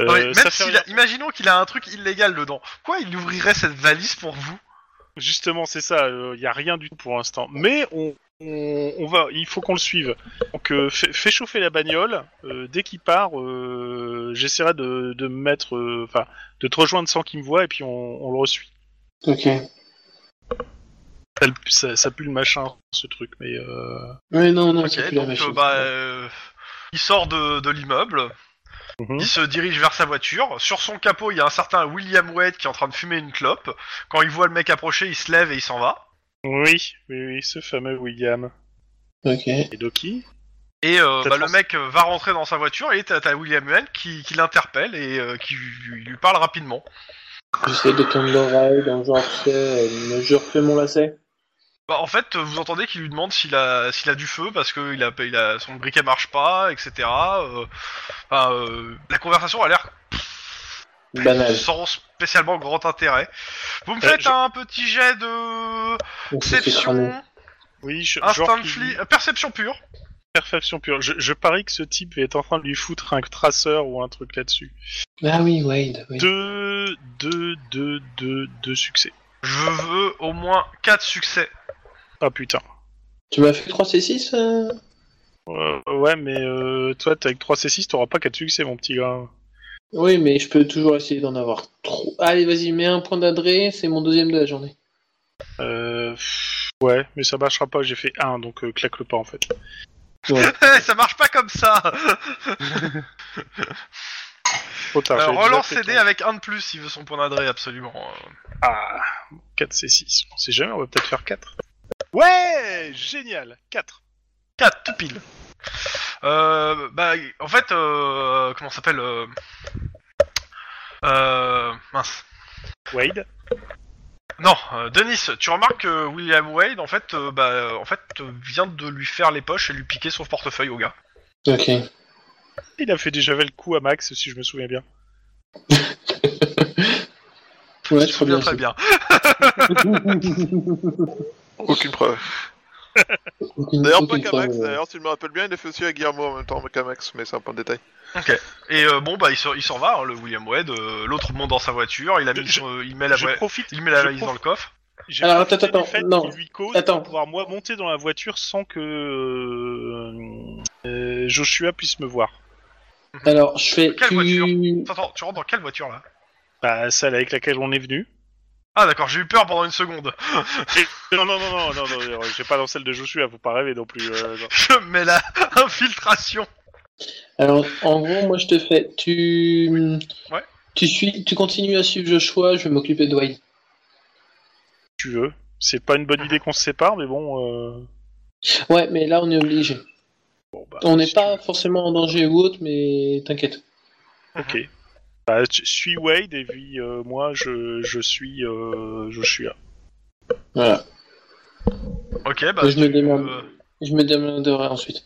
Speaker 4: Euh,
Speaker 2: Ouais, même
Speaker 4: ça fait
Speaker 2: s'il
Speaker 4: rien.
Speaker 2: a- imaginons qu'il a un truc illégal dedans. Quoi, il ouvrirait cette valise pour vous
Speaker 4: Justement, c'est ça. euh, Il n'y a rien du tout pour l'instant. Mais on, on, on va, il faut qu'on le suive. Donc, euh, fais, fais chauffer la bagnole. euh, dès qu'il part, euh, j'essaierai de, de me mettre, euh, enfin, de te rejoindre sans qu'il me voie, et puis on, on le resuit.
Speaker 7: Ok.
Speaker 4: Ça, le- ça- ça pue le machin, ce truc. Mais euh,
Speaker 7: Mais non, non,
Speaker 2: Ok,
Speaker 7: c'est plus la
Speaker 2: donc
Speaker 7: machine.
Speaker 2: euh, bah, euh, il sort de, de l'immeuble,
Speaker 4: Mhm.
Speaker 7: Mmh.
Speaker 2: il se dirige vers sa voiture. Sur son capot, il y a un certain William Wade qui est en train de fumer une clope. Quand il voit le mec approcher, il se lève et il s'en va.
Speaker 4: oui, oui, oui, ce fameux William
Speaker 7: Ok.
Speaker 4: et Doki.
Speaker 2: Et euh,
Speaker 4: Peut-être
Speaker 2: bah, le
Speaker 4: en-
Speaker 2: mec euh, va rentrer dans sa voiture et t'as t'as William Wade qui, qui l'interpelle et euh, qui lui lui parle rapidement.
Speaker 7: J'essaie de tourner l'oreille dans le genre, tu sais, euh, je refais mon lacet.
Speaker 2: Bah, en fait, euh, vous entendez qu'il lui demande s'il a, s'il a du feu parce que il a, il a, son briquet marche pas, etc. Euh, enfin, euh, la conversation a l'air
Speaker 7: Banal.
Speaker 2: sans spécialement grand intérêt. Vous me
Speaker 4: Euh,
Speaker 2: faites
Speaker 4: je-
Speaker 2: un petit jet de
Speaker 7: Donc, c'est cramer.
Speaker 2: perception,
Speaker 4: Oui, je, genre
Speaker 2: instinct de
Speaker 4: qui-
Speaker 2: flic, euh, perception pure.
Speaker 4: perfection pure. Je, je parie que ce type est en train de lui foutre un traceur ou un truc là-dessus.
Speaker 7: Ah oui, Wade. Oui.
Speaker 4: Deux, deux, deux, deux, deux succès.
Speaker 2: Je veux au moins 4 succès.
Speaker 4: Ah putain.
Speaker 7: Tu m'as fait 3C6 euh
Speaker 4: Euh, ouais, mais euh, toi, t'es avec 3C6, t'auras pas 4 succès, mon petit gars.
Speaker 7: Oui, mais je peux toujours essayer d'en avoir trop. Allez, vas-y, mets un point d'adresse, c'est mon deuxième de la journée.
Speaker 4: Euh, pff, ouais, mais ça marchera pas, j'ai fait 1, donc euh, claque le pas en fait.
Speaker 2: Eh, ça marche pas comme ça
Speaker 4: Trop tard.
Speaker 2: Euh,
Speaker 4: j'avais déjà
Speaker 2: Relance
Speaker 4: fait
Speaker 2: CD
Speaker 4: ton-
Speaker 2: avec un de plus s'il veut son point d'adresse, absolument. Euh,
Speaker 4: Ah, 4C6, on sait jamais, on va peut-être faire 4. Ouais, génial, 4.
Speaker 2: 4, tout pile. Euh, bah, en fait, euh, comment ça s'appelle euh, euh, Mince.
Speaker 4: Wade.
Speaker 2: Non, euh, Denis, tu remarques que William Wade, en fait, euh, bah, euh, en fait, euh, vient de lui faire les poches et lui piquer son portefeuille au gars.
Speaker 7: Ok.
Speaker 4: Il a fait déjà le coup à Max, si je me souviens bien.
Speaker 7: Ouais,
Speaker 2: Je me
Speaker 7: je crois
Speaker 2: souviens
Speaker 7: bien.
Speaker 2: très bien.
Speaker 3: Aucune preuve.
Speaker 7: Aucune-
Speaker 3: D'ailleurs, pas
Speaker 7: aucune preuve,
Speaker 3: Kamax,
Speaker 7: ouais.
Speaker 3: d'ailleurs, si je me rappelle bien, il l'a fait aussi à Guillermo en même temps, Kamax, mais c'est un point de détail.
Speaker 2: Et euh, bon, bah, il s'en il s'en va, hein, le William Wade. euh, L'autre monte dans sa voiture, il, a mis
Speaker 4: Je-
Speaker 2: son- il met la,
Speaker 4: je
Speaker 2: voie-
Speaker 4: profite.
Speaker 2: il met la
Speaker 4: je
Speaker 2: valise dans le coffre.
Speaker 4: J'ai
Speaker 7: Alors,
Speaker 4: profité
Speaker 7: attends,
Speaker 4: du
Speaker 7: attends,
Speaker 4: fait
Speaker 7: non.
Speaker 4: qu'il lui cause
Speaker 7: Attends.
Speaker 4: pour pouvoir moi monter dans la voiture sans que euh, euh, Joshua puisse me voir.
Speaker 7: Alors, je fais.
Speaker 2: Quelle
Speaker 7: tu-
Speaker 2: voiture Attends, tu rentres dans quelle voiture là
Speaker 4: Bah, celle avec laquelle on est venu.
Speaker 2: Ah d'accord, j'ai eu peur pendant une seconde.
Speaker 4: Non, non, non, non, non, non, non, j'ai pas dans celle de Joshua, faut pas rêver non plus. euh, non.
Speaker 2: Je mets la infiltration.
Speaker 7: Alors, en gros, moi, je te fais. Tu.
Speaker 2: Ouais.
Speaker 7: Tu, suis, tu continues à suivre Joshua, je vais m'occuper de Dwight.
Speaker 4: Tu veux. C'est pas une bonne idée qu'on se sépare, mais bon. euh,
Speaker 7: Ouais, mais là, on est obligé.
Speaker 4: bon, bah,
Speaker 7: On n'est
Speaker 4: si
Speaker 7: pas forcément en danger ou autre, mais t'inquiète.
Speaker 4: tu- Ok. Bah, tu- suis Wade et puis euh, moi je, je suis euh, Joshua.
Speaker 7: Voilà.
Speaker 2: Ok, bah.
Speaker 7: Mais je me
Speaker 2: tu-
Speaker 7: demande.
Speaker 2: euh,
Speaker 7: Je me demanderai ensuite.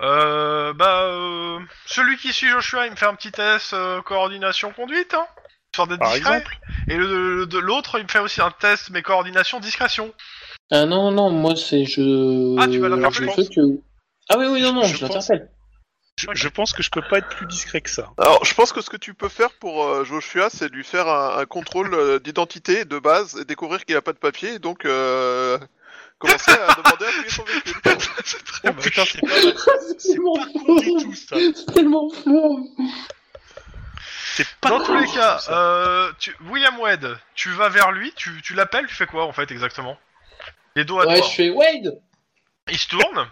Speaker 2: Euh, bah, euh, celui qui suit Joshua, il me fait un petit test euh, coordination conduite, hein, histoire d'être
Speaker 4: Par
Speaker 2: discret.
Speaker 4: exemple.
Speaker 2: Et le, le- de l'autre, il me fait aussi un test mais coordination discrétion.
Speaker 7: Ah non, non, moi, c'est. Je...
Speaker 2: Ah, tu vas
Speaker 7: je
Speaker 2: l'interpeller,
Speaker 7: fais que... Ah oui, oui, non, non,
Speaker 4: Je
Speaker 7: je,
Speaker 4: pense-
Speaker 7: l'interpelle.
Speaker 4: Je, je pense que je peux pas être plus discret que ça.
Speaker 3: Alors, je pense que ce que tu peux faire pour euh, Joshua, c'est lui faire un, un contrôle euh, d'identité de base et découvrir qu'il a pas de papier, et donc euh, commencer à demander à payer son véhicule.
Speaker 2: Oh, C'est très moche.
Speaker 4: putain, c'est pas mal.
Speaker 7: C'est
Speaker 4: pas
Speaker 7: tellement
Speaker 4: con du
Speaker 7: flou.
Speaker 4: tout, ça.
Speaker 7: C'est tellement flou.
Speaker 4: C'est pas
Speaker 2: Dans tous les
Speaker 4: con,
Speaker 2: cas,
Speaker 4: ça.
Speaker 2: euh, tu- William Wade, tu vas vers lui, tu, tu l'appelles, tu fais quoi en fait exactement Les dos à
Speaker 7: Ouais,
Speaker 2: toi.
Speaker 7: je fais Wade.
Speaker 2: Il se tourne,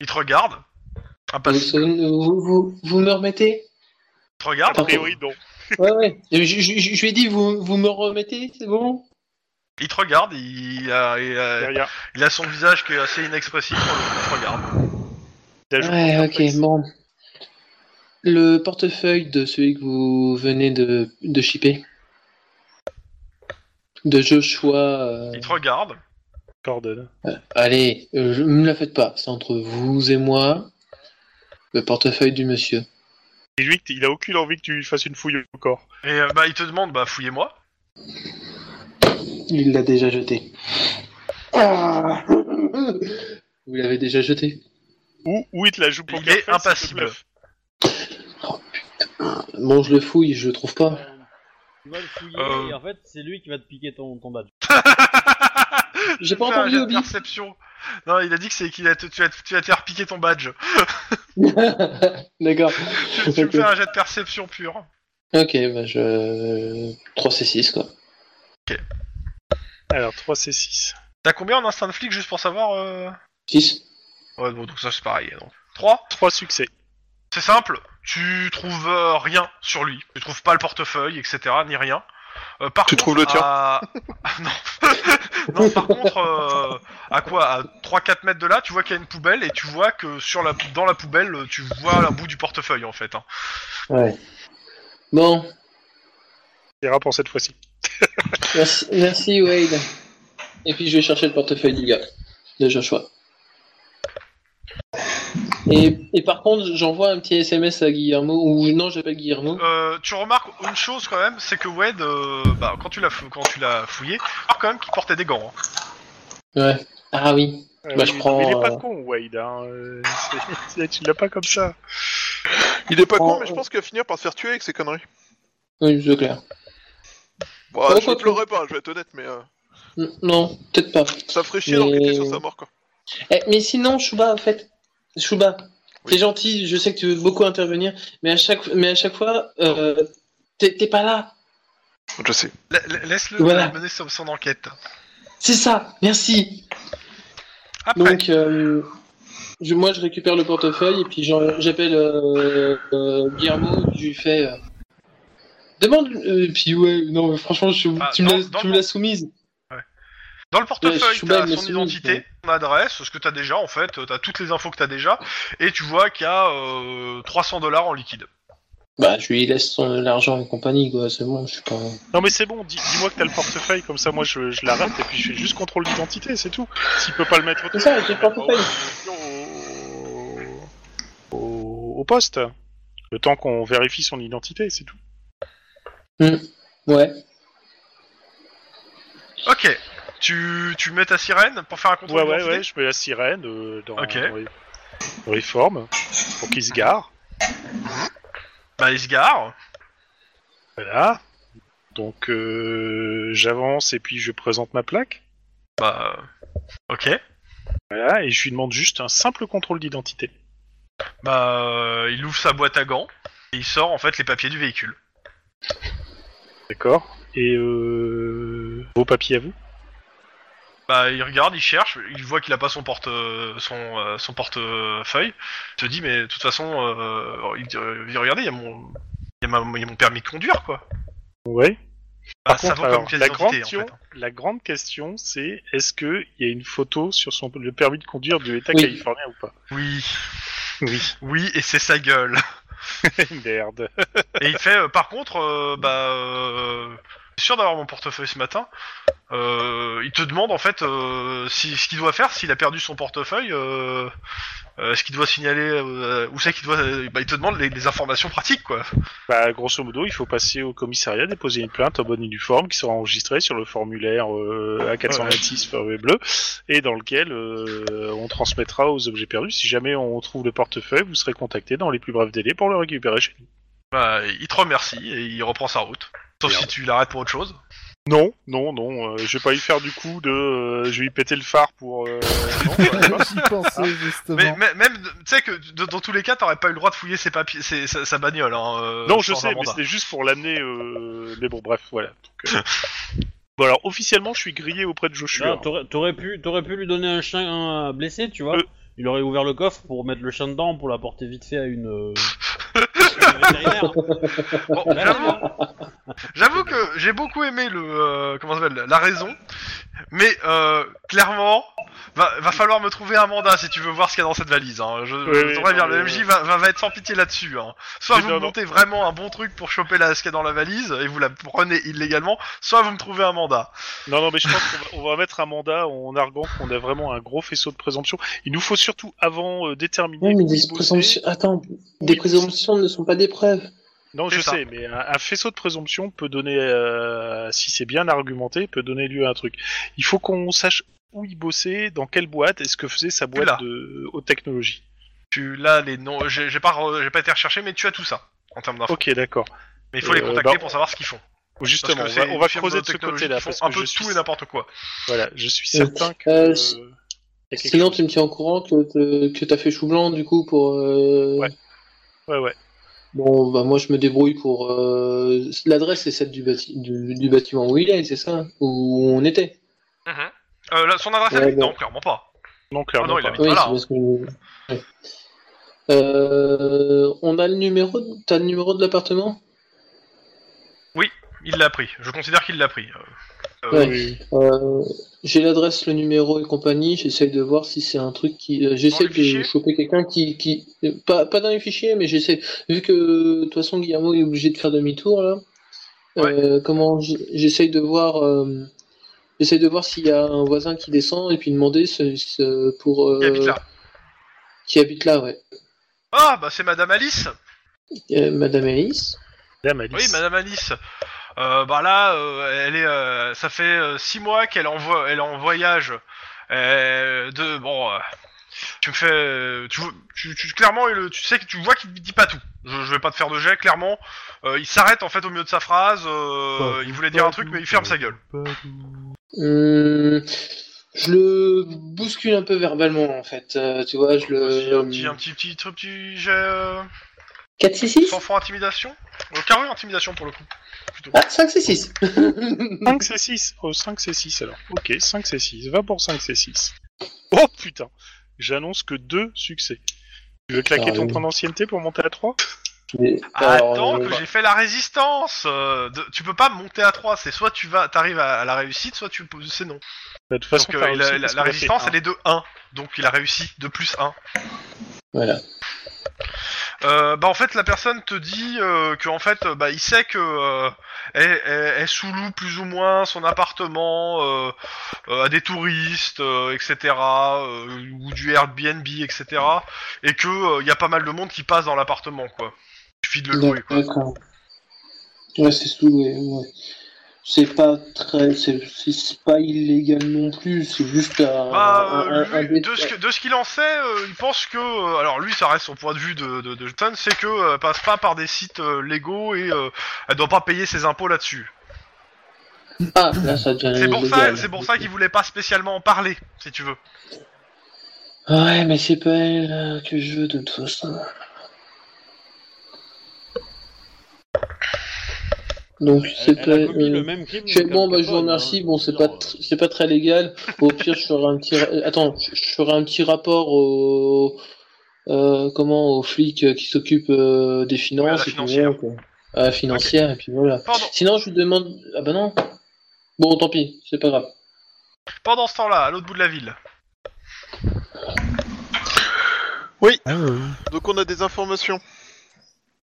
Speaker 2: il te regarde,
Speaker 7: Vous,
Speaker 2: impassible,
Speaker 7: vous, vous, vous me remettez
Speaker 2: il te regarde,
Speaker 4: a priori non.
Speaker 7: Ouais, ouais. Je, je- je- je lui ai dit, vous, vous me remettez, c'est bon
Speaker 2: il te regarde, il a, il a-
Speaker 4: Derrière.
Speaker 2: il a son visage qui est assez inexpressif, pour le coup, il te regarde.
Speaker 4: T'as joué
Speaker 7: Ouais,
Speaker 4: un
Speaker 7: ok,
Speaker 4: texte.
Speaker 7: bon. Le portefeuille de celui que vous venez de, de shipper. De Joshua. euh,
Speaker 2: Il te regarde,
Speaker 4: Coordonne.
Speaker 7: Allez, euh, je- me la faites pas. C'est entre vous et moi. Le portefeuille du monsieur.
Speaker 4: Et lui, il a aucune envie que tu lui fasses une fouille au corps.
Speaker 2: et euh, bah, il te demande, bah fouillez-moi.
Speaker 7: Il l'a déjà jeté. Ah. Vous l'avez déjà jeté
Speaker 4: Ou, ou il te la joue pour
Speaker 2: Il
Speaker 4: qu'elle
Speaker 2: est
Speaker 4: fasse, te
Speaker 2: impassible.
Speaker 4: bluffe.
Speaker 7: Bon, je le fouille, je le trouve pas.
Speaker 1: Tu vas le fouiller
Speaker 2: Euh.
Speaker 1: et en fait, c'est lui qui va te piquer ton, ton badge.
Speaker 7: J'ai pas
Speaker 2: Fais un jet
Speaker 7: entendu
Speaker 2: de
Speaker 7: Obi.
Speaker 2: perception. Non, il a dit que c'est qu'il a te- tu vas te tu vas te faire piquer ton badge.
Speaker 7: D'accord.
Speaker 2: tu, tu me fais un jet de perception pure.
Speaker 7: Ok, bah je. 3C6 quoi.
Speaker 4: Alors 3 C6.
Speaker 2: T'as combien en instinct de flic juste pour savoir euh...
Speaker 7: 6
Speaker 2: Ouais, bon, donc ça c'est pareil. Donc. 3
Speaker 4: 3 succès.
Speaker 2: C'est simple, tu trouves euh, rien sur lui. Tu trouves pas le portefeuille, etc., ni rien. Euh, par
Speaker 3: Tu
Speaker 2: contre,
Speaker 3: trouves le tien.
Speaker 2: à- Ah, non. Non, par contre, euh, à quoi À 3-4 mètres de là, tu vois qu'il y a une poubelle et tu vois que sur la... dans la poubelle, tu vois la bout du portefeuille en fait. hein.
Speaker 7: Ouais. Bon,
Speaker 4: C'est rare pour cette fois-ci.
Speaker 7: merci, merci Wade. Et puis je vais chercher le portefeuille du gars, de Joshua. Et, et par contre, j'envoie un petit SMS à Guillermo, ou non, j'appelle Guillermo.
Speaker 2: Euh, tu remarques une chose quand même, c'est que Wade, euh, bah, quand tu l'as fou- quand tu l'as fouillé, tu remarques quand même qu'il portait des gants. hein.
Speaker 7: Ouais. Ah oui.
Speaker 4: Euh,
Speaker 7: Bah, je
Speaker 4: mais-
Speaker 7: prends,
Speaker 4: mais il est pas
Speaker 7: euh,
Speaker 4: con, Wade. Hein. euh, c'est- tu l'as pas comme ça.
Speaker 3: Il est pas
Speaker 7: Oh,
Speaker 3: con, mais je
Speaker 7: oh.
Speaker 3: pense qu'il va finir par se faire tuer avec ses conneries.
Speaker 7: Oui, c'est clair.
Speaker 3: Bon,
Speaker 7: Ouais,
Speaker 3: je
Speaker 7: quoi
Speaker 3: ne
Speaker 7: que-
Speaker 3: pleurerai pas, je vais être honnête, mais euh,
Speaker 7: N- Non, peut-être pas.
Speaker 3: ça ferait chier
Speaker 7: Mais-
Speaker 3: d'enquêter sur sa mort, quoi.
Speaker 7: Eh, mais sinon, Chouba, en fait, Chouba,
Speaker 3: Oui.
Speaker 7: t'es gentil, je sais que tu veux beaucoup intervenir, mais à chaque, mais à chaque fois, euh, t'es t'es pas là.
Speaker 3: Je sais.
Speaker 2: La- la- Laisse-le
Speaker 7: Voilà.
Speaker 2: mener son, son enquête.
Speaker 7: C'est ça, merci.
Speaker 2: Après,
Speaker 7: Donc, euh, je- moi, je récupère le portefeuille et puis j'en- j'appelle euh, euh, Guillermo, je lui fais. euh, demande. euh, et puis, ouais, non, mais franchement, je,
Speaker 2: Ah,
Speaker 7: tu me
Speaker 2: dans-
Speaker 7: l'as-
Speaker 2: dans
Speaker 7: tu
Speaker 2: le-
Speaker 7: me l'as soumise.
Speaker 2: dans le portefeuille,
Speaker 7: euh, Schubert,
Speaker 2: t'as
Speaker 7: il me
Speaker 2: son
Speaker 7: souligne,
Speaker 2: identité,
Speaker 7: ouais.
Speaker 2: son adresse, ce que t'as déjà en fait, t'as toutes les infos que t'as déjà, et tu vois qu'il y a euh, 300 dollars en liquide.
Speaker 7: Bah, je lui laisse son- l'argent et compagnie, quoi, c'est bon, je suis pas.
Speaker 4: Non mais c'est bon, dis- dis-moi que t'as le portefeuille, comme ça moi je, je l'arrête et puis je fais juste contrôle d'identité, c'est tout. S'il peut pas le mettre
Speaker 7: C'est ça, j'ai le portefeuille.
Speaker 4: euh, au... au- au poste. Le temps qu'on vérifie son identité, c'est tout.
Speaker 7: Ouais.
Speaker 2: Ok, tu, tu mets ta sirène pour faire un
Speaker 4: Ouais
Speaker 2: contrôle
Speaker 4: ouais
Speaker 2: d'identité
Speaker 4: ouais, je mets la sirène euh, dans,
Speaker 2: Ok.
Speaker 4: dans les, dans les formes pour qu'il se gare.
Speaker 2: Bah il se gare,
Speaker 4: Voilà. Donc euh, j'avance et puis je présente ma plaque.
Speaker 2: bah... euh, Ok,
Speaker 4: Voilà, et je lui demande juste un simple contrôle d'identité.
Speaker 2: bah euh, il ouvre sa boîte à gants, et il sort en fait les papiers du véhicule.
Speaker 4: D'accord et euh, vos papiers à vous.
Speaker 2: Bah, il regarde, il cherche, il voit qu'il a pas son porte euh, son, euh, son portefeuille. Il se dit mais de toute façon, euh, il dit, euh, regardez, il y a mon il y a ma- il y a mon permis de conduire quoi.
Speaker 4: Ouais.
Speaker 2: Bah,
Speaker 4: Par
Speaker 2: ça
Speaker 4: contre,
Speaker 2: vaut
Speaker 4: alors,
Speaker 2: comme pièce
Speaker 4: la, grande
Speaker 2: d'identité en
Speaker 4: question,
Speaker 2: fait. hein.
Speaker 4: la grande question, c'est est-ce qu'il y a une photo sur son, le permis de conduire de l'État
Speaker 7: Oui.
Speaker 4: californien ou pas
Speaker 2: Oui,
Speaker 4: Oui.
Speaker 2: oui, et c'est sa gueule.
Speaker 4: Merde.
Speaker 2: Et il fait, euh, par contre, euh, bah, euh, je suis sûr d'avoir mon portefeuille ce matin. Euh, il te demande en fait euh, si, ce qu'il doit faire, s'il a perdu son portefeuille, euh, euh, ce qu'il doit signaler, euh, où c'est qu'il doit. euh, bah, il te demande les, les informations pratiques quoi.
Speaker 4: Bah, grosso modo, il faut passer au commissariat, déposer une plainte en bonne et due forme qui sera enregistrée sur le formulaire euh, A426 forme bleu et dans lequel euh, on transmettra aux objets perdus. Si jamais on trouve le portefeuille, vous serez contacté dans les plus brefs délais pour le récupérer chez nous.
Speaker 2: Bah, il te remercie et il reprend sa route. Sauf
Speaker 4: Merde.
Speaker 2: si tu l'arrêtes pour autre chose.
Speaker 4: Non, non, non, euh, je vais pas lui faire du coup de. euh, je vais lui péter le phare pour. euh, non, voilà, pas.
Speaker 6: J'y pensais justement.
Speaker 2: Mais, mais- même, tu sais que de- dans tous les cas, t'aurais pas eu le droit de fouiller ses papiers, ses- sa, sa bagnole. Hein, euh,
Speaker 4: Non, je
Speaker 2: sans un
Speaker 4: sais, mais
Speaker 2: mandat.
Speaker 4: c'était juste pour l'amener. euh, Mais bon, bref, voilà. Donc, euh, Bon, alors officiellement, je suis grillé auprès de Joshua.
Speaker 1: Non, Ah, t'aurais- T'aurais pu, t'aurais pu lui donner un chien un blessé, tu vois.
Speaker 4: Euh.
Speaker 1: Il aurait ouvert le coffre pour mettre le chien dedans, pour l'apporter vite fait à une. euh, une vétérinaire.
Speaker 2: Bon, j'avoue- J'avoue que j'ai beaucoup aimé le euh, comment ça s'appelle la raison, mais euh, clairement va, va falloir me trouver un mandat si tu veux voir ce qu'il y a dans cette valise. Hein. Je,
Speaker 4: Oui,
Speaker 2: je t'aurais
Speaker 4: oui,
Speaker 2: bien
Speaker 4: non,
Speaker 2: le
Speaker 4: mais-
Speaker 2: MJ va, va, va être sans pitié là-dessus. Hein. Soit
Speaker 4: Mais
Speaker 2: vous
Speaker 4: non,
Speaker 2: me
Speaker 4: non.
Speaker 2: montez vraiment un bon truc pour choper la, ce qu'il y a dans la valise et vous la prenez illégalement, soit vous me trouvez un mandat.
Speaker 4: Non, non, mais je pense qu'on va, on va mettre un mandat en arguant qu'on a vraiment un gros faisceau de présomption. Il nous faut surtout avant euh, déterminer.
Speaker 7: Oui, mais
Speaker 4: où
Speaker 7: des
Speaker 4: bosser.
Speaker 7: présomptions. Attends, des présomptions ne sont pas des preuves.
Speaker 4: Non,
Speaker 2: C'est
Speaker 4: je
Speaker 2: ça.
Speaker 4: sais, mais un, un faisceau de présomption peut donner, euh, si c'est bien argumenté, peut donner lieu à un truc. Il faut qu'on sache où il bossait, dans quelle boîte, et ce que faisait sa boîte
Speaker 2: Là.
Speaker 4: de haute technologie.
Speaker 2: Tu là les noms, euh, j'ai j'ai pas re- j'ai pas été recherché, mais tu as tout ça en termes d'infos.
Speaker 4: Ok, d'accord.
Speaker 2: Mais il faut les
Speaker 4: Euh,
Speaker 2: contacter
Speaker 4: bah,
Speaker 2: pour savoir ce qu'ils font. Parce
Speaker 4: Justement,
Speaker 2: que
Speaker 4: on
Speaker 2: c'est
Speaker 4: va, on va
Speaker 2: une firme
Speaker 4: creuser de ce
Speaker 2: technologie
Speaker 4: côté-là
Speaker 2: qui font
Speaker 4: parce
Speaker 2: un
Speaker 4: que
Speaker 2: peu
Speaker 4: je
Speaker 2: tout
Speaker 4: suis,
Speaker 2: et n'importe quoi.
Speaker 4: voilà, je suis
Speaker 7: Euh,
Speaker 4: certain que.
Speaker 7: euh,
Speaker 4: euh, il y a quelque
Speaker 7: Sinon,
Speaker 4: chose.
Speaker 7: tu me tiens au courant que, te- que t'as fait chou blanc, du coup, pour. euh,
Speaker 4: Ouais. Ouais, ouais.
Speaker 7: Bon, bah, moi, je me débrouille pour. euh, L'adresse, c'est celle du, bati- du, du bâtiment où il est, c'est ça hein, Où on était.
Speaker 2: Euh, là, son adresse à
Speaker 7: Ouais,
Speaker 2: lui
Speaker 7: bon.
Speaker 2: Non, clairement pas.
Speaker 4: Non,
Speaker 2: Ah
Speaker 4: clairement.
Speaker 2: non, il
Speaker 4: pas.
Speaker 2: habite
Speaker 7: Oui,
Speaker 2: pas là.
Speaker 7: c'est parce que. Ouais. Euh, on a le numéro. de- T'as le numéro de l'appartement
Speaker 2: Il l'a pris. Je considère qu'il l'a pris. Euh, euh,
Speaker 7: Ouais. Euh, j'ai l'adresse, le numéro et compagnie. J'essaye de voir si c'est un truc qui. euh, j'essaie
Speaker 2: Dans les
Speaker 7: de
Speaker 2: fichiers
Speaker 7: choper quelqu'un qui. qui... euh, Pas, pas dans les fichiers, mais j'essaie. Vu que de toute façon Guillermo est obligé de faire demi-tour là. euh, comment j'- j'essaye de voir. euh, J'essaye de voir s'il y a un voisin qui descend et puis demander ce, ce- pour euh,
Speaker 2: Il habite là.
Speaker 7: qui habite là, ouais.
Speaker 2: Ah, bah c'est Madame Alice.
Speaker 7: Euh, Madame Alice.
Speaker 4: Madame Alice.
Speaker 2: Oui, Madame Alice. Euh, bah là, euh, elle est. euh, ça fait euh, six mois qu'elle envoie, elle est en voyage. Euh, de bon, euh, tu me fais. euh, Tu, tu, tu- clairement, il- tu sais que tu vois qu'il dit pas tout. Je, je vais pas te faire de jet. Clairement, Euh, il s'arrête en fait au milieu de sa phrase. euh,
Speaker 6: Pas
Speaker 2: il voulait dire un truc, mais il ferme sa gueule.
Speaker 7: Hum, je le bouscule un peu verbalement en fait. Euh, tu vois, je
Speaker 2: Vas-y, un petit,
Speaker 7: le. euh,
Speaker 2: un petit, petit, petit, petit jet. euh,
Speaker 7: 4 6 6
Speaker 2: Sans franc intimidation. Euh, carré intimidation pour le coup. Plutôt.
Speaker 7: Ah, 5 c'est 6
Speaker 4: 5 c'est 6. Oh, 5 c'est 6 alors. Ok, 5 c'est 6. Va pour 5 c'est 6. Oh putain J'annonce que 2 succès. Tu veux claquer
Speaker 7: Ah,
Speaker 4: ton
Speaker 7: oui.
Speaker 4: point d'ancienneté pour monter à 3
Speaker 7: Mais,
Speaker 2: Attends
Speaker 7: alors,
Speaker 2: Ah,
Speaker 7: euh,
Speaker 2: que j'ai fait la résistance euh, de- Tu peux pas monter à 3, c'est soit tu vas, t'arrives à, à la réussite, soit tu peux- c'est non.
Speaker 4: Bah, De toute façon,
Speaker 2: Donc euh,
Speaker 4: t'as
Speaker 2: il a-
Speaker 4: réussi
Speaker 2: la,
Speaker 4: parce
Speaker 2: la
Speaker 4: qu'il a
Speaker 2: résistance
Speaker 4: fait
Speaker 2: elle est de 1, donc il a réussi de plus 1.
Speaker 7: Voilà.
Speaker 2: Euh, bah en fait la personne te dit euh, que en fait euh, bah il sait que euh, elle, elle- elle sous-loue plus ou moins son appartement euh, euh, à des touristes euh, etc euh, ou du Airbnb etc et que euh, il y a pas mal de monde qui passe dans l'appartement quoi. Il suffit de le louer quoi.
Speaker 7: D'accord. Ouais, c'est sous-loué. Ouais. C'est pas très. C'est c'est pas illégal non plus, c'est juste un.
Speaker 2: Bah,
Speaker 7: un-
Speaker 2: euh,
Speaker 7: un- un
Speaker 2: lui,
Speaker 7: dé-
Speaker 2: de ce que- de ce qu'il en sait, euh, il pense que. euh, alors, lui, ça reste son point de vue de, de, de John, c'est que euh, elle passe pas par des sites euh, légaux et euh, elle doit pas payer ses impôts là-dessus.
Speaker 7: Ah, là, ça devient.
Speaker 2: C'est pour, ça-
Speaker 7: illégal.
Speaker 2: c'est pour ça qu'il voulait pas spécialement en parler, si tu veux.
Speaker 7: Ouais, mais c'est pas elle euh, que je veux de toute façon. Donc
Speaker 1: Elle, elle a
Speaker 7: c'était.
Speaker 1: commis
Speaker 7: euh,
Speaker 1: le même crime.
Speaker 7: Je fais,
Speaker 1: qu'Al
Speaker 7: bon, bah, je vous
Speaker 1: Capone,
Speaker 7: remercie.
Speaker 1: hein,
Speaker 7: Bon,
Speaker 1: je
Speaker 7: c'est
Speaker 1: veux
Speaker 7: pas,
Speaker 1: dire,
Speaker 7: tr- c'est pas très légal. Au pire, je ferai un petit, ra- euh, attends, je je ferai un petit rapport au, euh, comment, au flic euh, qui s'occupe euh, des
Speaker 2: Ouais, à la
Speaker 7: finances et puis
Speaker 2: financière.
Speaker 7: voilà, quoi. À la financière et puis voilà.
Speaker 2: Pendant,
Speaker 7: Sinon, je lui demande, ah bah non. Bon, tant pis, c'est pas grave.
Speaker 2: pendant ce temps-là, à l'autre bout de la ville.
Speaker 3: Donc on a des informations.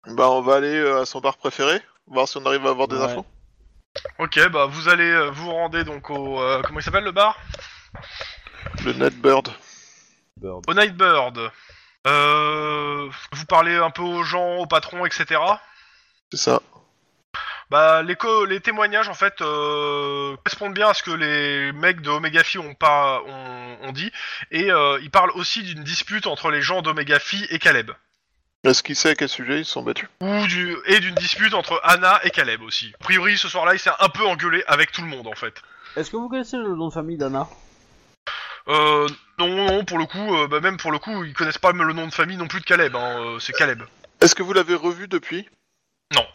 Speaker 3: Bah on va aller euh, à son bar préféré, voir si on arrive à avoir des
Speaker 1: Ouais.
Speaker 3: infos.
Speaker 2: Ok, bah vous allez euh, vous rendez donc au euh, comment il s'appelle le bar
Speaker 3: Le Nightbird.
Speaker 1: Bird.
Speaker 2: Au Nightbird. Euh, vous parlez un peu aux gens, aux patrons, etc.
Speaker 3: C'est ça.
Speaker 2: Bah, les, co- les témoignages, en fait, euh, correspondent bien à ce que les mecs de Omega Phi ont, pas, ont, ont dit. Et euh, ils parlent aussi d'une dispute entre les gens d'Omega Phi et Caleb.
Speaker 3: Est-ce qu'il sait à quel sujet ils se sont battus
Speaker 2: Ou du, et d'une dispute entre Anna et Caleb aussi. A priori, ce soir-là, il s'est un peu engueulé avec tout le monde, en fait.
Speaker 1: Est-ce que vous connaissez le nom de famille d'Anna
Speaker 2: Euh, non, non, pour le coup, euh, bah, même pour le coup, ils connaissent pas le nom de famille non plus de Caleb. Hein, euh, c'est Caleb.
Speaker 3: Est-ce que vous l'avez revu depuis
Speaker 2: Non.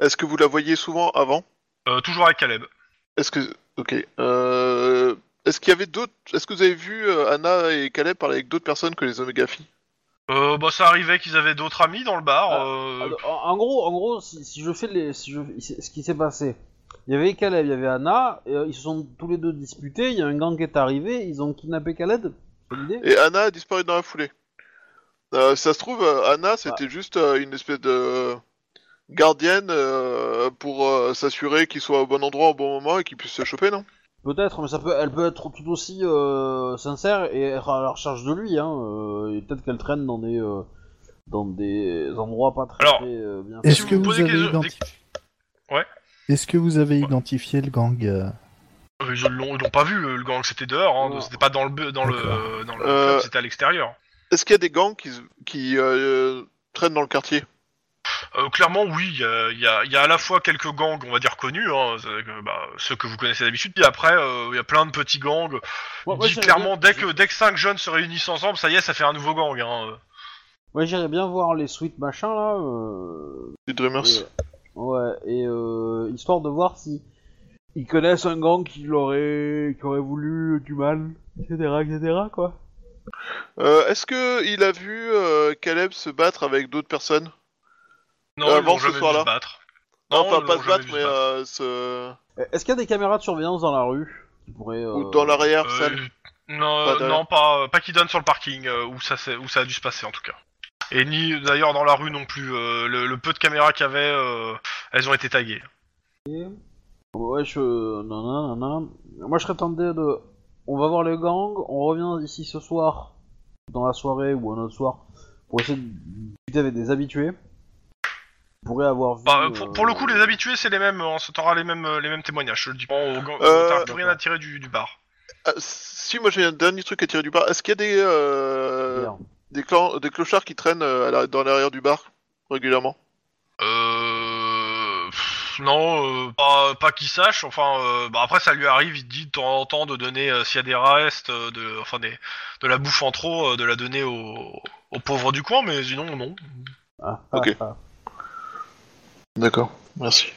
Speaker 3: Est-ce que vous la voyez souvent avant
Speaker 2: Euh, toujours avec Caleb.
Speaker 3: Est-ce que ok. Euh... Est-ce qu'il y avait d'autres Est-ce que vous avez vu euh, Anna et Caleb parler avec d'autres personnes que les Omega filles
Speaker 2: Euh, bah, ça arrivait qu'ils avaient d'autres amis dans le bar.
Speaker 1: Ah,
Speaker 2: euh,
Speaker 1: Alors, En en gros, en gros, si, si je fais les, si je, c'est ce qui s'est passé, il y avait Caleb, il y avait Anna, et, euh, ils se sont tous les deux disputés. Il y a un gang qui est arrivé, ils ont kidnappé Caleb. C'est l'idée
Speaker 3: Et Anna a disparu dans la foulée. Euh, ça se trouve, euh, Anna, c'était juste euh, une espèce de gardienne euh, pour euh, s'assurer qu'il soit au bon endroit au bon moment et qu'il puisse se choper, non
Speaker 1: Peut-être, mais ça peut, elle peut être tout aussi euh, sincère et être à la recherche de lui. Hein, euh, et peut-être qu'elle traîne dans des, euh, dans des endroits pas très,
Speaker 2: Alors,
Speaker 1: très, euh, bien.
Speaker 2: Si
Speaker 6: Est-ce
Speaker 2: vous
Speaker 6: que vous
Speaker 2: posez
Speaker 6: avez
Speaker 2: quelque-
Speaker 6: identifié
Speaker 2: Ouais.
Speaker 6: Est-ce que vous avez
Speaker 2: Ouais.
Speaker 6: identifié le gang euh,
Speaker 2: Euh, Ils l'ont, ils l'ont pas vu, euh, le gang, c'était dehors, hein,
Speaker 1: Non.
Speaker 2: c'était pas dans le, bu- dans le,
Speaker 6: D'accord.
Speaker 2: dans le
Speaker 3: Euh,
Speaker 2: club, c'était à l'extérieur.
Speaker 3: Est-ce qu'il y a des gangs qui, se- qui euh, traînent dans le quartier
Speaker 2: Euh, clairement, oui, il y a- il y, a, il y a à la fois quelques gangs, on va dire connus, hein, c'est que, bah, ceux que vous connaissez d'habitude, et après, euh, il y a plein de petits gangs.
Speaker 1: Ouais,
Speaker 2: Il
Speaker 1: ouais,
Speaker 2: dit
Speaker 1: j'irais
Speaker 2: clairement,
Speaker 1: bien-
Speaker 2: dès que, dès que 5 jeunes se réunissent ensemble, ça y est, ça fait un nouveau gang. Hein.
Speaker 1: Ouais, j'irais bien voir les suites machin là. Euh...
Speaker 3: Les Dreamers
Speaker 1: Et, ouais, et euh, histoire de voir si ils connaissent un gang qui l'aurait, qui aurait voulu du mal, etc., etc., quoi.
Speaker 3: Euh, Est-ce que il a vu euh, Caleb se battre avec d'autres personnes
Speaker 2: Non,
Speaker 3: Euh,
Speaker 2: ils
Speaker 3: bon,
Speaker 2: l'ont
Speaker 3: ce
Speaker 2: jamais vu
Speaker 3: soir-là.
Speaker 2: se battre.
Speaker 3: Non,
Speaker 2: Non,
Speaker 3: pas,
Speaker 2: ils
Speaker 3: pas
Speaker 2: l'ont
Speaker 3: se
Speaker 2: jamais
Speaker 3: battre,
Speaker 2: vu se
Speaker 3: mais euh, se-
Speaker 1: Est-ce qu'il y a des caméras de surveillance dans la rue qui pourraient, euh,
Speaker 3: ou dans l'arrière
Speaker 2: Euh,
Speaker 3: salle.
Speaker 2: non,
Speaker 3: Pas
Speaker 2: euh,
Speaker 3: de-
Speaker 2: non, pas, pas qui donne sur le parking, euh, où, ça, s'est- où ça a dû se passer en tout cas. Et ni d'ailleurs dans la rue non plus, euh, le, le peu de caméras qu'il y avait, euh, elles ont été taguées.
Speaker 1: euh, Ouais, je, non, non, non, non. Moi, je serais tenté de, on va voir les gangs, on revient ici ce soir, dans la soirée ou un autre soir, pour essayer de discuter avec des habitués. On pourrait avoir vu,
Speaker 2: Bah, euh, pour, pour le coup,
Speaker 1: euh,
Speaker 2: les habitués, c'est les mêmes. On se t'aura les mêmes, euh, les mêmes témoignages. Je le dis. On- on-
Speaker 3: Euh,
Speaker 2: T'as plus rien à tirer du, du bar.
Speaker 3: Ah, si moi j'ai un dernier truc à tirer du bar. Est-ce qu'il y a des euh,
Speaker 1: merde.
Speaker 3: des, clans- des clochards qui traînent euh, à la- dans l'arrière du bar régulièrement
Speaker 2: Euh... pff, non, euh, pas, pas qu'il sache. Enfin, euh, bah, après, ça lui arrive. Il dit de temps en temps de donner, euh, s'il y a des restes, euh, de, enfin, des, de la bouffe en trop, euh, de la donner aux, aux pauvres du coin. Mais sinon, non.
Speaker 1: Ah, ah,
Speaker 3: Ok.
Speaker 1: ah.
Speaker 3: D'accord, merci.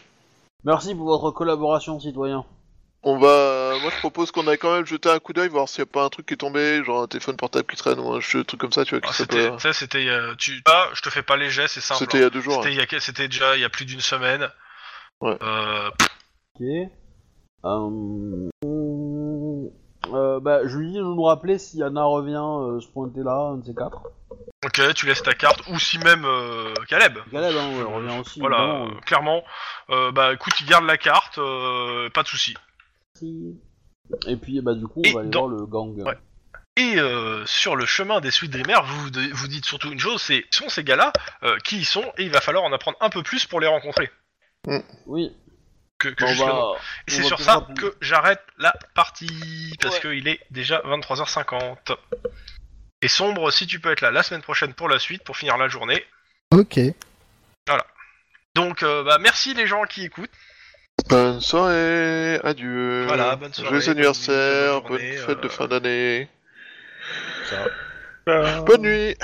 Speaker 1: Merci pour votre collaboration, citoyen.
Speaker 3: On va, euh, moi je propose qu'on aille quand même jeter un coup d'œil voir s'il y a pas un truc qui est tombé, genre un téléphone portable qui traîne ou un jeu- truc comme ça, tu vois. que
Speaker 2: Ah,
Speaker 3: ça
Speaker 2: c'était,
Speaker 3: peut-
Speaker 2: ça, c'était. euh, tu, ah, je te fais pas les gestes, c'est simple. hein.
Speaker 3: C'était il y a deux jours. hein.
Speaker 2: C'était il y a- c'était déjà il y a plus d'une semaine.
Speaker 3: Ouais.
Speaker 2: Euh,
Speaker 1: Ok. Euh, euh, bah, je lui dis de nous rappeler si Anna revient euh, se pointer là, un de ces quatre.
Speaker 2: ok, tu laisses ta carte ou si même euh, Caleb.
Speaker 1: Caleb, hein, ouais, revient aussi.
Speaker 2: Voilà,
Speaker 1: évidemment.
Speaker 2: euh, clairement, euh, bah écoute, il garde la carte, euh, pas de souci.
Speaker 1: Et puis, bah, du coup,
Speaker 2: Et
Speaker 1: on va aller
Speaker 2: dans-
Speaker 1: voir le gang.
Speaker 2: Ouais. Et euh, sur le chemin des Sweet Dreamers, vous vous vous dites surtout une chose, c'est qui sont ces gars-là, euh, qui ils sont, et il va falloir en apprendre un peu plus pour les rencontrer.
Speaker 1: Oui.
Speaker 2: Que, que
Speaker 1: Bon,
Speaker 2: juste le nom.
Speaker 1: bah,
Speaker 2: Et
Speaker 1: on
Speaker 2: c'est
Speaker 1: va
Speaker 2: sur
Speaker 1: peut-être
Speaker 2: ça
Speaker 1: rappeler.
Speaker 2: que j'arrête la partie, parce
Speaker 1: Ouais.
Speaker 2: qu'il est déjà 23h50. Et sombre, si tu peux être là la semaine prochaine pour la suite, pour finir la journée.
Speaker 6: Ok.
Speaker 2: Donc, euh, bah merci les gens qui écoutent.
Speaker 3: Bonne soirée, adieu.
Speaker 2: Voilà, bonne soirée,
Speaker 3: Joyeux
Speaker 2: bonne euh,
Speaker 3: anniversaire,
Speaker 2: nuit, bonne
Speaker 3: bonne,
Speaker 2: journée,
Speaker 3: fête de
Speaker 2: euh,
Speaker 3: fin d'année.
Speaker 1: ça.
Speaker 4: Bah,
Speaker 3: Bonne nuit.